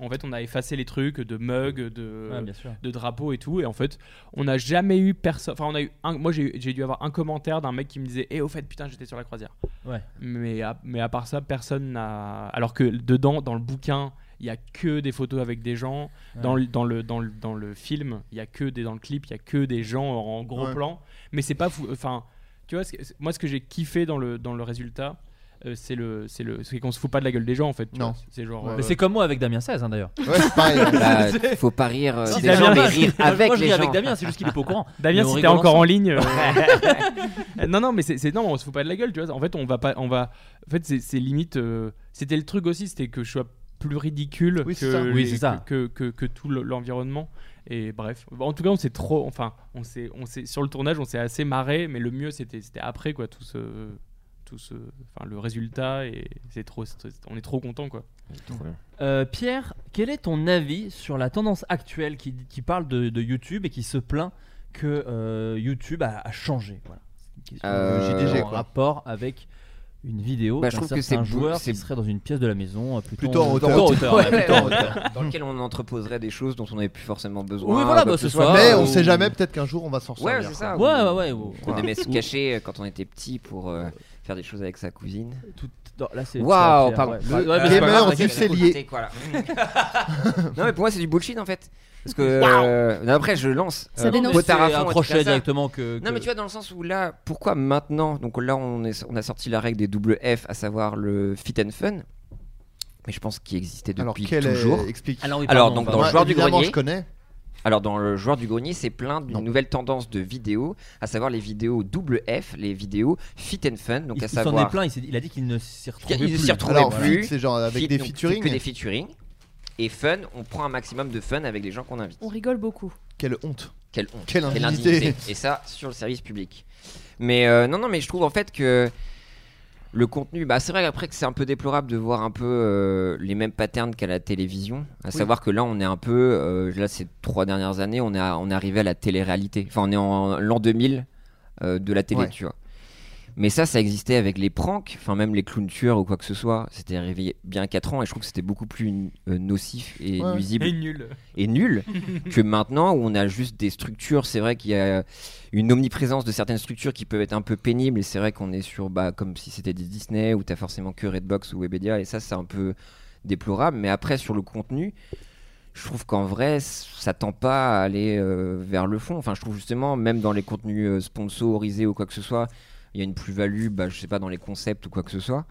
[SPEAKER 9] en fait on a effacé les trucs de mugs, de,
[SPEAKER 5] Ouais, bien sûr.
[SPEAKER 9] de drapeaux et tout. Et en fait, on n'a jamais eu personne. Enfin, on a eu un. Moi, j'ai eu- j'ai dû avoir un commentaire d'un mec qui me disait Eh, au fait, putain, j'étais sur la croisière.
[SPEAKER 5] Ouais.
[SPEAKER 9] Mais à, mais à part ça, personne n'a. Alors que dedans, dans le bouquin, il y a que des photos avec des gens.
[SPEAKER 5] Ouais.
[SPEAKER 9] Dans, le, dans, le, dans, le, dans le film, il y a que des. Dans le clip, il y a que des gens en gros
[SPEAKER 5] Ouais.
[SPEAKER 9] plan. Mais c'est pas fou. Enfin. tu vois, ce que- moi, ce que j'ai kiffé dans le, dans le résultat, euh, c'est le, c'est le, c'est qu'on se fout pas de la gueule des gens en fait. tu
[SPEAKER 5] Non.
[SPEAKER 9] vois. c'est genre.
[SPEAKER 5] Mais c'est comme moi avec Damien 16 d'ailleurs.
[SPEAKER 9] Ouais, [laughs] c'est pareil. Bah,
[SPEAKER 5] C'est-
[SPEAKER 7] faut pas rire, euh,
[SPEAKER 5] Si
[SPEAKER 7] des gens, mais
[SPEAKER 5] moi,
[SPEAKER 9] [laughs]
[SPEAKER 7] rire
[SPEAKER 5] je-
[SPEAKER 7] avec
[SPEAKER 5] moi, je
[SPEAKER 7] les
[SPEAKER 5] ris
[SPEAKER 7] gens.
[SPEAKER 5] avec Damien, c'est juste qu'il est pas au courant.
[SPEAKER 9] Damien,
[SPEAKER 5] Mais on
[SPEAKER 9] si t'es
[SPEAKER 5] rigole
[SPEAKER 9] encore en
[SPEAKER 5] ensemble.
[SPEAKER 9] ligne. euh, euh, [laughs] non, non, mais c'est c'est- non, on se fout pas de la gueule, tu vois. En fait, on va pas, on va. En fait, c'est- c'est limite. euh, C'était le truc aussi, c'était que je sois plus ridicule
[SPEAKER 5] Oui, c'est ça.
[SPEAKER 9] que,
[SPEAKER 5] Oui, c'est ça.
[SPEAKER 9] que, que, que tout le- l'environnement. Et bref, en tout cas, on s'est trop, enfin, on s'est, on s'est sur le tournage, on s'est assez marré, mais le mieux, c'était, c'était après, quoi, tout ce, tout ce, enfin, le résultat et c'est trop, c'est- on est trop content, quoi.
[SPEAKER 5] Euh, Pierre, quel est ton avis sur la tendance actuelle qui, qui parle de, de YouTube et qui se plaint que euh, YouTube a, a changé voilà. Une question de
[SPEAKER 7] Euh,
[SPEAKER 5] JDG, en
[SPEAKER 7] quoi.
[SPEAKER 5] rapport avec une vidéo
[SPEAKER 7] Bah, je
[SPEAKER 5] d'un
[SPEAKER 7] trouve que
[SPEAKER 5] certain
[SPEAKER 7] c'est bou-
[SPEAKER 5] joueur
[SPEAKER 7] c'est-
[SPEAKER 5] qui serait dans une pièce de la maison euh, plutôt,
[SPEAKER 7] Plutôt en hauteur.
[SPEAKER 5] plutôt en hauteur, ouais, plutôt en hauteur.
[SPEAKER 7] [laughs] Dans lequel on entreposerait des choses dont on n'avait plus forcément besoin.
[SPEAKER 5] Oui, voilà,
[SPEAKER 7] quoi
[SPEAKER 5] bah,
[SPEAKER 7] que
[SPEAKER 5] ce
[SPEAKER 7] ce soit.
[SPEAKER 5] soir,
[SPEAKER 6] Mais on
[SPEAKER 5] ou-
[SPEAKER 6] sait jamais, peut-être qu'un jour on va s'en
[SPEAKER 7] Ouais,
[SPEAKER 6] sortir.
[SPEAKER 7] c'est ça.
[SPEAKER 5] Ouais, ouais, ouais, ou-
[SPEAKER 7] On aimait se
[SPEAKER 5] ou-
[SPEAKER 7] cacher euh, quand on était petit pour euh, faire des choses avec sa cousine.
[SPEAKER 5] non, là, c'est-
[SPEAKER 7] Waouh,
[SPEAKER 5] c'est-
[SPEAKER 7] pardon.
[SPEAKER 5] ouais.
[SPEAKER 7] Bah,
[SPEAKER 5] Le-
[SPEAKER 7] bah,
[SPEAKER 5] ouais, mais
[SPEAKER 7] c'est
[SPEAKER 5] c'est
[SPEAKER 7] pas
[SPEAKER 5] pas
[SPEAKER 7] grave,
[SPEAKER 5] grave,
[SPEAKER 7] t'inquiète,
[SPEAKER 5] c'est-
[SPEAKER 7] c'est
[SPEAKER 5] lié.
[SPEAKER 7] côté, quoi, là. [laughs] non, mais pour moi, c'est du bullshit en fait. Parce que.
[SPEAKER 5] Waouh.
[SPEAKER 7] euh, non, après, je lance.
[SPEAKER 5] Ça dénonce.
[SPEAKER 7] potard à
[SPEAKER 5] C'est
[SPEAKER 7] fond,
[SPEAKER 5] un
[SPEAKER 7] et tout
[SPEAKER 5] crochet
[SPEAKER 7] ça.
[SPEAKER 5] directement que-
[SPEAKER 7] Non,
[SPEAKER 5] que-
[SPEAKER 7] mais tu vois, dans le sens où là, pourquoi maintenant Donc là, on, est, on a sorti la règle des double F, à savoir le fit and fun. Mais je pense qu'il existait depuis
[SPEAKER 6] Alors, quel est-
[SPEAKER 7] toujours.
[SPEAKER 6] explique.
[SPEAKER 5] Ah
[SPEAKER 6] Alors
[SPEAKER 7] Alors,
[SPEAKER 6] oui, pardon,
[SPEAKER 7] donc,
[SPEAKER 6] pardon.
[SPEAKER 7] dans le
[SPEAKER 6] Moi,
[SPEAKER 7] joueur du
[SPEAKER 6] évidemment,
[SPEAKER 7] grenier.
[SPEAKER 6] je connais.
[SPEAKER 7] Alors dans le joueur du grenier, c'est plein d'une nouvelle tendance de vidéos, à savoir les vidéos double F, les vidéos fit and fun, donc
[SPEAKER 5] Il,
[SPEAKER 7] à
[SPEAKER 5] il
[SPEAKER 7] savoir.
[SPEAKER 5] s'en est plein, il, s'est- il a dit qu'il ne s'y retrouvait
[SPEAKER 7] Il ne
[SPEAKER 5] plus.
[SPEAKER 7] s'y retrouvait plus. Fit, donc, c'est que des featuring. Et fun, on prend un maximum de fun avec les gens qu'on invite.
[SPEAKER 8] On rigole beaucoup.
[SPEAKER 6] Quelle honte.
[SPEAKER 7] Quelle honte.
[SPEAKER 6] Quelle indignité.
[SPEAKER 7] Et ça, sur le service public. Mais euh, non, non, mais je trouve en fait que le contenu, bah, c'est vrai après que c'est un peu déplorable de voir un peu euh, les mêmes patterns qu'à la télévision. À
[SPEAKER 5] Oui.
[SPEAKER 7] savoir que là, on est un peu, euh, là, ces trois dernières années, on est, à- on est arrivé à la télé-réalité. Enfin, on est en l'an 2000 euh, de la télé,
[SPEAKER 5] Ouais.
[SPEAKER 7] tu vois. Mais ça, ça existait avec les pranks, enfin même les clowns tueurs ou quoi que ce soit. C'était arrivé il y a bien 4 ans et je trouve que c'était beaucoup plus euh, nocif et
[SPEAKER 9] Ouais.
[SPEAKER 7] nuisible.
[SPEAKER 9] Et nul. [laughs]
[SPEAKER 7] Et nul que maintenant où on a juste des structures. C'est vrai qu'il y a une omniprésence de certaines structures qui peuvent être un peu pénibles et c'est vrai qu'on est sur, bah, comme si c'était des Disney où t'as forcément que Redbox ou Webedia et ça, c'est un peu déplorable. Mais après, sur le contenu, je trouve qu'en vrai, s- ça tend pas à aller euh, vers le fond. Enfin, je trouve justement, même dans les contenus euh, sponsorisés ou quoi que ce soit, il y a une plus-value, bah, je sais pas, dans les concepts ou quoi que ce soit.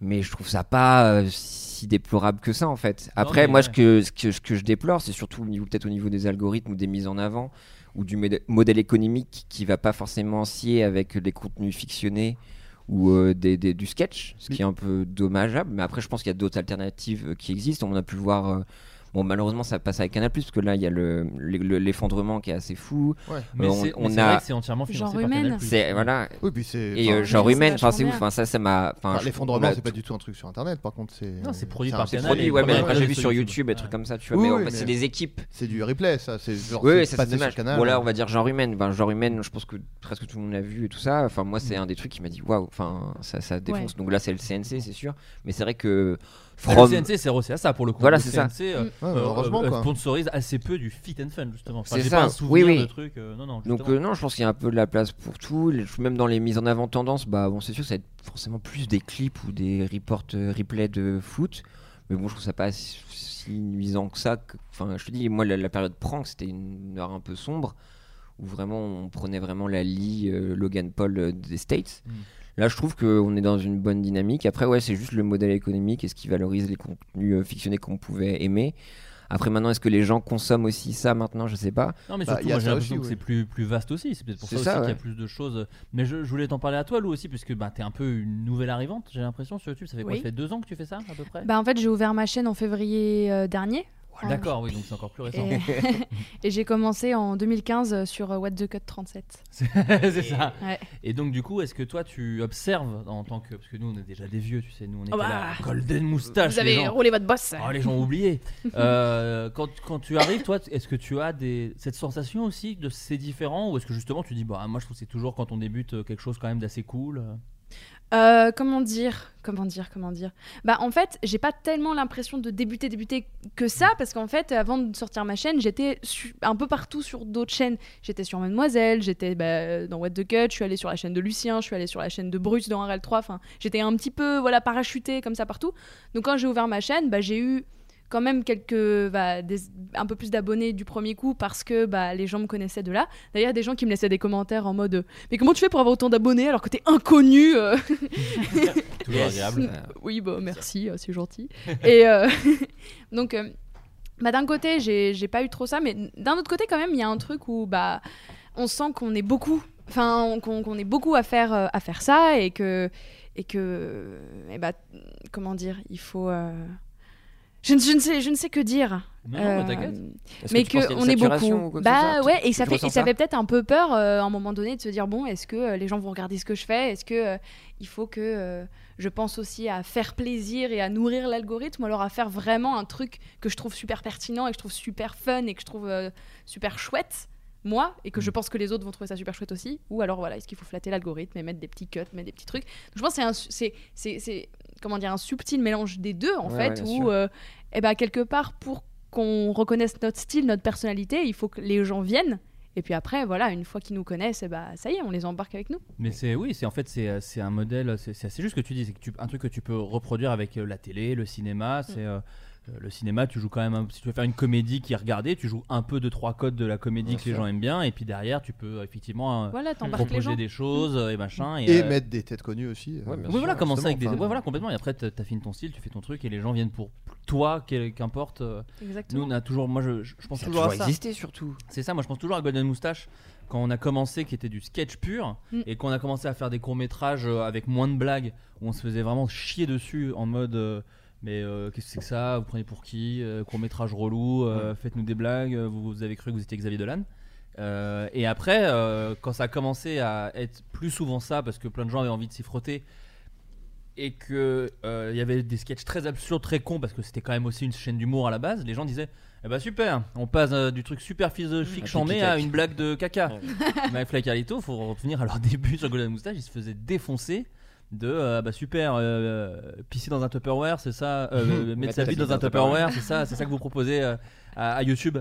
[SPEAKER 7] Mais je trouve ça pas euh, si déplorable que ça, en fait. Après,
[SPEAKER 5] mais
[SPEAKER 7] moi,
[SPEAKER 5] ouais.
[SPEAKER 7] ce, que, ce, que, ce que je déplore, c'est surtout au niveau- peut-être au niveau des algorithmes ou des mises en avant ou du méd- modèle économique qui va pas forcément scier avec les contenus fictionnés ou euh, des- des- du sketch, ce qui est un peu dommageable. Mais après, je pense qu'il y a d'autres alternatives euh, qui existent. On a pu le voir. euh, Bon, malheureusement, ça passe avec Canal, parce que là, il y a le- le- le- l'effondrement qui est assez fou.
[SPEAKER 5] Ouais.
[SPEAKER 7] Euh,
[SPEAKER 5] Mais c'est- mais c'est vrai que c'est entièrement financé Genre par Canal+. humaine.
[SPEAKER 7] C'est- Voilà.
[SPEAKER 6] Oui, puis c'est-
[SPEAKER 7] Et euh,
[SPEAKER 6] enfin,
[SPEAKER 7] genre
[SPEAKER 6] c'est
[SPEAKER 7] humaine, enfin,
[SPEAKER 6] vachement
[SPEAKER 7] c'est ouf.
[SPEAKER 6] bien.
[SPEAKER 7] Enfin, ça, ça m'a. enfin,
[SPEAKER 6] Enfin,
[SPEAKER 7] je- on
[SPEAKER 6] L'effondrement,
[SPEAKER 7] a
[SPEAKER 6] c'est pas du tout un truc sur internet, par contre. c'est
[SPEAKER 5] Ah, Non, c'est produit
[SPEAKER 6] un-
[SPEAKER 5] par
[SPEAKER 6] c'est
[SPEAKER 5] Canal
[SPEAKER 7] produit,
[SPEAKER 5] et
[SPEAKER 7] ouais, mais
[SPEAKER 5] Canal+.
[SPEAKER 7] après, j'ai vu
[SPEAKER 5] sur
[SPEAKER 7] sur
[SPEAKER 5] YouTube.
[SPEAKER 7] YouTube, des trucs comme ça, tu
[SPEAKER 6] Oui,
[SPEAKER 7] vois.
[SPEAKER 6] oui,
[SPEAKER 7] mais on- c'est
[SPEAKER 6] mais
[SPEAKER 7] des équipes.
[SPEAKER 6] C'est du replay, ça. C'est genre.
[SPEAKER 7] Oui,
[SPEAKER 6] c'est
[SPEAKER 7] oui, ça c'est
[SPEAKER 6] passé sur
[SPEAKER 7] dommage.
[SPEAKER 6] Canal. hein.
[SPEAKER 7] Bon, là, on va dire genre humaine. Enfin, genre humaine, je pense que presque tout le monde l'a vu et tout ça. Enfin, moi, c'est un des trucs qui m'a dit waouh, enfin, ça, ça défonce.
[SPEAKER 5] Ouais.
[SPEAKER 7] Donc là, c'est le CNC, c'est sûr. Mais c'est vrai que.
[SPEAKER 5] Bah,
[SPEAKER 7] From-
[SPEAKER 5] Le CNC, c'est rosé à ça pour le coup.
[SPEAKER 7] Voilà,
[SPEAKER 5] Le
[SPEAKER 7] c'est ça.
[SPEAKER 5] CNC, euh,
[SPEAKER 7] Mm.
[SPEAKER 5] euh,
[SPEAKER 7] Ouais, heureusement,
[SPEAKER 5] euh,
[SPEAKER 7] quoi.
[SPEAKER 5] sponsorise assez peu du fit and fun justement. Enfin,
[SPEAKER 7] C'est
[SPEAKER 5] j'ai
[SPEAKER 7] ça.
[SPEAKER 5] pas un
[SPEAKER 7] oui,
[SPEAKER 5] souvenir
[SPEAKER 7] oui.
[SPEAKER 5] de truc. euh, non, non.
[SPEAKER 7] Donc euh, non, je pense qu'il y a un peu de la place pour tout. Les- Même dans les mises en avant tendance, bah bon, c'est sûr, que ça va être forcément plus des clips ou des reports euh, replays de foot. Mais bon, je trouve ça pas si, si nuisant que ça. que- Enfin, je te dis, moi, la, la période prank, c'était une heure un peu sombre où vraiment on prenait vraiment la Lee euh, Logan Paul euh, des States.
[SPEAKER 5] Mm.
[SPEAKER 7] Là, je trouve qu'on est dans une bonne dynamique. Après, ouais, c'est juste le modèle économique et ce qui valorise les contenus euh, fictionnés qu'on pouvait aimer. Après, maintenant, est-ce que les gens consomment aussi ça maintenant Je sais pas.
[SPEAKER 5] Non mais surtout, moi, j'ai l'impression que c'est plus, plus vaste aussi. C'est peut-être pour
[SPEAKER 7] euh, C'est
[SPEAKER 5] ça, aussi
[SPEAKER 7] ça,
[SPEAKER 5] qu'il y a
[SPEAKER 7] ouais.
[SPEAKER 5] plus de choses. euh, Mais je, je voulais t'en parler à toi, Lou aussi, puisque bah, t'es un peu une nouvelle arrivante, j'ai l'impression, sur YouTube. Ça fait quoi
[SPEAKER 8] Oui.
[SPEAKER 5] Ça fait deux ans que tu fais ça, à peu près
[SPEAKER 8] Bah, en fait, j'ai ouvert ma chaîne en février euh, dernier. En-
[SPEAKER 5] D'accord, oui, donc c'est encore plus récent.
[SPEAKER 8] Et,
[SPEAKER 7] [laughs]
[SPEAKER 8] [laughs] et j'ai commencé en 2015 sur euh, What the Cut 37.
[SPEAKER 5] [laughs] c'est ça.
[SPEAKER 8] Ouais.
[SPEAKER 5] Et donc, du coup, est-ce que toi, tu observes en tant que. Parce que nous, on est déjà des vieux, tu sais, nous, on est
[SPEAKER 8] Oh
[SPEAKER 5] à
[SPEAKER 8] bah.
[SPEAKER 5] la golden moustache.
[SPEAKER 8] Vous avez
[SPEAKER 5] les gens.
[SPEAKER 8] roulé votre bosse.
[SPEAKER 5] Oh, les gens
[SPEAKER 8] [laughs]
[SPEAKER 5] ont oublié. Euh, quand, quand tu arrives, toi, est-ce que tu as des, cette sensation aussi de c'est différent Ou est-ce que justement, tu dis, bah, moi, je trouve que c'est toujours quand on débute euh, quelque chose quand même d'assez cool euh.
[SPEAKER 8] Euh, comment dire Comment dire Comment dire Bah en fait, j'ai pas tellement l'impression de débuter, débuter que ça, parce qu'en fait, avant de sortir ma chaîne, j'étais su- un peu partout sur d'autres chaînes. J'étais sur Mademoiselle, j'étais bah, dans What the Cut, je suis allée sur la chaîne de Lucien, je suis allée sur la chaîne de Bruce dans RL3. Enfin, j'étais un petit peu voilà parachutée comme ça partout. Donc quand j'ai ouvert ma chaîne, bah j'ai eu quand même quelques, bah, des- un peu plus d'abonnés du premier coup parce que bah, les gens me connaissaient de là. D'ailleurs, il y a des gens qui me laissaient des commentaires en mode euh, Mais comment tu fais pour avoir autant d'abonnés alors que t'es inconnu euh [laughs]
[SPEAKER 15] Toujours agréable.
[SPEAKER 9] Ah.
[SPEAKER 8] Oui, bah, merci, euh, c'est
[SPEAKER 9] [laughs]
[SPEAKER 8] gentil. [laughs] Et euh, donc, euh, bah, d'un côté, j'ai j'ai pas eu trop ça, mais d'un autre côté, quand même, il y a un truc où bah, on sent qu'on est beaucoup, enfin, on- qu'on qu'on est beaucoup à faire, euh, à faire ça et que, et que, eh bah, comment dire, il faut. euh, Je, ne- je ne sais, je ne sais que dire. Euh,
[SPEAKER 15] Non, non, mais t'inquiète. Est-ce
[SPEAKER 8] mais
[SPEAKER 15] que tu penses qu'il y a une
[SPEAKER 8] on est
[SPEAKER 15] saturation ou
[SPEAKER 8] beaucoup.
[SPEAKER 15] quoi que ce
[SPEAKER 8] bah
[SPEAKER 15] soit
[SPEAKER 8] ouais,
[SPEAKER 15] Tu-
[SPEAKER 8] et ça
[SPEAKER 15] tu
[SPEAKER 8] fait,
[SPEAKER 15] ressens
[SPEAKER 8] et ça
[SPEAKER 15] ça
[SPEAKER 8] fait peut-être un peu peur euh, à un moment donné de se dire bon, est-ce que euh, les gens vont regarder ce que je fais Est-ce que euh, il faut que euh, je pense aussi à faire plaisir et à nourrir l'algorithme, ou alors à faire vraiment un truc que je trouve super pertinent et que je trouve super fun et que je trouve euh, super chouette moi et que
[SPEAKER 15] Mm.
[SPEAKER 8] je pense que les autres vont trouver ça super chouette aussi ou alors voilà est-ce qu'il faut flatter l'algorithme et mettre des petits cuts mettre des petits trucs Donc, je pense que c'est un su- c'est c'est c'est comment dire un subtil mélange des deux en
[SPEAKER 15] Ouais, ouais,
[SPEAKER 8] fait
[SPEAKER 15] bien
[SPEAKER 8] où
[SPEAKER 15] sûr.
[SPEAKER 8] euh, eh ben quelque part pour qu'on reconnaisse notre style notre personnalité il faut que les gens viennent et puis après voilà une fois qu'ils nous connaissent eh ben ça y est on les embarque avec nous
[SPEAKER 5] Mais c'est oui, c'est en fait c'est euh, c'est un modèle, c'est c'est assez juste ce que tu dis, c'est que tu- un truc que tu peux reproduire avec euh, la télé, le cinéma, c'est euh, euh, le cinéma, tu joues quand même un- si tu veux faire une comédie qui est regardée, tu joues un peu de trois codes de la comédie
[SPEAKER 9] Bien
[SPEAKER 5] que les
[SPEAKER 9] sûr.
[SPEAKER 5] gens aiment bien et puis derrière tu peux euh, effectivement euh,
[SPEAKER 8] Voilà, t'embarques les gens.
[SPEAKER 5] proposer des choses euh, et machin
[SPEAKER 6] Et,
[SPEAKER 5] euh,
[SPEAKER 6] mettre des têtes connues aussi. euh,
[SPEAKER 5] Ouais, voilà, commencer avec des.
[SPEAKER 6] justement,
[SPEAKER 5] ouais, voilà,
[SPEAKER 6] enfin.
[SPEAKER 5] complètement. Et après, t- t'affines ton style, tu fais ton truc, et les gens viennent pour toi, quel- qu'importe. euh,
[SPEAKER 8] Exactement.
[SPEAKER 5] Nous, on a toujours. Moi, je, je- je pense
[SPEAKER 7] Ça a
[SPEAKER 5] toujours, à
[SPEAKER 7] toujours
[SPEAKER 5] ça.
[SPEAKER 7] existé, surtout.
[SPEAKER 5] C'est ça, moi, je pense toujours à Golden Moustache. Quand on a commencé, qui était du sketch pur,
[SPEAKER 7] Mm.
[SPEAKER 5] et qu'on a commencé à faire des courts-métrages euh, avec moins de blagues, où on se faisait vraiment chier dessus en mode. euh, mais euh, qu'est-ce que c'est que ça Vous prenez pour qui Euh, Court-métrage relou,
[SPEAKER 7] Mm.
[SPEAKER 5] euh, faites-nous des blagues, euh, vous, vous avez cru que vous étiez Xavier Dolan. Euh, et après, euh, quand ça a commencé à être plus souvent ça, parce que plein de gens avaient envie de s'y frotter, et que euh, il y avait des sketchs très absurdes, très cons, parce que c'était quand même aussi une chaîne d'humour à la base, les gens disaient Eh bah super, on passe euh, du truc super philosophique
[SPEAKER 7] À
[SPEAKER 5] chambé
[SPEAKER 7] pipi-tac.
[SPEAKER 5] à une blague de caca. [laughs] Mais Fly Carlito, faut revenir à leur [laughs] début sur Golden Moustache, ils se faisaient défoncer de euh, bah super euh, pisser dans un Tupperware c'est ça [laughs] euh, mettre sa vie dans un Tupperware c'est ça c'est ça que vous proposez euh, à, à YouTube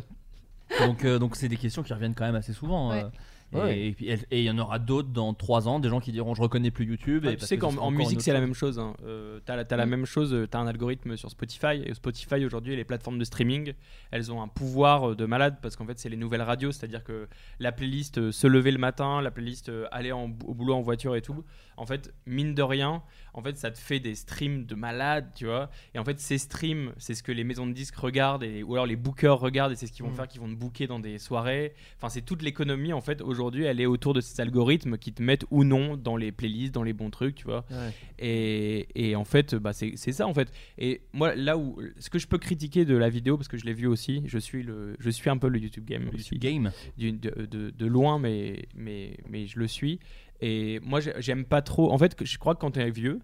[SPEAKER 5] donc euh, donc c'est des questions qui reviennent quand même assez souvent
[SPEAKER 9] Ouais.
[SPEAKER 5] euh,
[SPEAKER 9] Ouais.
[SPEAKER 5] et- et puis, elle- et il y en aura d'autres dans 3 ans, des gens qui diront je reconnais plus YouTube.
[SPEAKER 9] Ah,
[SPEAKER 5] et
[SPEAKER 9] tu
[SPEAKER 5] bah, parce
[SPEAKER 9] sais
[SPEAKER 5] que
[SPEAKER 9] qu'en
[SPEAKER 5] ce sera
[SPEAKER 9] en
[SPEAKER 5] encore une
[SPEAKER 9] musique,
[SPEAKER 5] autre
[SPEAKER 9] c'est la
[SPEAKER 5] chose.
[SPEAKER 9] même chose. hein. Euh, t'as la, t'as la
[SPEAKER 5] Mm.
[SPEAKER 9] même chose, euh, t'as un algorithme sur Spotify. Et Spotify, aujourd'hui, les plateformes de streaming, elles ont un pouvoir euh, de malade parce qu'en fait, c'est les nouvelles radios. C'est-à-dire que la playlist euh, se lever le matin, la playlist euh, aller en- au boulot en voiture et tout, en fait, mine de rien, en fait, ça te fait des streams de malade, tu vois. Et en fait, ces streams, c'est ce que les maisons de disques regardent et, ou alors les bookers regardent et c'est ce qu'ils vont
[SPEAKER 7] Mm.
[SPEAKER 9] faire, qu'ils vont te booker dans des soirées. Enfin, c'est toute l'économie, en fait, aujourd'hui, elle est autour de ces algorithmes qui te mettent ou non dans les playlists, dans les bons trucs, tu vois.
[SPEAKER 7] Ouais.
[SPEAKER 9] Et, et en fait, bah, c'est c'est ça en fait. Et moi, là où ce que je peux critiquer de la vidéo, parce que je l'ai vu aussi, je suis le, je suis un peu le YouTube game. aussi.
[SPEAKER 5] game.
[SPEAKER 9] Du- de, de- de loin, mais, mais, mais je le suis. Et moi, j'ai- j'aime pas trop. En fait, que- je crois que quand t'es vieux.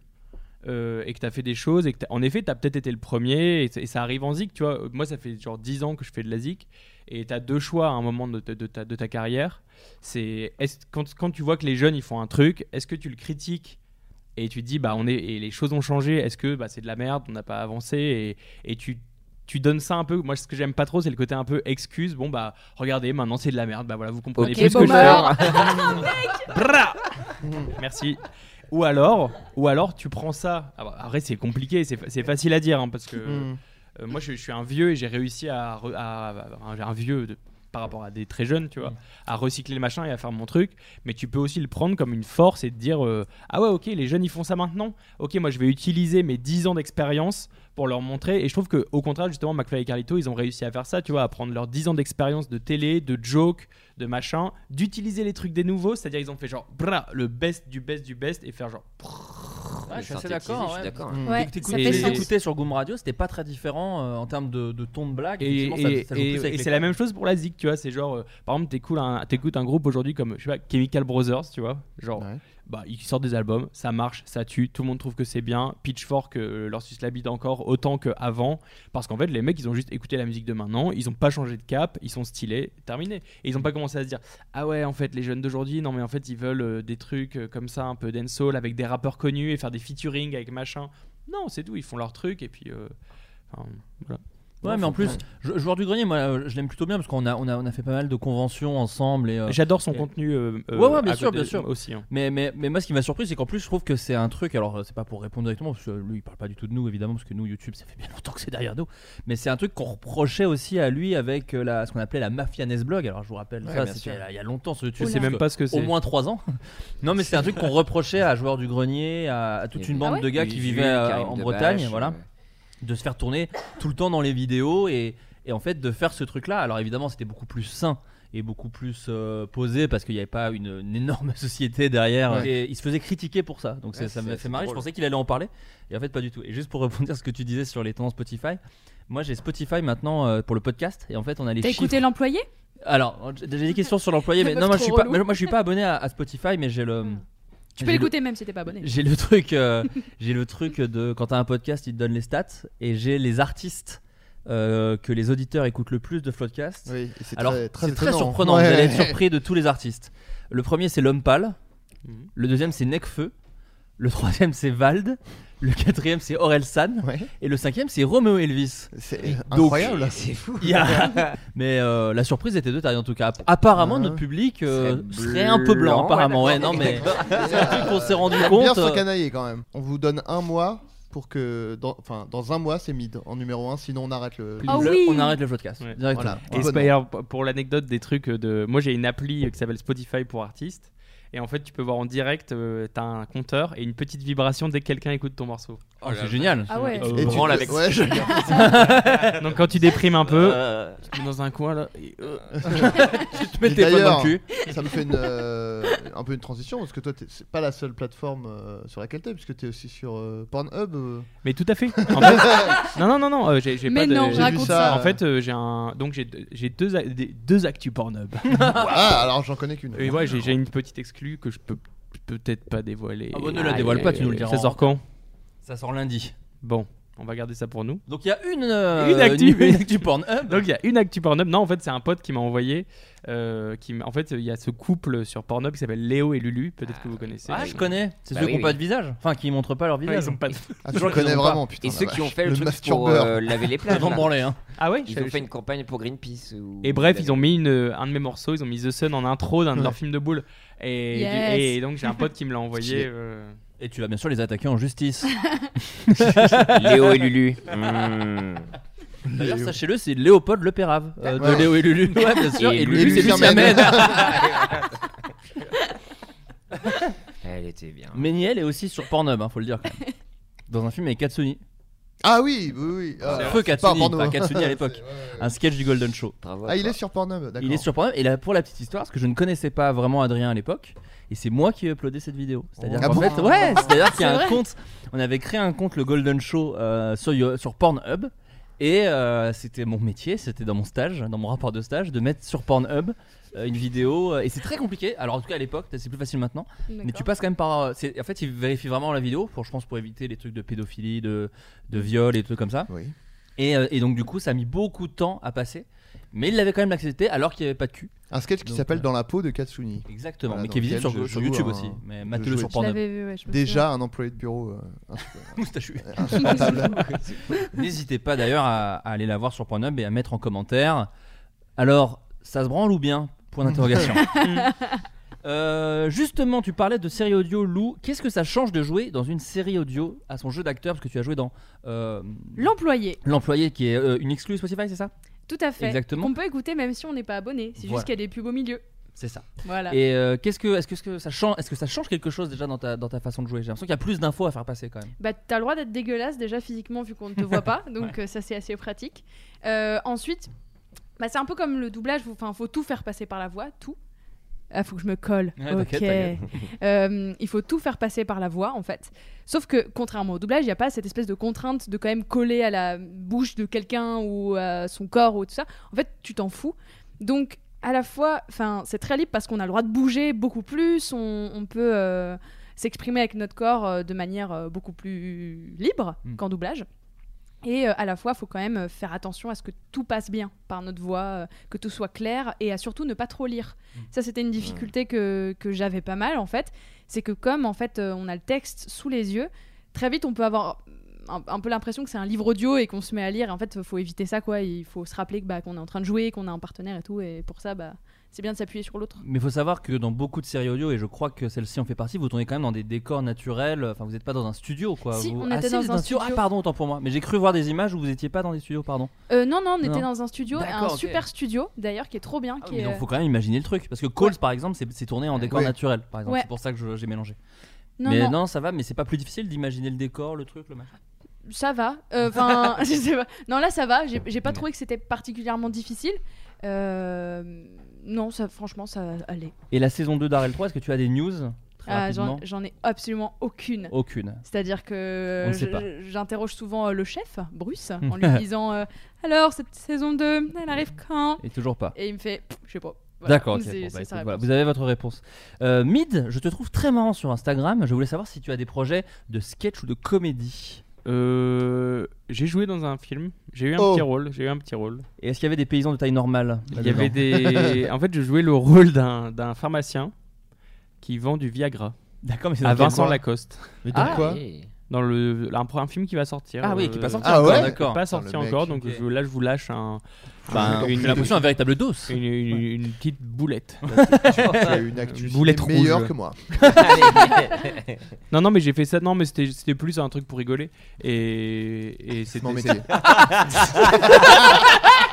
[SPEAKER 9] euh, et que t'as fait des choses et que t'as- en effet t'as peut-être été le premier et, ça- et ça arrive en zik tu vois moi ça fait genre 10 ans que je fais de la zik et t'as deux choix à un moment de, ta- de ta, de ta carrière c'est est-ce- quand, quand tu vois que les jeunes ils font un truc est-ce que tu le critiques et tu te dis bah on est et les choses ont changé est-ce que bah, c'est de la merde on n'a pas avancé et, et tu tu donnes ça un peu moi ce que j'aime pas trop c'est le côté un peu excuse bon bah regardez maintenant c'est de la merde bah voilà vous comprenez
[SPEAKER 7] Ok,
[SPEAKER 9] plus ce que je
[SPEAKER 7] boomer. [laughs] Oh, Hmm.
[SPEAKER 9] fais Bra [laughs] merci ou alors ou alors tu prends ça Ah bah, après c'est compliqué c'est fa- c'est facile à dire hein, parce que
[SPEAKER 7] Mm.
[SPEAKER 9] euh, moi je, je suis un vieux et j'ai réussi à, re- à- à- un, un vieux de- par rapport à des très jeunes tu vois à recycler le machin et à faire mon truc mais tu peux aussi le prendre comme une force et te dire euh, ah ouais ok les jeunes ils font ça maintenant ok moi je vais utiliser mes 10 ans d'expérience pour leur montrer et je trouve que au contraire justement McFly et Carlito ils ont réussi à faire ça tu vois à prendre leurs 10 ans d'expérience de télé de joke de machin d'utiliser les trucs des nouveaux c'est à dire ils ont fait genre bra le best du best du best et faire genre
[SPEAKER 5] Ouais, je suis assez d'accord. ouais.
[SPEAKER 9] Mm.
[SPEAKER 5] Dès que t'écoutes- dès que Mmh. t'écoutais sur Goom Radio, c'était pas très différent euh, en termes de, de ton de blague.
[SPEAKER 9] Et,
[SPEAKER 5] Effectivement, ça-
[SPEAKER 9] et-
[SPEAKER 5] ça joue
[SPEAKER 9] et-
[SPEAKER 5] plus avec
[SPEAKER 9] et
[SPEAKER 5] les
[SPEAKER 9] c'est la même chose pour la zik, tu vois. C'est genre, euh, par exemple, t'écoutes un, t'écoutes un groupe aujourd'hui comme, je sais pas, Chemical Brothers, tu vois. Genre, bah, ils sortent des albums, ça marche, ça tue, tout le monde trouve que c'est bien. Pitchfork, euh, leur sus l'habite encore autant qu'avant. Parce qu'en fait, les mecs, ils ont juste écouté la musique de maintenant, ils ont pas changé de cap, ils sont stylés, terminé. Et ils ont pas commencé à se dire, ah ouais, en fait, les jeunes d'aujourd'hui, non, mais en fait, ils veulent euh, des trucs euh, comme ça, un peu dancehall, avec des rappeurs connus et faire des featuring avec machin. Non, c'est tout, ils font leur truc et puis. euh, enfin, voilà.
[SPEAKER 5] Ouais, mais en plus, jou- joueur du grenier, moi, euh, je l'aime plutôt bien parce qu'on a, on a, on a fait pas mal de conventions ensemble. et euh,
[SPEAKER 9] J'adore son
[SPEAKER 5] et-
[SPEAKER 9] contenu, euh, euh,
[SPEAKER 5] ouais, ouais, bien
[SPEAKER 9] à
[SPEAKER 5] sûr,
[SPEAKER 9] côté
[SPEAKER 5] bien sûr.
[SPEAKER 9] aussi, hein.
[SPEAKER 5] Mais, mais, mais moi, ce qui m'a surpris, c'est qu'en plus, je trouve que c'est un truc. Alors, euh, c'est pas pour répondre directement parce que lui, il parle pas du tout de nous, évidemment, parce que nous, YouTube, ça fait bien [laughs] longtemps que c'est derrière nous. Mais c'est un truc qu'on reprochait aussi à lui avec euh, la, ce qu'on appelait la mafia Nesblog. Alors, je vous rappelle,
[SPEAKER 9] Ouais,
[SPEAKER 5] ça,
[SPEAKER 9] bien
[SPEAKER 5] c'était
[SPEAKER 9] sûr.
[SPEAKER 5] il y a longtemps
[SPEAKER 9] Je
[SPEAKER 5] ce YouTube.
[SPEAKER 9] sais
[SPEAKER 5] parce
[SPEAKER 9] même pas ce que c'est.
[SPEAKER 5] Au moins 3 ans. [laughs] non, mais c'est un truc qu'on reprochait à joueur du grenier, à, à toute une
[SPEAKER 8] ben
[SPEAKER 9] Ah
[SPEAKER 5] bande
[SPEAKER 9] ouais
[SPEAKER 5] de gars
[SPEAKER 9] Oui,
[SPEAKER 5] qui
[SPEAKER 9] Jules,
[SPEAKER 5] vivaient euh,
[SPEAKER 9] Karim
[SPEAKER 5] en
[SPEAKER 9] Debache,
[SPEAKER 5] Bretagne. Voilà
[SPEAKER 9] euh,
[SPEAKER 5] de se faire tourner tout le temps dans les vidéos et, et en fait de faire ce truc là. Alors évidemment c'était beaucoup plus sain et beaucoup plus euh, posé parce qu'il n'y avait pas une, une énorme [laughs] société derrière
[SPEAKER 9] Ouais.
[SPEAKER 5] et il se faisait critiquer pour ça. Donc
[SPEAKER 9] Ouais,
[SPEAKER 5] c'est- ça
[SPEAKER 9] c'est-
[SPEAKER 5] m'a
[SPEAKER 9] c'est
[SPEAKER 5] fait marrer,
[SPEAKER 9] drôle.
[SPEAKER 5] je pensais qu'il allait en parler et en fait pas du tout. Et juste pour répondre à ce que tu disais sur les tendances Spotify, moi j'ai Spotify maintenant euh, pour le podcast et en fait on a les
[SPEAKER 8] T'as
[SPEAKER 5] chiffres.
[SPEAKER 8] écouté l'employé
[SPEAKER 5] Alors j'ai j'ai des questions
[SPEAKER 8] [laughs]
[SPEAKER 5] sur l'employé
[SPEAKER 8] La
[SPEAKER 5] mais
[SPEAKER 8] meuf
[SPEAKER 5] non moi je
[SPEAKER 8] trop Hmm.
[SPEAKER 5] suis pas
[SPEAKER 8] relou.
[SPEAKER 5] mais moi je suis pas abonné à, à Spotify mais j'ai le
[SPEAKER 8] Tu peux
[SPEAKER 5] j'ai le-
[SPEAKER 8] l'écouter même si t'es pas abonné.
[SPEAKER 5] j'ai le truc, euh, [laughs] j'ai le truc de quand t'as un podcast, il te donne les stats et j'ai les artistes. euh, que les auditeurs écoutent le plus de podcast.
[SPEAKER 6] Oui, et c'est
[SPEAKER 5] Alors
[SPEAKER 6] très- très
[SPEAKER 5] c'est très
[SPEAKER 6] étonnant.
[SPEAKER 5] surprenant.
[SPEAKER 6] Ouais.
[SPEAKER 5] Vous allez être surpris de tous les artistes. Le premier c'est L'Homme Pâle.
[SPEAKER 6] Mhm.
[SPEAKER 5] Le deuxième c'est Necfeu. Le troisième c'est Vald. Le quatrième c'est Aurel San. Et le cinquième c'est Romeo Elvis.
[SPEAKER 6] C'est
[SPEAKER 7] incroyable. C'est fou.
[SPEAKER 5] il y
[SPEAKER 6] [laughs]
[SPEAKER 5] a- Mais euh, la surprise était de taille en tout cas. Apparemment notre public euh,
[SPEAKER 6] Hein Serait
[SPEAKER 5] serait un peu blanc.
[SPEAKER 6] blanc.
[SPEAKER 5] Apparemment
[SPEAKER 6] Ouais,
[SPEAKER 5] ouais non
[SPEAKER 6] d'accord.
[SPEAKER 5] mais
[SPEAKER 6] [laughs]
[SPEAKER 5] c'est un truc qu'on s'est rendu
[SPEAKER 6] Faut
[SPEAKER 5] compte.
[SPEAKER 6] Bien se
[SPEAKER 5] euh,
[SPEAKER 6] canailler quand même. On vous donne un mois pour que, dans- enfin, dans, un mois, c'est mid en numéro 1 sinon on arrête le.
[SPEAKER 5] Ah Le- oui. on arrête le podcast, directement.
[SPEAKER 6] Voilà.
[SPEAKER 9] Et
[SPEAKER 6] Abonnement.
[SPEAKER 9] Spire, p- pour l'anecdote des trucs euh, de. Moi, j'ai une appli euh, qui s'appelle Spotify pour artistes. Et en fait, tu peux voir en direct, euh, t'as un compteur et une petite vibration dès que quelqu'un écoute ton morceau.
[SPEAKER 5] Oh, c'est génial.
[SPEAKER 9] Et
[SPEAKER 5] Ah ouais.
[SPEAKER 9] tu
[SPEAKER 5] Et tu
[SPEAKER 9] branles
[SPEAKER 5] te-
[SPEAKER 9] avec-
[SPEAKER 5] ouais, je- [laughs]
[SPEAKER 9] Donc, quand tu déprimes un peu,
[SPEAKER 5] Euh,
[SPEAKER 9] tu te mets dans un coin là. et,
[SPEAKER 6] [laughs]
[SPEAKER 9] [laughs] euh,
[SPEAKER 5] [laughs] tu te mets
[SPEAKER 6] Et
[SPEAKER 5] tes poings dans
[SPEAKER 6] d'ailleurs,
[SPEAKER 5] le cul.
[SPEAKER 6] Ça me fait une, euh, un peu une transition parce que toi, t'es- c'est pas la seule plateforme euh, sur laquelle t'es, puisque t'es aussi sur euh, Pornhub. euh.
[SPEAKER 9] Mais tout à fait. En fait- non, non, non, non. euh, J'ai, j'ai pas
[SPEAKER 6] Mais
[SPEAKER 9] de-
[SPEAKER 6] non,
[SPEAKER 9] j'ai-
[SPEAKER 6] raconte J'ai vu ça. ça.
[SPEAKER 9] En fait, euh, j'ai un. Donc, j'ai, deux- j'ai deux, a- des- deux actus
[SPEAKER 6] [laughs]
[SPEAKER 9] Pornhub.
[SPEAKER 6] Ah, alors j'en connais qu'une.
[SPEAKER 9] Et ouais, j'ai, j'ai une petite exclue que je peux peut-être pas dévoiler.
[SPEAKER 5] Ah bah, ne la dévoile pas, tu nous le diras
[SPEAKER 9] Ça
[SPEAKER 5] en-
[SPEAKER 9] sort quand
[SPEAKER 5] Ça sort lundi.
[SPEAKER 9] Bon, on va garder ça pour nous.
[SPEAKER 5] Donc il y a une, euh,
[SPEAKER 9] une actu,
[SPEAKER 5] une actu Pornhub.
[SPEAKER 9] Donc il y a une actu Pornhub. Non, en fait, c'est un pote qui m'a envoyé. euh, qui m'a- en fait, il y a ce couple sur Pornhub qui s'appelle Léo et Lulu. Peut-être que vous connaissez.
[SPEAKER 5] Ah, je connais. C'est
[SPEAKER 9] Bah
[SPEAKER 5] ceux
[SPEAKER 9] oui,
[SPEAKER 5] qui n'ont
[SPEAKER 9] oui.
[SPEAKER 5] pas de visage. Enfin, qui montrent pas leur
[SPEAKER 9] Ouais,
[SPEAKER 5] visage.
[SPEAKER 9] ils ont pas de- Ah, tu
[SPEAKER 5] Toujours qu'ils
[SPEAKER 9] connais
[SPEAKER 5] en ont pas.
[SPEAKER 9] vraiment, putain,
[SPEAKER 7] Et ceux qui ont fait le, truc pour euh, laver
[SPEAKER 5] [laughs]
[SPEAKER 7] les plages.
[SPEAKER 5] Ils en
[SPEAKER 7] là.
[SPEAKER 5] branlaient, hein.
[SPEAKER 9] Ah ouais,
[SPEAKER 7] Ils
[SPEAKER 9] je-
[SPEAKER 7] ont
[SPEAKER 9] je-
[SPEAKER 7] fait une campagne pour Greenpeace. ou-
[SPEAKER 9] Et bref, ils ont mis une, euh, un de mes morceaux, ils ont mis The Sun en intro d'un de
[SPEAKER 7] Ouais.
[SPEAKER 9] leurs films de boules. Et,
[SPEAKER 7] Yes.
[SPEAKER 9] et donc j'ai un pote qui me l'a envoyé.
[SPEAKER 7] Stylé.
[SPEAKER 9] euh,
[SPEAKER 5] Et tu vas bien sûr les attaquer
[SPEAKER 9] [laughs]
[SPEAKER 5] en justice.
[SPEAKER 7] Léo et Lulu.
[SPEAKER 5] Hmm. D'ailleurs, sachez-le, c'est Léopold Le Pérave euh, de
[SPEAKER 7] Ouais.
[SPEAKER 5] Léo et Lulu. Ouais, bien sûr. Et,
[SPEAKER 7] Et
[SPEAKER 5] Lulu,
[SPEAKER 7] Lulu
[SPEAKER 5] c'est Lucien [laughs]
[SPEAKER 7] Firmin.
[SPEAKER 5] Mène.
[SPEAKER 7] Elle était bien.
[SPEAKER 5] Méniel est aussi sur Pornhub, hein, faut le dire. quand
[SPEAKER 6] [laughs]
[SPEAKER 5] même. Dans un film avec Katsuni.
[SPEAKER 6] Ah oui, oui, oui.
[SPEAKER 5] Un
[SPEAKER 6] ah,
[SPEAKER 5] feu
[SPEAKER 6] c'est pas
[SPEAKER 5] Katsuni,
[SPEAKER 6] Pornhub.
[SPEAKER 5] pas Katsuni
[SPEAKER 6] [laughs]
[SPEAKER 5] à l'époque. Un sketch du Golden Show.
[SPEAKER 6] Ah, il est sur Pornhub, d'accord.
[SPEAKER 5] Il est sur Pornhub. Et là, pour la petite histoire, parce que je ne connaissais pas vraiment Adrien à l'époque, et c'est moi qui ai uploadé cette vidéo. C'est-à-dire
[SPEAKER 6] Ah
[SPEAKER 5] qu'en
[SPEAKER 6] bon
[SPEAKER 5] fait, ouais, c'est-à-dire qu'il y
[SPEAKER 6] C'est
[SPEAKER 5] a un
[SPEAKER 6] vrai
[SPEAKER 5] compte. On avait créé un compte, le Golden Show, euh, sur, Yo- sur Pornhub. Et euh, c'était mon métier, c'était dans mon stage, dans mon rapport de stage, de mettre sur Pornhub euh, une vidéo. euh, et c'est très compliqué. Alors, en tout cas, à l'époque, c'est plus facile maintenant. Mais tu
[SPEAKER 9] D'accord.
[SPEAKER 5] passes quand même par. euh, c'est- En fait, ils vérifient vraiment la vidéo, pour, je pense, pour éviter les trucs de pédophilie, de, de viol et des trucs comme ça. Et, euh, et donc, du coup, ça a mis beaucoup de temps à passer. Mais il l'avait quand même accepté alors qu'il n'y avait pas de cul.
[SPEAKER 6] Un sketch qui
[SPEAKER 5] Donc, euh,
[SPEAKER 6] s'appelle Dans la peau de Katsuni.
[SPEAKER 5] Exactement,
[SPEAKER 6] Voilà,
[SPEAKER 5] mais
[SPEAKER 6] dans
[SPEAKER 5] qui est visible
[SPEAKER 6] lequel
[SPEAKER 5] sur-
[SPEAKER 6] je
[SPEAKER 5] sur
[SPEAKER 6] joue
[SPEAKER 5] YouTube
[SPEAKER 6] un-
[SPEAKER 5] aussi. Mais
[SPEAKER 6] je
[SPEAKER 5] matez-le
[SPEAKER 6] joue
[SPEAKER 5] sur
[SPEAKER 6] un-
[SPEAKER 5] Pornhub.
[SPEAKER 8] Je l'avais vu, ouais, je me
[SPEAKER 6] Déjà
[SPEAKER 8] souviens.
[SPEAKER 6] un employé de bureau. euh, insupportable.
[SPEAKER 5] Moustachu.
[SPEAKER 6] Insupportable.
[SPEAKER 5] [laughs] N'hésitez pas d'ailleurs à, à aller la voir sur Pornhub et à mettre en commentaire. Alors, ça se branle ou bien Point d'interrogation. Euh, justement, tu parlais de série audio, Lou. Qu'est-ce que ça change de jouer dans une série audio à son jeu d'acteur Parce que tu as joué dans euh,
[SPEAKER 8] L'employé.
[SPEAKER 5] L'employé, qui est euh, une exclue Spotify, c'est ça
[SPEAKER 8] Tout à fait.
[SPEAKER 5] Exactement.
[SPEAKER 8] On peut écouter même si on n'est pas abonné. C'est
[SPEAKER 5] Voilà.
[SPEAKER 8] juste qu'il y a des pubs au milieu.
[SPEAKER 5] C'est ça.
[SPEAKER 8] Voilà.
[SPEAKER 5] Et euh, qu'est-ce que, est-ce que, est-ce que ça change, est-ce que ça change quelque chose déjà dans ta, dans ta façon de jouer J'ai l'impression qu'il y a plus d'infos à faire passer quand même.
[SPEAKER 8] Bah, t'as le droit d'être dégueulasse déjà physiquement vu qu'on ne te voit
[SPEAKER 5] [laughs]
[SPEAKER 8] pas, donc euh, ça c'est assez pratique. Euh, ensuite, bah, c'est un peu comme le doublage, faut- enfin faut tout faire passer par la voix, tout. Ah, faut que je me colle.
[SPEAKER 16] Ouais,
[SPEAKER 8] ok.
[SPEAKER 16] t'inquiète, t'inquiète.
[SPEAKER 8] [laughs]
[SPEAKER 16] [laughs]
[SPEAKER 8] Euh, il faut tout faire passer par la voix en fait. Sauf que contrairement au doublage, il n'y a pas cette espèce de contrainte de quand même coller à la bouche de quelqu'un ou à son corps ou tout ça. En fait, tu t'en fous. Donc à la fois, enfin c'est très libre parce qu'on a le droit de bouger beaucoup plus, on, on peut euh, s'exprimer avec notre corps euh, de manière euh, beaucoup plus libre
[SPEAKER 16] Hmm.
[SPEAKER 8] qu'en doublage. Et euh, à la fois, faut quand même euh, faire attention à ce que tout passe bien par notre voix, euh, que tout soit clair et à surtout ne pas trop lire.
[SPEAKER 5] Mm.
[SPEAKER 8] Ça, c'était une difficulté que, que j'avais pas mal en fait. C'est que comme en fait euh, on a le texte sous les yeux, très vite on peut avoir un, un peu l'impression que c'est un livre audio et qu'on se met à lire. En fait, faut éviter ça, quoi. Il faut se rappeler que bah, qu'on est en train de jouer, qu'on a un partenaire et tout. Et pour ça, bah, c'est bien de s'appuyer sur l'autre.
[SPEAKER 5] Mais il faut savoir que dans beaucoup de séries audio, et je crois que celle-ci en fait partie, vous tournez quand même dans des décors naturels. Enfin, vous n'êtes pas dans un studio, quoi.
[SPEAKER 8] Si,
[SPEAKER 5] Vous-
[SPEAKER 8] on
[SPEAKER 5] Ah,
[SPEAKER 8] était
[SPEAKER 5] si,
[SPEAKER 8] dans
[SPEAKER 5] vous êtes
[SPEAKER 8] un
[SPEAKER 5] Ah,
[SPEAKER 8] studio.
[SPEAKER 5] pardon, autant pour moi. Mais j'ai cru voir des images où vous n'étiez pas dans des studios, pardon.
[SPEAKER 8] Euh, non, non, on
[SPEAKER 5] Non.
[SPEAKER 8] était dans un studio, un
[SPEAKER 5] D'accord, ok. Ah,
[SPEAKER 8] super studio d'ailleurs, qui est trop bien. qui
[SPEAKER 5] Mais
[SPEAKER 8] est,
[SPEAKER 5] donc,
[SPEAKER 8] euh,
[SPEAKER 5] faut quand même imaginer le truc. Parce que Calls, par exemple, c'est c'est tourné en décor
[SPEAKER 8] Oui.
[SPEAKER 5] naturel, par exemple.
[SPEAKER 8] Ouais.
[SPEAKER 5] C'est pour ça que je- j'ai mélangé.
[SPEAKER 8] Non,
[SPEAKER 5] mais
[SPEAKER 8] non.
[SPEAKER 5] ça va, mais c'est pas plus difficile d'imaginer le décor, le truc, le machin.
[SPEAKER 8] ça va. Euh,
[SPEAKER 5] [laughs]
[SPEAKER 8] Enfin, [laughs] je sais pas. Non, là, ça va. J'ai j'ai pas trouvé que c'était particulièrement difficile. Euh, Non, ça, franchement, ça allait.
[SPEAKER 5] Et la saison 2 d'Arel 3, est-ce que tu as des news très
[SPEAKER 8] Ah,
[SPEAKER 5] rapidement
[SPEAKER 8] J'en j'en ai absolument aucune.
[SPEAKER 5] Aucune.
[SPEAKER 8] C'est-à-dire que
[SPEAKER 5] On ne sait
[SPEAKER 8] je-
[SPEAKER 5] pas.
[SPEAKER 8] je- j'interroge souvent euh, le chef, Bruce, en
[SPEAKER 5] [laughs]
[SPEAKER 8] lui disant euh, Alors, cette saison 2, elle arrive quand
[SPEAKER 5] Et toujours pas.
[SPEAKER 8] Et il me fait Pff, Je sais pas. Voilà.
[SPEAKER 5] D'accord, ok.
[SPEAKER 8] C'est-
[SPEAKER 5] Bon, bah,
[SPEAKER 8] c'est sa
[SPEAKER 5] écoute,
[SPEAKER 8] réponse.
[SPEAKER 5] voilà, vous avez votre réponse. Euh, Mid, je te trouve très marrant sur Instagram. Je voulais savoir si tu as des projets de sketch ou de comédie.
[SPEAKER 9] Euh, j'ai joué dans un film. J'ai eu un
[SPEAKER 5] Oh.
[SPEAKER 9] petit rôle. J'ai eu un petit rôle.
[SPEAKER 5] Et est-ce qu'il y avait des paysans de taille normale
[SPEAKER 9] Il y
[SPEAKER 16] [laughs]
[SPEAKER 9] avait
[SPEAKER 5] [laughs]
[SPEAKER 9] des. en fait, je jouais le rôle d'un d'un pharmacien qui vend du Viagra.
[SPEAKER 5] D'accord, mais c'est
[SPEAKER 9] à
[SPEAKER 5] dans quel
[SPEAKER 9] Vincent
[SPEAKER 5] coin
[SPEAKER 9] Lacoste.
[SPEAKER 5] Mais dans Ah, quoi
[SPEAKER 9] Dans le un, un film qui va sortir.
[SPEAKER 5] Ah oui,
[SPEAKER 9] euh,
[SPEAKER 5] qui est pas sorti Ah encore, ouais d'accord.
[SPEAKER 9] Pas sorti
[SPEAKER 5] Putain, le mec,
[SPEAKER 9] encore, donc
[SPEAKER 5] ok.
[SPEAKER 9] je- là je vous lâche un.
[SPEAKER 5] Bah, j'ai l'impression un véritable dos.
[SPEAKER 9] Une, une- une petite
[SPEAKER 5] [laughs]
[SPEAKER 9] boulette.
[SPEAKER 6] C'est une actu ciné meilleure que moi. Allez.
[SPEAKER 9] [laughs] non, non, mais j'ai fait ça. Non, mais c'était c'était plus un truc pour rigoler. Et, et c'était.
[SPEAKER 6] mon
[SPEAKER 9] c'est-
[SPEAKER 6] métier.
[SPEAKER 9] [laughs]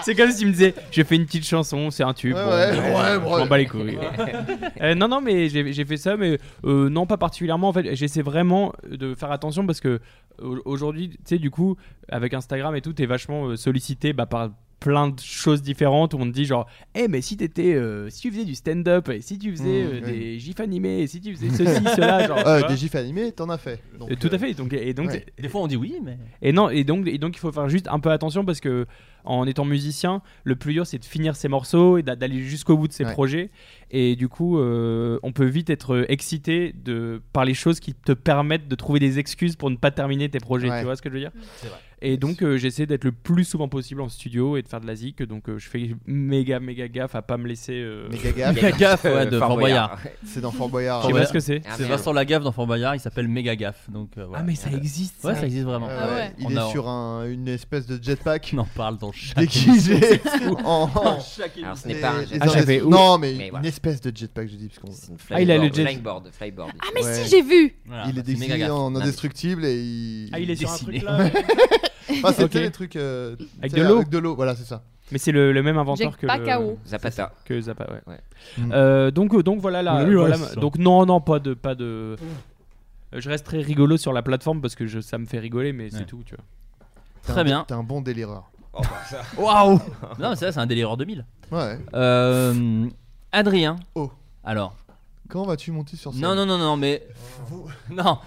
[SPEAKER 9] C'est comme si tu me disais, j'ai fait une petite chanson, c'est un tube.
[SPEAKER 6] Ouais,
[SPEAKER 9] bon, euh,
[SPEAKER 6] ouais, ouais,
[SPEAKER 9] je
[SPEAKER 6] ouais.
[SPEAKER 9] m'en bats les couilles. [laughs] Euh, non, non, mais j'ai j'ai fait ça, mais euh, non, pas particulièrement. En fait, j'essaie vraiment de faire attention parce que au- aujourd'hui, tu sais, du coup, avec Instagram et tout, t'es vachement euh, sollicité bah, par plein de choses différentes où on te dit genre eh mais si t'étais euh, si tu faisais du stand-up et si tu faisais
[SPEAKER 6] Mmh,
[SPEAKER 9] euh,
[SPEAKER 6] oui.
[SPEAKER 9] des gifs animés et si tu faisais ceci
[SPEAKER 6] [laughs]
[SPEAKER 9] cela genre, tu
[SPEAKER 6] Euh,
[SPEAKER 9] vois.
[SPEAKER 6] des gifs animés, t'en as fait. Donc,
[SPEAKER 9] Euh, tout
[SPEAKER 6] euh,
[SPEAKER 9] à fait. Donc, et donc,
[SPEAKER 6] ouais.
[SPEAKER 5] Des fois, on dit oui, mais.
[SPEAKER 9] Et non, et donc, et donc il faut faire juste un peu attention parce que en étant musicien, le plus dur c'est de finir ses morceaux et d'a- d'aller jusqu'au bout de ses
[SPEAKER 6] Ouais.
[SPEAKER 9] projets. Et du coup, euh, on peut vite être excité de par les choses qui te permettent de trouver des excuses pour ne pas terminer tes projets.
[SPEAKER 6] Ouais.
[SPEAKER 9] Tu vois ce que je veux dire
[SPEAKER 5] C'est vrai.
[SPEAKER 9] Et donc euh, j'essaie d'être le plus souvent possible en studio et de faire de la zik. Donc euh, je fais méga méga gaffe à pas me laisser. euh,
[SPEAKER 6] Méga
[SPEAKER 9] [laughs]
[SPEAKER 6] gaffe.
[SPEAKER 5] Méga gaffe, ouais, de Fort Boyard.
[SPEAKER 6] C'est dans Fort Boyard.
[SPEAKER 9] Je sais pas ce que c'est.
[SPEAKER 5] C'est Vincent Lagaffe dans Fort Boyard, il s'appelle Méga Gaffe. Donc,
[SPEAKER 6] Ah,
[SPEAKER 5] euh, voilà.
[SPEAKER 9] mais ça existe, ça.
[SPEAKER 5] Ah Ouais, ça existe vraiment.
[SPEAKER 6] Ouais, Il
[SPEAKER 5] On
[SPEAKER 6] est
[SPEAKER 5] a-
[SPEAKER 6] sur un- une espèce de jetpack.
[SPEAKER 5] [laughs] On en parle dans chaque.
[SPEAKER 6] Déguisé
[SPEAKER 5] émission, [laughs] c'est fou.
[SPEAKER 6] [laughs] en.
[SPEAKER 5] Dans chaque Alors, ce
[SPEAKER 6] des-
[SPEAKER 5] n'est pas un
[SPEAKER 6] des
[SPEAKER 5] jetpack. Ah,
[SPEAKER 6] indes-
[SPEAKER 5] j'avais-
[SPEAKER 6] Non,
[SPEAKER 5] ouf.
[SPEAKER 6] mais,
[SPEAKER 5] Mais
[SPEAKER 6] une
[SPEAKER 5] voilà.
[SPEAKER 6] espèce de jetpack, je dis. Parce qu'on...
[SPEAKER 7] C'est une
[SPEAKER 9] Ah, il a le jet-
[SPEAKER 7] Flyboard, flyboard.
[SPEAKER 8] Ah, mais si, j'ai vu
[SPEAKER 7] Voilà,
[SPEAKER 6] Il est
[SPEAKER 7] bah, c'est méga
[SPEAKER 6] déguisé
[SPEAKER 7] gaffe.
[SPEAKER 6] en
[SPEAKER 7] Non, mais-
[SPEAKER 6] indestructible et il.
[SPEAKER 9] Ah, il est sur un
[SPEAKER 6] Dessiné.
[SPEAKER 9] truc
[SPEAKER 6] [laughs]
[SPEAKER 9] là.
[SPEAKER 6] Ah, c'était
[SPEAKER 9] Ok.
[SPEAKER 6] les trucs. euh, tu
[SPEAKER 9] Avec
[SPEAKER 6] sais,
[SPEAKER 9] de l'eau.
[SPEAKER 6] Avec de l'eau, voilà, c'est ça.
[SPEAKER 9] Mais c'est le, le même inventeur
[SPEAKER 8] Jack
[SPEAKER 9] que
[SPEAKER 8] Pacao.
[SPEAKER 9] le...
[SPEAKER 7] Zapata.
[SPEAKER 9] Que Zappa, ouais.
[SPEAKER 5] Mm.
[SPEAKER 9] Euh, donc, euh, donc voilà, la,
[SPEAKER 5] Oui, ouais,
[SPEAKER 9] voilà
[SPEAKER 5] c'est
[SPEAKER 9] ma-
[SPEAKER 5] ça.
[SPEAKER 9] donc non, non, pas de, pas de. Euh, Je reste très rigolo sur la plateforme parce que je- ça me fait rigoler, mais c'est
[SPEAKER 5] Ouais.
[SPEAKER 9] tout, tu vois.
[SPEAKER 6] T'es
[SPEAKER 5] Très
[SPEAKER 6] un-
[SPEAKER 5] bien.
[SPEAKER 6] T'es un bon délireur.
[SPEAKER 5] Oh, bah,
[SPEAKER 9] Oh.
[SPEAKER 5] Waouh Non, mais c'est vrai, c'est un délireur 2000.
[SPEAKER 6] Ouais.
[SPEAKER 5] Euh, Adrien.
[SPEAKER 6] Oh.
[SPEAKER 5] Alors.
[SPEAKER 6] Quand vas-tu monter sur scène
[SPEAKER 5] Non, non, non, non, mais. [laughs] Non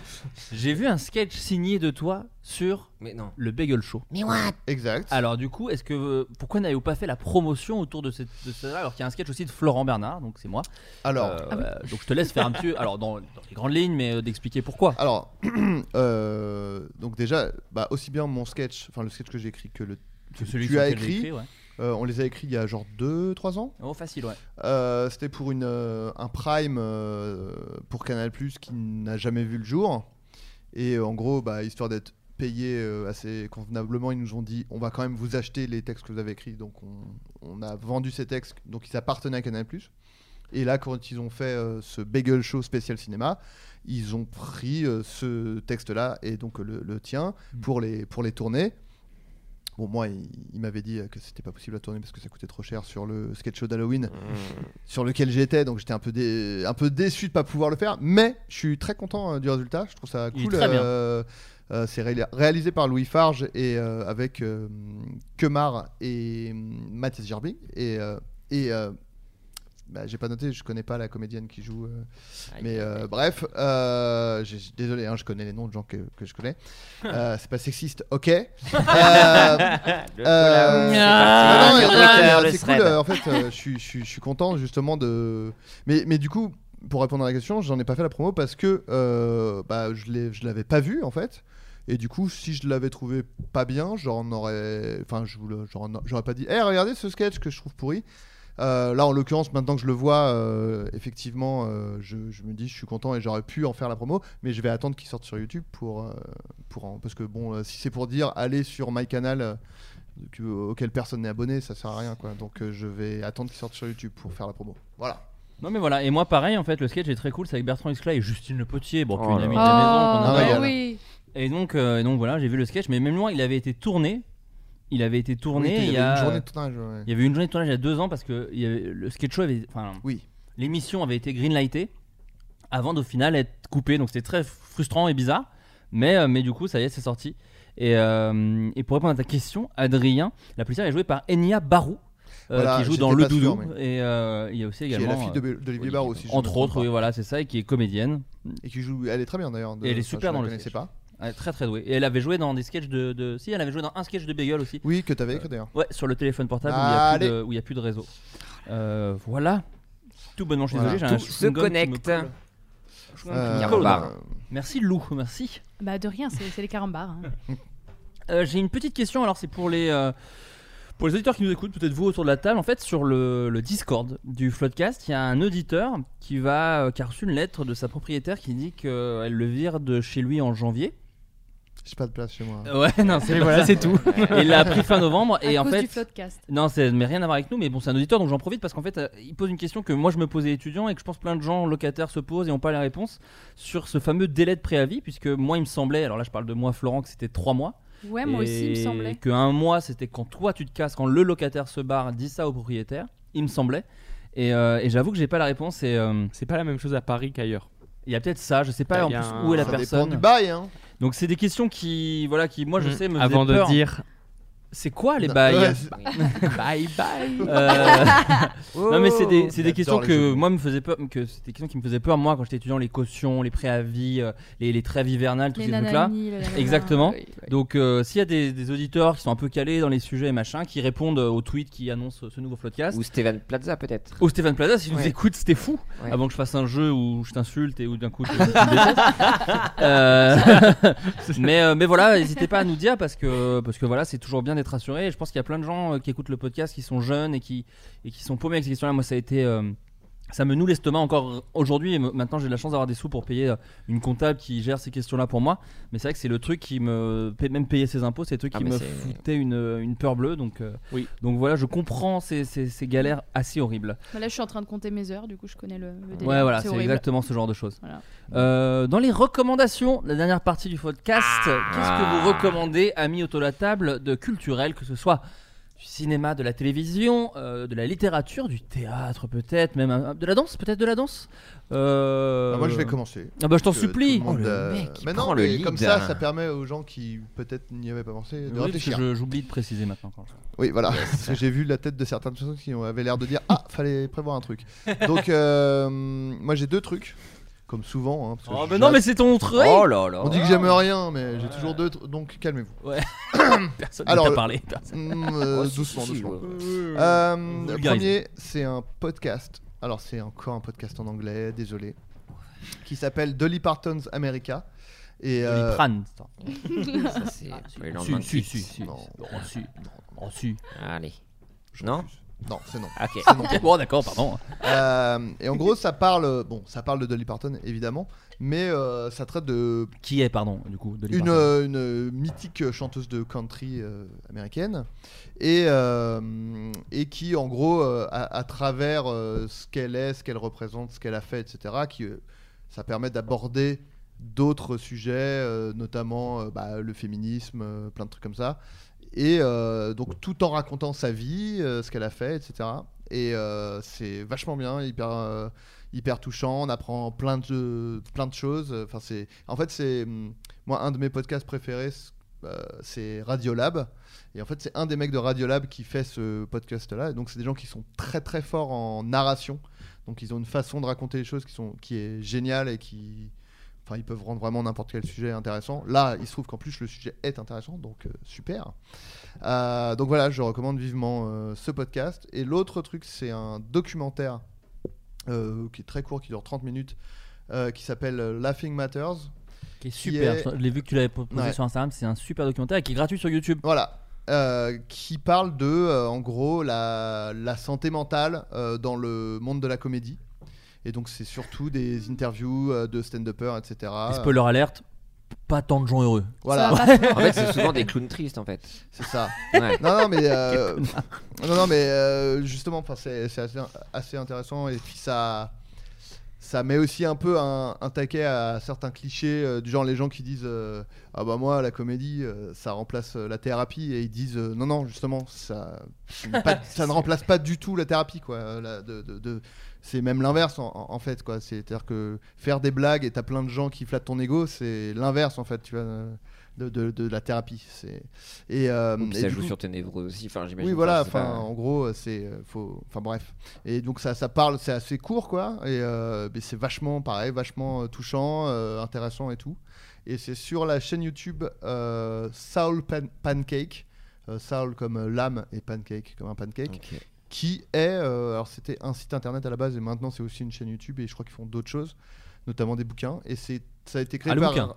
[SPEAKER 5] J'ai vu un sketch signé de toi sur
[SPEAKER 7] Mais non.
[SPEAKER 5] le Bagel Show.
[SPEAKER 7] Mais what
[SPEAKER 6] Exact.
[SPEAKER 5] Alors, du coup, est-ce que. euh, Pourquoi n'avez-vous pas fait la promotion autour de cette. de cela, alors qu'il y a un sketch aussi de Florent Bernard, donc c'est moi.
[SPEAKER 6] Alors.
[SPEAKER 5] Euh,
[SPEAKER 7] Ah
[SPEAKER 5] ouais, donc je te laisse faire un petit. Alors, dans, dans les grandes lignes, mais euh, d'expliquer pourquoi.
[SPEAKER 6] Alors, [clears throat] euh, donc déjà, bah, aussi bien mon sketch, enfin le sketch que j'ai écrit que le
[SPEAKER 5] Que celui
[SPEAKER 6] tu
[SPEAKER 5] sur
[SPEAKER 6] as
[SPEAKER 5] lequel j'ai
[SPEAKER 6] écrit,
[SPEAKER 5] écrit, ouais.
[SPEAKER 6] euh, on les a écrits il y a genre 2-3 ans.
[SPEAKER 5] Oh, facile, ouais.
[SPEAKER 6] Euh, C'était pour une, euh, un prime euh, pour Canal Plus qui n'a jamais vu le jour. Et euh, en gros, bah, histoire d'être payé euh, assez convenablement, ils nous ont dit on va quand même vous acheter les textes que vous avez écrits. Donc on, on a vendu ces textes, donc ils appartenaient à Canal Plus. Et là, quand ils ont fait euh, ce Bagel Show spécial cinéma, ils ont pris euh, ce texte-là et donc euh, le, le tien
[SPEAKER 5] Mm.
[SPEAKER 6] pour les, pour les tourner. Bon, moi, il, il m'avait dit euh, que c'était pas possible à tourner parce que ça coûtait trop cher sur le sketch show d'Halloween
[SPEAKER 5] Mmh.
[SPEAKER 6] sur lequel j'étais, donc j'étais un peu, dé- un peu déçu de pas pouvoir le faire. Mais je suis très content euh, du résultat, je trouve ça
[SPEAKER 5] Il est
[SPEAKER 6] cool.
[SPEAKER 5] très bien.
[SPEAKER 6] euh, euh, c'est ré- réalisé par Louis Farge et euh, avec euh, Kemar et euh, Mathis Gerbi. Et, euh, et euh, bah, j'ai pas noté, je connais pas la comédienne qui joue. euh, mais euh, bref, euh, j'ai- j'ai- désolé, hein, je connais les noms de gens que, que je
[SPEAKER 5] [laughs]
[SPEAKER 6] connais. Euh, c'est pas sexiste, ok. Euh, non, non, mais-
[SPEAKER 7] Le collab, c'est parti. Le Twitter,
[SPEAKER 6] mais
[SPEAKER 7] le
[SPEAKER 6] c'est
[SPEAKER 7] thread.
[SPEAKER 6] cool. euh, en fait, euh, je suis- je suis je suis content justement de. Mais, mais du coup, pour répondre à la question, j'en ai pas fait la promo parce que euh, bah, je l'ai- je l'avais pas vu en fait. Et du coup, si je l'avais trouvé pas bien, j'en aurais. Enfin, je vous le- j'en- j'aurais pas dit. Eh, regardez ce sketch que je trouve pourri. Euh, là, en l'occurrence, maintenant que je le vois, euh, effectivement, euh, je, je me dis, je suis content et j'aurais pu en faire la promo, mais je vais attendre qu'il sorte sur YouTube pour, euh, pour en- parce que bon, euh, si c'est pour dire, allez sur my canal. euh, que- auquel personne n'est abonné, ça sert à rien quoi. Donc euh, je vais attendre qu'il sorte sur YouTube pour faire la promo. Voilà.
[SPEAKER 5] Non mais voilà, et moi pareil en fait, le sketch est très cool, c'est avec Bertrand Huxley et Justine Le Potier, bon, qui est
[SPEAKER 7] Oh
[SPEAKER 5] une
[SPEAKER 7] là
[SPEAKER 5] amie de
[SPEAKER 7] là.
[SPEAKER 5] la
[SPEAKER 7] Oh,
[SPEAKER 5] maison
[SPEAKER 6] Ah
[SPEAKER 5] qu'on adore.
[SPEAKER 7] bah oui.
[SPEAKER 5] Et donc, euh, et donc voilà, j'ai vu le sketch, mais même loin, il avait été tourné. Il avait été tourné.
[SPEAKER 6] Oui, il y
[SPEAKER 5] il y
[SPEAKER 6] avait
[SPEAKER 5] a
[SPEAKER 6] une journée de tournage, ouais.
[SPEAKER 5] Il y avait une journée de tournage il y a deux ans parce que il y avait- le sketch show avait, enfin, l'émission avait été greenlightée avant d'au final être coupée, donc c'était très frustrant et bizarre. Mais, euh, mais du coup, ça y est, c'est sorti. Et, euh, et pour répondre à ta question, Adrien, la policière est jouée par Enya Barou. euh,
[SPEAKER 6] Voilà,
[SPEAKER 5] qui joue
[SPEAKER 6] j'étais
[SPEAKER 5] dans Le
[SPEAKER 6] pas sûr,
[SPEAKER 5] Doudou
[SPEAKER 6] mais-
[SPEAKER 5] et euh, il y a aussi
[SPEAKER 6] Qui est
[SPEAKER 5] également
[SPEAKER 6] la fille de-
[SPEAKER 5] euh,
[SPEAKER 6] d'Olivier Barraud, si je ne me
[SPEAKER 5] entre
[SPEAKER 6] trompe
[SPEAKER 5] autres oui voilà c'est ça et qui est comédienne
[SPEAKER 6] Et qui joue, elle est très bien d'ailleurs. de-
[SPEAKER 5] et elle est
[SPEAKER 6] enfin,
[SPEAKER 5] super
[SPEAKER 6] je
[SPEAKER 5] dans
[SPEAKER 6] la
[SPEAKER 5] le
[SPEAKER 6] connaissais
[SPEAKER 5] sketch. Ah,
[SPEAKER 6] pas.
[SPEAKER 5] Elle est très très douée. Et elle avait joué dans des sketchs de, de- Si, elle avait joué dans un sketch de Beagle aussi. Euh,
[SPEAKER 6] Oui, que t'avais écrit, d'ailleurs.
[SPEAKER 5] Ouais, sur le téléphone portable où il y a plus
[SPEAKER 6] Allez.
[SPEAKER 5] de- où il n'y a, plus de réseau. Euh, voilà. Tout bonnement, je suis
[SPEAKER 7] Voilà.
[SPEAKER 5] désolé, j'ai un
[SPEAKER 7] Tout se
[SPEAKER 5] chewing-gum qui me
[SPEAKER 7] connecte.
[SPEAKER 5] colle.
[SPEAKER 7] Euh,
[SPEAKER 5] Qui me colle. Ah,
[SPEAKER 7] Carambar.
[SPEAKER 5] Merci Lou, merci.
[SPEAKER 8] Bah de rien, c'est c'est les carambars.
[SPEAKER 5] [laughs]
[SPEAKER 8] hein.
[SPEAKER 5] Euh, j'ai une petite question, alors c'est pour les, euh, pour les auditeurs qui nous écoutent, peut-être vous autour de la table, en fait sur le, le Discord du Floodcast, il y a un auditeur qui, va, euh, qui a reçu une lettre de sa propriétaire qui dit qu'elle le vire de chez lui en janvier.
[SPEAKER 6] J'ai pas de place chez moi.
[SPEAKER 5] Ouais, non, c'est
[SPEAKER 6] Mais
[SPEAKER 5] pas
[SPEAKER 6] voilà,
[SPEAKER 5] ça.
[SPEAKER 6] c'est tout.
[SPEAKER 5] Il l'a appris fin novembre et
[SPEAKER 8] À
[SPEAKER 5] en
[SPEAKER 8] cause
[SPEAKER 5] fait.
[SPEAKER 8] du Floodcast.
[SPEAKER 5] Non, c'est mais rien à voir avec nous, mais bon, c'est un auditeur donc j'en profite parce qu'en fait, euh, il pose une question que moi je me posais étudiant et que je pense plein de gens locataires se posent et n'ont pas la réponse sur ce fameux délai de préavis puisque moi il me semblait, alors là je parle de moi Florent, que c'était 3 mois.
[SPEAKER 8] Ouais, moi aussi, il me
[SPEAKER 5] Et
[SPEAKER 8] semblait.
[SPEAKER 5] Que un mois c'était quand toi tu te casses, quand le locataire se barre, dis ça au propriétaire, il me semblait. Et, euh, et j'avoue que j'ai pas la réponse. Et, euh,
[SPEAKER 9] C'est pas la même chose à Paris qu'ailleurs. Bah,
[SPEAKER 5] Il y a peut-être ça, je sais pas en
[SPEAKER 9] Il y a
[SPEAKER 5] plus
[SPEAKER 9] un-
[SPEAKER 5] où est la
[SPEAKER 9] Ça dépend
[SPEAKER 5] personne.
[SPEAKER 9] du
[SPEAKER 6] bail, hein.
[SPEAKER 5] Donc c'est des questions qui, voilà, qui moi je
[SPEAKER 9] Mm.
[SPEAKER 5] sais me
[SPEAKER 9] Avant
[SPEAKER 5] faisaient
[SPEAKER 9] de
[SPEAKER 5] peur.
[SPEAKER 9] dire-
[SPEAKER 5] C'est quoi les
[SPEAKER 9] Non,
[SPEAKER 5] bails
[SPEAKER 9] ouais,
[SPEAKER 5] c'est- Bye bye.
[SPEAKER 9] Euh,
[SPEAKER 5] [laughs] Non mais c'est des, c'est des
[SPEAKER 9] J'adore
[SPEAKER 5] questions
[SPEAKER 9] les
[SPEAKER 5] que
[SPEAKER 9] jeux.
[SPEAKER 5] moi me faisait peur, que c'était des questions qui me faisaient peur moi quand j'étais étudiant les cautions, les préavis, euh, les, les trêves hivernales, tous
[SPEAKER 8] Les
[SPEAKER 5] ces trucs là.
[SPEAKER 8] nanani, le nanana.
[SPEAKER 5] Exactement.
[SPEAKER 8] Oui, oui.
[SPEAKER 5] Donc euh, s'il y a des, des auditeurs qui sont un peu calés dans les sujets et machin, qui répondent euh, aux tweets qui annoncent ce nouveau podcast.
[SPEAKER 7] Ou Stéphane Plaza peut-être.
[SPEAKER 5] Ou Stéphane Plaza, si tu nous
[SPEAKER 7] Ouais.
[SPEAKER 5] écoutes, c'était fou.
[SPEAKER 7] Ouais.
[SPEAKER 5] Avant que je fasse un jeu où je t'insulte et où d'un coup tu, tu me détestes. Euh, [laughs] mais, euh, mais voilà, n'hésitez pas à nous dire parce que, parce que voilà, c'est toujours bien d'être rassuré. Et je pense qu'il y a plein de gens euh, qui écoutent le podcast, qui sont jeunes et qui, et qui sont paumés avec ces questions-là. Moi, ça a été. euh, ça me noue l'estomac encore aujourd'hui et me- maintenant j'ai de la chance d'avoir des sous pour payer euh, une comptable qui gère ces questions-là pour moi. Mais c'est vrai que c'est le truc qui me paie- même payer ses impôts, c'est le truc
[SPEAKER 7] Ah,
[SPEAKER 5] qui
[SPEAKER 7] mais
[SPEAKER 5] me
[SPEAKER 7] c'est-
[SPEAKER 5] foutait une, une peur bleue. Donc, euh, donc voilà, je comprends ces, ces- ces galères assez horribles.
[SPEAKER 8] Bah, là, je suis en train de compter mes heures, du coup, je connais le, le délire.
[SPEAKER 5] Ouais, voilà, c'est
[SPEAKER 8] horrible.
[SPEAKER 5] exactement ce genre de choses.
[SPEAKER 8] Voilà.
[SPEAKER 5] Euh, dans les recommandations, la dernière partie du podcast, qu'est-ce que
[SPEAKER 7] Ah.
[SPEAKER 5] vous recommandez, amis autour de la table, de culturel, que ce soit du cinéma, de la télévision, euh, de la littérature, du théâtre peut-être, même euh, de la danse, peut-être de la danse Euh,
[SPEAKER 6] Ah, moi, je vais commencer.
[SPEAKER 5] Ah bah je t'en
[SPEAKER 6] Parce que
[SPEAKER 5] supplie
[SPEAKER 6] tout le monde, euh, mais non, mais comme ça, ça permet aux gens qui peut-être n'y avaient pas pensé de
[SPEAKER 5] Oui, parce
[SPEAKER 6] réfléchir.
[SPEAKER 5] que je- j'oublie de préciser maintenant. quand je-
[SPEAKER 6] Oui, voilà. Parce que J'ai vu la tête de certaines personnes qui ont- avaient l'air de dire Ah, fallait prévoir un truc. Donc, euh, moi, j'ai deux trucs. Comme souvent. hein, parce que
[SPEAKER 5] Oh,
[SPEAKER 6] je-
[SPEAKER 5] mais non,
[SPEAKER 6] je-
[SPEAKER 5] mais c'est ton truc Oh là là.
[SPEAKER 6] On dit que j'aime rien, mais j'ai toujours deux. tr- Donc, calmez-vous. [coughs]
[SPEAKER 5] Ouais. [coughs] Personne ne
[SPEAKER 6] Alors,
[SPEAKER 5] t'a
[SPEAKER 6] le-
[SPEAKER 5] parlé, personne.
[SPEAKER 6] Mm, euh,
[SPEAKER 5] Oh, si,
[SPEAKER 6] doucement,
[SPEAKER 5] si,
[SPEAKER 6] doucement.
[SPEAKER 5] ouais, ouais.
[SPEAKER 6] Euh, le
[SPEAKER 5] Vulgarisez.
[SPEAKER 6] premier, c'est un podcast. Alors, c'est encore un podcast en anglais, désolé. Qui s'appelle Dolly Parton's America. Et, euh,
[SPEAKER 5] Doliprane,
[SPEAKER 7] [laughs]
[SPEAKER 5] ça.
[SPEAKER 7] Ça, c'est
[SPEAKER 5] Ah,
[SPEAKER 7] pour le lendemain de
[SPEAKER 5] Si,
[SPEAKER 7] cuite.
[SPEAKER 5] si, si. Oh,
[SPEAKER 6] Non.
[SPEAKER 7] Ah,
[SPEAKER 5] Reçu. Reçu.
[SPEAKER 7] Allez. Non
[SPEAKER 6] Non, c'est non.
[SPEAKER 7] Ah, Ok.
[SPEAKER 6] C'est non.
[SPEAKER 5] [laughs] Bon, Oh, d'accord, pardon.
[SPEAKER 6] Euh, et en gros, ça parle, euh, bon, ça parle de Dolly Parton évidemment, mais euh, ça traite de
[SPEAKER 5] qui est, pardon, du coup, Dolly
[SPEAKER 6] une,
[SPEAKER 5] Parton.
[SPEAKER 6] euh, une, euh, mythique chanteuse de country euh, américaine et euh, et qui, en gros, euh, à, à travers euh, ce qu'elle est, ce qu'elle représente, ce qu'elle a fait, etc., qui euh, ça permet d'aborder d'autres sujets, euh, notamment euh, bah, le féminisme, euh, plein de trucs comme ça. Et euh, donc tout en racontant sa vie, euh, ce qu'elle a fait, etc. Et euh, c'est vachement bien, hyper, euh, hyper touchant. On apprend plein de, plein de choses. Enfin, c'est, en fait, c'est hum, moi un de mes podcasts préférés. c- euh, c'est Radiolab et en fait c'est un des mecs de Radiolab qui fait ce podcast là donc c'est des gens qui sont très très forts en narration donc ils ont une façon de raconter les choses qui, sont, qui est géniale et qui. Enfin, ils peuvent rendre vraiment n'importe quel sujet intéressant. Là, il se trouve qu'en plus, le sujet est intéressant, donc euh, super. Euh, donc voilà, je recommande vivement euh, ce podcast. Et l'autre truc, c'est un documentaire euh, qui est très court, qui dure 30 minutes, euh, qui s'appelle euh, Laughing Matters.
[SPEAKER 5] Qui est super. Je l'ai vu que tu l'avais proposé
[SPEAKER 6] Ouais.
[SPEAKER 5] sur Instagram. C'est un super documentaire et qui est gratuit sur YouTube.
[SPEAKER 6] Voilà. euh, qui parle de, euh, en gros, la, la santé mentale euh, dans le monde de la comédie. Et donc, c'est surtout des interviews euh, de stand-uppers, etc.
[SPEAKER 5] Et Spoiler alerte, pas tant de gens heureux.
[SPEAKER 6] Ah. Voilà.
[SPEAKER 5] [laughs]
[SPEAKER 7] en fait, c'est souvent des clowns tristes en fait.
[SPEAKER 6] C'est ça.
[SPEAKER 7] Ouais.
[SPEAKER 6] Non, non, mais, euh, non, non, mais euh, justement, enfin, c'est c'est assez, assez intéressant. Et puis ça, ça met aussi un peu un, un taquet à certains clichés, euh, du genre les gens qui disent euh, Ah bah moi, la comédie, euh, ça remplace euh, la thérapie. Et ils disent euh, Non, non, justement, ça, ce n'est pas- ça ne remplace pas du tout la thérapie. quoi. euh, la- de- de- de- C'est même l'inverse en, en- en fait. quoi. C'est-à-dire que faire des blagues et t'as plein de gens qui flattent ton ego, c'est l'inverse en fait. Tu vois, de, de- de la thérapie. C'est- Et, euh,
[SPEAKER 7] Ou puis
[SPEAKER 6] et
[SPEAKER 7] ça
[SPEAKER 6] du
[SPEAKER 7] joue sur tes névroses aussi, enfin, j'imagine
[SPEAKER 6] oui,
[SPEAKER 7] que
[SPEAKER 6] voilà.
[SPEAKER 7] c'est pas-
[SPEAKER 6] Enfin, en gros, euh, c'est euh, faut. Enfin bref. Et donc ça, ça parle, c'est assez court, quoi. Et euh, mais c'est vachement pareil, vachement euh, touchant, euh, intéressant et tout. Et c'est sur la chaîne YouTube euh, Soul Pan- Pancake, euh, Soul comme euh, l'âme et pancake comme un pancake. Qui est, euh, alors c'était un site internet à la base et maintenant c'est aussi une chaîne YouTube et je crois qu'ils font d'autres choses, notamment des bouquins. Et c'est, ça a été créé
[SPEAKER 5] Ah, le
[SPEAKER 6] par
[SPEAKER 5] bouquin.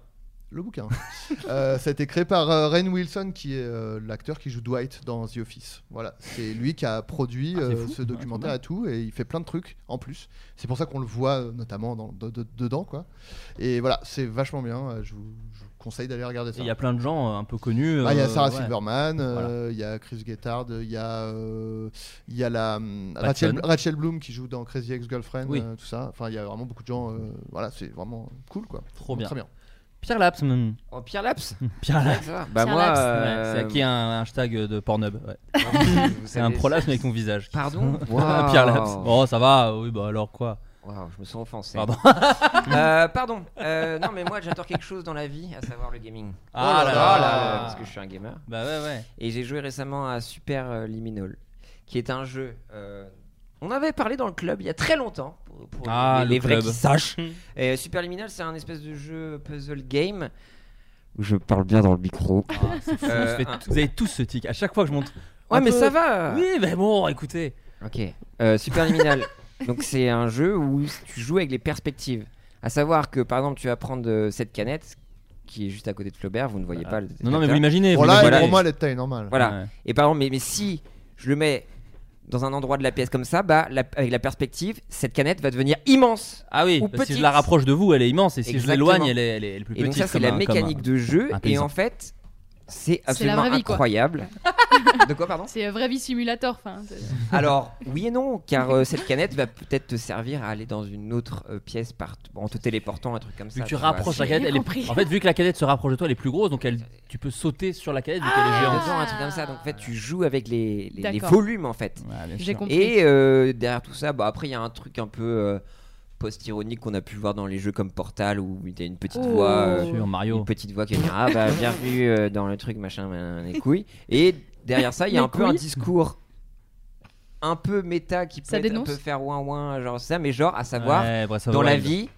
[SPEAKER 6] le bouquin. [laughs] Euh, ça a été créé par euh, Rainn Wilson, qui est euh, l'acteur qui joue Dwight dans The Office. Voilà, c'est lui qui a produit
[SPEAKER 5] Ah, c'est
[SPEAKER 6] euh,
[SPEAKER 5] fou.
[SPEAKER 6] ce documentaire
[SPEAKER 5] Ouais,
[SPEAKER 6] et tout, et il fait plein de trucs en plus. C'est pour ça qu'on le voit euh, notamment dans- de- de- dedans, quoi. Et voilà, c'est vachement bien. euh, Je vous, je vous conseille d'aller regarder
[SPEAKER 5] Et
[SPEAKER 6] ça.
[SPEAKER 5] Il y a plein de gens euh, un peu connus.
[SPEAKER 6] Ah, il y a
[SPEAKER 5] euh,
[SPEAKER 6] Sarah
[SPEAKER 5] ouais.
[SPEAKER 6] Silverman, euh,
[SPEAKER 5] Voilà.
[SPEAKER 6] il y a Chris Gethard, il y a, euh, il y a la, hum,
[SPEAKER 5] Batson.
[SPEAKER 6] Rachel, Rachel Bloom qui joue dans Crazy Ex-Girlfriend,
[SPEAKER 5] Oui.
[SPEAKER 6] euh, tout ça. Enfin, il y a vraiment beaucoup de gens. euh, voilà, c'est vraiment cool, quoi.
[SPEAKER 5] Trop
[SPEAKER 6] Donc,
[SPEAKER 5] bien.
[SPEAKER 6] Très bien.
[SPEAKER 5] Pierre Laps. mm.
[SPEAKER 7] Oh, Pierre Laps
[SPEAKER 5] Pierre Laps.
[SPEAKER 7] Ça va. Bah, Pierre moi, Laps. euh,
[SPEAKER 5] C'est qui hein, un hashtag de Pornhub. ouais.
[SPEAKER 7] Vous
[SPEAKER 5] C'est un
[SPEAKER 7] savez,
[SPEAKER 5] prolapse mais avec mon visage.
[SPEAKER 7] Pardon
[SPEAKER 5] Ah, [laughs] Pierre Laps.
[SPEAKER 7] Wow.
[SPEAKER 5] Bon, ça va, oui, bah alors quoi
[SPEAKER 7] Waouh, je me sens offensé.
[SPEAKER 5] Pardon.
[SPEAKER 7] [laughs]
[SPEAKER 5] [laughs]
[SPEAKER 7] Euh, pardon. Euh, non, mais moi j'adore quelque chose dans la vie, à savoir le gaming.
[SPEAKER 5] Ah
[SPEAKER 7] Oh
[SPEAKER 5] là là.
[SPEAKER 7] parce que je suis un gamer.
[SPEAKER 5] Bah ouais, ouais.
[SPEAKER 7] Et j'ai joué récemment à Super euh, Liminal, qui est un jeu. euh, on avait parlé dans le club il y a très longtemps, pour, pour
[SPEAKER 5] Ah,
[SPEAKER 7] les,
[SPEAKER 5] le
[SPEAKER 7] les vrais
[SPEAKER 5] club.
[SPEAKER 7] qui sachent. Et Super Liminal, c'est un espèce de jeu puzzle game. Je parle bien dans le micro.
[SPEAKER 5] Ah, c'est fou,
[SPEAKER 7] Euh,
[SPEAKER 5] vous, faites-
[SPEAKER 7] un-
[SPEAKER 5] vous avez tous ce tic. À chaque fois que je monte.
[SPEAKER 7] Ouais,
[SPEAKER 5] un
[SPEAKER 7] mais
[SPEAKER 5] peu-
[SPEAKER 7] ça va.
[SPEAKER 5] Oui, mais bon, écoutez.
[SPEAKER 7] Ok. Euh,
[SPEAKER 5] [laughs]
[SPEAKER 7] Superliminal. Donc c'est un jeu où tu joues avec les perspectives. À savoir que par exemple tu vas prendre euh, cette canette qui est juste à côté de Flaubert, vous ne voyez pas. le
[SPEAKER 5] Ah. Non, non, mais
[SPEAKER 7] spectateur.
[SPEAKER 5] vous l'imaginez, Pour vous là,
[SPEAKER 6] l'imaginez. pour moi, elle est de taille normale.
[SPEAKER 7] Voilà.
[SPEAKER 6] Ouais.
[SPEAKER 7] Et par exemple, mais, mais si je le mets dans un endroit de la pièce comme ça, bah la- avec la perspective, cette canette va devenir immense.
[SPEAKER 5] Ah oui.
[SPEAKER 7] Ou
[SPEAKER 5] parce que si
[SPEAKER 7] petite.
[SPEAKER 5] je la rapproche de vous, elle est immense. Et si je
[SPEAKER 7] Exactement.
[SPEAKER 5] l'éloigne, elle est, elle est- elle est plus
[SPEAKER 7] Et
[SPEAKER 5] petite.
[SPEAKER 7] donc ça c'est
[SPEAKER 5] comme
[SPEAKER 7] la
[SPEAKER 5] un- comme
[SPEAKER 7] mécanique
[SPEAKER 5] un-
[SPEAKER 7] de jeu.
[SPEAKER 5] un
[SPEAKER 7] Et
[SPEAKER 5] paysan.
[SPEAKER 7] en fait, c'est
[SPEAKER 8] C'est la
[SPEAKER 7] absolument
[SPEAKER 8] vraie vie, quoi. [laughs]
[SPEAKER 7] incroyable. de quoi pardon
[SPEAKER 8] C'est euh, vraie vie simulator. Enfin, c'est-
[SPEAKER 5] [laughs]
[SPEAKER 7] Alors, oui et non, car euh, cette canette va peut-être te servir à aller dans une autre euh, pièce par en te téléportant, un truc comme
[SPEAKER 5] Vu
[SPEAKER 7] ça.
[SPEAKER 5] que tu
[SPEAKER 7] vois.
[SPEAKER 5] rapproches la canette, elle est... en fait, vu que la canette se rapproche de toi, elle est plus grosse, donc elle... tu peux sauter sur la canette vu qu'elle est
[SPEAKER 7] Elle est
[SPEAKER 5] géante.
[SPEAKER 7] dedans, Ah, un truc comme ça. Donc, en fait, tu joues avec les, les- les
[SPEAKER 5] D'accord.
[SPEAKER 7] volumes, en fait.
[SPEAKER 5] bien J'ai sûr. compris.
[SPEAKER 7] Et euh, derrière tout ça, bah, après, il y a un truc un peu euh, post-ironique qu'on a pu voir dans les jeux comme Portal, où il y a une petite
[SPEAKER 5] Oh.
[SPEAKER 7] voix. euh,
[SPEAKER 5] Bien sûr, Mario.
[SPEAKER 7] Une petite voix qui vient dire Ah,
[SPEAKER 5] [laughs]
[SPEAKER 7] bah, bienvenue euh, dans le truc, machin, machin, les couilles. Et derrière ça, il y a
[SPEAKER 5] Les
[SPEAKER 7] un peu un
[SPEAKER 5] couilles.
[SPEAKER 7] discours un peu méta qui peut,
[SPEAKER 5] Ça
[SPEAKER 7] être un
[SPEAKER 5] dénonce
[SPEAKER 7] peu faire ouin ouin, genre ça, mais genre à savoir,
[SPEAKER 5] Ouais, Breath of the
[SPEAKER 7] dans la
[SPEAKER 5] Wild.
[SPEAKER 7] vie,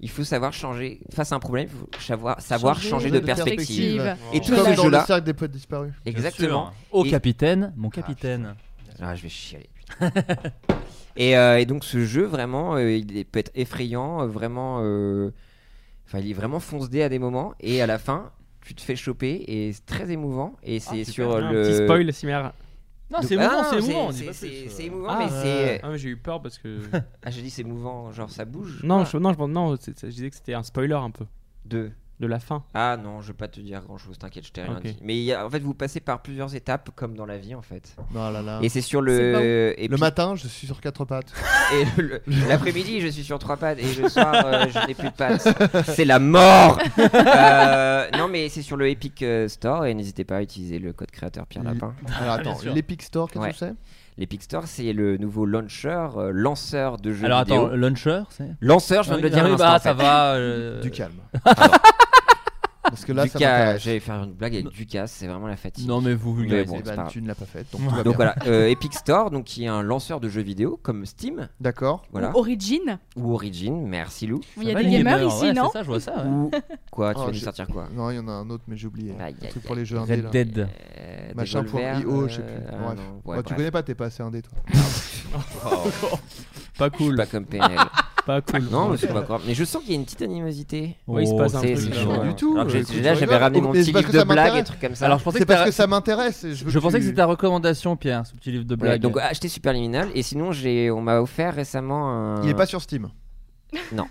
[SPEAKER 7] il faut savoir changer, face à un problème, il faut savoir, savoir changer, de, perspective. Et tous
[SPEAKER 6] Comme
[SPEAKER 7] ces
[SPEAKER 6] dans
[SPEAKER 7] jeux-là-
[SPEAKER 6] le cercle des poètes disparus.
[SPEAKER 7] Exactement.
[SPEAKER 5] hein. Au
[SPEAKER 7] Et-
[SPEAKER 5] capitaine, mon capitaine.
[SPEAKER 7] Ah, je vais chialer. putain. et, euh, et donc ce jeu vraiment, euh, il est- peut être effrayant, euh, vraiment, euh, enfin il est vraiment fonce-dé à des moments et à la fin tu te fais choper et c'est très émouvant
[SPEAKER 9] Ah,
[SPEAKER 7] et c'est sur
[SPEAKER 9] Un
[SPEAKER 7] le.
[SPEAKER 9] petit spoil, Simère.
[SPEAKER 5] Ah, Non,
[SPEAKER 7] Donc-
[SPEAKER 5] c'est
[SPEAKER 7] ah
[SPEAKER 5] émouvant,
[SPEAKER 7] non,
[SPEAKER 5] c'est émouvant, on dit pas
[SPEAKER 7] c'est-
[SPEAKER 5] plus,
[SPEAKER 7] c'est
[SPEAKER 5] euh.
[SPEAKER 7] émouvant,
[SPEAKER 5] Ah,
[SPEAKER 7] mais c'est.
[SPEAKER 9] Ah, mais j'ai eu peur parce que.
[SPEAKER 7] [laughs] Ah, j'ai dit c'est émouvant, genre ça bouge.
[SPEAKER 9] Non,
[SPEAKER 7] quoi.
[SPEAKER 9] je, non, je, non c'est- je disais que c'était un spoiler un peu.
[SPEAKER 7] De
[SPEAKER 9] De la fin.
[SPEAKER 7] Ah non, je vais pas te dire grand chose, t'inquiète, je t'ai rien
[SPEAKER 9] Ok.
[SPEAKER 7] dit. Mais il y a- en fait, vous passez par plusieurs étapes, comme dans la vie en fait.
[SPEAKER 6] Non, Oh là, là.
[SPEAKER 7] Et c'est sur
[SPEAKER 6] C'est pas
[SPEAKER 7] le.
[SPEAKER 6] ouf.
[SPEAKER 7] et
[SPEAKER 6] Le
[SPEAKER 7] puis-
[SPEAKER 6] matin, je suis sur quatre pattes.
[SPEAKER 7] [laughs] Et le- l'après-midi, je suis sur trois pattes. Et le soir, euh, je n'ai plus
[SPEAKER 6] [laughs]
[SPEAKER 7] de pattes. C'est la mort Euh, Non, mais c'est sur le Epic euh, Store. Et n'hésitez pas à utiliser le code créateur Pierre Lapin.
[SPEAKER 6] [laughs] Alors, attends, Bien sûr. l'Epic Store, qu'est-ce que c'est
[SPEAKER 7] L'Epic Store, c'est le nouveau launcher, euh, lanceur de jeux
[SPEAKER 5] Alors,
[SPEAKER 7] vidéo.
[SPEAKER 5] attends, launcher, c'est-
[SPEAKER 7] Lanceur, je viens
[SPEAKER 5] Ah
[SPEAKER 7] de le
[SPEAKER 5] oui, ah
[SPEAKER 7] dire. à
[SPEAKER 5] oui,
[SPEAKER 7] l'instant,
[SPEAKER 5] bah,
[SPEAKER 7] en fait.
[SPEAKER 5] ça va,
[SPEAKER 7] [laughs]
[SPEAKER 5] euh, Du calme.
[SPEAKER 7] Pardon.
[SPEAKER 6] Parce que là, ça
[SPEAKER 7] Ducas,
[SPEAKER 6] m'intéresse.
[SPEAKER 7] j'allais faire une blague avec Ducas, c'est vraiment la fatigue.
[SPEAKER 5] Non, mais vous
[SPEAKER 7] Mais
[SPEAKER 5] vulgarisez.
[SPEAKER 7] bon,
[SPEAKER 5] Eh
[SPEAKER 7] c'est
[SPEAKER 5] ben,
[SPEAKER 7] pas grave.
[SPEAKER 5] tu ne l'as pas faite, donc tout va bien.
[SPEAKER 7] voilà, euh, Epic Store, donc qui est un lanceur de jeux vidéo comme Steam.
[SPEAKER 6] D'accord.
[SPEAKER 7] Voilà.
[SPEAKER 8] Ou Origin.
[SPEAKER 7] Ou Origin, merci Lou.
[SPEAKER 8] Il y a Ça va, des les gamers gamers, ici, ouais, non
[SPEAKER 5] c'est ça, je vois ça, ouais.
[SPEAKER 7] Ou quoi, tu
[SPEAKER 6] Oh,
[SPEAKER 7] vas nous
[SPEAKER 6] j'ai-
[SPEAKER 7] sortir quoi
[SPEAKER 6] Non, il y en a un autre, mais j'ai oublié. Un truc pour les jeux
[SPEAKER 5] Red
[SPEAKER 6] indés. là.
[SPEAKER 5] Dead.
[SPEAKER 7] Euh,
[SPEAKER 6] Machin pour
[SPEAKER 7] Devolver,
[SPEAKER 6] IO, je sais
[SPEAKER 7] euh,
[SPEAKER 6] plus.
[SPEAKER 7] ah
[SPEAKER 6] Bref.
[SPEAKER 7] non,
[SPEAKER 6] Bah,
[SPEAKER 7] ouais,
[SPEAKER 6] Tu
[SPEAKER 7] [laughs] bref. [laughs]
[SPEAKER 6] connais pas, t'es pas assez indé, toi.
[SPEAKER 5] [laughs]
[SPEAKER 7] Pas cool. Pas comme PNL.
[SPEAKER 9] pas cool.
[SPEAKER 7] Non, mais c'est pas grave. Mais je sens qu'il y a une petite animosité. Oh,
[SPEAKER 9] Oui, il se passe un
[SPEAKER 7] C'est-
[SPEAKER 9] truc,
[SPEAKER 7] c'est
[SPEAKER 9] là.
[SPEAKER 7] chaud,
[SPEAKER 9] Pas
[SPEAKER 7] hein.
[SPEAKER 9] du tout,
[SPEAKER 7] Alors que
[SPEAKER 9] euh,
[SPEAKER 7] j'ai-
[SPEAKER 9] écoute,
[SPEAKER 7] là,
[SPEAKER 9] je
[SPEAKER 7] j'avais
[SPEAKER 9] rigole.
[SPEAKER 7] ramené mon
[SPEAKER 9] Mais c'est
[SPEAKER 7] petit
[SPEAKER 9] parce
[SPEAKER 7] livre
[SPEAKER 9] que
[SPEAKER 7] de
[SPEAKER 9] ça
[SPEAKER 7] blagues et
[SPEAKER 9] m'intéresse.
[SPEAKER 7] trucs comme ça.
[SPEAKER 5] Alors, je pensais
[SPEAKER 7] C'est
[SPEAKER 5] que t'as-
[SPEAKER 7] parce que ça
[SPEAKER 6] m'intéresse, je veux
[SPEAKER 5] Je
[SPEAKER 6] que
[SPEAKER 5] pensais que
[SPEAKER 6] tu-
[SPEAKER 5] c'était ta recommandation, Pierre, ce petit livre de
[SPEAKER 7] Ouais,
[SPEAKER 5] blagues.
[SPEAKER 7] donc acheter Superliminal et sinon j'ai on m'a offert récemment
[SPEAKER 6] [laughs]
[SPEAKER 7] un.
[SPEAKER 6] Il est pas sur Steam.
[SPEAKER 7] Non.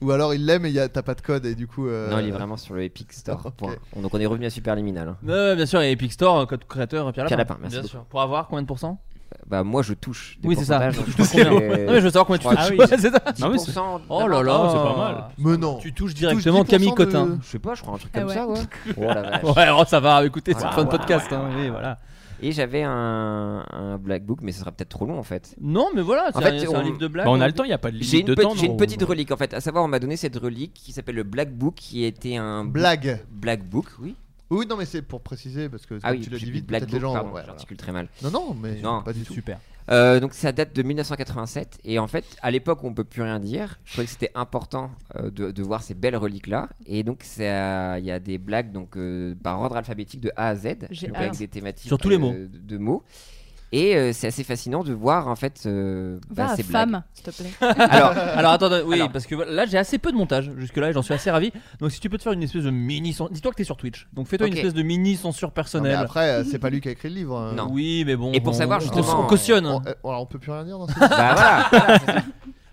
[SPEAKER 6] Ou alors il l'aime et il y a- t'as pas de code et du coup. euh,
[SPEAKER 7] Non, il est vraiment sur le Epic Store.
[SPEAKER 6] [laughs] Ok.
[SPEAKER 7] point. Donc on est revenu à Superliminal. hein.
[SPEAKER 5] Euh, bien sûr, et Epic Store, code créateur, Pierre Lapin.
[SPEAKER 7] Pierre Lapin, merci
[SPEAKER 5] Bien
[SPEAKER 7] beaucoup.
[SPEAKER 5] sûr. Pour avoir combien de pourcents
[SPEAKER 7] Bah moi je touche. Des
[SPEAKER 5] Oui, c'est ça.
[SPEAKER 7] pourcentages, donc
[SPEAKER 5] Tu
[SPEAKER 7] je
[SPEAKER 5] touches
[SPEAKER 7] crois que Ah
[SPEAKER 5] combien
[SPEAKER 7] c'est-
[SPEAKER 5] Non, mais je veux savoir combien tu
[SPEAKER 7] crois
[SPEAKER 5] touches.
[SPEAKER 7] que c'est
[SPEAKER 5] Ouais, c'est ça.
[SPEAKER 7] 10%
[SPEAKER 5] Non, mais c'est- Oh là là, c'est pas mal.
[SPEAKER 6] Mais non.
[SPEAKER 5] Tu touches directement Camille Cotin.
[SPEAKER 7] Je sais pas, je crois un truc
[SPEAKER 5] Ah
[SPEAKER 7] comme
[SPEAKER 5] ouais. [laughs]
[SPEAKER 7] ça, ouais.
[SPEAKER 5] Oh la vache. Ouais, oh, ça va, écoutez, c'est
[SPEAKER 7] Voilà,
[SPEAKER 5] une fin de
[SPEAKER 7] Ah, voilà,
[SPEAKER 5] podcast,
[SPEAKER 7] voilà,
[SPEAKER 5] hein,
[SPEAKER 7] voilà.
[SPEAKER 5] oui, voilà.
[SPEAKER 7] Et j'avais un, un black book, mais ce sera peut-être trop long en fait.
[SPEAKER 5] Non, mais voilà, c'est
[SPEAKER 7] En
[SPEAKER 5] un-
[SPEAKER 7] fait,
[SPEAKER 5] c'est un livre de hein. blagues.
[SPEAKER 9] Bah, on a le temps, il y a pas de limite
[SPEAKER 7] J'ai une,
[SPEAKER 9] de
[SPEAKER 7] petite-
[SPEAKER 9] temps,
[SPEAKER 7] j'ai
[SPEAKER 9] non
[SPEAKER 7] une petite relique en fait. À savoir, on m'a donné cette relique qui s'appelle le black book, qui était un book-
[SPEAKER 6] Blague.
[SPEAKER 7] Black book, oui.
[SPEAKER 6] Oui, non, mais c'est pour préciser parce que
[SPEAKER 7] Ah
[SPEAKER 6] comme
[SPEAKER 7] oui,
[SPEAKER 6] tu l'as
[SPEAKER 7] j'ai
[SPEAKER 6] dit
[SPEAKER 7] dit
[SPEAKER 6] vite,
[SPEAKER 7] Black
[SPEAKER 6] peut-être les
[SPEAKER 7] Book,
[SPEAKER 6] gens.
[SPEAKER 7] pardon,
[SPEAKER 6] ouais,
[SPEAKER 7] j'articule très mal.
[SPEAKER 6] Non, non, mais pas du tout.
[SPEAKER 7] Euh, donc ça date de 1987 et en fait à l'époque on peut plus rien dire. Je trouvais que c'était important euh, de, de voir ces belles reliques là et donc ça- il y a des blagues donc euh, par ordre alphabétique de A à Z
[SPEAKER 5] J'ai
[SPEAKER 7] donc
[SPEAKER 5] hâte.
[SPEAKER 7] avec des thématiques
[SPEAKER 5] Sur tous les
[SPEAKER 7] euh,
[SPEAKER 5] mots.
[SPEAKER 7] de mots. Et euh, c'est assez fascinant de voir en fait euh,
[SPEAKER 8] Va
[SPEAKER 7] bah,
[SPEAKER 8] à
[SPEAKER 7] ces
[SPEAKER 8] femme,
[SPEAKER 7] blagues.
[SPEAKER 8] s'il te plaît.
[SPEAKER 5] alors, alors attends, oui,
[SPEAKER 8] Alors.
[SPEAKER 5] parce que là j'ai assez peu de montage jusque-là et j'en suis assez ravi. Donc si tu peux te faire une espèce de mini censure. Dis-toi que t'es sur Twitch. Donc fais-toi
[SPEAKER 7] Ok.
[SPEAKER 5] une espèce de mini censure
[SPEAKER 6] Non, mais
[SPEAKER 5] personnelle.
[SPEAKER 6] après, euh, c'est pas lui qui a écrit le livre. hein.
[SPEAKER 5] Non. Oui, mais bon.
[SPEAKER 7] Et pour
[SPEAKER 5] on-
[SPEAKER 7] savoir,
[SPEAKER 5] on te-
[SPEAKER 7] justement,
[SPEAKER 5] on cautionne. hein.
[SPEAKER 6] On, euh, alors, on peut plus rien dire dans
[SPEAKER 7] [laughs]
[SPEAKER 6] ce
[SPEAKER 7] Bah
[SPEAKER 6] [laughs]
[SPEAKER 7] voilà, voilà, c'est ça.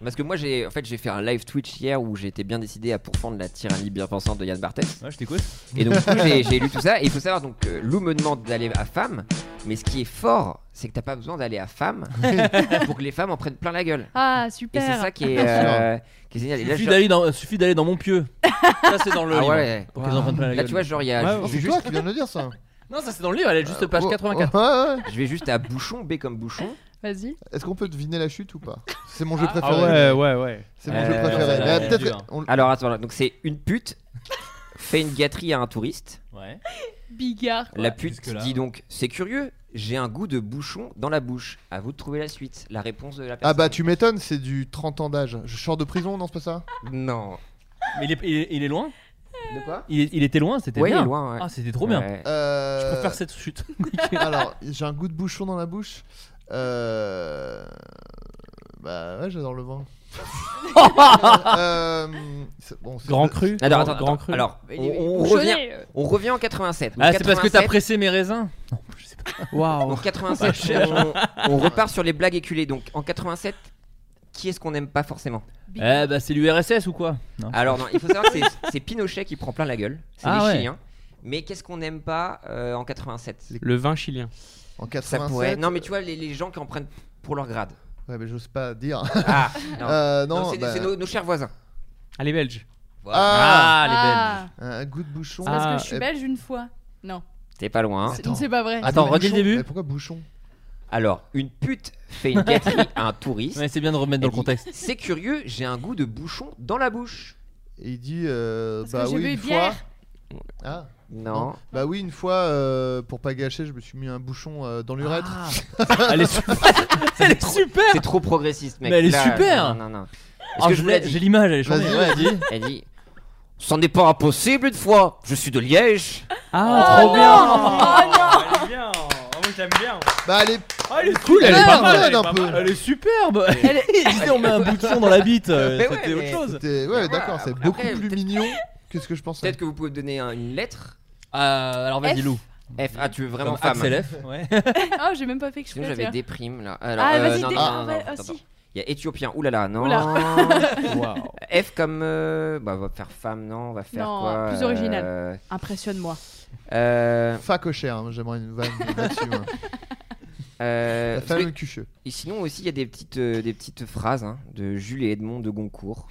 [SPEAKER 7] Parce que moi j'ai en fait j'ai fait un live Twitch hier où j'étais bien décidé à pourfendre la tyrannie bien pensante de Yann Barthès.
[SPEAKER 5] Ouais, je t'écoute.
[SPEAKER 7] Et donc du coup, j'ai j'ai
[SPEAKER 5] [laughs]
[SPEAKER 7] lu tout ça et il faut savoir donc euh, Lou me demande d'aller à femme, mais ce qui est fort c'est que t'as pas besoin d'aller
[SPEAKER 5] [laughs]
[SPEAKER 7] à femme pour que les femmes en prennent plein la gueule.
[SPEAKER 8] Ah,
[SPEAKER 7] Et c'est
[SPEAKER 8] super.
[SPEAKER 7] ça qui est, euh, qui est génial. Et là,
[SPEAKER 5] Suffit
[SPEAKER 7] je-
[SPEAKER 5] d'aller dans, suffit d'aller dans mon pieu. ça c'est dans le
[SPEAKER 7] Ah
[SPEAKER 5] livre.
[SPEAKER 7] ouais.
[SPEAKER 5] Pour qu'ils en prennent plein la
[SPEAKER 7] Là,
[SPEAKER 5] gueule.
[SPEAKER 7] tu vois, genre, il y a-
[SPEAKER 6] Ah,
[SPEAKER 7] je-
[SPEAKER 6] C'est
[SPEAKER 7] je-
[SPEAKER 6] toi qui viens de le dire ça.
[SPEAKER 5] [laughs]
[SPEAKER 6] Euh, oh,
[SPEAKER 5] Non, ça c'est dans le livre. Elle est juste page 84.
[SPEAKER 7] Je vais juste à Bouchon, B comme Bouchon.
[SPEAKER 8] Vas-y.
[SPEAKER 6] Est-ce qu'on peut deviner la chute ou
[SPEAKER 7] [laughs]
[SPEAKER 6] pas C'est mon jeu
[SPEAKER 7] Ah,
[SPEAKER 6] préféré.
[SPEAKER 7] ah ouais, ouais, ouais.
[SPEAKER 6] C'est mon jeu
[SPEAKER 7] Euh,
[SPEAKER 6] préféré.
[SPEAKER 7] ouais,
[SPEAKER 6] Mais
[SPEAKER 7] ouais,
[SPEAKER 6] peut-être
[SPEAKER 7] dur.
[SPEAKER 6] que- on-
[SPEAKER 7] Alors attends, donc c'est une pute [laughs] fait une gâterie à un touriste.
[SPEAKER 5] Ouais.
[SPEAKER 8] Bigard. quoi.
[SPEAKER 7] La pute dit donc c'est curieux, j'ai un goût de bouchon dans la bouche. À vous de trouver la suite, la réponse de la personne.
[SPEAKER 6] Ah bah tu m'étonnes, c'est du 30 ans d'âge. Je sors de prison, non, c'est pas ça
[SPEAKER 7] Non.
[SPEAKER 5] Mais il est, il est- il est loin.
[SPEAKER 7] De quoi
[SPEAKER 5] il, est- il était loin, c'était
[SPEAKER 7] Ouais,
[SPEAKER 5] bien.
[SPEAKER 7] il est loin, ouais.
[SPEAKER 5] Ah, c'était trop bien.
[SPEAKER 7] Ouais.
[SPEAKER 6] Euh,
[SPEAKER 5] Je préfère cette chute.
[SPEAKER 6] [laughs] Alors, j'ai un goût de bouchon dans la bouche. Euh... Bah ouais, j'adore le
[SPEAKER 7] [laughs]
[SPEAKER 6] vin. Euh, c'est- bon, c'est-
[SPEAKER 9] Grand cru.
[SPEAKER 7] Alors,
[SPEAKER 9] Grand-
[SPEAKER 7] attends,
[SPEAKER 9] grand
[SPEAKER 7] attends,
[SPEAKER 9] cru.
[SPEAKER 7] alors,
[SPEAKER 9] Il
[SPEAKER 7] on,
[SPEAKER 9] est-
[SPEAKER 7] on
[SPEAKER 9] bouchonné.
[SPEAKER 7] revient, on revient en 87. Donc,
[SPEAKER 5] Ah, c'est parce que t'as
[SPEAKER 7] 87,
[SPEAKER 5] pressé mes raisins Non, je sais pas.
[SPEAKER 7] En
[SPEAKER 5] Bah,
[SPEAKER 7] 87,
[SPEAKER 5] cherche.
[SPEAKER 7] on, on repart sur les blagues éculées. Donc en 87, qui est-ce qu'on n'aime pas forcément
[SPEAKER 5] Eh bah, c'est l'URSS ou quoi Non.
[SPEAKER 7] Alors non, il faut savoir que c'est- c'est Pinochet qui prend plein la gueule. C'est
[SPEAKER 5] Ah
[SPEAKER 7] les
[SPEAKER 5] ouais.
[SPEAKER 7] Chiliens. Mais qu'est-ce qu'on n'aime pas euh, en 87
[SPEAKER 9] Le vin chilien.
[SPEAKER 6] En
[SPEAKER 7] Ça
[SPEAKER 6] 87.
[SPEAKER 7] pourrait. Non, mais tu vois, les, les gens qui en prennent pour leur grade.
[SPEAKER 6] euh, Ouais, mais j'ose pas dire. [laughs]
[SPEAKER 7] Ah, non.
[SPEAKER 6] Euh, non,
[SPEAKER 7] c'est
[SPEAKER 6] bah-
[SPEAKER 7] c'est nos, nos chers voisins.
[SPEAKER 9] Ah, les Belges.
[SPEAKER 7] Voilà.
[SPEAKER 8] Ah.
[SPEAKER 6] Un goût de bouchon.
[SPEAKER 8] C'est parce que je
[SPEAKER 6] Ah,
[SPEAKER 8] suis
[SPEAKER 6] et-
[SPEAKER 8] belge une fois.
[SPEAKER 6] [laughs]
[SPEAKER 8] Non.
[SPEAKER 7] T'es pas loin. hein.
[SPEAKER 8] C'est- C'est pas vrai.
[SPEAKER 5] Attends, redis le
[SPEAKER 6] Bouchon.
[SPEAKER 5] début.
[SPEAKER 6] Mais pourquoi bouchon
[SPEAKER 7] Alors, une pute fait une
[SPEAKER 5] [laughs]
[SPEAKER 7] gâterie à un touriste.
[SPEAKER 5] Ouais, c'est bien de remettre dans
[SPEAKER 7] Elle
[SPEAKER 5] le contexte.
[SPEAKER 7] dit, C'est curieux, j'ai un goût de bouchon dans la bouche.
[SPEAKER 6] Et il dit euh,
[SPEAKER 8] Parce
[SPEAKER 6] bah
[SPEAKER 8] que j'ai
[SPEAKER 6] oui
[SPEAKER 8] bu
[SPEAKER 6] une
[SPEAKER 8] bière.
[SPEAKER 6] fois. Ah.
[SPEAKER 7] Non.
[SPEAKER 6] Bah oui, une fois, euh, pour pas gâcher, je me suis mis un bouchon euh, dans l'urètre.
[SPEAKER 8] Ah.
[SPEAKER 6] [laughs]
[SPEAKER 5] [laughs] Elle est super. Elle est super.
[SPEAKER 7] Ah. C'est trop progressiste, mec.
[SPEAKER 5] Mais elle est
[SPEAKER 7] Là,
[SPEAKER 5] super.
[SPEAKER 7] Non, non, non.
[SPEAKER 5] Ah, je l'ai- j'ai l'image, elle est chambée.
[SPEAKER 7] changée.
[SPEAKER 5] Ouais, dis.
[SPEAKER 7] [laughs] Elle dit C'en est pas impossible une fois, je suis de Liège.
[SPEAKER 9] Ah,
[SPEAKER 7] Oh
[SPEAKER 9] trop bien
[SPEAKER 8] Oh
[SPEAKER 9] Elle est bien Oh, moi, je l'aime bien
[SPEAKER 6] Bah elle est,
[SPEAKER 9] Ah, elle est
[SPEAKER 5] cool, elle est pas mal,
[SPEAKER 9] elle est
[SPEAKER 6] un
[SPEAKER 9] pas
[SPEAKER 6] peu.
[SPEAKER 9] mal.
[SPEAKER 5] Elle est superbe. Elle est... Il disait, on met un bouchon dans la bite. euh,
[SPEAKER 7] Mais ouais,
[SPEAKER 5] C'était
[SPEAKER 7] mais- Ah,
[SPEAKER 5] autre chose.
[SPEAKER 6] C'était- Ouais, d'accord, c'est beaucoup plus mignon que ce que je pensais.
[SPEAKER 7] Peut-être que vous pouvez me donner un- une lettre.
[SPEAKER 5] Euh, alors vas-y,
[SPEAKER 8] F.
[SPEAKER 5] Lou.
[SPEAKER 7] F. Ah, tu veux vraiment
[SPEAKER 5] Comme
[SPEAKER 7] femme
[SPEAKER 5] Axel F,
[SPEAKER 7] [laughs]
[SPEAKER 5] ouais.
[SPEAKER 8] Oh, j'ai même pas fait exprès.
[SPEAKER 7] Sinon, j'avais
[SPEAKER 8] tiens.
[SPEAKER 7] des primes là. Alors,
[SPEAKER 8] Ah,
[SPEAKER 7] euh,
[SPEAKER 8] vas-y,
[SPEAKER 7] non,
[SPEAKER 8] des-
[SPEAKER 7] non,
[SPEAKER 8] ah,
[SPEAKER 7] non,
[SPEAKER 8] bah,
[SPEAKER 7] non,
[SPEAKER 8] ah,
[SPEAKER 7] attends,
[SPEAKER 8] si.
[SPEAKER 7] attends. Il y a Éthiopien, oulala, non.
[SPEAKER 5] [laughs]
[SPEAKER 8] Oula.
[SPEAKER 7] F comme. euh, bah, on va faire femme, non, on va faire
[SPEAKER 8] Non,
[SPEAKER 7] quoi
[SPEAKER 8] plus
[SPEAKER 7] euh,
[SPEAKER 8] original. Impressionne-moi.
[SPEAKER 7] euh,
[SPEAKER 6] Facochère, hein, j'aimerais une vanne là-dessus. hein.
[SPEAKER 7] [laughs] euh,
[SPEAKER 6] La
[SPEAKER 7] parce
[SPEAKER 6] femme
[SPEAKER 7] que-
[SPEAKER 6] cucheux.
[SPEAKER 7] Et sinon aussi, il y a des petites, euh, des petites phrases hein, de Jules et Edmond de Goncourt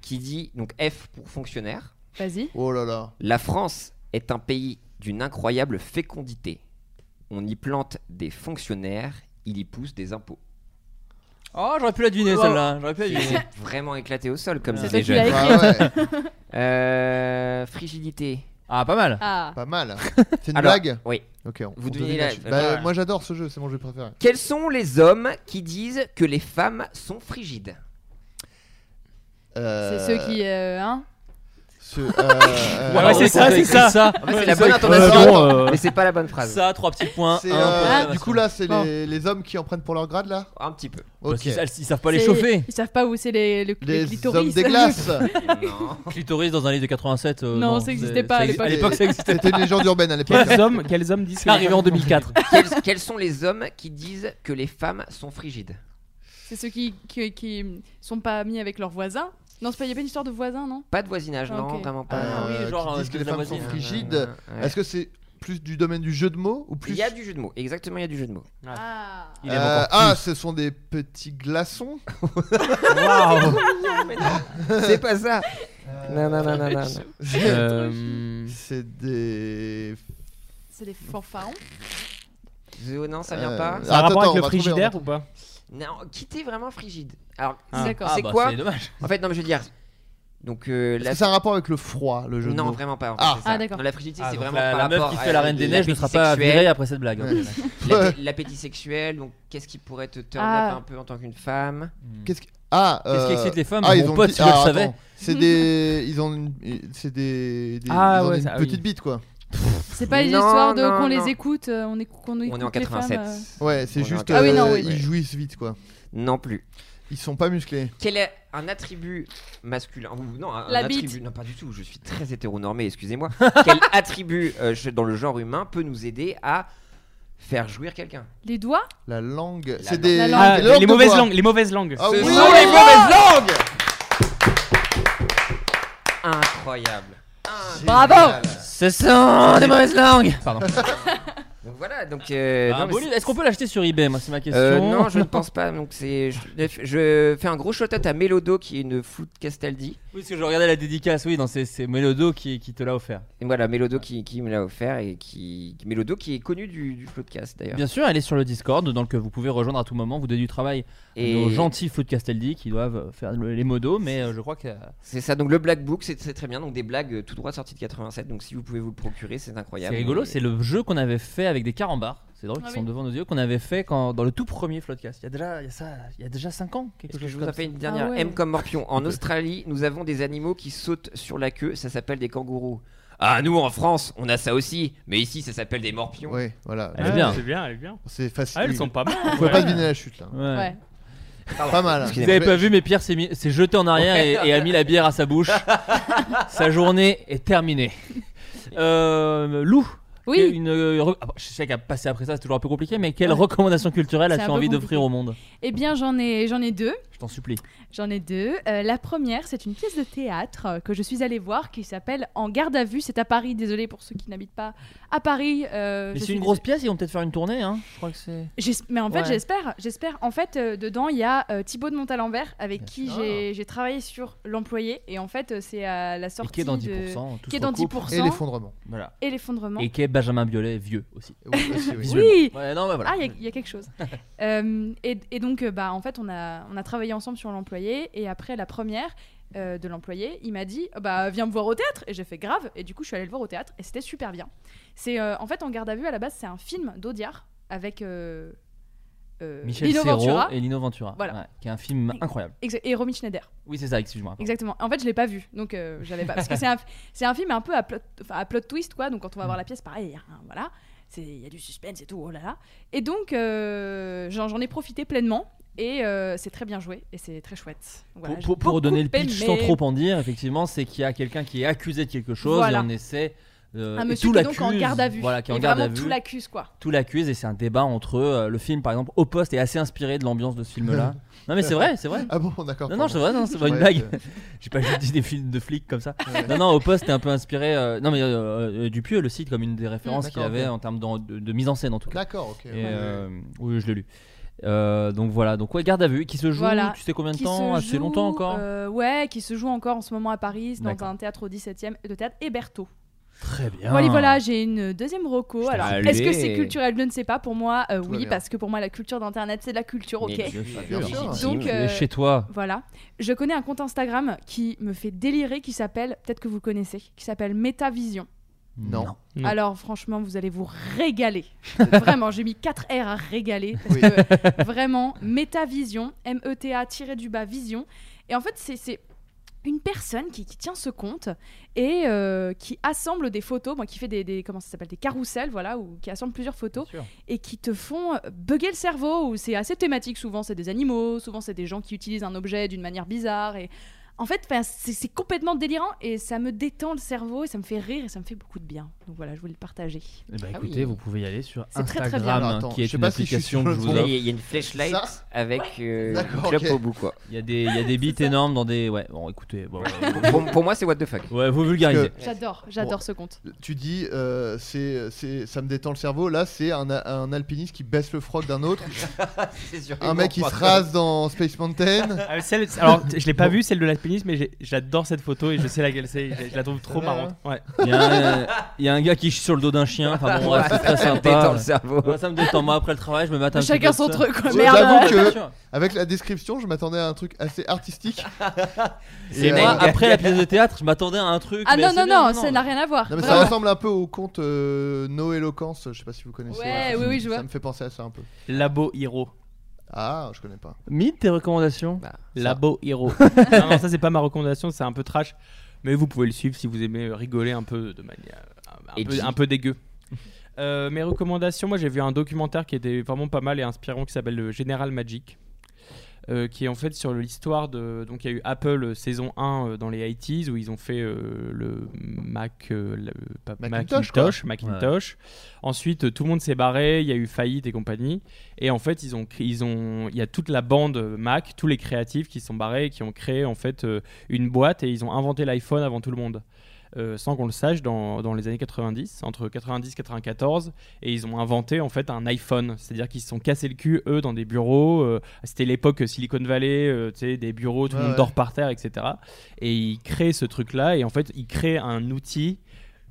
[SPEAKER 7] qui dit donc F pour fonctionnaire.
[SPEAKER 8] Vas-y.
[SPEAKER 6] Oh là là.
[SPEAKER 7] La France est un pays d'une incroyable fécondité. On y plante des fonctionnaires, il y pousse des impôts.
[SPEAKER 5] Oh, j'aurais pu la deviner
[SPEAKER 8] Wow.
[SPEAKER 5] celle-là. J'aurais pu la
[SPEAKER 7] C'est
[SPEAKER 5] deviner.
[SPEAKER 7] c'est [laughs] vraiment éclaté au sol comme
[SPEAKER 8] C'est
[SPEAKER 7] disait
[SPEAKER 8] toi qui
[SPEAKER 7] Jeanne.
[SPEAKER 8] l'as hein.
[SPEAKER 6] écrit. Ah
[SPEAKER 7] [laughs] Euh, frigidité.
[SPEAKER 5] Ah, pas mal.
[SPEAKER 8] Ah.
[SPEAKER 6] Pas
[SPEAKER 7] [laughs]
[SPEAKER 6] mal. C'est une
[SPEAKER 7] Alors,
[SPEAKER 6] blague
[SPEAKER 7] Oui.
[SPEAKER 6] Ok, on,
[SPEAKER 7] Vous
[SPEAKER 6] on
[SPEAKER 7] devinez
[SPEAKER 6] devine
[SPEAKER 7] la-
[SPEAKER 6] la chute. Bah,
[SPEAKER 7] voilà.
[SPEAKER 6] Moi j'adore ce jeu, c'est mon jeu préféré.
[SPEAKER 7] Quels sont les hommes qui disent que les femmes sont frigides
[SPEAKER 6] Euh,
[SPEAKER 8] C'est ceux qui. euh, hein
[SPEAKER 6] Ce- euh,
[SPEAKER 5] Ouais, ouais, c'est ça, c'est ça. En fait, Ah, c'est la bonne intonation, mais c'est pas la bonne phrase. euh, Ça, trois petits points,
[SPEAKER 6] C'est,
[SPEAKER 5] un
[SPEAKER 6] euh,
[SPEAKER 5] point d'exclamation.
[SPEAKER 6] du coup, là, c'est
[SPEAKER 5] Bon.
[SPEAKER 6] les, les hommes qui en prennent pour leur grade, là
[SPEAKER 7] Un petit peu.
[SPEAKER 5] Parce qu'ils- elles- ils savent pas les
[SPEAKER 8] C'est-
[SPEAKER 5] chauffer.
[SPEAKER 8] Ils savent pas où c'est les, le, les
[SPEAKER 6] Les
[SPEAKER 8] clitoris. [laughs]
[SPEAKER 6] hommes des
[SPEAKER 7] [laughs]
[SPEAKER 6] glaces
[SPEAKER 5] Clitoris dans un livre de 87. euh,
[SPEAKER 8] Non, ça existait pas à
[SPEAKER 5] ça exi-
[SPEAKER 8] l'époque.
[SPEAKER 5] À l'époque, ça existait
[SPEAKER 6] C'était une légende urbaine à l'époque.
[SPEAKER 9] Quels hommes- quels hommes disent
[SPEAKER 5] C'est arrivé en 2004.
[SPEAKER 7] [laughs] quels, quels sont les hommes qui disent que les femmes sont frigides
[SPEAKER 8] C'est ceux qui, qui, qui sont pas amis avec leurs voisins. Non, c'est pas- il y a pas une histoire de voisins, non
[SPEAKER 6] [laughs]
[SPEAKER 7] Pas de voisinage, non,
[SPEAKER 8] Ok.
[SPEAKER 7] vraiment pas.
[SPEAKER 5] Ah
[SPEAKER 6] Euh, qui disent que les femmes sont frigides.
[SPEAKER 7] hein. Ouais.
[SPEAKER 6] Est-ce que c'est plus du domaine du jeu de mots ou plus
[SPEAKER 7] euh, Il y a du jeu de mots, exactement, il y a du jeu de mots.
[SPEAKER 8] Ah,
[SPEAKER 6] Euh, ah, ce sont des petits glaçons.
[SPEAKER 7] Waouh.
[SPEAKER 5] [laughs]
[SPEAKER 7] Mais non, c'est pas ça. [laughs] Non, non, non, non,
[SPEAKER 6] [laughs]
[SPEAKER 7] non, non.
[SPEAKER 6] Euh, C'est des.
[SPEAKER 8] C'est des fanfarons.
[SPEAKER 7] Zo- Non, ça
[SPEAKER 6] Euh,
[SPEAKER 7] vient pas.
[SPEAKER 6] Ça a attends, rapport avec attends, le on va frigidaire
[SPEAKER 9] trouver, on va
[SPEAKER 7] Non, quittez vraiment frigide. Alors,
[SPEAKER 6] Ah.
[SPEAKER 7] c'est
[SPEAKER 6] D'accord.
[SPEAKER 7] c'est
[SPEAKER 6] Ah, bah,
[SPEAKER 7] quoi
[SPEAKER 6] c'est dommage.
[SPEAKER 7] En fait, non, mais je veux dire. Donc, euh,
[SPEAKER 6] Est-ce
[SPEAKER 7] la-
[SPEAKER 6] que ça a un rapport avec le froid, le jeu de mots
[SPEAKER 7] Non, vraiment pas. en fait,
[SPEAKER 6] Ah,
[SPEAKER 7] c'est ça. Non, La frigidité,
[SPEAKER 5] Ah,
[SPEAKER 7] c'est
[SPEAKER 5] donc
[SPEAKER 7] vraiment
[SPEAKER 5] la-
[SPEAKER 7] par
[SPEAKER 5] la meuf
[SPEAKER 7] rapport
[SPEAKER 5] qui
[SPEAKER 7] à
[SPEAKER 5] fait la Reine des Neiges ne sera
[SPEAKER 7] l'appétit
[SPEAKER 5] pas
[SPEAKER 7] sexuel.
[SPEAKER 5] virée après cette blague, hein.
[SPEAKER 7] L'appé- L'appétit sexuel, donc qu'est-ce qui pourrait te turn
[SPEAKER 5] Ah.
[SPEAKER 7] up un peu en tant qu'une femme
[SPEAKER 5] Hmm.
[SPEAKER 6] Qu'est-ce qui... Ah,
[SPEAKER 7] Qu'est-ce qui
[SPEAKER 6] euh,
[SPEAKER 7] excite les femmes
[SPEAKER 6] ah,
[SPEAKER 7] Mon
[SPEAKER 6] ils ont
[SPEAKER 7] pote,
[SPEAKER 6] dit-
[SPEAKER 7] il le
[SPEAKER 6] ah,
[SPEAKER 7] savait.
[SPEAKER 6] attends, C'est
[SPEAKER 7] [laughs]
[SPEAKER 6] des. Ils ont une. C'est des. des-
[SPEAKER 9] Ah,
[SPEAKER 6] ils ont
[SPEAKER 9] ouais,
[SPEAKER 6] une
[SPEAKER 9] ça- ah oui.
[SPEAKER 6] petite bite, quoi.
[SPEAKER 8] C'est pas une
[SPEAKER 9] Non,
[SPEAKER 8] histoire de
[SPEAKER 9] non,
[SPEAKER 8] qu'on
[SPEAKER 9] non.
[SPEAKER 8] les écoute, euh, on, éc- qu'on écoute les femmes, euh.
[SPEAKER 6] Ouais, c'est
[SPEAKER 7] On est
[SPEAKER 6] juste.
[SPEAKER 7] en
[SPEAKER 6] euh,
[SPEAKER 7] 87. Ah oui, non, oui.
[SPEAKER 6] Ils jouissent vite, quoi.
[SPEAKER 7] Non plus.
[SPEAKER 6] Ils sont pas musclés.
[SPEAKER 7] Quel est un attribut masculin ou Non, un,
[SPEAKER 5] La
[SPEAKER 7] un
[SPEAKER 5] bite.
[SPEAKER 7] attribut. Non, pas du tout. Je suis très hétéronormé, excusez-moi.
[SPEAKER 5] [laughs]
[SPEAKER 7] Quel attribut euh, je- dans le genre humain peut nous aider à faire jouir quelqu'un
[SPEAKER 8] Les doigts
[SPEAKER 6] La langue.
[SPEAKER 7] La
[SPEAKER 6] C'est
[SPEAKER 7] langue.
[SPEAKER 6] des.
[SPEAKER 7] La
[SPEAKER 6] des
[SPEAKER 7] langue. Ah,
[SPEAKER 6] langues
[SPEAKER 7] les
[SPEAKER 6] de
[SPEAKER 7] mauvaises
[SPEAKER 6] bois.
[SPEAKER 7] langues, les mauvaises langues.
[SPEAKER 6] Ah
[SPEAKER 7] Ce
[SPEAKER 6] oui.
[SPEAKER 7] sont les
[SPEAKER 6] Ouais.
[SPEAKER 7] mauvaises langues. Incroyable.
[SPEAKER 5] Bravo.
[SPEAKER 7] Génial.
[SPEAKER 5] Ce sont des mauvaises langues. [laughs] Pardon.
[SPEAKER 7] [laughs] donc voilà, donc. euh,
[SPEAKER 5] Ah,
[SPEAKER 7] non,
[SPEAKER 5] un
[SPEAKER 7] mais
[SPEAKER 5] beau
[SPEAKER 7] c'est-
[SPEAKER 5] livre. Est-ce qu'on peut l'acheter sur eBay Moi, c'est ma question.
[SPEAKER 7] Euh, non, je
[SPEAKER 5] [laughs]
[SPEAKER 7] ne pense pas. Donc c'est, je, je fais un gros shout-out à Melodo qui est une flou de Castaldi.
[SPEAKER 5] Oui, parce que je regardais la dédicace. Oui, dans ces Mélodo qui, qui te l'a offert.
[SPEAKER 7] Et voilà, Melodo qui, qui me l'a offert et qui, qui- Melodo qui est connu du, du podcast d'ailleurs.
[SPEAKER 5] Bien sûr, elle est sur le Discord, dans lequel vous pouvez rejoindre à tout moment, vous donner du travail
[SPEAKER 7] Et-
[SPEAKER 5] aux gentils Flood Castaldi qui doivent faire le- les modos, mais euh, je crois que.
[SPEAKER 7] C'est ça, donc le Black Book, c'est c'est très bien. Donc des blagues euh, tout droit sorties de 87. Donc si vous pouvez vous le procurer, c'est
[SPEAKER 5] C'est
[SPEAKER 7] incroyable.
[SPEAKER 5] rigolo,
[SPEAKER 7] Et-
[SPEAKER 5] c'est le jeu qu'on avait fait avec des carambars, c'est drôle,
[SPEAKER 7] Ah
[SPEAKER 5] qui
[SPEAKER 7] oui.
[SPEAKER 5] sont devant nos yeux, qu'on avait fait quand, dans le tout premier Floodcast. Il y a déjà, il y a ça, il y a déjà 5 ans. Quelque
[SPEAKER 7] Est-ce que
[SPEAKER 5] chose
[SPEAKER 7] je vous
[SPEAKER 5] comme
[SPEAKER 7] en fais
[SPEAKER 5] ça.
[SPEAKER 7] une dernière M comme morpion. [laughs] En Australie, nous avons des animaux qui sautent sur la queue, ça s'appelle des kangourous. Ah, nous en France, on a ça aussi, mais ici ça s'appelle des morpions.
[SPEAKER 6] Ouais, voilà.
[SPEAKER 5] Elle est bien.
[SPEAKER 9] C'est bien, elle est bien.
[SPEAKER 6] C'est facile.
[SPEAKER 9] Ah, elles sont pas mal.
[SPEAKER 6] On peut
[SPEAKER 9] Ouais.
[SPEAKER 6] pas deviner la chute, là.
[SPEAKER 5] Ouais.
[SPEAKER 9] Ouais.
[SPEAKER 6] Pas mal. hein.
[SPEAKER 5] Vous avez pas vu, mais Pierre s'est mis- s'est jeté en arrière
[SPEAKER 9] Ouais.
[SPEAKER 5] et, et a mis la bière à
[SPEAKER 8] [laughs]
[SPEAKER 5] sa bouche. sa journée est terminée. Euh, Lou
[SPEAKER 8] Oui.
[SPEAKER 5] quelle- Une, euh, re- ah, bon, je sais qu'à passer après ça, c'est toujours un peu compliqué, mais quelle recommandation culturelle
[SPEAKER 8] C'est
[SPEAKER 5] as-tu
[SPEAKER 8] un peu
[SPEAKER 5] envie d'offrir
[SPEAKER 8] compliqué.
[SPEAKER 5] au monde
[SPEAKER 8] Eh bien, j'en ai, j'en ai deux.
[SPEAKER 5] Je t'en supplie.
[SPEAKER 8] J'en ai deux. Euh, la première, c'est une pièce de théâtre euh, que je suis allée voir qui s'appelle En garde à vue. C'est à Paris. Désolée pour ceux qui n'habitent pas à Paris. euh,
[SPEAKER 5] Mais
[SPEAKER 8] je
[SPEAKER 5] c'est
[SPEAKER 8] suis
[SPEAKER 5] une grosse pièce, ils vont peut-être faire une tournée, hein Je crois que c'est.
[SPEAKER 8] J'es- Mais en fait,
[SPEAKER 5] Ouais.
[SPEAKER 8] j'espère, j'espère. En fait, euh, dedans, il y a euh, Thibaut de Montalembert avec qui j'ai j'ai travaillé sur l'employé. Et en fait, euh, c'est à la sortie
[SPEAKER 5] qui est dans
[SPEAKER 8] de-
[SPEAKER 5] 10%, tous
[SPEAKER 8] qui est
[SPEAKER 5] se
[SPEAKER 8] dans
[SPEAKER 5] recoupent.
[SPEAKER 8] 10%.
[SPEAKER 5] Et l'effondrement. Voilà.
[SPEAKER 8] Et l'effondrement.
[SPEAKER 5] Et qui est Benjamin Biolay, vieux aussi. Visuellement.
[SPEAKER 8] Oui.
[SPEAKER 5] Ouais, non, mais voilà.
[SPEAKER 8] Ah, il y a- il y, a quelque
[SPEAKER 5] [laughs]
[SPEAKER 8] chose. Euh, et, et donc, euh, bah, en fait, on a, on a travaillé ensemble sur l'employé. Et après la première euh, de l'employé, il m'a dit euh, bah, Viens me voir au théâtre. Et j'ai fait grave. Et du coup, je suis allée le voir au théâtre. Et c'était super bien. C'est euh, En fait, En garde à vue, à la base, c'est un film d'Audiard avec. euh, euh,
[SPEAKER 5] Michel
[SPEAKER 8] Lino
[SPEAKER 5] Serrault
[SPEAKER 8] Ventura.
[SPEAKER 5] et Lino Ventura.
[SPEAKER 8] Voilà.
[SPEAKER 5] Ouais, qui est un film incroyable.
[SPEAKER 8] Exa- Et Romy Schneider.
[SPEAKER 5] Oui, c'est ça, excuse-moi. pardon.
[SPEAKER 8] Exactement. En fait, je l'ai pas vu, donc euh, j'avais pas. Parce que c'est un, [laughs] c'est un film un peu à plot, enfin, à plot twist, quoi. Donc quand on va
[SPEAKER 5] Mm.
[SPEAKER 8] voir la pièce, pareil, il y a un- voilà, c'est- il y a du suspense et tout. Oh là là. Et donc euh, j'en j'en ai profité pleinement et euh, c'est très bien joué et c'est très chouette. Donc voilà,
[SPEAKER 5] Pour-
[SPEAKER 8] j'ai
[SPEAKER 5] pour, pour
[SPEAKER 8] beaucoup
[SPEAKER 5] donner le pitch sans
[SPEAKER 8] aimé.
[SPEAKER 5] trop en dire, effectivement, c'est qu'il y a quelqu'un qui est accusé de quelque chose
[SPEAKER 8] Voilà.
[SPEAKER 5] et on essaie. euh,
[SPEAKER 8] Un
[SPEAKER 5] et
[SPEAKER 8] monsieur
[SPEAKER 5] tout
[SPEAKER 8] qui est donc en
[SPEAKER 5] l'accuse,
[SPEAKER 8] garde à vue.
[SPEAKER 5] Voilà, qui est en
[SPEAKER 8] Et
[SPEAKER 5] garde
[SPEAKER 8] vraiment
[SPEAKER 5] à vue.
[SPEAKER 8] tout l'accuse, quoi.
[SPEAKER 5] Tout l'accuse et c'est un débat entre euh, le film par exemple au poste est assez inspiré de l'ambiance de ce
[SPEAKER 6] [laughs]
[SPEAKER 5] film-là. non mais c'est vrai, c'est vrai.
[SPEAKER 6] Ah bon, d'accord.
[SPEAKER 5] Non non, c'est vrai, non, c'est pas une
[SPEAKER 6] Ouais,
[SPEAKER 5] blague.
[SPEAKER 6] c'est-
[SPEAKER 5] [laughs] J'ai pas juste dit des films de flics comme ça. Non non, au poste est un peu inspiré. euh, non mais euh, euh, Dupieux le cite comme une des références
[SPEAKER 6] Mm.
[SPEAKER 5] qu'il
[SPEAKER 6] D'accord,
[SPEAKER 5] avait
[SPEAKER 6] ok.
[SPEAKER 5] en termes de, de- de mise en scène en tout cas.
[SPEAKER 6] D'accord, ok,
[SPEAKER 5] Et,
[SPEAKER 6] ouais.
[SPEAKER 5] euh, oui, je l'ai lu. Euh, donc voilà, donc ouais, garde à vue qui se joue.
[SPEAKER 8] Voilà.
[SPEAKER 5] Tu sais combien de
[SPEAKER 8] Qui
[SPEAKER 5] temps
[SPEAKER 8] se
[SPEAKER 5] Assez
[SPEAKER 8] joue,
[SPEAKER 5] longtemps encore.
[SPEAKER 8] euh, Ouais, qui se joue encore en ce moment à Paris, dans
[SPEAKER 5] D'accord.
[SPEAKER 8] un théâtre au 17e, le théâtre Héberto.
[SPEAKER 5] Très bien.
[SPEAKER 8] Voilà, voilà, j'ai une deuxième roco. Alors,
[SPEAKER 5] allez.
[SPEAKER 8] est-ce que c'est culturel Je ne sais pas. Pour moi, euh,
[SPEAKER 5] Tout va
[SPEAKER 8] oui,
[SPEAKER 5] bien.
[SPEAKER 8] parce que pour moi, la culture d'Internet, c'est de la culture, ok.
[SPEAKER 5] Mais bien sûr, bien sûr.
[SPEAKER 8] Donc, euh,
[SPEAKER 5] Tu es chez toi.
[SPEAKER 8] Voilà. Je connais un compte Instagram qui me fait délirer, qui s'appelle, peut-être que vous connaissez, qui s'appelle Metavision.
[SPEAKER 6] Non.
[SPEAKER 5] Non.
[SPEAKER 8] Alors, franchement, vous allez vous régaler.
[SPEAKER 16] [laughs]
[SPEAKER 8] vraiment, j'ai mis 4 R à régaler. parce E que vraiment, Metavision, M-E-T-A-du-bas vision. Et en fait, c'est- c'est. une personne qui, qui tient ce compte et euh, qui assemble des photos, moi qui fait des, des- comment ça s'appelle des carousels, voilà, ou qui assemble plusieurs photos
[SPEAKER 16] Bien sûr.
[SPEAKER 8] et qui te font euh, bugger le cerveau. Ou c'est assez thématique souvent, c'est des animaux, souvent c'est des gens qui utilisent un objet d'une manière bizarre et en fait, 'fin, c'est c'est complètement délirant et ça me détend le cerveau et ça me fait rire et ça me fait beaucoup de bien. Donc voilà, je voulais le partager.
[SPEAKER 5] Eh ben,
[SPEAKER 8] Ah
[SPEAKER 5] écoutez,
[SPEAKER 8] oui.
[SPEAKER 5] vous pouvez y aller sur
[SPEAKER 8] C'est très,
[SPEAKER 5] Instagram,
[SPEAKER 8] très bien.
[SPEAKER 5] hein,
[SPEAKER 7] Attends,
[SPEAKER 5] qui
[SPEAKER 7] je
[SPEAKER 5] est
[SPEAKER 7] sais
[SPEAKER 5] une
[SPEAKER 7] pas si je suis
[SPEAKER 5] application
[SPEAKER 7] sur
[SPEAKER 5] que
[SPEAKER 7] le
[SPEAKER 5] je vous
[SPEAKER 7] bon.
[SPEAKER 5] offre.
[SPEAKER 7] Il y a- il y a une flashlight Ça avec, euh,
[SPEAKER 5] D'accord,
[SPEAKER 7] une clope
[SPEAKER 5] ok.
[SPEAKER 7] au bout, quoi.
[SPEAKER 5] [laughs] Il y a des,
[SPEAKER 8] [laughs]
[SPEAKER 5] il y a des bits énormes dans des. Ouais, bon, écoutez. bon, ouais.
[SPEAKER 7] [laughs] Pour- pour moi, c'est what the fuck.
[SPEAKER 5] Ouais, vous vulgarisez.
[SPEAKER 6] Parce que-
[SPEAKER 8] J'adore, j'adore
[SPEAKER 6] Bon.
[SPEAKER 8] ce compte.
[SPEAKER 6] Tu dis, euh, c'est, c'est- ça me détend le cerveau. Là, c'est un, un alpiniste qui baisse le froc d'un
[SPEAKER 7] [laughs]
[SPEAKER 6] autre. un mec qui se rase dans Space Mountain.
[SPEAKER 9] Ah, mais celle- alors, t- je l'ai pas vue, celle de l'alpinisme, mais j'ai- j'adore cette photo et je sais laquelle c'est. Je, je la trouve trop
[SPEAKER 6] Ouais.
[SPEAKER 9] marrante. Ouais.
[SPEAKER 5] Il y, a un, euh, il y a un gars qui chie sur le dos d'un chien. Enfin bon, bref, c'est très
[SPEAKER 9] Ça me
[SPEAKER 5] sympa.
[SPEAKER 9] détend le cerveau.
[SPEAKER 5] Ouais, ça me détend. Moi, après le travail, je me mets un
[SPEAKER 8] Chacun
[SPEAKER 5] petit peu
[SPEAKER 8] son
[SPEAKER 5] de ça.
[SPEAKER 8] truc, quoi.
[SPEAKER 6] Ouais,
[SPEAKER 8] Merde.
[SPEAKER 6] J'avoue
[SPEAKER 8] Bien
[SPEAKER 6] que,
[SPEAKER 8] sûr.
[SPEAKER 6] avec la description, je m'attendais à un truc assez
[SPEAKER 5] [laughs]
[SPEAKER 6] artistique. euh,
[SPEAKER 5] Et moi, après la pièce de théâtre, je m'attendais à un truc.
[SPEAKER 8] Ah
[SPEAKER 5] mais
[SPEAKER 8] non,
[SPEAKER 5] assez
[SPEAKER 8] non,
[SPEAKER 5] bien,
[SPEAKER 8] non, ça n'a rien à voir.
[SPEAKER 6] Non, mais ça
[SPEAKER 8] Vraiment.
[SPEAKER 6] ressemble un peu au conte euh, Noéloquence, je sais pas si vous connaissez.
[SPEAKER 8] Ouais,
[SPEAKER 6] euh,
[SPEAKER 8] oui, oui, je vois.
[SPEAKER 6] Ça me fait penser à ça un peu.
[SPEAKER 9] Labo Hero.
[SPEAKER 6] Ah, je connais pas.
[SPEAKER 5] Mid, tes recommandations
[SPEAKER 7] Bah.
[SPEAKER 9] Labo Hero. non, non, ça c'est pas ma recommandation, c'est un peu trash. Mais vous pouvez le suivre si vous aimez rigoler un peu de manière un,
[SPEAKER 11] Et
[SPEAKER 9] peu,
[SPEAKER 11] puis-
[SPEAKER 9] un peu dégueu. Euh, mes recommandations, moi j'ai vu un documentaire qui était vraiment pas mal et inspirant qui s'appelle le General Magic. euh, qui est en fait sur l'histoire de. Donc il y a eu Apple euh, saison 1 euh, dans les 80s où ils ont fait euh, le Mac. euh, le- pas-
[SPEAKER 6] Macintosh,
[SPEAKER 9] Macintosh.
[SPEAKER 6] quoi.
[SPEAKER 9] Macintosh. Ensuite, euh, tout le monde s'est barré, il y a eu faillite et compagnie. Et en fait, ils ont, cré- ils ont, il y a toute la bande Mac, tous les créatifs qui se sont barrés et qui ont créé en fait euh, une boîte et ils ont inventé l'iPhone avant tout le monde. Euh, sans qu'on le sache, dans, dans les années 90, entre 90 et 94, et ils ont inventé en fait un iPhone. C'est-à-dire qu'ils se sont cassés le cul, eux, dans des bureaux. euh, C'était l'époque Silicon Valley, euh, tu sais, des bureaux, tout
[SPEAKER 6] Ouais,
[SPEAKER 9] le monde
[SPEAKER 6] ouais.
[SPEAKER 9] dort par terre, etc. Et ils créent ce truc-là, et en fait, ils créent un outil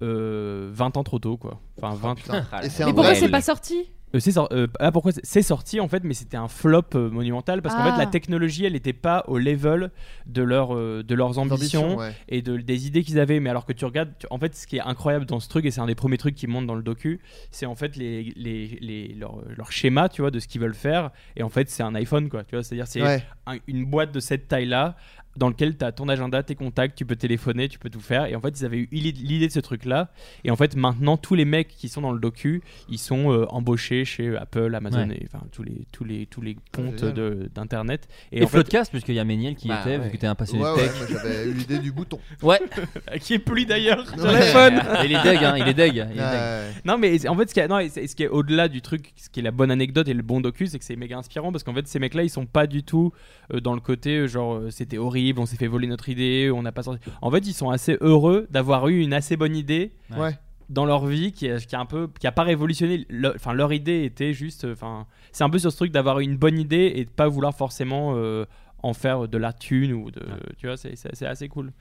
[SPEAKER 9] euh, 20 ans trop tôt, quoi. Enfin, 20
[SPEAKER 6] putain.
[SPEAKER 8] Oh, Et c'est Mais un pourquoi vrai- c'est pas sorti
[SPEAKER 9] Euh, c'est sor- euh, ah, pourquoi c'est- c'est sorti en fait, mais c'était un flop euh, monumental parce qu'en
[SPEAKER 8] Ah.
[SPEAKER 9] fait la technologie elle n'était pas au level de, leur, euh, de leurs ambitions
[SPEAKER 6] ambitions, ouais.
[SPEAKER 9] et de, des idées qu'ils avaient. Mais alors que tu regardes, tu- en fait ce qui est incroyable dans ce truc et c'est un des premiers trucs qui monte dans le docu, c'est en fait les, les, les- leur, leur schéma tu vois de ce qu'ils veulent faire et en fait c'est un iPhone quoi. Tu vois, c'est-à-dire c'est
[SPEAKER 6] Ouais.
[SPEAKER 9] un- une boîte de cette taille là dans lequel tu as ton agenda, tes contacts, tu peux téléphoner, tu peux tout faire. Et en fait, ils avaient eu l'id- l'idée de ce truc-là. Et en fait, maintenant, tous les mecs qui sont dans le docu, ils sont euh, embauchés chez Apple, Amazon,
[SPEAKER 5] Ouais.
[SPEAKER 9] et enfin tous les tous les tous les pontes
[SPEAKER 5] Génial.
[SPEAKER 9] de- d'internet.
[SPEAKER 5] Et Floodcast, puisqu'il y a Méniel qui était, vu que t'es un passionné de
[SPEAKER 6] Bah Ouais,
[SPEAKER 5] tech.
[SPEAKER 6] ouais, moi, j'avais eu l'idée du bouton.
[SPEAKER 5] Ouais.
[SPEAKER 9] [laughs] qui est plus d'ailleurs sur
[SPEAKER 6] Ouais.
[SPEAKER 9] l'iPhone.
[SPEAKER 5] Il est deg, hein, il est deg, il est deg.
[SPEAKER 6] Ouais.
[SPEAKER 9] Non, mais en fait, ce qui est, non, et c'est- ce qui est au-delà du truc, ce qui est la bonne anecdote et le bon docu, c'est que c'est méga inspirant parce qu'en fait, ces mecs-là, ils sont pas du tout euh, dans le côté euh, genre euh, c'était horrible, on s'est fait voler notre idée, on n'a pas sorti. En fait, ils sont assez heureux d'avoir eu une assez bonne idée.
[SPEAKER 6] Ouais.
[SPEAKER 9] Dans leur vie, qui a, qui a un peu, qui a pas révolutionné. le- Enfin, leur idée était juste. euh, Enfin, c'est un peu sur ce truc d'avoir une bonne idée et de pas vouloir forcément euh, en faire de la thune ou de. Tu vois, c'est- c'est c'est assez cool.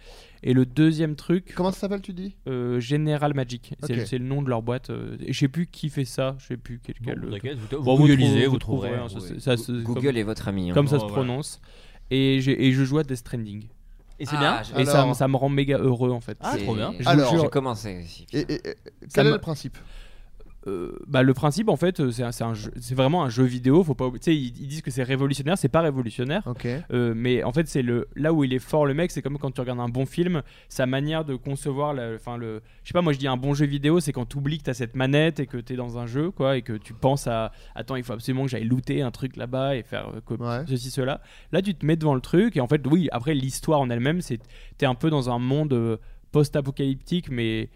[SPEAKER 9] Et le deuxième truc.
[SPEAKER 6] Comment ça s'appelle, tu dis
[SPEAKER 9] Euh, General Magic. C'est
[SPEAKER 6] Ok.
[SPEAKER 9] le- c'est le nom de leur boîte. euh, et je sais plus qui fait ça. Je sais plus quel. quel-
[SPEAKER 5] Bon, t'inquiète, vous-
[SPEAKER 9] Bon,
[SPEAKER 5] vous googlisez,
[SPEAKER 9] trouvez-
[SPEAKER 5] vous trouverez,
[SPEAKER 9] hein, ça-
[SPEAKER 5] oui.
[SPEAKER 9] ça-
[SPEAKER 5] Go-
[SPEAKER 9] ça-
[SPEAKER 7] Google
[SPEAKER 9] comme-
[SPEAKER 7] est votre ami, hein.
[SPEAKER 9] Comme ça
[SPEAKER 7] Oh,
[SPEAKER 9] se
[SPEAKER 7] voilà.
[SPEAKER 9] prononce. Et, j'ai- et je joue à Death Stranding.
[SPEAKER 5] Et c'est bien
[SPEAKER 9] Et ça,
[SPEAKER 5] Alors-
[SPEAKER 9] ça me rend méga heureux en fait.
[SPEAKER 5] Ah, C'est- trop bien.
[SPEAKER 9] Je vous
[SPEAKER 6] Alors-
[SPEAKER 9] jure.
[SPEAKER 6] J'ai commencé aussi, putain. Et- et- et- quel
[SPEAKER 9] Ça
[SPEAKER 6] est
[SPEAKER 9] me-
[SPEAKER 7] [laughs]
[SPEAKER 6] le principe
[SPEAKER 9] Euh, bah, le principe en fait euh, c'est un- c'est un jeu- c'est vraiment un jeu vidéo faut pas oublier- tu sais, ils, ils disent que c'est révolutionnaire c'est pas révolutionnaire
[SPEAKER 6] Ok.
[SPEAKER 9] Euh, mais en fait c'est le là où il est fort le mec c'est comme quand tu regardes un bon film sa manière de concevoir la- enfin le je sais pas moi je dis un bon jeu vidéo c'est quand tu oublies que t'as cette manette et que t'es dans un jeu quoi et que tu penses à attends il faut absolument que j'aille looter un truc là-bas et faire euh, co- ceci cela là tu te mets devant le truc et en fait oui après l'histoire en elle-même c'est t'es un peu dans un monde euh, post-apocalyptique mais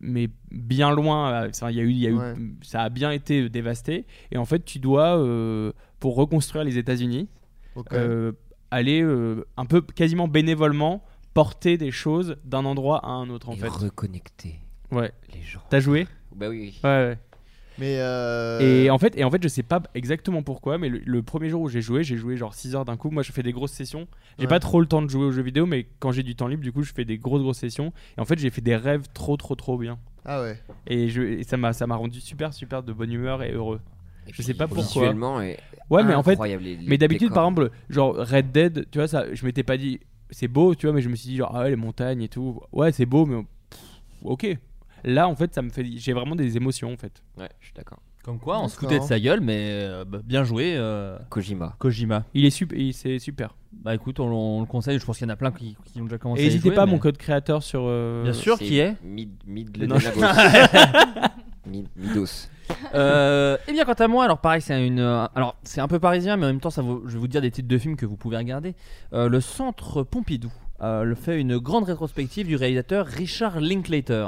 [SPEAKER 9] mais bien loin. euh, enfin, Il y a eu, il y a eu-
[SPEAKER 6] Ouais.
[SPEAKER 9] ça a bien été dévasté. Et en fait, tu dois euh, pour reconstruire les États-Unis,
[SPEAKER 6] Ok.
[SPEAKER 9] euh, aller euh, un peu quasiment bénévolement porter des choses d'un endroit à un autre en
[SPEAKER 7] Et
[SPEAKER 9] fait.
[SPEAKER 7] reconnecter
[SPEAKER 9] Ouais.
[SPEAKER 7] les gens.
[SPEAKER 9] T'as joué
[SPEAKER 7] Bah oui, oui.
[SPEAKER 9] Ouais, ouais.
[SPEAKER 6] Mais euh,
[SPEAKER 9] Et en fait, et en fait, je sais pas exactement pourquoi, mais le, le premier jour où j'ai joué, j'ai joué genre 6 heures d'un coup. Moi, je fais des grosses sessions. J'ai
[SPEAKER 6] Ouais.
[SPEAKER 9] pas trop le temps de jouer aux jeux vidéo, mais quand j'ai du temps libre, du coup, je fais des grosses grosses sessions. Et en fait, j'ai fait des rêves trop trop trop bien.
[SPEAKER 6] Ah ouais.
[SPEAKER 9] Et, je, et ça m'a ça m'a rendu super super de bonne humeur et heureux. je sais pas pourquoi.
[SPEAKER 7] visuellement est
[SPEAKER 9] ouais, mais en fait,
[SPEAKER 7] incroyable, les- les
[SPEAKER 9] mais d'habitude, par
[SPEAKER 7] décors.
[SPEAKER 9] exemple, genre Red Dead, tu vois ça, je m'étais pas dit c'est beau, tu vois, mais je me suis dit genre ah ouais, les montagnes et tout, ouais c'est beau, mais pff, ok. Là, en fait, ça me fait, j'ai vraiment des émotions en fait.
[SPEAKER 7] Ouais, je suis d'accord.
[SPEAKER 5] Comme quoi, on se
[SPEAKER 9] D'accord.
[SPEAKER 5] foutait de sa gueule, mais euh, bah, bien joué.
[SPEAKER 7] Kojima.
[SPEAKER 5] Kojima.
[SPEAKER 9] Il est super. C'est super.
[SPEAKER 5] Bah écoute, on, on le conseille. Je pense qu'il y en a plein qui, qui ont déjà commencé
[SPEAKER 9] Et
[SPEAKER 5] à y
[SPEAKER 9] n'hésitez
[SPEAKER 5] jouer,
[SPEAKER 9] pas,
[SPEAKER 5] mais-
[SPEAKER 9] mon code créateur sur. euh,
[SPEAKER 5] Bien sûr,
[SPEAKER 9] c'est
[SPEAKER 5] qui est
[SPEAKER 7] Mid, mid le
[SPEAKER 5] Non, je- [laughs]
[SPEAKER 7] Mid- Midos.
[SPEAKER 5] Euh, et bien quant à moi, alors pareil, c'est une, euh, alors c'est un peu parisien, mais en même temps, ça vaut- je vais vous dire des titres de films que vous pouvez regarder. Euh, le Centre Pompidou euh, le fait une grande rétrospective du réalisateur Richard Linklater.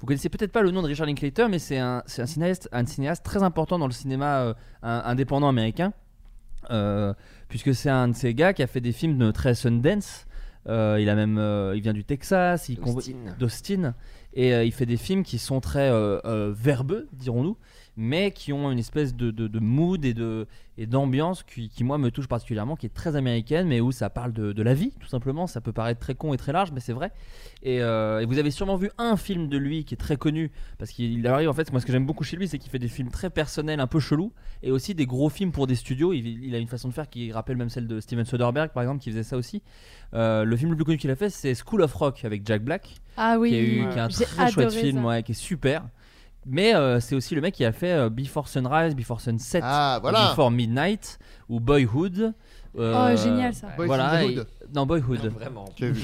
[SPEAKER 5] Vous connaissez peut-être pas le nom de Richard Linklater, mais c'est un, c'est un cinéaste, un cinéaste très important dans le cinéma euh, un- indépendant américain. Euh, puisque c'est un de ces gars qui a fait des films de très Sundance. Euh, il a même, euh, il vient du Texas, il convo-
[SPEAKER 7] D'Austin.
[SPEAKER 5] d'Austin, et euh, il fait des films qui sont très euh, euh, verbeux, dirons-nous, mais qui ont une espèce de, de- de mood et de et d'ambiance qui, qui, moi me touche particulièrement, qui est très américaine, mais où ça parle de, de la vie tout simplement. Ça peut paraître très con et très large, mais c'est vrai. Et, euh, et vous avez sûrement vu un film de lui qui est très connu parce qu'il arrive en fait. Moi, ce que j'aime beaucoup chez lui, c'est qu'il fait des films très personnels, un peu chelous, et aussi des gros films pour des studios. Il, il a une façon de faire qui rappelle même celle de Steven Soderbergh, par exemple, qui faisait ça aussi. Euh, le film le plus connu qu'il a fait, c'est School of Rock avec Jack Black.
[SPEAKER 8] Ah oui,
[SPEAKER 5] qui, a eu- qui est un
[SPEAKER 8] j'ai
[SPEAKER 5] très chouette
[SPEAKER 8] adoré
[SPEAKER 5] film,
[SPEAKER 8] ça.
[SPEAKER 5] ouais, qui est super. Mais euh, c'est aussi le mec qui a fait euh, Before Sunrise, Before Sunset,
[SPEAKER 6] voilà.
[SPEAKER 5] Before Midnight ou Boyhood. Euh,
[SPEAKER 8] Oh, génial, ça. Boys in
[SPEAKER 5] voilà,
[SPEAKER 8] the
[SPEAKER 5] et-
[SPEAKER 8] Hood.
[SPEAKER 5] non Boyhood.
[SPEAKER 8] Non,
[SPEAKER 7] vraiment.
[SPEAKER 6] J'ai
[SPEAKER 7] [laughs]
[SPEAKER 6] vu.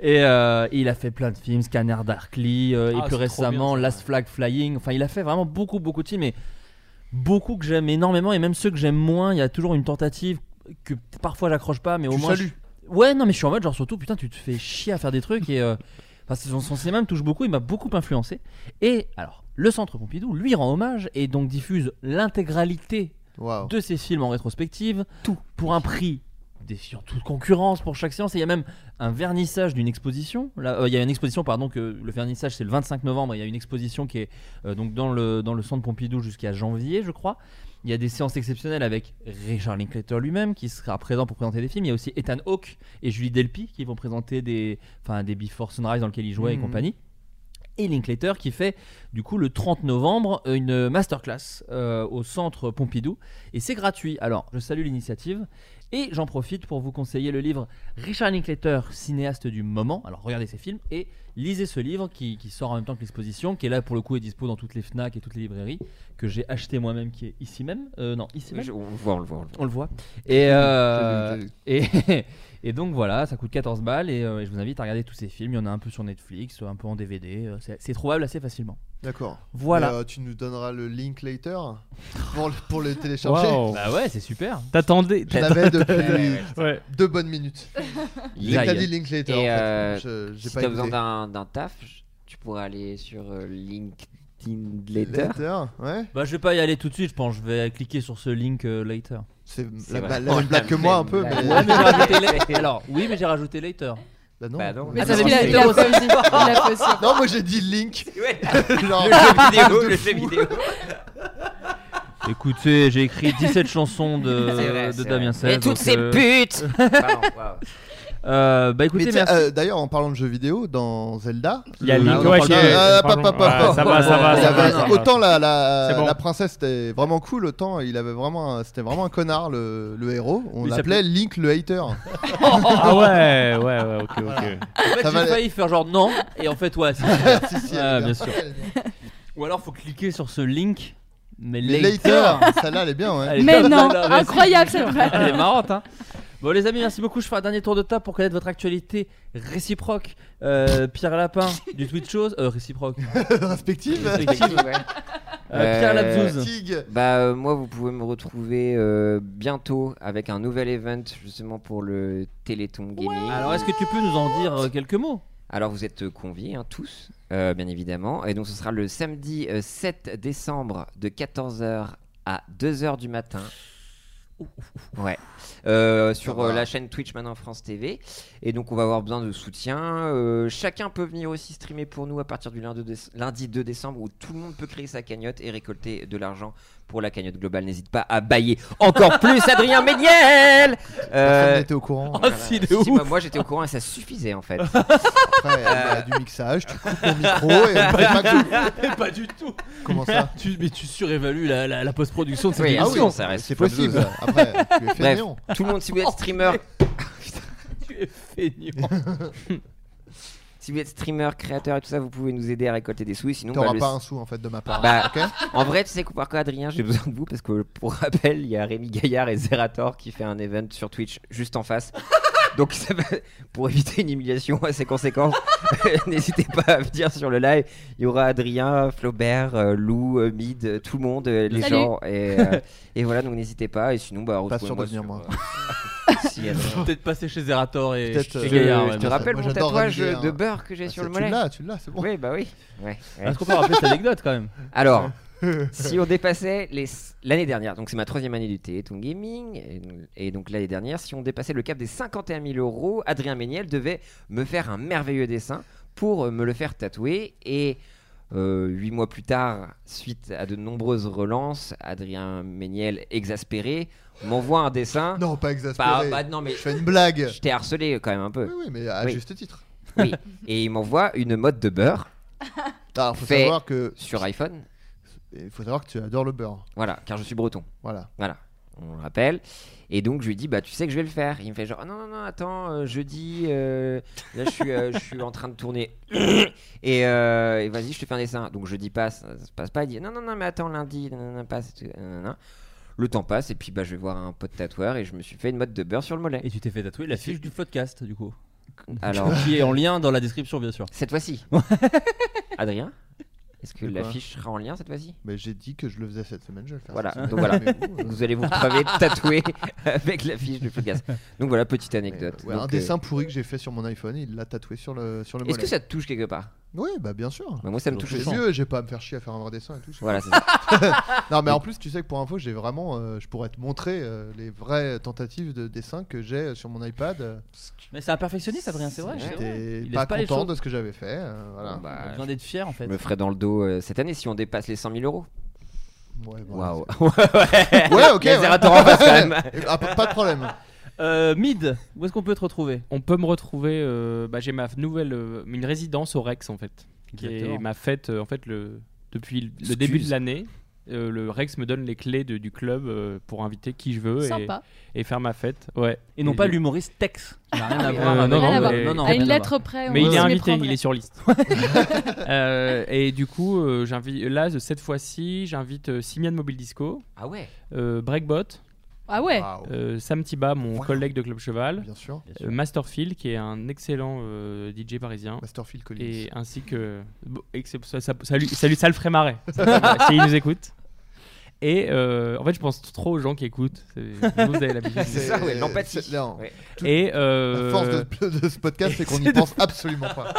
[SPEAKER 5] et euh, il a fait plein de films, Scanner Darkly, euh,
[SPEAKER 7] Ah,
[SPEAKER 5] et
[SPEAKER 7] c'est
[SPEAKER 5] plus
[SPEAKER 7] trop
[SPEAKER 5] récemment Last Flag Flying. Enfin, il a fait vraiment beaucoup, beaucoup de films, et beaucoup que j'aime énormément, et même ceux que j'aime moins, il y a toujours une tentative que parfois j'accroche pas, mais au
[SPEAKER 6] Tu
[SPEAKER 5] moins.
[SPEAKER 6] salues.
[SPEAKER 5] je- Ouais, non, mais je suis en mode genre surtout, putain, tu te fais chier à faire des trucs, et. euh, [laughs] Enfin, son, son cinéma me touche beaucoup, il m'a beaucoup influencé. Et alors, le Centre Pompidou lui rend hommage et donc diffuse l'intégralité de ses films en rétrospective, tout pour un prix défiant toute concurrence pour chaque séance. Et il y a même un vernissage d'une exposition. Là, euh, il y a une exposition, pardon, que le vernissage c'est le 25 novembre. Il y a une exposition qui est euh, donc dans le dans le Centre Pompidou jusqu'à janvier, je crois. Il y a des séances exceptionnelles avec Richard Linklater lui-même qui sera présent pour présenter des films. Il y a aussi Ethan Hawke et Julie Delpy qui vont présenter des, enfin, des Before Sunrise dans lequel il jouait et
[SPEAKER 7] Mhm.
[SPEAKER 5] compagnie et Linklater qui fait du coup le 30 novembre une masterclass euh, au centre Pompidou et c'est gratuit. Alors je salue l'initiative et j'en profite pour vous conseiller le livre Richard Linklater, cinéaste du moment. Alors regardez ses films et lisez ce livre qui, qui sort en même temps que l'exposition qui est là pour le coup est dispo dans toutes les FNAC et toutes les librairies que j'ai acheté moi-même qui est ici même. Euh, non, ici
[SPEAKER 7] Oui,
[SPEAKER 5] même.
[SPEAKER 7] je- on le voit, on le voit, on le voit.
[SPEAKER 5] On le voit. Et, euh,
[SPEAKER 7] Je l'ai vu,
[SPEAKER 5] et, [laughs] et donc voilà, ça coûte 14 balles et, euh, et je vous invite à regarder tous ces films. Il y en a un peu sur Netflix, un peu en DVD. euh, C'est c'est trouvable assez facilement.
[SPEAKER 6] D'accord.
[SPEAKER 5] Voilà.
[SPEAKER 6] Mais, euh, tu nous donneras le link later pour le, pour le télécharger.
[SPEAKER 9] Wow.
[SPEAKER 5] Bah ouais, c'est super.
[SPEAKER 9] T'attendais.
[SPEAKER 6] Je l'avais depuis
[SPEAKER 7] Ouais,
[SPEAKER 9] ouais.
[SPEAKER 6] deux bonnes minutes.
[SPEAKER 7] Il
[SPEAKER 6] Dès que
[SPEAKER 7] aille.
[SPEAKER 6] t'as dit link later.
[SPEAKER 7] Et,
[SPEAKER 6] en fait,
[SPEAKER 7] euh,
[SPEAKER 6] je- j'ai
[SPEAKER 7] si
[SPEAKER 6] pas
[SPEAKER 7] t'as besoin
[SPEAKER 6] écouté.
[SPEAKER 7] d'un d'un taf, je- tu pourrais aller sur euh, LinkedIn Later.
[SPEAKER 6] ouais.
[SPEAKER 5] Bah je vais pas y aller tout de suite, je pense. Je vais cliquer sur ce link euh, later.
[SPEAKER 6] C'est la- vrai. la- la même blague que moi, un peu, mais-
[SPEAKER 5] Ouais, mais j'ai rajouté
[SPEAKER 6] [laughs]
[SPEAKER 5] la- Alors oui, mais j'ai rajouté later.
[SPEAKER 6] Bah non.
[SPEAKER 5] Bah non.
[SPEAKER 6] Mais c'est parce qu'il a- il a fait aussi. Il a fait aussi. [laughs] Non, moi, j'ai dit link.
[SPEAKER 5] [laughs]
[SPEAKER 6] Ouais. [laughs] Genre, [laughs]
[SPEAKER 7] le jeu vidéo,
[SPEAKER 6] de
[SPEAKER 7] le
[SPEAKER 6] fou.
[SPEAKER 7] jeu vidéo.
[SPEAKER 5] Écoutez, j'ai écrit 17 chansons de,
[SPEAKER 7] C'est vrai,
[SPEAKER 5] de
[SPEAKER 7] c'est
[SPEAKER 5] Damien
[SPEAKER 7] vrai. Et
[SPEAKER 5] Seize,
[SPEAKER 7] toutes
[SPEAKER 5] donc,
[SPEAKER 7] ces
[SPEAKER 5] euh, [laughs]
[SPEAKER 7] putes Pardon, waouh.
[SPEAKER 5] Euh, Bah
[SPEAKER 6] Mais
[SPEAKER 5] écoutez,
[SPEAKER 6] tu sais,
[SPEAKER 5] merci.
[SPEAKER 6] [laughs] euh, D'ailleurs, en parlant de jeux vidéo, dans Zelda,
[SPEAKER 5] Il y a
[SPEAKER 6] le-
[SPEAKER 5] Link,
[SPEAKER 6] on en
[SPEAKER 5] ouais,
[SPEAKER 6] parle
[SPEAKER 5] qui
[SPEAKER 6] pas.
[SPEAKER 5] est-
[SPEAKER 6] Ah,
[SPEAKER 5] pardon.
[SPEAKER 6] pas, pas,
[SPEAKER 5] Ouais,
[SPEAKER 6] pas,
[SPEAKER 5] ça
[SPEAKER 6] pas.
[SPEAKER 5] va, ça va,
[SPEAKER 6] Il
[SPEAKER 5] ça
[SPEAKER 6] avait-
[SPEAKER 5] va, ça va.
[SPEAKER 6] Autant la, la-
[SPEAKER 5] C'est bon.
[SPEAKER 6] la princesse était vraiment cool, autant il avait vraiment, un- c'était vraiment un connard le, le héros. On
[SPEAKER 5] Il
[SPEAKER 6] l'appelait Link le
[SPEAKER 5] [laughs]
[SPEAKER 6] hater.
[SPEAKER 9] ah ouais, ouais, [laughs] Ah, ouais, ok, ok.
[SPEAKER 5] En fait,
[SPEAKER 6] Ça
[SPEAKER 5] j'ai
[SPEAKER 6] valait-
[SPEAKER 5] failli faire genre non, et en fait, ouais, [laughs] si,
[SPEAKER 6] Si, si, elle est
[SPEAKER 5] Ouais, bien
[SPEAKER 6] bien.
[SPEAKER 5] sûr.
[SPEAKER 6] Elle est
[SPEAKER 5] Ou alors, faut cliquer sur ce link, mais
[SPEAKER 6] Mais
[SPEAKER 5] later.
[SPEAKER 6] later, celle-là, elle est bien, ouais.
[SPEAKER 5] Elle est
[SPEAKER 6] Mais
[SPEAKER 5] top,
[SPEAKER 6] non,
[SPEAKER 5] celle-là, mais
[SPEAKER 6] incroyable,
[SPEAKER 5] c'est-
[SPEAKER 6] cette blague.
[SPEAKER 5] Elle est marrante, hein. Bon, les amis, merci beaucoup. Je ferai un dernier tour de table pour connaître votre actualité réciproque. Euh, Pierre Lapin du Twitch Chose, euh, réciproque.
[SPEAKER 6] Respective.
[SPEAKER 5] [laughs] Respective, ouais. Euh, Pierre
[SPEAKER 7] Euh,
[SPEAKER 5] Lapzouz.
[SPEAKER 7] Bah euh, moi vous pouvez me retrouver euh, bientôt avec un nouvel event justement pour le Téléthon Gaming.
[SPEAKER 5] Alors, est-ce que tu peux nous en dire euh, quelques mots
[SPEAKER 7] Alors vous êtes conviés hein, tous, euh, bien évidemment. Et donc ce sera le samedi euh, 7 décembre de 14h à 2h du matin. Ouais. Euh, sur
[SPEAKER 10] va.
[SPEAKER 7] euh, la chaîne Twitch maintenant France TV. Et donc on va avoir besoin de soutien. Euh, chacun peut venir aussi streamer pour nous à partir du lundi, déce- lundi 2 décembre où tout le monde peut créer sa cagnotte et récolter de l'argent pour la cagnotte globale. N'hésite pas à bailler
[SPEAKER 6] [laughs]
[SPEAKER 7] encore plus Adrien Méniel Euh,
[SPEAKER 6] Personne n'était au courant.
[SPEAKER 7] voilà.
[SPEAKER 6] Ah, si, de
[SPEAKER 7] Si,
[SPEAKER 6] ouf.
[SPEAKER 7] moi, moi, j'étais au courant et ça suffisait en fait.
[SPEAKER 6] Après, il y a du mixage, tu coupes ton micro et on fait pas
[SPEAKER 7] [laughs]
[SPEAKER 6] que-
[SPEAKER 5] Mais pas du tout.
[SPEAKER 6] Comment ça
[SPEAKER 5] tu, Mais tu surévalues la, la- la post-production de cette
[SPEAKER 7] Oui, ah oui,
[SPEAKER 5] émission.
[SPEAKER 7] ça reste
[SPEAKER 6] C'est possible. Après, tu es
[SPEAKER 7] Bref,
[SPEAKER 6] fainéant.
[SPEAKER 5] [laughs]
[SPEAKER 7] tout le monde, si vous êtes streamer,
[SPEAKER 5] tu es fainéant.
[SPEAKER 7] si si vous êtes streamer, créateur et tout ça, vous pouvez nous aider à récolter des sous. Et sinon, bah,
[SPEAKER 6] T'auras
[SPEAKER 7] le-
[SPEAKER 6] pas un sou, en fait, de ma part,
[SPEAKER 7] Bah,
[SPEAKER 6] ok
[SPEAKER 7] [laughs] En vrai, tu sais quoi, par quoi, Adrien, j'ai besoin de vous parce que pour rappel, il y a Rémi Gaillard et Zerator qui fait un event sur Twitch juste
[SPEAKER 6] [laughs]
[SPEAKER 7] en face. Donc, ça va- pour éviter une humiliation à ses conséquences, [laughs] n'hésitez pas à venir sur le live. Il y aura Adrien, Flaubert, euh, Lou, euh, Mid, euh, tout le monde, euh, les
[SPEAKER 8] Salut.
[SPEAKER 7] gens. Et, euh, et voilà, donc n'hésitez pas. Et sinon, bah,
[SPEAKER 6] Pas sûr de
[SPEAKER 7] retrouvez-moi
[SPEAKER 6] venir,
[SPEAKER 7] sur,
[SPEAKER 6] moi.
[SPEAKER 7] euh, [laughs]
[SPEAKER 6] [laughs]
[SPEAKER 7] si, Adrien.
[SPEAKER 5] Peut-être passer chez Zerator et,
[SPEAKER 7] Peut-être,
[SPEAKER 5] et
[SPEAKER 7] euh,
[SPEAKER 5] Gaillard.
[SPEAKER 7] je
[SPEAKER 5] ouais,
[SPEAKER 7] te
[SPEAKER 5] mais-
[SPEAKER 7] rappelle
[SPEAKER 5] Moi,
[SPEAKER 7] mon
[SPEAKER 5] j'adore
[SPEAKER 7] tatouage
[SPEAKER 5] réaliser un-
[SPEAKER 7] de beurre que j'ai
[SPEAKER 6] Ah,
[SPEAKER 7] sur
[SPEAKER 6] c'est-
[SPEAKER 7] le
[SPEAKER 6] tu
[SPEAKER 7] mollet.
[SPEAKER 6] l'as, tu l'as, c'est bon.
[SPEAKER 7] Oui, bah oui. Ouais, ouais.
[SPEAKER 5] Est-ce qu'on peut rappeler cette anecdote, quand même
[SPEAKER 7] [laughs] Alors, si on dépassait les- l'année dernière, donc c'est ma troisième année du Téléthon Gaming, et, et donc l'année dernière, si on dépassait le cap des 51 000 euros, Adrien Méniel devait me faire un merveilleux dessin pour euh, me le faire tatouer et. euh, huit mois plus tard, suite à de nombreuses relances, Adrien Méniel, exaspéré, m'envoie un dessin.
[SPEAKER 6] Non, pas exaspéré.
[SPEAKER 7] Pas- pas- non, mais
[SPEAKER 6] Je fais une blague.
[SPEAKER 7] Je t'ai harcelé quand même un peu.
[SPEAKER 6] Oui, oui, mais à juste titre.
[SPEAKER 7] Oui. Et il m'envoie une mode
[SPEAKER 6] [laughs]
[SPEAKER 7] de beurre.
[SPEAKER 6] Alors, faut
[SPEAKER 7] fait
[SPEAKER 6] savoir que-
[SPEAKER 7] sur iPhone.
[SPEAKER 6] Il faut savoir que tu adores le beurre.
[SPEAKER 7] Voilà, car je suis breton.
[SPEAKER 6] Voilà.
[SPEAKER 7] Voilà, on le rappelle. Et donc je lui dis, bah tu sais que je vais le faire. Il me fait genre, Ah non, non, non, attends, euh, jeudi, euh, [coughs] là je suis, euh, je suis en train de tourner. et euh, et vas-y, je te fais un dessin. Donc jeudi passe, ça se passe pas. Il dit, non, non, non, mais attends, lundi, nanana, passe. et tout, nanana. Le temps passe, et puis bah je vais voir un pote tatoueur, et je me suis fait une mode de beurre sur le mollet.
[SPEAKER 5] Et tu t'es fait tatouer la fiche du podcast, du coup.
[SPEAKER 7] Alors-
[SPEAKER 5] qui est en lien dans la description, bien sûr.
[SPEAKER 7] Cette fois-ci. Adrien Est-ce que
[SPEAKER 6] De quoi
[SPEAKER 7] l'affiche sera en lien cette fois-ci
[SPEAKER 6] Mais j'ai dit que je le faisais cette semaine, je vais le faire.
[SPEAKER 7] Voilà,
[SPEAKER 6] cette
[SPEAKER 7] donc voilà,
[SPEAKER 6] semaine. Mais bon,
[SPEAKER 7] vous
[SPEAKER 6] euh,
[SPEAKER 7] allez vous retrouver tatoué avec l'affiche du podcast. Donc voilà, petite anecdote.
[SPEAKER 6] [laughs] ouais, un
[SPEAKER 7] Donc, euh,
[SPEAKER 6] dessin pourri que j'ai fait sur mon iPhone, il l'a tatoué sur le sur le
[SPEAKER 7] Est-ce que
[SPEAKER 6] mollet.
[SPEAKER 7] ça te touche quelque part
[SPEAKER 6] Oui, bah bien sûr.
[SPEAKER 7] Bah, moi, ça me
[SPEAKER 6] Donc,
[SPEAKER 7] touche
[SPEAKER 6] j'ai
[SPEAKER 7] aussi.
[SPEAKER 6] vieux, j'ai pas à me faire chier à faire un vrai dessin et tout.
[SPEAKER 7] Voilà,
[SPEAKER 6] cool.
[SPEAKER 7] c'est ça.
[SPEAKER 6] [laughs] non, mais en plus, tu sais que pour info, j'ai vraiment, euh, je pourrais te montrer euh, les vraies tentatives de dessin que j'ai euh, sur mon iPad. euh,
[SPEAKER 5] Mais c'est un perfectionniste, Adrien, c'est vrai. c'est vrai.
[SPEAKER 6] J'étais
[SPEAKER 5] Il
[SPEAKER 6] pas,
[SPEAKER 5] laisse les
[SPEAKER 6] content
[SPEAKER 5] choses.
[SPEAKER 6] de ce que j'avais fait. euh, voilà.
[SPEAKER 7] Bon, bah,
[SPEAKER 5] On a besoin d'être fier en fait.
[SPEAKER 7] Je me ferai dans le dos euh, cette année si on dépasse les 100 000 euros.
[SPEAKER 6] Ouais, bon,
[SPEAKER 7] Waouh. [laughs]
[SPEAKER 6] c'est- Ouais, ok,
[SPEAKER 7] Les
[SPEAKER 6] ouais.
[SPEAKER 7] Zerator en face, quand même.
[SPEAKER 6] [laughs]
[SPEAKER 7] [laughs]
[SPEAKER 6] Ah, pas- pas de
[SPEAKER 5] [laughs]
[SPEAKER 6] problème.
[SPEAKER 5] Euh, Mid, où est-ce qu'on peut te retrouver
[SPEAKER 9] On peut me retrouver. euh, bah, j'ai ma nouvelle, euh, une résidence au Rex en fait, qui est
[SPEAKER 5] Exactement.
[SPEAKER 9] ma fête euh, en fait le depuis le
[SPEAKER 5] Excuse.
[SPEAKER 9] début de l'année. euh, le Rex me donne les clés de- du club euh, pour inviter qui je veux et,
[SPEAKER 8] Sympa.
[SPEAKER 9] et faire ma fête. Ouais.
[SPEAKER 5] Et non pas
[SPEAKER 9] j'ai-
[SPEAKER 5] l'humoriste Tex. Il a rien à
[SPEAKER 9] Euh,
[SPEAKER 5] voir avec-
[SPEAKER 9] non, non,
[SPEAKER 5] Rien
[SPEAKER 9] mais-
[SPEAKER 5] à voir.
[SPEAKER 8] À une lettre près, on
[SPEAKER 9] Mais il
[SPEAKER 8] s'y
[SPEAKER 9] est invité,
[SPEAKER 8] méprendrait.
[SPEAKER 9] il est
[SPEAKER 8] [laughs]
[SPEAKER 9] sur liste. Euh, et du coup, euh, j'invite là de- cette fois-ci, j'invite euh, Simian Mobile Disco.
[SPEAKER 7] Ah ouais.
[SPEAKER 9] Euh, Breakbot.
[SPEAKER 8] Ah ouais.
[SPEAKER 9] Euh, Sam Tiba, mon collègue de Club Cheval.
[SPEAKER 6] Bien sûr.
[SPEAKER 9] Euh, Masterfield, qui est un excellent euh, DJ parisien.
[SPEAKER 6] Masterfield Collins.
[SPEAKER 9] Et ainsi que. bon, excep- ça, ça- ça lui, ça lui- ça le ferait marrer. Ça le ferait marrer, si il nous écoute. Et euh, en fait, je pense trop aux gens qui écoutent. C'est- Vous avez l'habitude.
[SPEAKER 6] [laughs] C'est ça, ouais, l'empathie. C'est- non. Ouais. Tout-
[SPEAKER 9] Et
[SPEAKER 6] la
[SPEAKER 9] euh,
[SPEAKER 6] force de ce- de ce podcast,
[SPEAKER 9] [laughs]
[SPEAKER 6] c'est qu'on n'y
[SPEAKER 9] de-
[SPEAKER 6] pense absolument pas.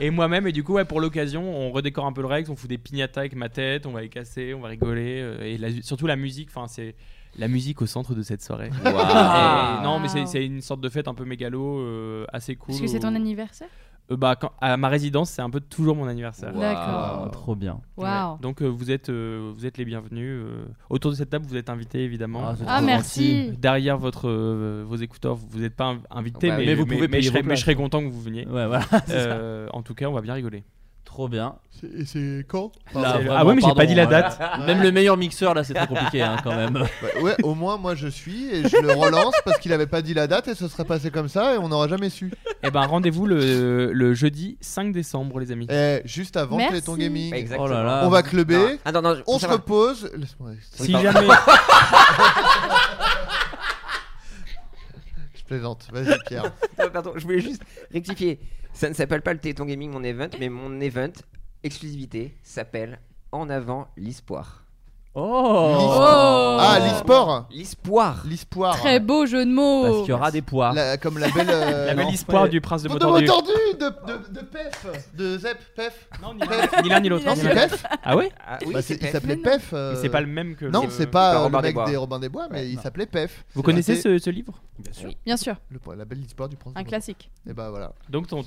[SPEAKER 9] et moi-même, et du coup, ouais, pour l'occasion, on redécore un peu le Rex, on fout des piñatas avec ma tête, on va les casser, on va rigoler. euh, et la- surtout la musique, enfin, c'est la musique au centre de cette soirée. Et- non, mais c'est-
[SPEAKER 8] Wow.
[SPEAKER 9] c'est une sorte de fête un peu mégalo, euh, assez cool.
[SPEAKER 8] Parce que c'est ton
[SPEAKER 5] Oh.
[SPEAKER 9] où-
[SPEAKER 8] anniversaire
[SPEAKER 9] Euh, bah, quand- à ma résidence, c'est un peu toujours mon anniversaire.
[SPEAKER 8] Wow. D'accord.
[SPEAKER 5] Trop bien.
[SPEAKER 8] Wow.
[SPEAKER 9] Donc euh, vous êtes euh, vous êtes les bienvenus euh, autour de cette table, vous êtes invités évidemment.
[SPEAKER 8] Ah, c'est Ah, trop merci. gentil.
[SPEAKER 9] Derrière votre euh, vos écouteurs, vous n'êtes pas inv- invités,
[SPEAKER 5] Ouais,
[SPEAKER 9] mais,
[SPEAKER 5] mais vous pouvez payer
[SPEAKER 9] je serais-
[SPEAKER 5] vos
[SPEAKER 9] mais je serais
[SPEAKER 5] places.
[SPEAKER 9] content que vous veniez.
[SPEAKER 5] Ouais, voilà, [laughs] c'est ça.
[SPEAKER 9] Euh, en tout cas, on va bien rigoler.
[SPEAKER 5] Trop bien.
[SPEAKER 6] Et c'est quand
[SPEAKER 5] Là,
[SPEAKER 9] C'est-
[SPEAKER 5] vraiment,
[SPEAKER 9] ah ouais, mais j'ai
[SPEAKER 5] pardon,
[SPEAKER 9] pas dit la
[SPEAKER 5] ouais.
[SPEAKER 9] date.
[SPEAKER 5] Même le meilleur mixeur, là, c'est très compliqué hein, quand
[SPEAKER 6] [laughs]
[SPEAKER 5] même.
[SPEAKER 6] Ouais, Bah, ouais, au moins moi je suis et je le relance parce qu'il avait pas dit la date et ce serait passé comme ça et on n'aura jamais su.
[SPEAKER 9] Eh ben rendez-vous le, le jeudi 5 décembre les amis.
[SPEAKER 6] Eh, juste avant
[SPEAKER 9] Merci.
[SPEAKER 6] le ton gaming.
[SPEAKER 9] Exactement. Oh là là.
[SPEAKER 6] On va cluber.
[SPEAKER 9] Non. Ah, non, non, je- faut
[SPEAKER 6] on se
[SPEAKER 9] savoir.
[SPEAKER 6] repose. Laisse-moi.
[SPEAKER 9] Si
[SPEAKER 6] Oui,
[SPEAKER 7] [laughs]
[SPEAKER 9] jamais-
[SPEAKER 6] [laughs] je plaisante. Vas-y Pierre.
[SPEAKER 7] [laughs] Non, pardon, je voulais juste rectifier. Ça ne s'appelle pas le Téléthon Gaming, mon event, mais mon event, exclusivité, s'appelle En avant l'espoir.
[SPEAKER 5] Oh.
[SPEAKER 8] Oh.
[SPEAKER 6] Ah l'e-sport.
[SPEAKER 7] L'espoir.
[SPEAKER 6] L'espoir.
[SPEAKER 8] Très beau jeu de mots.
[SPEAKER 5] aura des poires.
[SPEAKER 6] La- comme la belle. euh,
[SPEAKER 9] La belle
[SPEAKER 6] non,
[SPEAKER 9] histoire
[SPEAKER 6] ouais.
[SPEAKER 9] du prince de
[SPEAKER 6] Bon,
[SPEAKER 9] Motordu.
[SPEAKER 6] Motordu, de, de, de Pef, de Zep, Pef.
[SPEAKER 9] Non,
[SPEAKER 6] Pef.
[SPEAKER 9] Ni l'un ni l'autre.
[SPEAKER 6] Non, c'est Pef.
[SPEAKER 9] Ah ouais
[SPEAKER 7] Ah
[SPEAKER 6] Bah, c'est- il s'appelait Pef. euh,
[SPEAKER 9] Mais c'est pas le même que.
[SPEAKER 6] Non,
[SPEAKER 9] le-
[SPEAKER 6] c'est pas,
[SPEAKER 9] que
[SPEAKER 6] euh,
[SPEAKER 9] Robin
[SPEAKER 6] le mec
[SPEAKER 9] Bois.
[SPEAKER 6] des Robin des Bois, mais il s'appelait Pef.
[SPEAKER 9] Vous connaissez
[SPEAKER 6] C'était
[SPEAKER 9] ce, ce livre
[SPEAKER 6] Bien sûr.
[SPEAKER 8] Bien sûr.
[SPEAKER 6] le- la belle histoire du prince.
[SPEAKER 8] Un classique.
[SPEAKER 6] Et bah voilà.
[SPEAKER 9] Donc ton.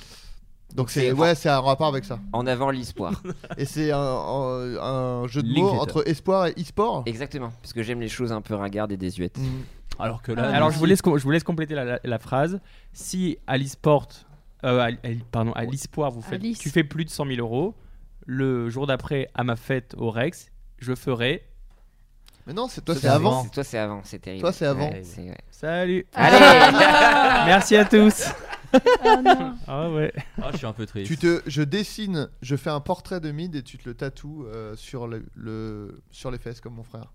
[SPEAKER 6] Donc c'est ouais, c'est un rapport
[SPEAKER 9] [laughs]
[SPEAKER 6] avec ça.
[SPEAKER 7] En avant l'espoir.
[SPEAKER 6] Et c'est un, un- un jeu de
[SPEAKER 7] Link
[SPEAKER 6] mots
[SPEAKER 7] letter.
[SPEAKER 6] entre espoir et e-sport. Mm.
[SPEAKER 7] Exactement, parce que j'aime les choses un peu ringardes et désuètes.
[SPEAKER 5] Alors que
[SPEAKER 9] Ah,
[SPEAKER 6] Ah,
[SPEAKER 9] Alors je vous laisse, je vous laisse compléter la, la- la phrase. Si à l'e-sport, euh, à l- à l- pardon, à l'espoir, vous
[SPEAKER 8] À
[SPEAKER 9] faites,
[SPEAKER 8] l'is-
[SPEAKER 9] tu fais plus de 100 000 euros, le jour d'après à ma fête au Rex, je ferai.
[SPEAKER 6] Mais non, c'est toi, c'est avant.
[SPEAKER 7] Toi, c'est avant, c'est terrible.
[SPEAKER 6] Toi, c'est
[SPEAKER 8] [laughs]
[SPEAKER 6] avant.
[SPEAKER 7] Ouais, c'est- ouais.
[SPEAKER 9] Salut.
[SPEAKER 7] Allez.
[SPEAKER 9] Merci à tous. Ah ouais.
[SPEAKER 5] Ah, je suis un peu triste.
[SPEAKER 6] Tu te, je dessine, je fais un portrait de Mid et tu te le tatoues euh, sur, le, le- sur les fesses comme mon frère.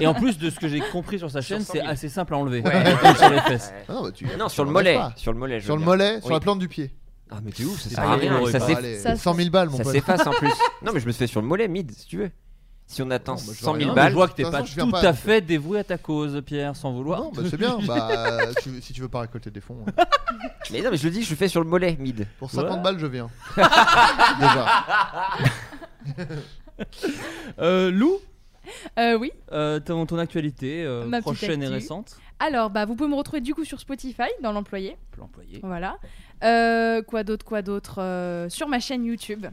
[SPEAKER 5] Et en plus de ce que j'ai compris sur sa chaîne, c'est assez simple à enlever.
[SPEAKER 6] Ouais.
[SPEAKER 5] Comme [laughs] sur les fesses.
[SPEAKER 6] Ah non, bah, tu-
[SPEAKER 7] Non,
[SPEAKER 6] tu
[SPEAKER 7] sur le
[SPEAKER 6] l'enlèves
[SPEAKER 7] mollet,
[SPEAKER 6] pas.
[SPEAKER 7] sur le mollet, je
[SPEAKER 6] Sur
[SPEAKER 7] veux
[SPEAKER 6] le
[SPEAKER 7] dire.
[SPEAKER 6] mollet, sur
[SPEAKER 7] Oui.
[SPEAKER 6] la plante du pied.
[SPEAKER 7] Ah, mais t'es ouf, ça
[SPEAKER 6] C'est
[SPEAKER 7] sert
[SPEAKER 6] pas
[SPEAKER 7] à rien.
[SPEAKER 6] gagné,
[SPEAKER 7] Ça
[SPEAKER 6] on va aller-
[SPEAKER 7] s'eff- ça-
[SPEAKER 6] 100 000 balles, mon
[SPEAKER 7] Ça
[SPEAKER 6] pote.
[SPEAKER 7] s'efface en
[SPEAKER 6] [laughs]
[SPEAKER 7] plus. Non, mais je me suis fait sur le mollet, mid, si tu veux. Si on atteint
[SPEAKER 6] Non, bah, je
[SPEAKER 7] 100
[SPEAKER 6] vois
[SPEAKER 7] 000
[SPEAKER 6] rien.
[SPEAKER 7] balles.
[SPEAKER 5] Je vois que t'es
[SPEAKER 6] De toute
[SPEAKER 5] pas
[SPEAKER 6] façon, je viens
[SPEAKER 5] tout
[SPEAKER 6] pas-
[SPEAKER 5] à fait dévoué à ta cause, Pierre, sans vouloir.
[SPEAKER 6] Non, bah, c'est
[SPEAKER 5] [laughs]
[SPEAKER 6] bien. Bah, tu- si tu veux pas récolter des fonds. hein.
[SPEAKER 7] Mais non, mais je le dis, je le fais sur le mollet, mid.
[SPEAKER 6] Pour 50
[SPEAKER 7] Ouais.
[SPEAKER 6] balles, je
[SPEAKER 5] [laughs]
[SPEAKER 6] viens. Déjà.
[SPEAKER 5] Euh, Lou
[SPEAKER 8] Euh, oui.
[SPEAKER 5] Euh, ton, ton actualité euh,
[SPEAKER 8] Ma petite
[SPEAKER 5] prochaine et
[SPEAKER 8] actu.
[SPEAKER 5] récente
[SPEAKER 8] Alors, bah, vous pouvez me retrouver du coup sur Spotify dans l'employé.
[SPEAKER 5] L'employé.
[SPEAKER 8] Voilà. Euh, quoi d'autre, quoi d'autre euh, Sur ma chaîne YouTube.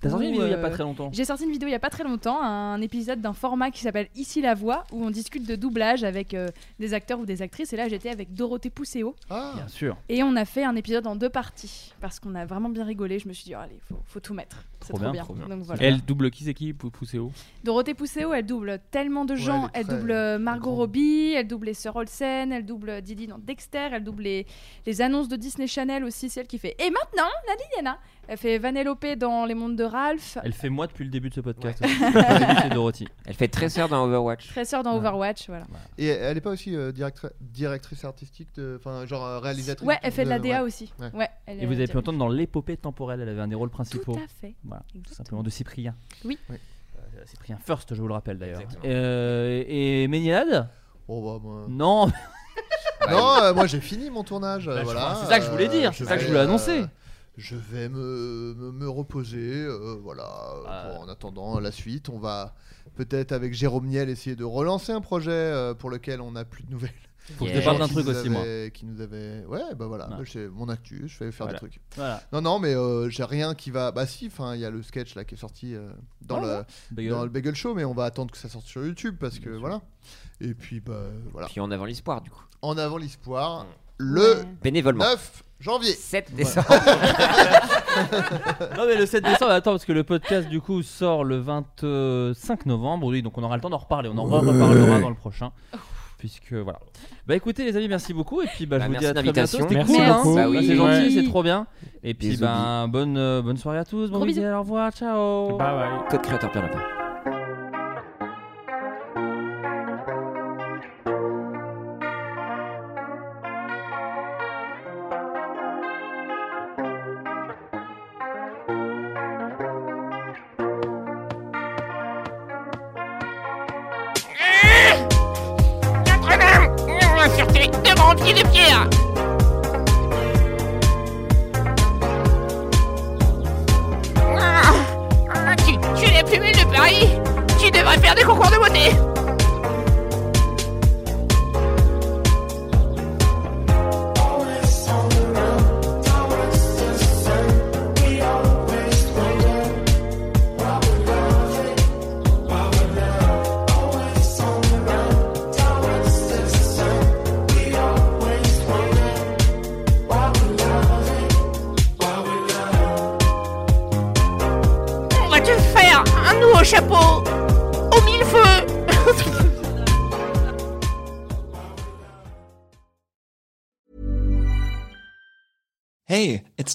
[SPEAKER 5] T'as sorti
[SPEAKER 8] Où,
[SPEAKER 5] une vidéo il y a
[SPEAKER 8] euh,
[SPEAKER 5] pas très longtemps.
[SPEAKER 8] J'ai sorti une vidéo il y a pas très longtemps, un épisode d'un format qui s'appelle Ici la voix, où on discute de doublage avec euh, des acteurs ou des actrices. Et là, j'étais avec Dorothée Pousséo.
[SPEAKER 5] Bien sûr.
[SPEAKER 8] Et on a fait un épisode en deux parties parce qu'on a vraiment bien rigolé. Je me suis dit, oh, allez, faut, faut tout mettre. C'est trop, bien. Donc, voilà.
[SPEAKER 9] Elle double qui c'est qui pou- poussé haut
[SPEAKER 8] Dorothée Pousséo, elle double tellement de
[SPEAKER 9] Ouais,
[SPEAKER 8] gens.
[SPEAKER 9] elle est
[SPEAKER 8] elle
[SPEAKER 9] très-
[SPEAKER 8] double euh, Margot Robbie, elle double les Sœurs Olsen, elle double euh, Didi dans Dexter, elle double les, les annonces de Disney Channel aussi. C'est elle qui fait. Et maintenant, la Liliana Elle fait Vanellope dans Les Mondes de Ralph,
[SPEAKER 5] Elle fait moi depuis le début de ce podcast. aussi. Au début, c'est Dorothy.
[SPEAKER 7] Elle fait très sœur dans Overwatch.
[SPEAKER 8] Tresseur dans Overwatch, voilà.
[SPEAKER 6] [laughs] Et elle est pas aussi euh, directri- directrice artistique, de- enfin genre euh, réalisatrice.
[SPEAKER 8] Ouais, elle fait de la DA
[SPEAKER 6] ouais.
[SPEAKER 8] aussi. Ouais, elle est
[SPEAKER 5] Et vous avez pu
[SPEAKER 8] directrice.
[SPEAKER 5] entendre dans l'épopée temporelle, elle avait un des rôles principaux.
[SPEAKER 8] Tout à fait.
[SPEAKER 5] Voilà, tout
[SPEAKER 8] Exactement.
[SPEAKER 5] simplement de Cyprien.
[SPEAKER 8] Oui.
[SPEAKER 5] Euh, Cyprien First, je vous le rappelle d'ailleurs. Euh, et Méniade
[SPEAKER 6] Oh bah moi.
[SPEAKER 5] [laughs] Non
[SPEAKER 6] Non, euh, moi j'ai fini mon tournage. euh,
[SPEAKER 5] Bah, je
[SPEAKER 6] voilà,
[SPEAKER 5] crois, c'est ça que je voulais dire, c'est ça que je
[SPEAKER 6] vais,
[SPEAKER 5] voulais annoncer.
[SPEAKER 6] euh, je vais me, me, me reposer, euh, voilà.
[SPEAKER 5] Ah.
[SPEAKER 6] euh, pour- en attendant la suite, on va peut-être avec Jérôme Niel essayer de relancer un projet euh, pour lequel on n'a plus de nouvelles.
[SPEAKER 5] Faut que je
[SPEAKER 6] Des
[SPEAKER 5] te parle
[SPEAKER 6] gens
[SPEAKER 5] d'un
[SPEAKER 6] qui
[SPEAKER 5] truc
[SPEAKER 6] nous
[SPEAKER 5] aussi, moi.
[SPEAKER 6] avaient- Qui nous avait, ouais, bah voilà, moi, c'est mon actu, je vais faire
[SPEAKER 5] Voilà.
[SPEAKER 6] des trucs.
[SPEAKER 5] Voilà.
[SPEAKER 6] Non, non, mais euh, j'ai rien qui va. Bah si, enfin, il y a le sketch là qui est sorti euh, dans
[SPEAKER 5] Ouais, Ah, ouais.
[SPEAKER 6] le
[SPEAKER 5] Bagel.
[SPEAKER 6] dans le Bagel Show, mais on va attendre que ça sorte sur YouTube parce que voilà. Et puis bah voilà.
[SPEAKER 7] Puis en avant l'espoir, du coup.
[SPEAKER 6] En avant l'espoir, le
[SPEAKER 7] Bénévolement.
[SPEAKER 6] 9 janvier.
[SPEAKER 7] 7
[SPEAKER 6] Voilà.
[SPEAKER 5] [laughs] non mais le 7 décembre, attends parce que le podcast du coup sort le 25 novembre, oui donc on aura le temps d'en reparler, on en
[SPEAKER 7] Ouais.
[SPEAKER 5] reparlera dans le prochain. Puisque voilà. Bah écoutez les amis, merci beaucoup et puis bah,
[SPEAKER 7] Bah,
[SPEAKER 5] je vous
[SPEAKER 7] merci
[SPEAKER 5] dis à
[SPEAKER 7] de
[SPEAKER 5] très bientôt.
[SPEAKER 7] l'invitation.
[SPEAKER 5] C'était
[SPEAKER 7] Merci
[SPEAKER 5] cool, hein.
[SPEAKER 7] beaucoup. Bah oui.
[SPEAKER 5] Ah, c'est gentil,
[SPEAKER 7] Ouais.
[SPEAKER 5] c'est trop bien. Et puis
[SPEAKER 7] Des
[SPEAKER 5] bah, bonne euh, bonne soirée à tous, bon
[SPEAKER 7] Gros
[SPEAKER 5] week-end, au revoir, ciao.
[SPEAKER 9] Bye bye.
[SPEAKER 7] Code créateur Pierre Lapin.
[SPEAKER 13] Notre-Dame mmh, Sur tes deux grands pieds de pierre Ah, ah, tu, tu es la plus belle de Paris Tu devrais faire des concours de beauté On va te faire un nouveau chapeau Au mille feux [laughs]
[SPEAKER 16] Hey, it's